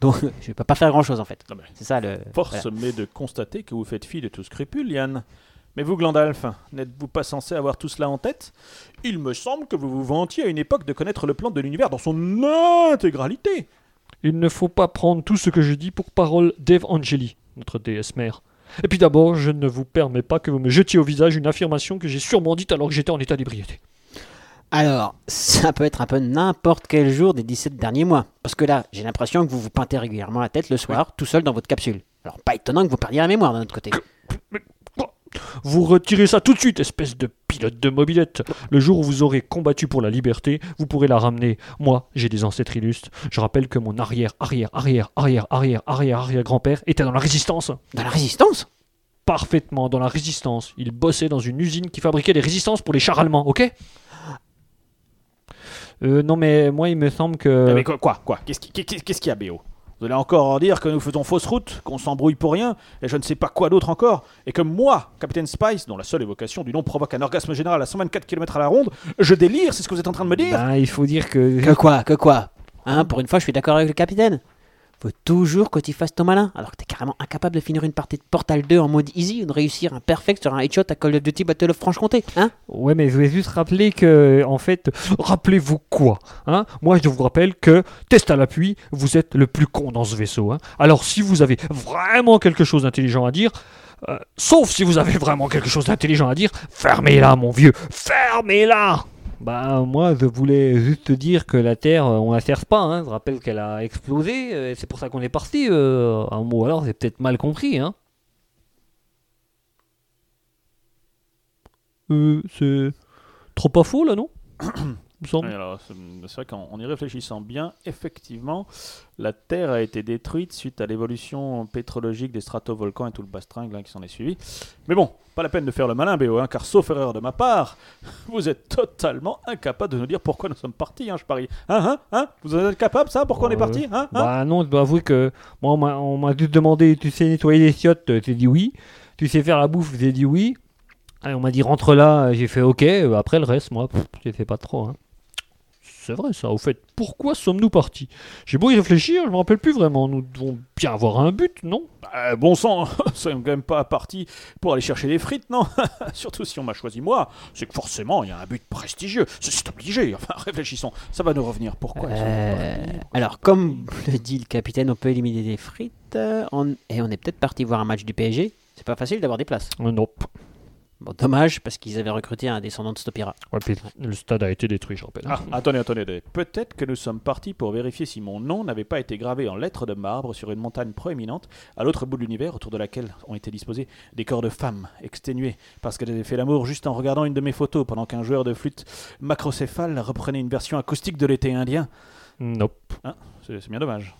B: Donc, je peux pas faire grand-chose, en fait. C'est ça le.
A: Force
B: voilà.
A: m'est de constater que vous faites fi de tout scrupule, Yann. Mais vous, Glandalf, n'êtes-vous pas censé avoir tout cela en tête Il me semble que vous vous vantiez à une époque de connaître le plan de l'univers dans son intégralité.
C: Il ne faut pas prendre tout ce que je dis pour parole d'Eve Angeli, notre déesse mère. Et puis d'abord, je ne vous permets pas que vous me jetiez au visage une affirmation que j'ai sûrement dite alors que j'étais en état d'ébriété.
B: Alors, ça peut être un peu n'importe quel jour des 17 derniers mois. Parce que là, j'ai l'impression que vous vous peintez régulièrement la tête le soir, tout seul dans votre capsule. Alors, pas étonnant que vous perdiez la mémoire d'un autre côté.
C: Vous retirez ça tout de suite, espèce de pilote de mobilette. Le jour où vous aurez combattu pour la liberté, vous pourrez la ramener. Moi, j'ai des ancêtres illustres. Je rappelle que mon arrière, arrière, arrière, arrière, arrière, arrière, arrière grand-père était dans la résistance.
B: Dans la résistance
C: Parfaitement, dans la résistance. Il bossait dans une usine qui fabriquait des résistances pour les chars allemands, ok Euh, non, mais moi, il me semble que.
A: Non, Ah, Eh, Mais quoi Quoi, quoi Qu'est-ce qui- qu'est- qu'est- qu'est-ce qu'il y a, Béo Vous allez encore dire que nous faisons fausse route, qu'on s'embrouille pour rien, et je ne sais pas quoi d'autre encore, et que moi, Capitaine Spice, dont la seule évocation du nom provoque un orgasme général à 124 km à la ronde, je délire, c'est ce que vous êtes en train de me dire
C: Ben, il faut dire que.
B: Que quoi Que quoi Hein, pour une fois, je suis d'accord avec le capitaine. Faut toujours que tu fasses ton malin, alors que t'es carrément incapable de finir une partie de Portal 2 en mode easy ou de réussir un perfect sur un headshot à Call of Duty Battle of Franche-Comté, hein
C: Ouais, mais je voulais juste rappeler que, en fait, rappelez-vous quoi hein Moi, je vous rappelle que, test à l'appui, vous êtes le plus con dans ce vaisseau. hein. Alors, si vous avez vraiment quelque chose d'intelligent à dire, euh, sauf si vous avez vraiment quelque chose d'intelligent à dire, fermez-la, mon vieux, fermez-la bah moi je voulais juste te dire que la Terre euh, on la cherche pas, hein. je rappelle qu'elle a explosé, euh, et c'est pour ça qu'on est parti, euh, un mot alors c'est peut-être mal compris hein. Euh, c'est trop pas faux là, non me semble.
A: Oui, alors, c'est c'est vrai qu'en en y réfléchissant bien, effectivement, la Terre a été détruite suite à l'évolution pétrologique des stratovolcans et tout le bastringue hein, qui s'en est suivi. Mais bon, pas la peine de faire le malin, BO, hein, car sauf erreur de ma part, vous êtes totalement incapable de nous dire pourquoi nous sommes partis, hein, je parie. Hein, hein, hein Vous en êtes capable, ça Pourquoi on est parti hein, hein
C: Bah non, je dois avouer que moi on m'a- on m'a juste demandé tu sais nettoyer les chiottes, euh, j'ai dit oui. Tu sais faire la bouffe, j'ai dit oui. Et on m'a dit rentre là, euh, j'ai fait ok. Euh, Après le reste, moi, pff, j'ai fait pas trop. hein. C'est vrai ça. Au fait, pourquoi sommes-nous partis J'ai beau y réfléchir, je me rappelle plus vraiment. Nous devons bien avoir un but, non
A: Bah, bon sang, nous sommes quand même pas partis pour aller chercher des frites, non Surtout si on m'a choisi moi, c'est que forcément il y a un but prestigieux, c'est c'est obligé, enfin réfléchissons, ça va nous revenir, pourquoi ils sont
B: Euh, Alors, comme le dit le capitaine, on peut éliminer des frites, euh, on- et on est peut-être parti voir un match du PSG. C'est pas facile d'avoir des places.
C: Non.
B: Bon, dommage, parce qu'ils avaient recruté un descendant de Stopira.
C: Ouais, puis le stade a été détruit, je rappelle.
A: Ah, attendez, attendez, attendez. Peut-être que nous sommes partis pour vérifier si mon nom n'avait pas été gravé en lettres de marbre sur une montagne proéminente à l'autre bout de l'univers autour de laquelle ont été disposés des corps de femmes exténuées parce qu'elles avaient fait l'amour juste en regardant une de mes photos pendant qu'un joueur de flûte macrocéphale reprenait une version acoustique de l'été indien.
C: Nope.
A: Hein, c'est c'est bien dommage.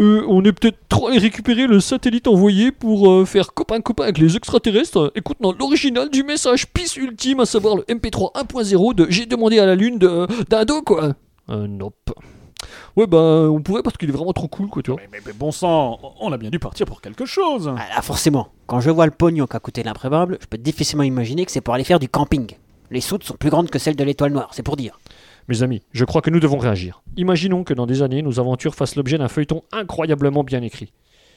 C: Euh, on est peut-être trop allé récupérer le satellite envoyé pour euh, faire copain-copain avec les extraterrestres et contenant l'original du message PIS ultime, à savoir le MP3 1.0 de J'ai demandé à la Lune de euh, d'Indo, quoi. Euh, nope. Ouais, bah, on pouvait parce qu'il est vraiment trop cool, quoi, tu vois.
A: Mais, mais bon sang, on a bien dû partir pour quelque chose.
B: Ah, forcément, quand je vois le pognon qu'a coûté l'improbable, je peux difficilement imaginer que c'est pour aller faire du camping. Les soutes sont plus grandes que celles de l'étoile noire, c'est pour dire.
C: Mes amis, je crois que nous devons réagir. Imaginons que dans des années, nos aventures fassent l'objet d'un feuilleton incroyablement bien écrit.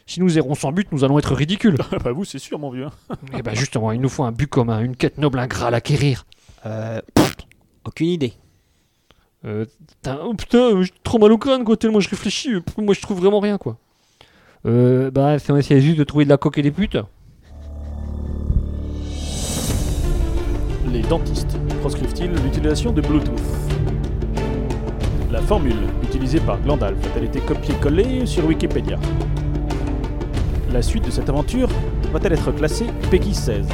C: Si nous errons sans but, nous allons être ridicules.
A: bah vous, c'est sûr, mon vieux.
C: Eh ben justement, il nous faut un but commun, une quête noble, un graal à acquérir.
B: Euh, pff, aucune idée.
C: Euh, t'as- oh, putain, j'ai trop mal au crâne, quoi, tellement je réfléchis. euh, pff, Moi, je trouve vraiment rien, quoi. Euh, bah, si on essayait juste de trouver de la coque et des putes.
A: Les dentistes proscrivent-ils l'utilisation de Bluetooth La formule utilisée par Glandalf a-t-elle été copiée-collée sur Wikipédia La suite de cette aventure va-t-elle être classée Peggy 16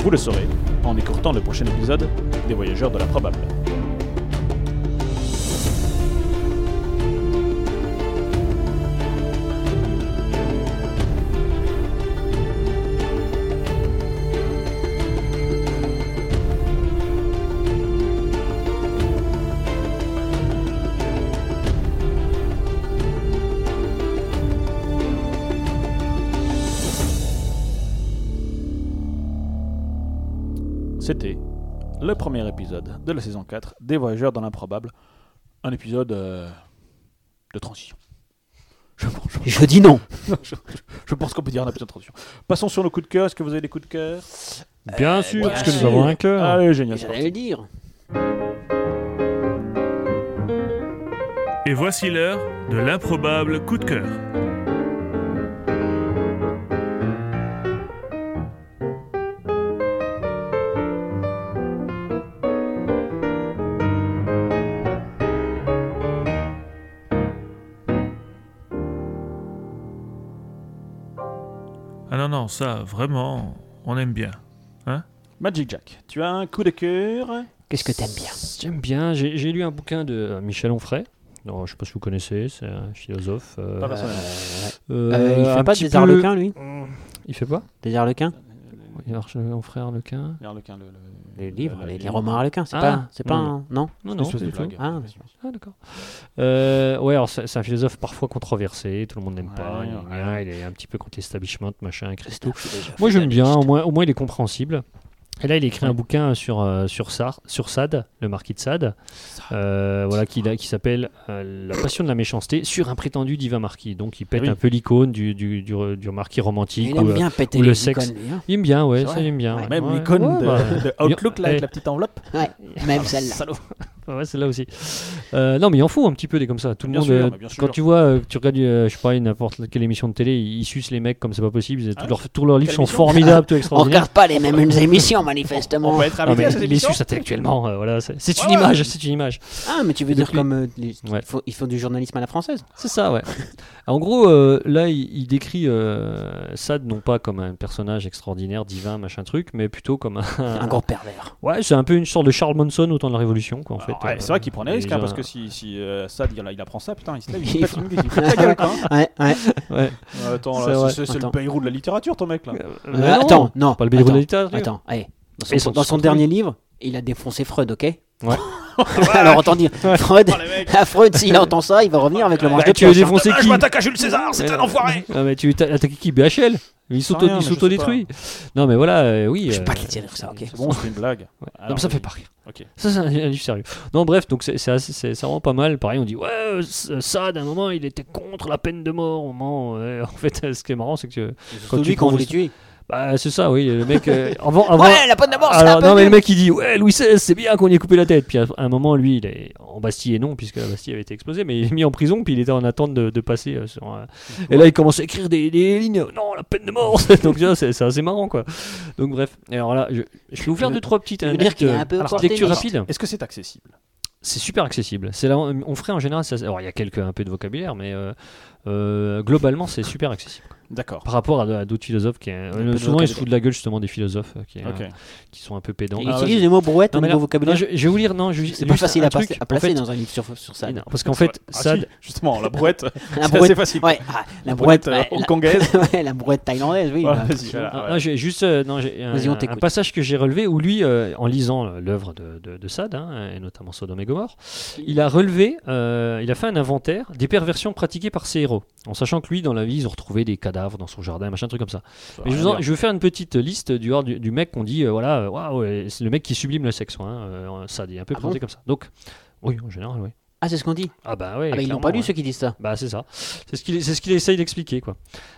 A: Vous le saurez en écourtant le prochain épisode des Voyageurs de la Probable. C'était le premier épisode de la saison 4 des Voyageurs dans l'improbable. Un épisode euh, de transition. Je, pense- je-
B: Je dis non.
A: Non, je, je- je pense qu'on peut dire un épisode de transition. Passons sur nos coups de cœur. Est-ce que vous avez des coups de cœur
C: Bien
B: Euh,
C: sûr, parce que nous avons un cœur.
B: Ah
A: Allez, génial. c'est
B: J'allais le dire.
L: Et voici l'heure de l'improbable coup de cœur. Ah non, non, ça, vraiment, on aime bien. Hein
A: Magic Jack, tu as un coup de cœur
C: Euh,
B: Qu'est-ce que t'aimes bien
C: J'aime bien. J'ai j'ai lu un bouquin de euh, Michel Onfray. Non, je sais pas si vous connaissez, c'est un philosophe. euh,
A: Pas Ah, personnel.
C: euh,
B: Euh, il fait
C: un
B: pas
C: petit
B: des
C: peu-
B: arlequins, lui
C: Il fait pas
B: Des arlequins
C: Oui, alors, euh, Onfray, Arlequin.
A: Les Harlequins, le-
B: Les livres, Euh, les, les
A: livre.
B: romans arlequins, c'est
C: Ah,
B: pas, c'est pas
C: non,
B: un... Non
C: Non,
A: Une
C: non,
A: espèce
C: pas
A: de
C: du tout.
A: blague.
B: Ah,
C: Ah, d'accord. Euh, ouais, alors c'est c'est un philosophe parfois controversé, tout le monde n'aime pas,
A: Ouais,
C: il, est
A: ouais.
C: bien, il est un petit peu contre l'establishment, machin, Christo.
B: philosophe
C: Moi j'aime bien, hein, au moins, au moins il est compréhensible. Et là, il écrit un bouquin sur, euh, sur, Sar- sur Sade, le marquis de Sade, euh, voilà, qui, qui s'appelle euh, La passion de la méchanceté sur un prétendu divin marquis. Donc, il pète
B: Ah oui.
C: un peu l'icône du, du, du, du marquis romantique.
B: Il aime
C: ou, euh,
B: bien péter
C: ou le
B: les
C: sexe.
B: icônes, lui, hein.
C: Il aime bien, ouais,
B: C'est
C: ça
B: vrai.
C: il aime bien.
B: Ouais.
A: Même
C: Ouais,
A: l'icône
C: ouais,
A: de,
C: bah,
A: de Outlook, là,
C: eh,
A: avec la petite enveloppe.
B: Ouais, même celle-là.
A: Salaud.
C: Ouais, celle-là aussi. Euh, non, mais il en faut un petit peu des comme ça. Tout le
A: Bien
C: monde.
A: sûr,
C: euh,
A: mais bien sûr.
C: quand tu vois, euh, que tu regardes, euh, je sais pas, n'importe quelle émission de télé, ils ils sucent les mecs comme c'est pas possible. Ils- Tous leurs, tous leurs livres
A: Ah, Quelle
C: sont
A: émission
C: formidables, tout
B: On
C: extraordinaire.
B: regarde pas les mêmes émissions, manifestement.
A: On va être invité
C: Non, Oh. Ah, mais
A: à cette
C: ils les
A: émission
C: sucent intellectuellement. euh, voilà, c'est c'est une
A: Ouais, ouais.
C: image, c'est une image.
B: Ah, mais tu veux dire
C: Depuis-
B: comme... euh, les-
C: Ouais.
B: ils, font, ils font du journalisme à la française
C: C'est ça, ouais. en gros, euh, là, il, il décrit euh, Sade non pas comme un personnage extraordinaire, divin, machin truc, mais plutôt comme
B: Un
C: un.
B: gros pervers.
C: Ouais, c'est un peu une sorte de Charles Manson au temps de la Révolution, quoi, en fait.
A: Alors, Ah ouais,
C: Euh,
A: c'est vrai qu'il prend des
C: les
A: risques, hein,
C: gens-
A: parce que si, si euh, Sad il, il apprend ça, putain, il se lève, il se
B: Il
A: pète
B: faut-
A: une gueule, il pète la gueule, quoi. hein.
B: Ouais, ouais.
C: Ouais.
A: Euh, Attends,
C: C'est
A: là,
C: vrai.
A: c'est- c'est c'est le
B: Attends.
A: Bayrou de la littérature, ton mec, là.
C: Euh,
B: Euh, attends, non.
C: Pas le Bayrou de
B: attends,
C: la littérature.
B: Attends, allez. Dans son,
C: Et son-
B: dans son
C: son-
B: dernier livre, il a défoncé Freud, ok
C: Ouais. Oh,
B: Alors entend dire, Freud, à Freud, s'il entend ça, il va revenir avec le manche
C: Bah,
B: de
C: tu veux
B: pioche, hein.
C: défoncer
A: Ah,
C: qui
A: je m'attaque à Jules César, c'est un enfoiré
C: Ah, mais tu t'as attaqué qui BHL Il
A: sais
C: s'auto-
A: rien,
C: il
A: mais je
C: s'auto-détruit. Non, mais voilà, euh, oui.
B: Je
C: euh,
B: vais pas te dire ça, ok
A: C'est bon, c'est une blague.
C: ouais. Non,
A: Alors,
C: mais ça
A: oui.
C: fait pas rire.
A: Ok.
C: Ça, c'est un, un livre sérieux. Non, bref, donc c'est c'est assez- c'est- c'est vraiment pas mal. Pareil, on dit, ouais, euh, S- Sade, à un moment, il était contre la peine de mort. Au moment, euh, en fait, euh, ce qui est marrant, c'est que tu- quand
B: Celui
C: tu
B: qu'on
C: prends
B: voulait
C: l'histoire-
B: tuer.
C: Bah, c'est ça, oui. Le mec. euh, avant, avant,
B: Ouais, la peine de mort, c'est
C: alors,
B: un peu
C: non, mais le
B: nul.
C: mec il dit Ouais, Louis XVI, c'est bien qu'on y ait coupé la tête. Puis à un moment, lui, il est en Bastille et non, puisque la Bastille avait été explosée, mais il est mis en prison, puis il était en attente de, de passer. euh, sur, euh, Et là, il commence à écrire des, des lignes euh, Non, la peine de mort Donc, tu vois, c'est c'est assez marrant, quoi. Donc, bref. Et alors là, je, je vais vous faire deux, trois petites
B: veux dire qu'il est un peu
C: euh,
B: porté
C: lectures
B: limite.
C: rapides.
A: Est-ce que c'est accessible
C: C'est super accessible. C'est là, on ferait en général. ça- alors, il y a quelques un peu de vocabulaire, mais euh, euh, globalement, c'est super accessible
A: D'accord.
C: par rapport à, à d'autres philosophes qui euh,
A: peu de
C: souvent ils se
A: vocabulaire.
C: foutent de la gueule justement des philosophes euh, qui, euh,
A: Ok.
C: qui sont un peu pédants.
B: Il
A: Ah,
B: utilise
A: ouais.
B: les mots brouette
C: Non,
B: au
C: mais
B: niveau
C: là-
B: vocabulaire.
C: non, je, je vais vous lire, non, je-
B: C'est pas
C: juste
B: facile
C: un
B: à, placer-
C: truc,
B: à placer
C: en fait-
B: dans un livre sur, sur ça.
C: Et non, parce qu'en fait,
A: Ah,
C: Sade,
A: si, justement, la brouette, Ah,
B: La
A: c'est assez facile.
B: ouais, ah, la
A: La
B: brouette,
A: brouette, euh,
B: ouais, la-
A: hongkongaise.
B: ouais, la brouette thaïlandaise, oui.
A: Voilà,
B: bah,
A: vas-y, voilà,
C: Ah,
A: ouais.
C: non, j'ai juste euh, non, j'ai un,
B: Vas-y, on
C: un
B: t'écoute.
C: passage que j'ai relevé où lui, euh, en lisant euh, l'œuvre de, de, de Sade, hein, et notamment Sodome et Gomorre, il a relevé, euh, il a fait un inventaire des perversions pratiquées par ses héros. héros. En sachant que lui, dans la vie, ils ont retrouvé des cadavres dans son jardin, machin, truc comme ça.
A: Ça
B: Bah,
C: Mais je,
A: va
C: vous en-
A: bien.
C: je veux faire une petite liste du, du, du mec qu'on dit, euh, voilà, euh, waouh, euh, c'est le mec qui sublime le sexe, hein, euh, ça dit, un peu
B: Ah
C: présenté
B: bon
C: comme ça. Donc, oui, en général, oui.
B: Ah, c'est ce qu'on dit
C: Ah bah oui.
B: Ah bah ils l'ont pas lu, ceux qui disent ça.
C: Bah c'est ça. C'est ce qu'il c'est ce qu'il essaye d'expliquer quoi.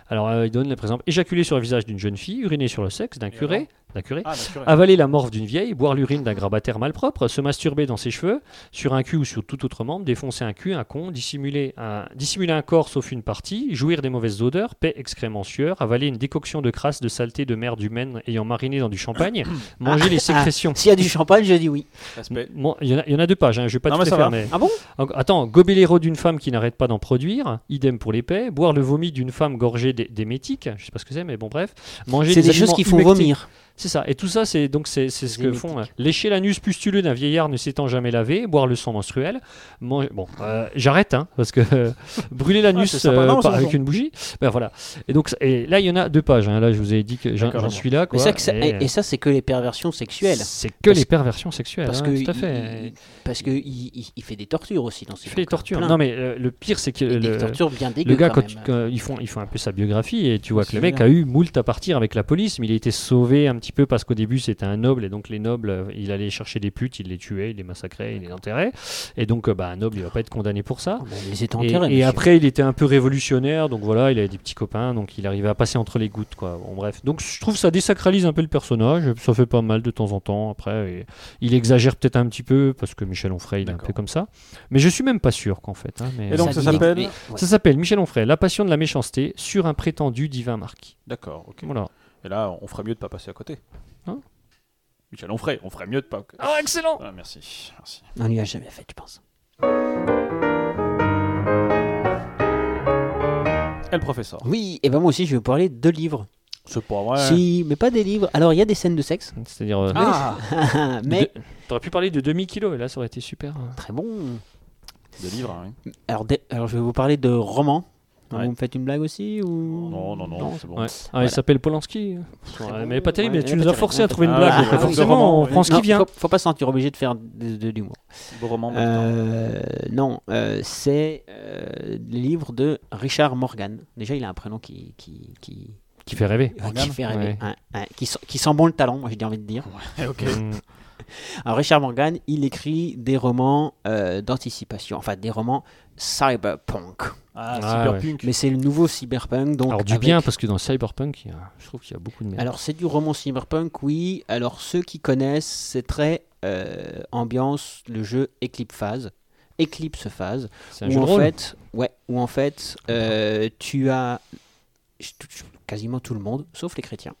C: Alors euh, il donne par exemple éjaculer sur le visage d'une jeune fille, uriner sur le sexe d'un curé, d'un curé,
A: Ah, d'un curé.
C: avaler la morve d'une vieille, boire l'urine d'un grabataire malpropre, se masturber dans ses cheveux, sur un cul ou sur tout autre membre, défoncer un cul, un con, dissimuler un, dissimuler un corps sauf une partie, jouir des mauvaises odeurs, paix, excréments, sueur, avaler une décoction de crasse, de saleté, de merde humaine ayant mariné dans du champagne, manger
B: Ah,
C: les
B: ah,
C: sécrétions.
B: S'il y a du champagne, je dis oui.
C: Bon, il y, en a- il y en a deux pages, hein, je vais pas
B: Non,
C: tout
B: mais
C: les
B: ça
C: faire.
B: va.
C: Mais...
B: Ah bon
C: En- Attends, gober l'héros d'une femme qui n'arrête pas d'en produire, idem pour l'épée, boire le vomi d'une femme gorgée d'é- d'émétique, je sais pas ce que c'est, mais bon, bref. Manger
B: C'est des
C: aliments
B: choses qui font hein.
C: humectés.
B: vomir.
C: C'est ça, et tout ça, c'est donc c'est c'est ce que
B: Émétique.
C: font. euh, lécher l'anus pustuleux d'un vieillard ne s'étant jamais lavé, boire le sang menstruel, manger. Bon, euh, j'arrête, hein, parce que euh, brûler
A: Ah,
C: l'anus
A: c'est sympa.
C: euh,
A: Non,
C: par-
A: c'est
C: avec
A: bon.
C: une bougie, ben voilà. Et donc, et là, il y en a deux pages, hein, là, je vous ai dit que j'en
B: D'accord,
C: j'en
B: bon.
C: suis là.
B: Mais
C: Quoi,
B: ça que ça- et,
C: euh,
B: et ça, c'est que les perversions sexuelles.
C: C'est que les perversions sexuelles,
B: Parce
C: hein,
B: que
C: tout à
B: il-
C: fait.
B: il- parce que il, il- il fait des tortures aussi dans ces.
C: Il fait des tortures.
B: plein.
C: Non, mais euh, le pire, c'est que
B: Et des
C: le,
B: tortures bien dégueu,
C: le gars,
B: quand
C: quand, tu-
B: même.
C: quand ils, font, ils font un peu sa biographie, et tu vois que le mec
B: Celui-là.
C: a eu moult à partir avec la police, mais il a été sauvé un petit peu parce qu'au début, c'était un noble, et donc les nobles, euh, il allait chercher des putes, il les tuait, il les massacrait, il les enterrait. Et donc, euh, bah, un noble, il va pas être condamné pour ça.
B: il les était
C: Et-
B: enterrés,
C: et,
B: monsieur.
C: après, il était un peu révolutionnaire, donc voilà, il avait des petits copains, donc il arrivait à passer entre les gouttes, quoi. Bon, bref. Donc, je trouve ça désacralise un peu le personnage, ça fait pas mal de temps en temps. Après, et il exagère peut-être un petit peu, parce que Michel Onfray, il est un peu comme ça. Mais je suis même pas sûr, qu'en fait. hein, mais-
A: Et donc, ça
C: dit-
A: s'appelle
C: mais-
A: Ouais.
C: Ça s'appelle Michel Onfray, La passion de la méchanceté sur un prétendu divin marquis.
A: D'accord, ok.
C: Voilà.
A: Et là, on ferait mieux de pas passer à côté.
C: Hein
A: Michel, on ferait, on ferait mieux de pas.
C: Ah, excellent
A: ah, Merci, merci.
B: On lui a jamais fait, je pense.
A: Et le professeur
B: Oui, et ben moi aussi, je vais vous parler de livres.
A: C'est pas vrai.
B: Si, mais pas des livres. Alors, il y a des scènes de sexe.
C: C'est-à-dire. euh,
B: Ah Mais.
C: de- T'aurais pu parler de demi-kilo, et là, ça aurait été super. hein.
B: Très bon.
A: Des livres, hein, oui.
B: Alors, des- alors, je vais vous parler de romans. Alors,
A: Ouais.
B: Vous me faites une blague aussi ou...
A: Non, non, non, c'est bon.
C: Ouais. Ah,
B: Voilà.
C: il s'appelle Polanski. euh, Ouais, mais pas terrible,
B: Ouais,
C: tu
B: elle est
C: nous
B: pas
C: as forcé à
B: terrible.
C: trouver une
B: Ah,
C: blague.
B: oui,
C: donc
B: bah,
C: forcément, on prend ce
B: Non,
C: qui vient.
B: Faut, faut pas se sentir obligé de faire de, de l'humour.
A: Beau roman, beau
B: Euh, non, euh, c'est euh, le livre de Richard Morgan. Déjà, il a un prénom qui. qui, qui...
C: Qui fait rêver.
B: Ouais,
C: Morgan
B: qui fait rêver. Ah,
C: Ouais.
B: Ouais, ouais, qui, sent, qui sent bon le talent, moi j'ai envie de dire.
A: ok.
C: Mm.
B: Alors Richard Morgan, il écrit des romans euh, d'anticipation, enfin des romans cyberpunk.
A: Ah,
C: Ah,
A: Cyberpunk.
B: Mais c'est le nouveau cyberpunk. Donc
C: Alors, du
B: avec-
C: bien, parce que dans Cyberpunk, il y a- je trouve qu'il y a beaucoup de merde.
B: Alors c'est du roman cyberpunk, oui. Alors ceux qui connaissent, c'est très euh, ambiance le jeu Eclipse Phase. Eclipse Phase.
C: C'est un
B: où
C: jeu de
B: en
C: rôle
B: fait, ouais, où en fait, euh, tu as je- tout- je- quasiment tout le monde, sauf les chrétiens,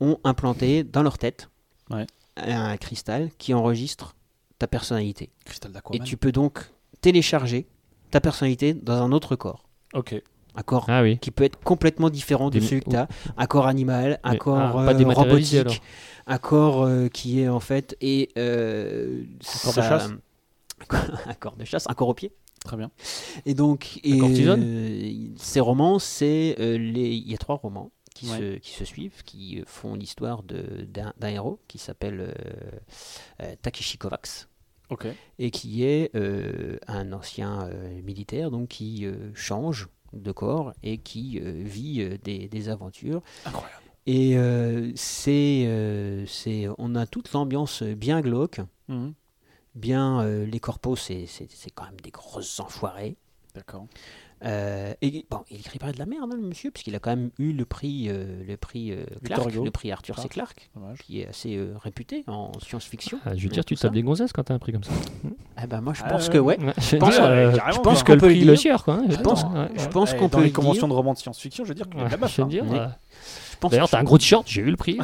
B: ont implanté dans leur tête
A: Ouais.
B: un cristal qui enregistre ta personnalité.
A: Cristal
B: Et
A: d'Aquaman.
B: tu peux donc télécharger ta personnalité dans un autre corps.
A: Ok.
B: Un corps
C: Ah oui.
B: qui peut être complètement différent de
C: Des-
B: celui que tu as. Un corps animal, un
C: Mais-
B: corps
C: ah, pas
B: euh,
C: dématérialisé,
B: robotique, un corps euh, qui est en fait. Et, euh,
A: corps de
B: ça-
A: chasse
B: un corps de chasse, un corps au pied.
A: Très bien.
B: Et donc, et,
C: cortisone
B: euh, ces romans, c'est euh, les. Il y a trois romans qui,
A: Ouais.
B: se, qui se suivent, qui euh, font l'histoire de- d'un d'un héros qui s'appelle euh, euh, Takeshi Kovacs
A: Ok.
B: et qui est euh, un ancien euh, militaire donc qui euh, change de corps et qui euh, vit euh, des, des aventures.
A: Incroyable.
B: Et euh, c'est, euh, c'est, on a toute l'ambiance bien glauque,
A: Mhm.
B: bien euh, les corpos, c'est, c'est, c'est quand même des grosses enfoirés.
A: D'accord.
B: Euh, et bon, il écrit pas de la merde, hein, le monsieur, puisqu'il a quand même eu le prix, euh, le prix euh,
A: Victor
B: Clark,
A: Hugo.
B: le prix Arthur C. Clark,
A: Dommage.
B: qui est assez euh, réputé en science-fiction.
C: Ah, je veux
B: Mais
C: dire, tu
B: tout ça.
C: tapes des gonzesses quand t'as un prix comme ça.
B: Eh ben moi, je
A: Ah,
B: pense
A: ouais,
B: que ouais.
C: Ouais.
B: Je pense,
A: Ouais,
C: Euh,
A: carrément,
B: je
A: quoi.
B: pense
C: que
B: qu'on peut
C: le
B: le
C: prix le
B: dire.
C: tire, quoi. hein,
B: Je
C: ouais.
B: pense,
C: Ouais.
B: je pense
A: Eh,
B: qu'on
A: dans
B: peut
A: les
B: le
A: conventions
B: dire.
A: de romans de science-fiction, je veux dire qu'il y a de la
C: Ouais,
A: meuf.
C: je vais
A: hein.
C: dire,
B: Mais-
C: euh,
B: Je pense,
C: D'ailleurs, t'as un gros t-shirt, j'ai eu le prix.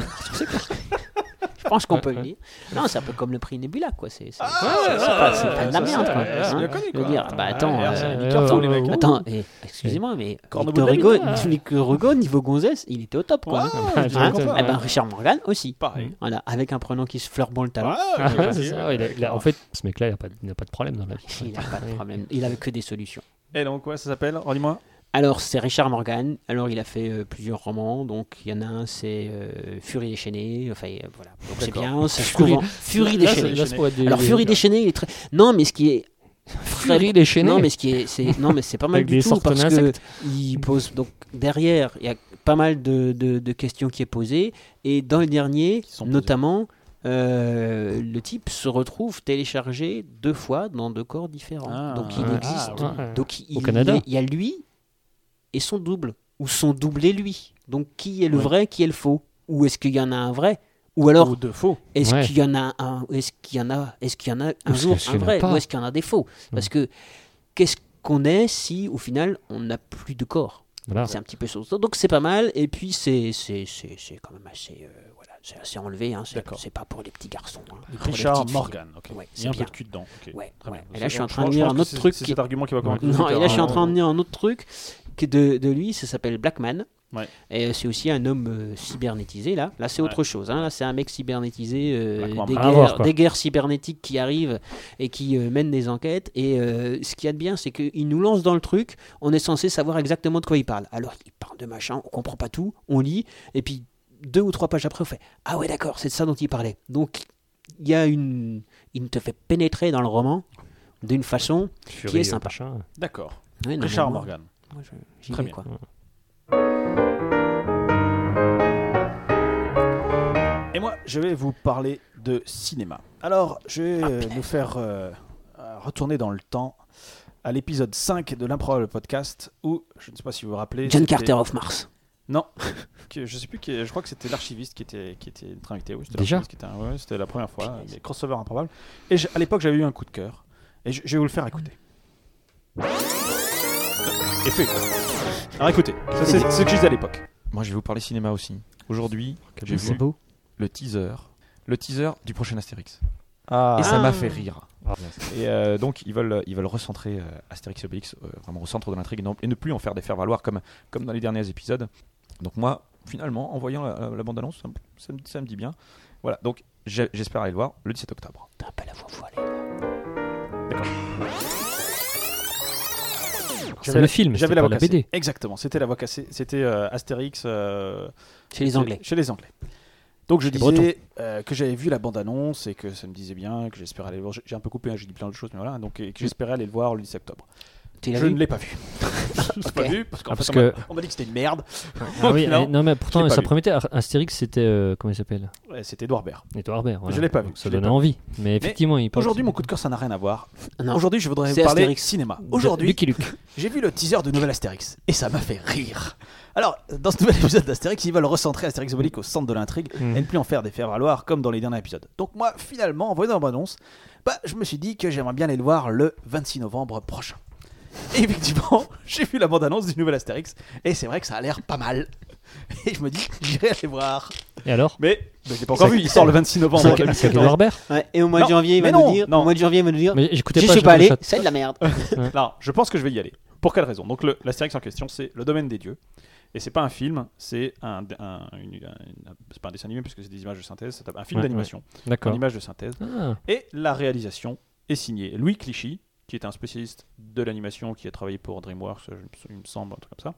B: je pense qu'on peut
C: Ouais,
B: le dire. Non, c'est un peu comme le prix Nebula, quoi. C'est c'est-
A: ouais,
B: c'est- c'est
A: ouais,
B: pas,
A: ouais,
B: c'est pas de la
A: ouais,
B: merde, quoi.
A: ouais, ouais,
B: Hein,
A: ah, c'est bien connu,
B: je
A: quoi.
B: veux
A: Ah,
B: dire, bah attends,
A: Ouais,
B: euh,
A: c'est
C: euh,
A: du carton, les mecs.
B: attends, eh, excusez-moi, mais
A: Corne au
B: Victor
A: bout de la
B: Hugo,
A: bite.
B: Victor Hugo, niveau gonzesse, il était au top, quoi.
A: Ouais,
B: hein.
A: je dirais
B: Hein
A: qu'on peut,
B: Eh ben
A: ouais.
B: Richard Morgan aussi.
A: Pareil.
B: Voilà, avec un prénom qui se fleurant le talent.
A: Ah, ouais,
C: C'est
A: facile.
C: ça, ouais, il a- il a- en fait, ce mec-là, il a pas- il n'a pas de problème dans la vie.
B: Il a pas de problème. Il avait que des solutions.
A: Et Eh, donc, ouais, ça s'appelle Redis-moi.
B: Alors, c'est Richard Morgan. Alors, il a fait euh, plusieurs romans. Donc, il y en a un, c'est euh, Furie déchaînée. Enfin, euh, voilà. Donc, c'est
A: D'accord.
B: bien. Ça se
C: Fury-
B: trouve en- Furie
C: Là, ça-
B: déchaînée.
C: là, ça pourrait être des-
B: Alors,
C: des-
B: Furie déchaînée, il est très. Non, mais ce qui est. très
K: furie déchaînée.
B: Non, mais ce qui est, c'est non, mais c'est pas mal
K: Avec
B: du
K: des
B: tout
K: sortes
B: parce que
K: d'insectes.
B: il pose donc derrière, il y a pas mal de, de- de questions qui est posée et dans le dernier, notamment. euh, le type se retrouve téléchargé deux fois dans deux corps différents.
A: Ah.
B: donc il
C: Ouais.
B: existe.
C: Ah, ouais.
B: Donc il,
C: Au Canada.
B: il y a lui et son double, ou son double et lui. Donc qui est le
C: Ouais.
B: vrai, qui est le faux Ou est-ce qu'il y en a un vrai Ou alors
A: Ou deux faux.
B: Est-ce
C: Ouais.
B: qu'il y en a un Est-ce qu'il y en a Est-ce qu'il y en a un
C: est-ce
B: jour
C: qu'il y
B: un
C: en a
B: vrai
C: pas Mm.
B: Ou est-ce qu'il y en a des faux Parce que qu'est-ce qu'on est si au final on n'a plus de corps
C: Voilà.
B: C'est un petit peu sur Donc c'est pas mal. Et puis c'est c'est c'est c'est quand même assez euh, voilà, c'est assez enlevé. Hein. C'est c'est pas pour les petits garçons. hein. Pour les
A: Richard
B: petites filles.
A: Morgan. ok.
B: Ouais,
A: Il y a
B: c'est
A: un peu
B: bien.
A: de cul dedans. ok.
B: Ouais,
A: Très
B: ouais.
A: bien.
B: Et là, je suis en
A: Je
B: train de
A: pense- je
B: lire
A: pense
B: un
A: que
B: autre
A: c'est-
B: truc.
A: c'est cet argument qui va convaincre les
B: Non, et là,
A: auditeurs,
B: je suis en
A: hein.
B: train de lire un autre truc qui est de, de lui. Ça s'appelle Blackman.
A: Ouais.
B: Et euh, c'est aussi un homme euh, cybernétisé. Là, là c'est autre chose. hein. Là, c'est un mec cybernétisé euh,
A: Blackman.
B: des,
A: Rien à voir,
B: guerres,
A: quoi.
B: des guerres cybernétiques qui arrivent et qui euh, mènent des enquêtes. Et euh, ce qu'il y a de bien, c'est qu'il nous lance dans le truc. On est censé savoir exactement de quoi il parle. Alors, il parle de machin. On comprend pas tout. On lit. Et puis deux ou trois pages après, on fait Ah ouais, d'accord, c'est de ça dont il parlait. Donc, il y a une. Il te fait pénétrer dans le roman d'une façon qui
A: Furie,
B: est
A: euh,
B: sympa.
A: machin. D'accord.
B: Ouais, non,
A: Richard
B: mais moi-
A: Morgan.
B: moi, je- j'y
A: Très
B: vais,
A: bien.
B: quoi.
A: Et moi, je vais vous parler de cinéma. Alors, je vais euh, nous faire euh, euh, retourner dans le temps à l'épisode 5 de l'improbable podcast où, je ne sais pas si vous vous rappelez...
B: John
A: c'était-
B: Carter of Mars.
A: Non, que, je sais plus, qui- je crois que c'était l'archiviste qui était, qui était notre invité. Oui, c'était
C: Déjà
A: l'archiviste qui était un- ouais, C'était la première fois, les crossovers improbables. Et je- à l'époque, j'avais eu un coup de cœur. Et je, je vais vous le faire écouter. Effet. Alors écoutez, ça, c'est ce que je disais à l'époque.
M: Moi, je vais vous parler cinéma aussi. Aujourd'hui,
A: quel
B: bah,
M: j'ai
A: beau
M: vu
A: beau.
M: le teaser, le teaser du prochain Astérix.
A: Ah.
M: Et ça m'a
A: Ah.
M: fait rire.
A: Ah.
M: Et euh, donc ils veulent, ils veulent recentrer euh, Astérix et Obélix euh, vraiment au centre de l'intrigue et non- et ne plus en faire des faire-valoir comme, comme dans les derniers épisodes. Donc moi, finalement, en voyant la, la- la bande-annonce, ça, me- ça me, ça me dit bien. Voilà, donc j'ai- j'espère aller le voir le 17 octobre.
B: T'as pas la voix
C: C'est le film,
A: J'avais
C: c'était
A: la
C: pas
A: voix
C: la
A: cassée.
C: BD.
A: Exactement, c'était la voix cassée. C'était euh, Astérix. euh,
B: Chez les
A: chez-
B: Anglais.
A: Chez les Anglais. Donc je
B: Les Bretons.
A: disais euh, que j'avais vu la bande-annonce et que ça me disait bien, que j'espérais aller le voir. J'ai- J'ai un peu coupé, hein, j'ai dit plein de choses, mais voilà. Donc et que j'espérais aller le voir le 10 octobre.
B: Tu l'as
A: je
B: Mm. vu
A: ne l'ai pas vu. je l'ai pas
B: ok.
A: vu parce qu'en
C: Ah,
A: fait,
C: parce
A: on m'a-
C: que-
A: on m'a dit que c'était une merde.
C: Ah oui,
A: Finalement,
C: eh, non, mais
A: je
C: pourtant,
A: l'ai pas
C: ça
A: vu.
C: promettait Ar- Astérix, c'était. euh, comment il s'appelle
A: Ouais, c'était Edouard Baird.
C: Edouard Baird, voilà.
A: Je l'ai pas vu.
C: Donc, ça
A: je l'ai
C: donnait
A: pas vu.
C: envie. Mais effectivement, il parle
A: Aujourd'hui, mon coup de cœur, ça n'a rien à voir.
B: Non.
A: Aujourd'hui, je voudrais
B: C'est
A: vous parler
B: Astérix.
A: cinéma.
B: De-
A: Aujourd'hui,
B: Lucky Luke.
A: j'ai vu le teaser de Nouvel Astérix et ça m'a fait rire. Alors, dans ce nouvel épisode d'Astérix, ils veulent recentrer Astérix Obélix au centre de l'intrigue
C: Mm.
A: et ne plus en faire des faire-valoir comme dans les derniers épisodes. Donc, moi, finalement, en voyant dans la bande-annonce, bah, je me suis dit que j'aimerais bien aller le voir le 26 novembre prochain. Et effectivement, j'ai vu la bande-annonce du nouvel Astérix et c'est vrai que ça a l'air pas mal. Et je me dis, j'irai aller voir.
C: Et alors
A: Mais, mais je l'ai pas encore vu, il sort le 26 novembre.
C: C'est avec- c'est avec Edouard Baird
B: Ouais, et au mois de
A: Non,
B: janvier, il va
A: mais
B: nous
A: non,
B: dire.
A: non.
B: Au mois de janvier, il va nous dire.
A: Mais j'écoutais
B: j'y
A: pas,
B: suis
A: je
B: pas
A: me
B: allé,
A: chatte.
B: c'est de la merde.
A: non, je pense que je vais y aller. Pour quelle raison Donc, le- l'Astérix en question, c'est Le Domaine des Dieux. Et c'est pas un film, c'est un, un- une- une- un- c'est pas un dessin animé puisque c'est des images de synthèse, c'est un film
C: Ouais,
A: d'animation,
C: ouais. D'accord.
A: en images de synthèse.
C: Ah.
A: Et la réalisation est signée Louis Clichy, qui est un spécialiste de l'animation, qui a travaillé pour DreamWorks, je me sou- il me semble, un truc comme ça.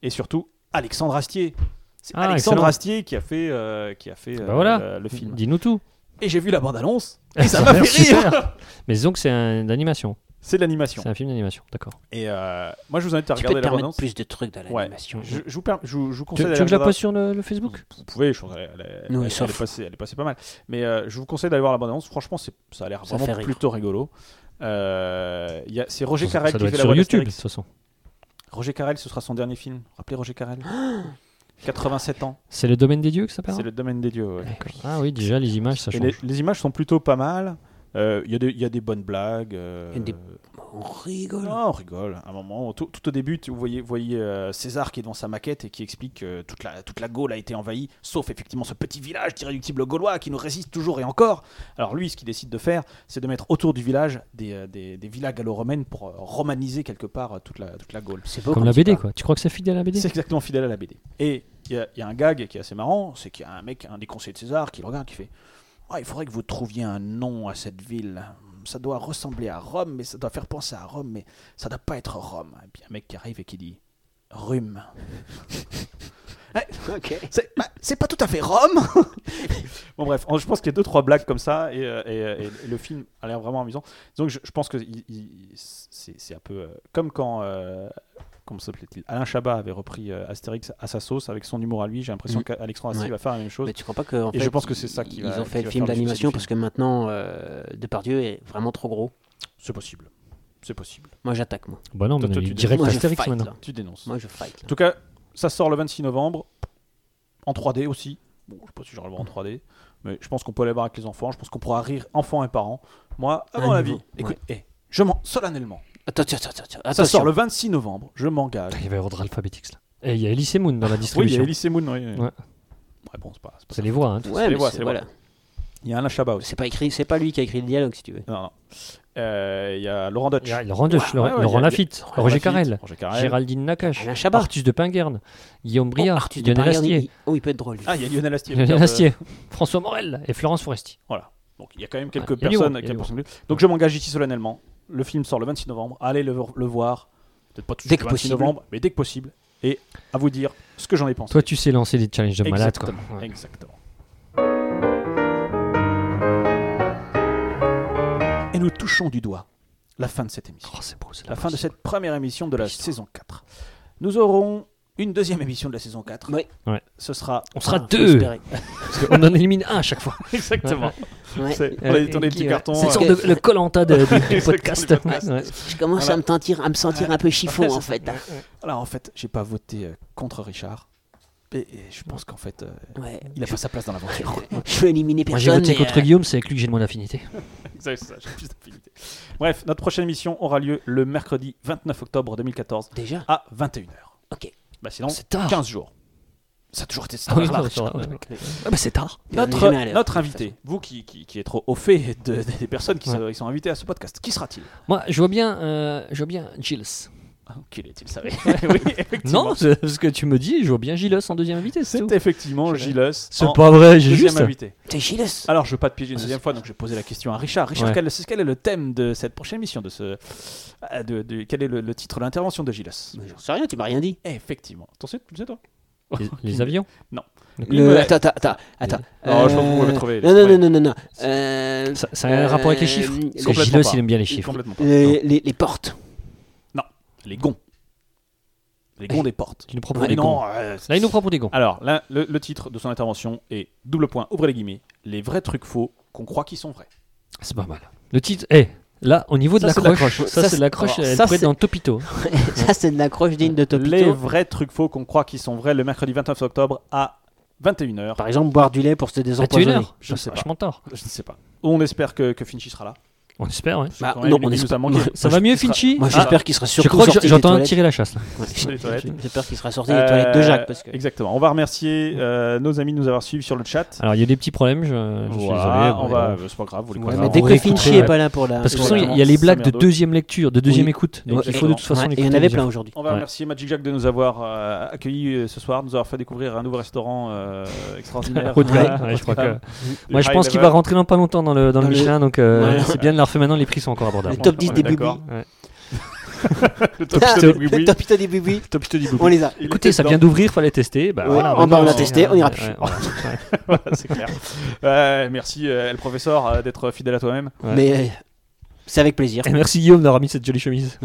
A: Et surtout Alexandre Astier. C'est
C: Ah,
A: Alexandre
C: excellent.
A: Astier qui a fait, euh, qui a fait
C: Bah
A: euh,
C: voilà.
A: le, le film.
C: Dis-nous tout.
A: Et j'ai vu la bande-annonce et ça m'a
C: a l'air
A: fait rire.
C: super. Mais disons que c'est un- d'animation.
A: C'est de l'animation.
C: C'est un film d'animation, d'accord.
A: Et euh, moi, je vous invite à
B: Tu peux
A: regarder
B: te
A: la
B: permettre
A: bande
B: plus de trucs dans l'animation.
A: je, je vous per- je vous- je vous
C: Mm, Tu,
A: conseille
C: tu veux
A: d'aller
C: que je la
A: regarder-
C: poste sur le, le Facebook
A: Vous pouvez, je pense qu'elle- elle,
C: Nous,
A: elle-
C: ils
A: elle est
C: s'offrent.
A: passée, elle est passée pas mal. Mais euh, je vous conseille d'aller voir la bande-annonce. Franchement, c'est- ça a l'air
C: Ça fait
A: vraiment
C: rire.
A: plutôt rigolo. Euh, il y a- c'est Roger
C: Ça-
A: Carrel
C: ça
A: qui
C: doit
A: fait
C: être
A: la
C: sur
A: voix
C: YouTube,
A: d'Astérix.
C: de toute façon.
A: Roger Carrel, ce sera son dernier film. Rappelez Roger Carrel. 87 ans.
C: C'est le domaine des dieux que ça parle
A: C'est le domaine des dieux. ouais.
C: Ah oui, déjà, les images, ça
A: Et
C: change.
A: les, les images sont plutôt pas mal. Euh, Il y, a des- il y a des bonnes blagues. euh,
B: On rigole.
A: Non, on rigole. À un moment, tout, tout au début, tu- vous voyez, vous voyez euh, César qui est devant sa maquette et qui explique que toute la, toute la Gaule a été envahie, sauf effectivement ce petit village d'irréductibles gaulois qui nous résiste toujours et encore. Alors lui, ce qu'il décide de faire, c'est de mettre autour du village des, euh, des, des villas gallo-romaines pour euh, romaniser quelque part euh, toute la, toute la Gaule. C'est
C: Comme la BD, quoi. Tu crois que c'est fidèle à la BD
A: C'est exactement fidèle à la BD. Et il y, a- il y a un gag qui est assez marrant, c'est qu'il y a un mec, un des conseillers de César, qui le regarde, qui fait Ah, Il faudrait que vous trouviez un nom à cette ville. Ça doit ressembler à Rome, mais ça doit faire penser à Rome, mais ça doit pas être Rome. Et puis un mec qui arrive et qui dit Rhume. Ouais, C'est bah, c'est pas tout à fait Rome Bon, bref, en- je pense qu'il y a deux, trois blagues comme ça et, euh, et, euh, et le film a l'air vraiment amusant. Donc, je, je pense que il- il- c'est c'est un peu euh, comme quand. euh, Comment s'appelait-il Alain Chabat avait repris euh, Astérix à sa sauce avec son humour à lui. J'ai l'impression
B: Mm.
A: qu'Alexandre Astier
B: Ouais.
A: va faire la même chose.
B: Mais tu crois pas que en
A: Et je
B: fait,
A: pense que c'est ça qui
B: ils
A: va.
B: ont fait
A: qui
B: le
A: va
B: film
A: faire succès du
B: d'animation
A: film.
B: parce que maintenant euh, Depardieu est vraiment trop gros.
A: C'est possible. C'est possible.
B: Moi j'attaque moi.
C: Bah non, mais
B: Toi, toi,
C: il-
B: tu
C: direct
B: dénonces. Moi, je
C: Astérix,
B: fight,
C: maintenant.
B: là.
A: Tu dénonces.
B: Moi je fight.
A: En tout cas, ça sort le 26 novembre, en 3D aussi. Bon, je sais pas si j'aurai le voir en 3D, mais je pense qu'on peut aller voir avec les enfants. Je pense qu'on pourra rire enfants et parents. Moi, à
B: À
A: mon avis,
B: nouveau,
A: écoute, eh, je mens solennellement.
B: Attends, attends, attends, attends,
A: Ça
B: attention.
A: sort le 26 novembre, je m'engage.
C: Il y avait Ordre Alphabetics là. Et il y a Elise Moon dans la
A: Oui, il y
C: distribution.
A: a Elise Moon, oui. oui.
C: Ouais.
A: Ouais, bon, c'est pas, c'est pas
C: C'est les voix. Hein, tout
A: ça.
C: ça.
B: Ouais,
A: C'est les
B: mais
A: voix,
B: c'est-
A: c'est les voix.
B: voilà.
A: Il y a Alain Chabat aussi.
B: C'est pas écrit, c'est pas lui qui a écrit le dialogue si tu veux.
A: Non, non. Euh, Il y a Laurent Dutch.
C: Il y a Laurent Deutsch, Laurent, Laurent Lafitte, Roger Carrel, Géraldine Nakache,
B: Alain Chabat.
C: Artus de Pinguerne, Guillaume
B: Oh,
C: Briard,
B: Arthus de
C: Lionel
B: Paris,
C: Astier,
B: il- Oh, il peut être drôle. lui.
A: Ah, il y a Lionel Astier.
C: Lionel
A: merde.
C: Astier, François Morel et Florence Foresti.
A: Voilà. Donc il y a quand même
C: Ah,
A: quelques
C: il y a du
A: personnes.
C: monde, il y a
A: quelques
C: du
A: personnes-
C: monde.
A: Donc je m'engage ici solennellement. Le film sort le 26 novembre. Allez le, le voir. Peut-être pas tout de
B: Dès
A: suite
B: que
A: le 26
B: possible.
A: novembre, mais dès que possible. Et à vous dire ce que j'en ai pensé.
C: Toi, tu sais lancer des challenges de malade quoi.
A: Exactement. Exactement. Et nous touchons du doigt la fin de cette émission.
C: Oh,
A: la fin de cette première émission de la saison 4. Nous aurons une deuxième émission de la saison 4.
B: Ouais.
C: Ouais.
A: Ce sera.
C: On sera
A: Ah, faut
C: deux.
A: espérer.
C: Parce qu'on en élimine un à chaque fois.
A: Exactement.
B: Ouais.
A: C'est- On a tourné
C: Euh, Et
A: des
C: qui,
A: petits
C: ouais.
A: cartons.
C: C'est une
A: euh,
C: sorte
B: Parce
C: de-
B: que-
C: le Colanta de, du- du
A: Exactement,
C: podcast.
A: du podcast.
C: Ouais, ouais.
B: Je commence
A: Voilà.
B: à me sentir, à me sentir un peu chiffon en fait.
A: Alors en fait, j'ai pas voté euh, contre Richard. Et, et je pense qu'en fait, euh,
B: Ouais.
A: il a pas sa place dans l'aventure.
B: Je veux éliminer
C: Moi, j'ai
B: personne. mais,
C: voté contre
B: euh,
C: Guillaume, c'est avec lui que j'ai de mon affinité.
A: Ça, c'est ça, j'ai plus d'affinité. Bref, notre prochaine émission aura lieu le mercredi 29 octobre 2014
B: Déjà
A: à 21h.
B: Ok.
A: Bah sinon,
C: C'est tard.
A: 15 jours. Ça a toujours été ça.
C: Ah oui,
A: Voilà,
C: non,
A: Richard.
C: ça va, ouais.
A: Ouais.
C: Ah bah c'est tard.
B: on n'est
A: Notre,
B: jamais à l'heure,
A: notre
B: de toute
A: invité, vous qui, qui, qui êtes trop au fait de- des personnes qui,
C: Ouais.
A: sont, qui sont invitées à ce podcast, qui sera-t-il
C: Moi, je vois bien, euh, je vois bien Gilles.
A: Ah, Qui est-il, ça va Oui, effectivement.
C: Non, c'est ce que tu me dis, je vois bien Gilles en deuxième invité. C'est
A: c'est
C: tout.
A: effectivement Gilles.
C: C'est
A: en
C: pas vrai, j'ai
A: deuxième
C: juste.
A: invité.
B: T'es Gilles
A: Alors, je veux pas te piéger une deuxième fois, donc je vais poser la question à Richard. Richard,
C: Ouais.
A: quel, c'est- quel est le thème de cette prochaine émission de ce, euh, de, de- Quel est le, le titre de l'intervention de Gilles
B: Mais J'en sais rien, tu m'as rien dit.
A: Effectivement. T'en sais, tu le sais, toi
C: Les, les avions.
B: Le...
A: Ouais.
B: Attends, attends, attends, attends. Euh,
A: Non, Oh, je pense que vous pouvez trouver,
B: Non,
A: laisse
B: non,
A: tomber.
B: non, non, non, non. Euh,
C: Ça, ça a un rapport avec les chiffres.
B: euh,
C: Parce que
A: complètement
C: Gilles,
A: pas.
C: il aime bien les chiffres.
A: Complètement pas.
B: Les, les, les portes.
A: Non, les gonds. Les gonds des portes.
C: Il nous propose
A: Ouais,
C: des
A: non,
C: Ah, gonds.
A: euh,
C: Là, il nous propose des gonds.
A: Alors, là, le, le titre de son intervention est double point, ouvrez les guillemets, les vrais trucs faux qu'on croit qu'ils sont vrais.
C: C'est pas mal. Le titre est. Là, au niveau de
A: Ça, c'est de
C: l'accroche,
B: l'accroche. Ça,
C: ça, c'est
B: c'est-
C: de l'accroche,
B: alors,
C: elle
B: ça,
C: pourrait être
B: c'est-
C: dans Topito.
B: ça, c'est de l'accroche digne de Topito.
A: Les vrais trucs faux qu'on croit qu'ils sont vrais le mercredi 29 octobre à 21h.
B: Par exemple, boire du lait pour se
C: À Bah, tu es
B: désempoisonner.
C: l'heure. Je
A: sais pas.
C: vachement tard.
A: Je ne sais pas. On espère que, que Finchy sera là.
C: On espère, ouais.
B: Bah,
A: Quand même,
B: non,
A: il
B: on
A: nous
B: espère.
A: a manqué.
B: Moi,
C: Ça
B: je-
C: va mieux, Finchi
A: Ah.
B: Moi, j'espère qu'il sera
C: Je
B: surtout
C: crois que
B: sorti
C: je-
B: des
C: j'entends
B: toilettes.
C: tirer la chasse. là.
A: Sur les toilettes.
B: J'espère qu'il sera sorti des toilettes de Jacques. Parce que...
A: Euh, Exactement. On va remercier euh, nos amis de nous avoir suivis sur le chat.
C: Alors, il y a des petits problèmes. Je, je suis
A: Voilà,
C: désolé.
A: on
C: bon,
A: va,
C: bon.
A: c'est pas grave, vous les
B: Ouais,
A: croisez.
B: mais
A: On
B: dès que
A: réécoutera.
B: Finchi est pas là pour la.
C: Parce que de toute
A: Exactement.
C: façon, il y a les blagues de
A: Samerdo.
C: deuxième lecture, de deuxième
B: Oui.
C: écoute. Donc, il faut de toute façon
B: Ouais,
C: les
B: et Il y en
C: écouter
B: avait
C: déjà.
B: plein aujourd'hui.
A: On va
C: Ouais.
A: remercier Magic Jack de nous avoir euh, accueillis euh, ce soir, de nous avoir fait découvrir un nouveau restaurant euh, extraordinaire.
C: Haut de gamme,
A: Ouais,
C: ouais, je crois
A: haut de gamme.
C: que- Moi, je pense qu'il va rentrer dans pas longtemps dans le, dans le
B: Dans le-
C: Michelin, donc euh,
B: Ouais.
C: c'est bien de leur faire maintenant. Les prix sont encore abordables.
B: Le top 10
A: on est
B: des bubis.
A: d'accord.
C: Ouais.
A: Le top
B: Ah,
A: Tito dit oui, oui.
B: Le Topito des bubis.
A: Le top Tito dit oui, oui.
B: On les a.
A: Il
C: Écoutez,
A: était
C: ça
A: dedans.
C: vient d'ouvrir, fallait tester. Bah,
B: Ouais,
C: voilà,
B: on
C: maintenant,
B: va en
C: c'est-
B: tester, on ira plus.
C: ouais, voilà.
A: Voilà, c'est clair. Euh, merci, euh, le professeur, euh, d'être fidèle à toi-même.
C: Ouais.
B: Mais euh, c'est avec plaisir.
C: Et merci Guillaume d'avoir mis cette jolie chemise.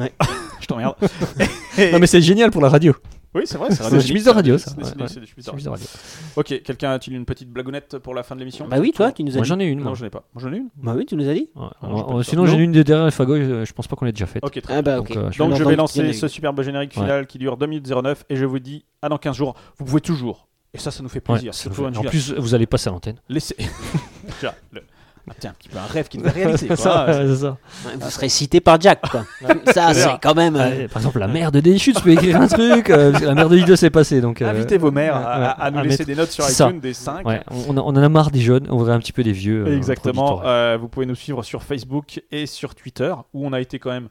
A: Je t'emmerde.
C: Non, mais c'est génial pour la radio.
A: Oui, c'est vrai, c'est
C: C'est
A: radio.
C: une chemise de radio, ça.
A: C'est des-
C: Ouais,
A: c'est des-
C: ouais.
A: c'est des chemises de
C: Chemise
A: radio.
C: de radio.
A: Ok, quelqu'un a-t-il une petite blagounette pour la fin de l'émission
B: Bah oui, toi, tu nous as
C: Moi,
B: dit.
C: j'en ai une.
A: Non,
C: moi.
A: je n'ai pas. Moi, j'en ai une.
B: Bah oui, tu nous as dit.
C: Ouais.
A: Non, j'ai pas
C: Euh,
A: de
C: Sinon,
A: ça.
C: j'ai une de derrière le fagot. euh, Je pense pas qu'on l'ait déjà faite.
A: Ok, très
B: Ah bah
C: Donc,
B: ok.
C: euh, je
A: Donc je
B: l'entends
A: vais
B: dans le
A: lancer
B: générique.
A: ce superbe générique final qui dure 2 minutes 09 et je vous dis à dans 15 jours, vous pouvez toujours. Et ça, ça nous fait
C: Ouais,
A: plaisir.
C: ça
A: c'est
C: nous
A: toujours
C: fait-
A: une
C: en
A: gigante.
C: plus, vous allez passer à l'antenne.
A: laissez. Tiens, le- Ah, tiens, un petit peu un rêve qui devait réaliser. quoi. Ah, c'est-
C: c'est ça. euh,
B: Ouais, Vous serez cité par Jack, quoi. Ça, c'est quand même. euh,
C: Ouais, Par exemple, la mère de Deschutes, tu peux écrire un truc. euh, parce que La mère de Lido s'est passée. donc. euh,
A: Invitez vos mères à,
C: ouais,
A: à- à nous
C: à
A: laisser
C: mettre-
A: des notes sur
C: c'est ça.
A: iTunes, des 5.
C: Ouais, on, on en a marre des jeunes, on voudrait un petit peu des vieux. euh,
A: Exactement.
C: notre auditoire.
A: euh, vous pouvez nous suivre sur Facebook et sur Twitter, où on a été quand même,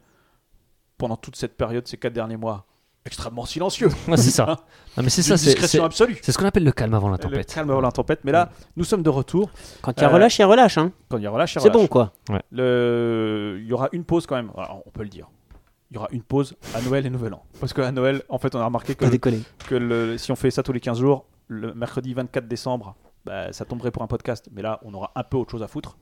A: pendant toute cette période, ces 4 derniers mois, extrêmement silencieux.
C: Ouais, c'est ça. Non, mais c'est
A: D'une
C: ça, c'est c'est-
A: discrétion absolue.
C: c'est ce qu'on appelle le calme avant la
A: Le
C: tempête.
A: calme avant la tempête. Mais là, nous sommes de retour.
B: Quand il y a
A: Euh,
B: relâche, il y a relâche. Hein.
A: Quand il y a relâche, il y a
B: C'est bon,
A: relâche.
B: quoi.
A: Le- Il y aura une pause quand même, Alors, on peut le dire. Il y aura une pause à Noël et Nouvel An. Parce qu'à Noël, en fait, on a remarqué que,
B: Pas déconner.
A: que le- si on fait ça tous les 15 jours, le mercredi 24 décembre, bah, ça tomberait pour un podcast. Mais là, on aura un peu autre chose à foutre.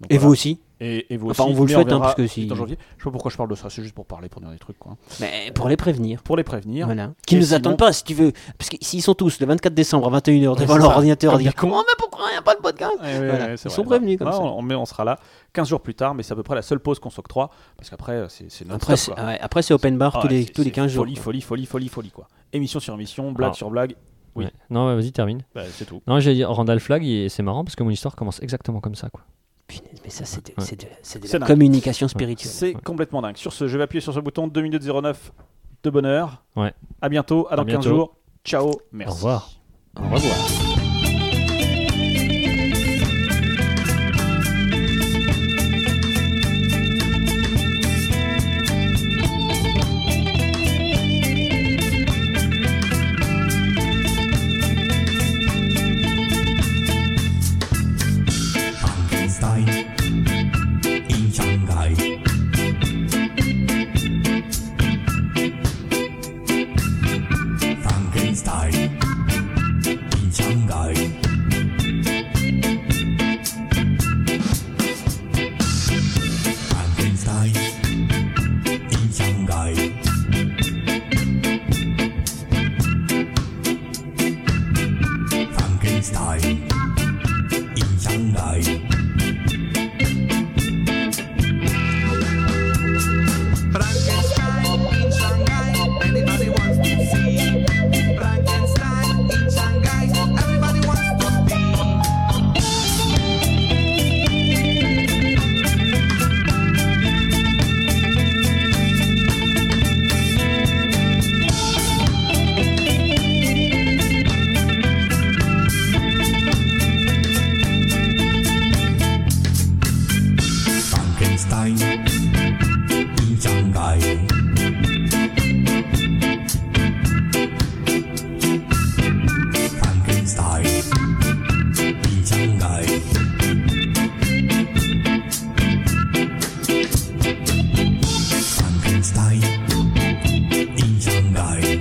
A: Donc,
B: Et
A: voilà.
B: vous aussi.
A: Et, et vous
B: Enfin,
A: aussi.
B: on vous le
A: mais
B: souhaite, hein,
A: verra
B: parce que
A: tout
B: si-
A: en janvier. Je sais pas pourquoi je parle de ça, c'est juste pour parler, pour dire des trucs. Quoi.
B: Mais pour les prévenir.
A: Pour les prévenir.
B: Voilà. Qui
A: Et
B: nous
A: sinon-
B: attendent pas, si tu veux. Parce que s'ils sont tous le 24 décembre à 21h devant
A: c'est
B: leur
A: ça.
B: ordinateur, à
A: Comme
B: dire
A: des cons.
B: comment, mais pourquoi il n'y a pas de podcast
A: Ouais, ouais,
B: Voilà.
A: ouais,
B: Ils
A: c'est
B: sont
A: vrai.
B: prévenus comme
A: Ouais,
B: ça.
A: On, on- mais on sera là 15 jours plus tard, mais c'est à peu près la seule pause qu'on s'octroie, parce qu'après, euh, c'est c'est
B: Après,
A: non-stop,
B: c'est-
A: quoi.
B: ouais, après, c'est open bar
A: Ah
B: tous
A: ouais,
B: les-
A: c'est-
B: tous les
A: c'est
B: 15 jours,
A: Folie,
B: quoi.
A: folie, folie, folie, folie, quoi. Émission sur émission, blague
C: Alors.
A: sur blague. Oui.
C: Ouais. Non, ouais, vas-y, termine.
A: Bah, c'est tout.
C: Non, j'ai dit Randall Flag, et c'est marrant parce que mon histoire commence exactement comme ça. Quoi.
B: Mais ça, c'est de,
C: Ouais.
B: c'est de- c'est de
A: C'est
B: la
A: dingue.
B: communication spirituelle.
A: C'est complètement dingue. Sur ce, je vais appuyer sur ce bouton 2 minutes 09 de bonheur.
C: Ouais.
A: À bientôt, à dans
C: À
A: 15
C: bientôt.
A: jours. Ciao, merci.
C: Au revoir.
A: Au revoir.
N: Frankenstein in Shanghai. Frankenstein in Shanghai. Frankenstein in Shanghai. Frankenstein in Shanghai.
E: Frankenstein in Shanghai, anybody wants to see. Frankenstein in Shanghai, everybody wants to be.
N: Frankenstein in Shanghai. Frankenstein in Shanghai. Frankenstein in Shanghai.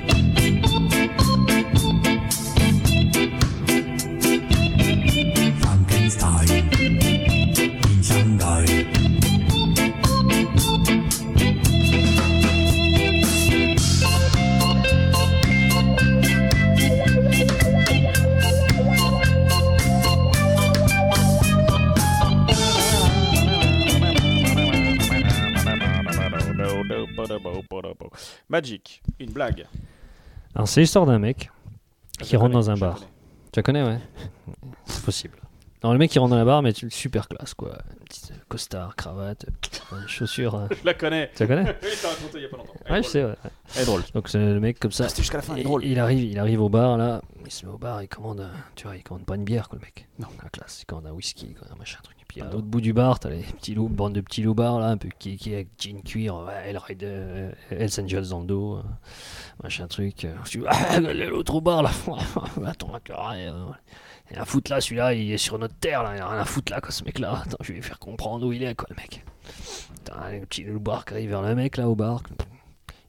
N: Frankenstein in Shanghai.
A: Magic, une blague.
C: Alors, c'est l'histoire d'un mec qui rentre dans un bar.
A: connais.
C: Tu la connais, ouais C'est possible. Alors, le mec qui rentre dans la bar, mais tu- super classe, quoi. Petite costard, cravate, euh, chaussures. euh.
A: Je la connais.
C: Tu la connais
A: Oui, t'as raconté il y a pas longtemps. Elle est
C: Ouais, je
A: drôle.
C: sais, ouais.
A: Elle est drôle.
C: Donc, c'est le mec comme ça.
A: Restez jusqu'à la fin, elle est
C: il-
A: drôle.
C: Il arrive, il arrive au bar, là. Il se met au bar, il commande, un- tu vois, il commande pas une bière, quoi, le mec. Non. La classe, il commande un whisky, quoi, un machin, un truc. Et puis, à l'autre bout du bar, t'as les petits loups, bande de petits loupards, là, un peu qui, qui avec jean cuir, ouais, El Raider, euh, Hells Angels dans le dos, euh, machin, truc. euh. Je dis, ah, l'autre au bar, là. Attends, tu vois, et, euh, voilà. Il y a à foutre là, celui-là, il est sur notre terre, là, il y a rien à foutre là, quoi, ce mec-là. Attends, je vais lui faire comprendre où il est, quoi, le mec. Putain, le petit loup-bar qui arrive vers le mec, là, au bar.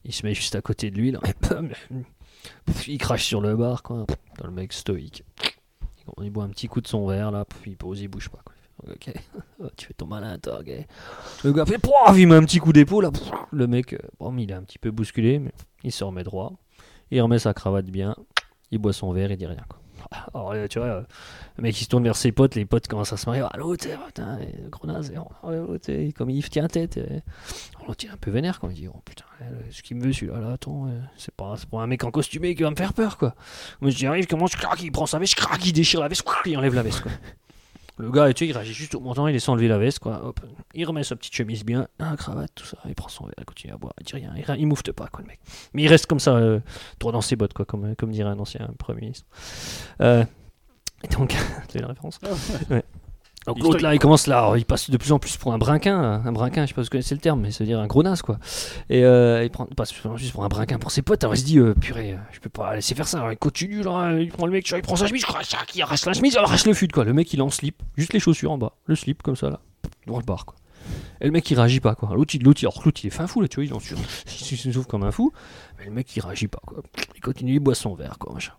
C: Il se met juste à côté de lui, là. Il crache sur le bar, quoi. Dans le mec stoïque. Il boit un petit coup de son verre, là, puis il pose, il bouge pas, quoi. Ok, oh, tu fais ton malin, toi, ok. Le gars fait, pouf, il met un petit coup d'épaule, là. Pouf. Le mec, euh, bon, il est un petit peu bousculé, mais il se remet droit. Il remet sa cravate bien, il boit son verre, il dit rien, quoi. Alors, euh, tu vois, euh, le mec, il se tourne vers ses potes, les potes commencent à se marier. Ah, l'autre, euh, putain, euh, gros naze, et on- ah, ouais, l'autre, euh, comme il tient tête. euh. On l'autre, il est un peu vénère, quand il dit, oh putain, euh, ce qu'il me veut, celui-là, là, attends, euh, c'est pas, c'est pas un mec en costumé qui va me faire peur, quoi. Moi, j'y arrive, comment je craque, il prend sa veste, craque, il déchire la veste, craque, il enlève la veste, quoi. Le gars, tu sais, il réagit juste au montant, il laisse enlever la veste, quoi. Hop. Il remet sa petite chemise bien, un cravate, tout ça. Il prend son verre, il continue à boire, il dit rien, il, il moufte pas, quoi, le mec. Mais il reste comme ça, euh, droit dans ses bottes, quoi, comme, comme dirait un ancien Premier ministre. Euh, et donc, tu as la référence Ouais. Donc l'autre là, il commence là, alors, il passe de plus en plus pour un brinquin, là. un brinquin, je sais pas si vous connaissez le terme, mais ça veut dire un gros naze quoi. Et euh, il, prend, il passe de plus en plus pour un brinquin pour ses potes, alors il se dit, euh, purée, euh, je peux pas laisser faire ça, alors il continue là, il prend le mec, il prend sa chemise, je crache, il arrache la chemise, il arrache le fut quoi. Le mec il est en slip, juste les chaussures en bas, le slip comme ça là, dans le bar quoi. Et le mec il réagit pas quoi. L'autre il, l'autre, il- alors que l'autre, il est fin fou là, tu vois, il en sur- il s'ouvre comme un fou. Mais le mec il réagit pas quoi. Il continue, il boit son verre quoi, machin.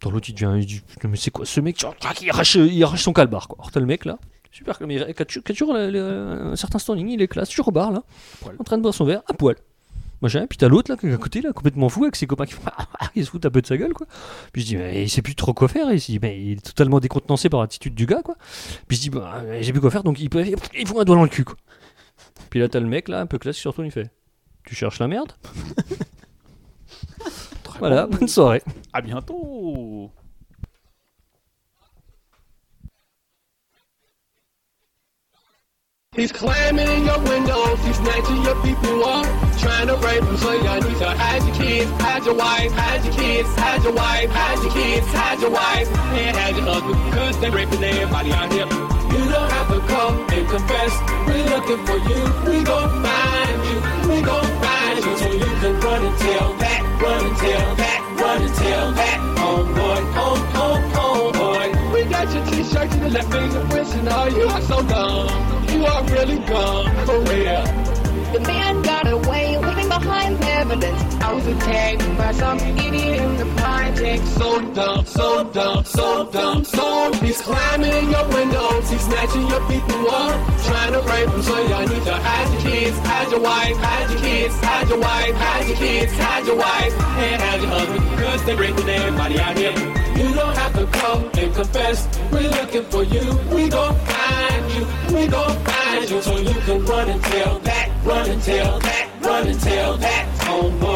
C: Dans l'autre il devient, il dit, Putain, mais c'est quoi ce mec Genre, tac, il, arrache, il arrache son calbar quoi. Alors t'as le mec là, super comme il, qui a tu- qui a toujours le- le- euh, un certain standing, il est classe, toujours au bar là, en train de boire son verre, à poil. Machin, puis t'as l'autre là, qui est à côté là, complètement fou, avec ses copains qui font Ah, ah, il se fout un peu de sa gueule quoi. Puis je dis, mais il sait plus trop quoi faire, il, se dit, mais il est totalement décontenancé par l'attitude du gars quoi. Puis je dis, bah, j'ai plus quoi faire, donc il peut. Il fout un doigt dans le cul quoi. Puis là, t'as le mec là, un peu classe, surtout, il fait Tu cherches la merde Voilà, bonne soirée.
A: À bientôt.
G: He's climbing in your windows, he's snatching your people up, trying to rape them, so you need to hide your kids, hide your wife, hide your kids, hide your wife, hide your kids, hide your wife, and hide your husband, cause they're raping everybody out here. You don't have to come and confess, we're looking for you, we gon' find you, we gon' find you, so you can run and tell that, run and tell that, run and tell that, homeboy, home, home, homeboy. Oh, We got your t-shirt and the left fingerprints and all, you are so dumb, you are really dumb, Oh, for real.
J: The man got away, leaving behind evidence. I was attacked by some idiot in the project.
G: so dumb, so dumb, so dumb, so dumb. He's climbing in your windows, he's snatching your people up, trying to rape them. So y'all need to hide your kids, hide your wife, hide your kids, hide your wife, hide your kids, hide your wife, and hide your husband, cause they're raping everybody out here. You don't have to come and confess, we're looking for you, we gon' find you, we gon' find you, so you can run and tell that, Oh, run and tell that, run and tell that, homeboy. oh,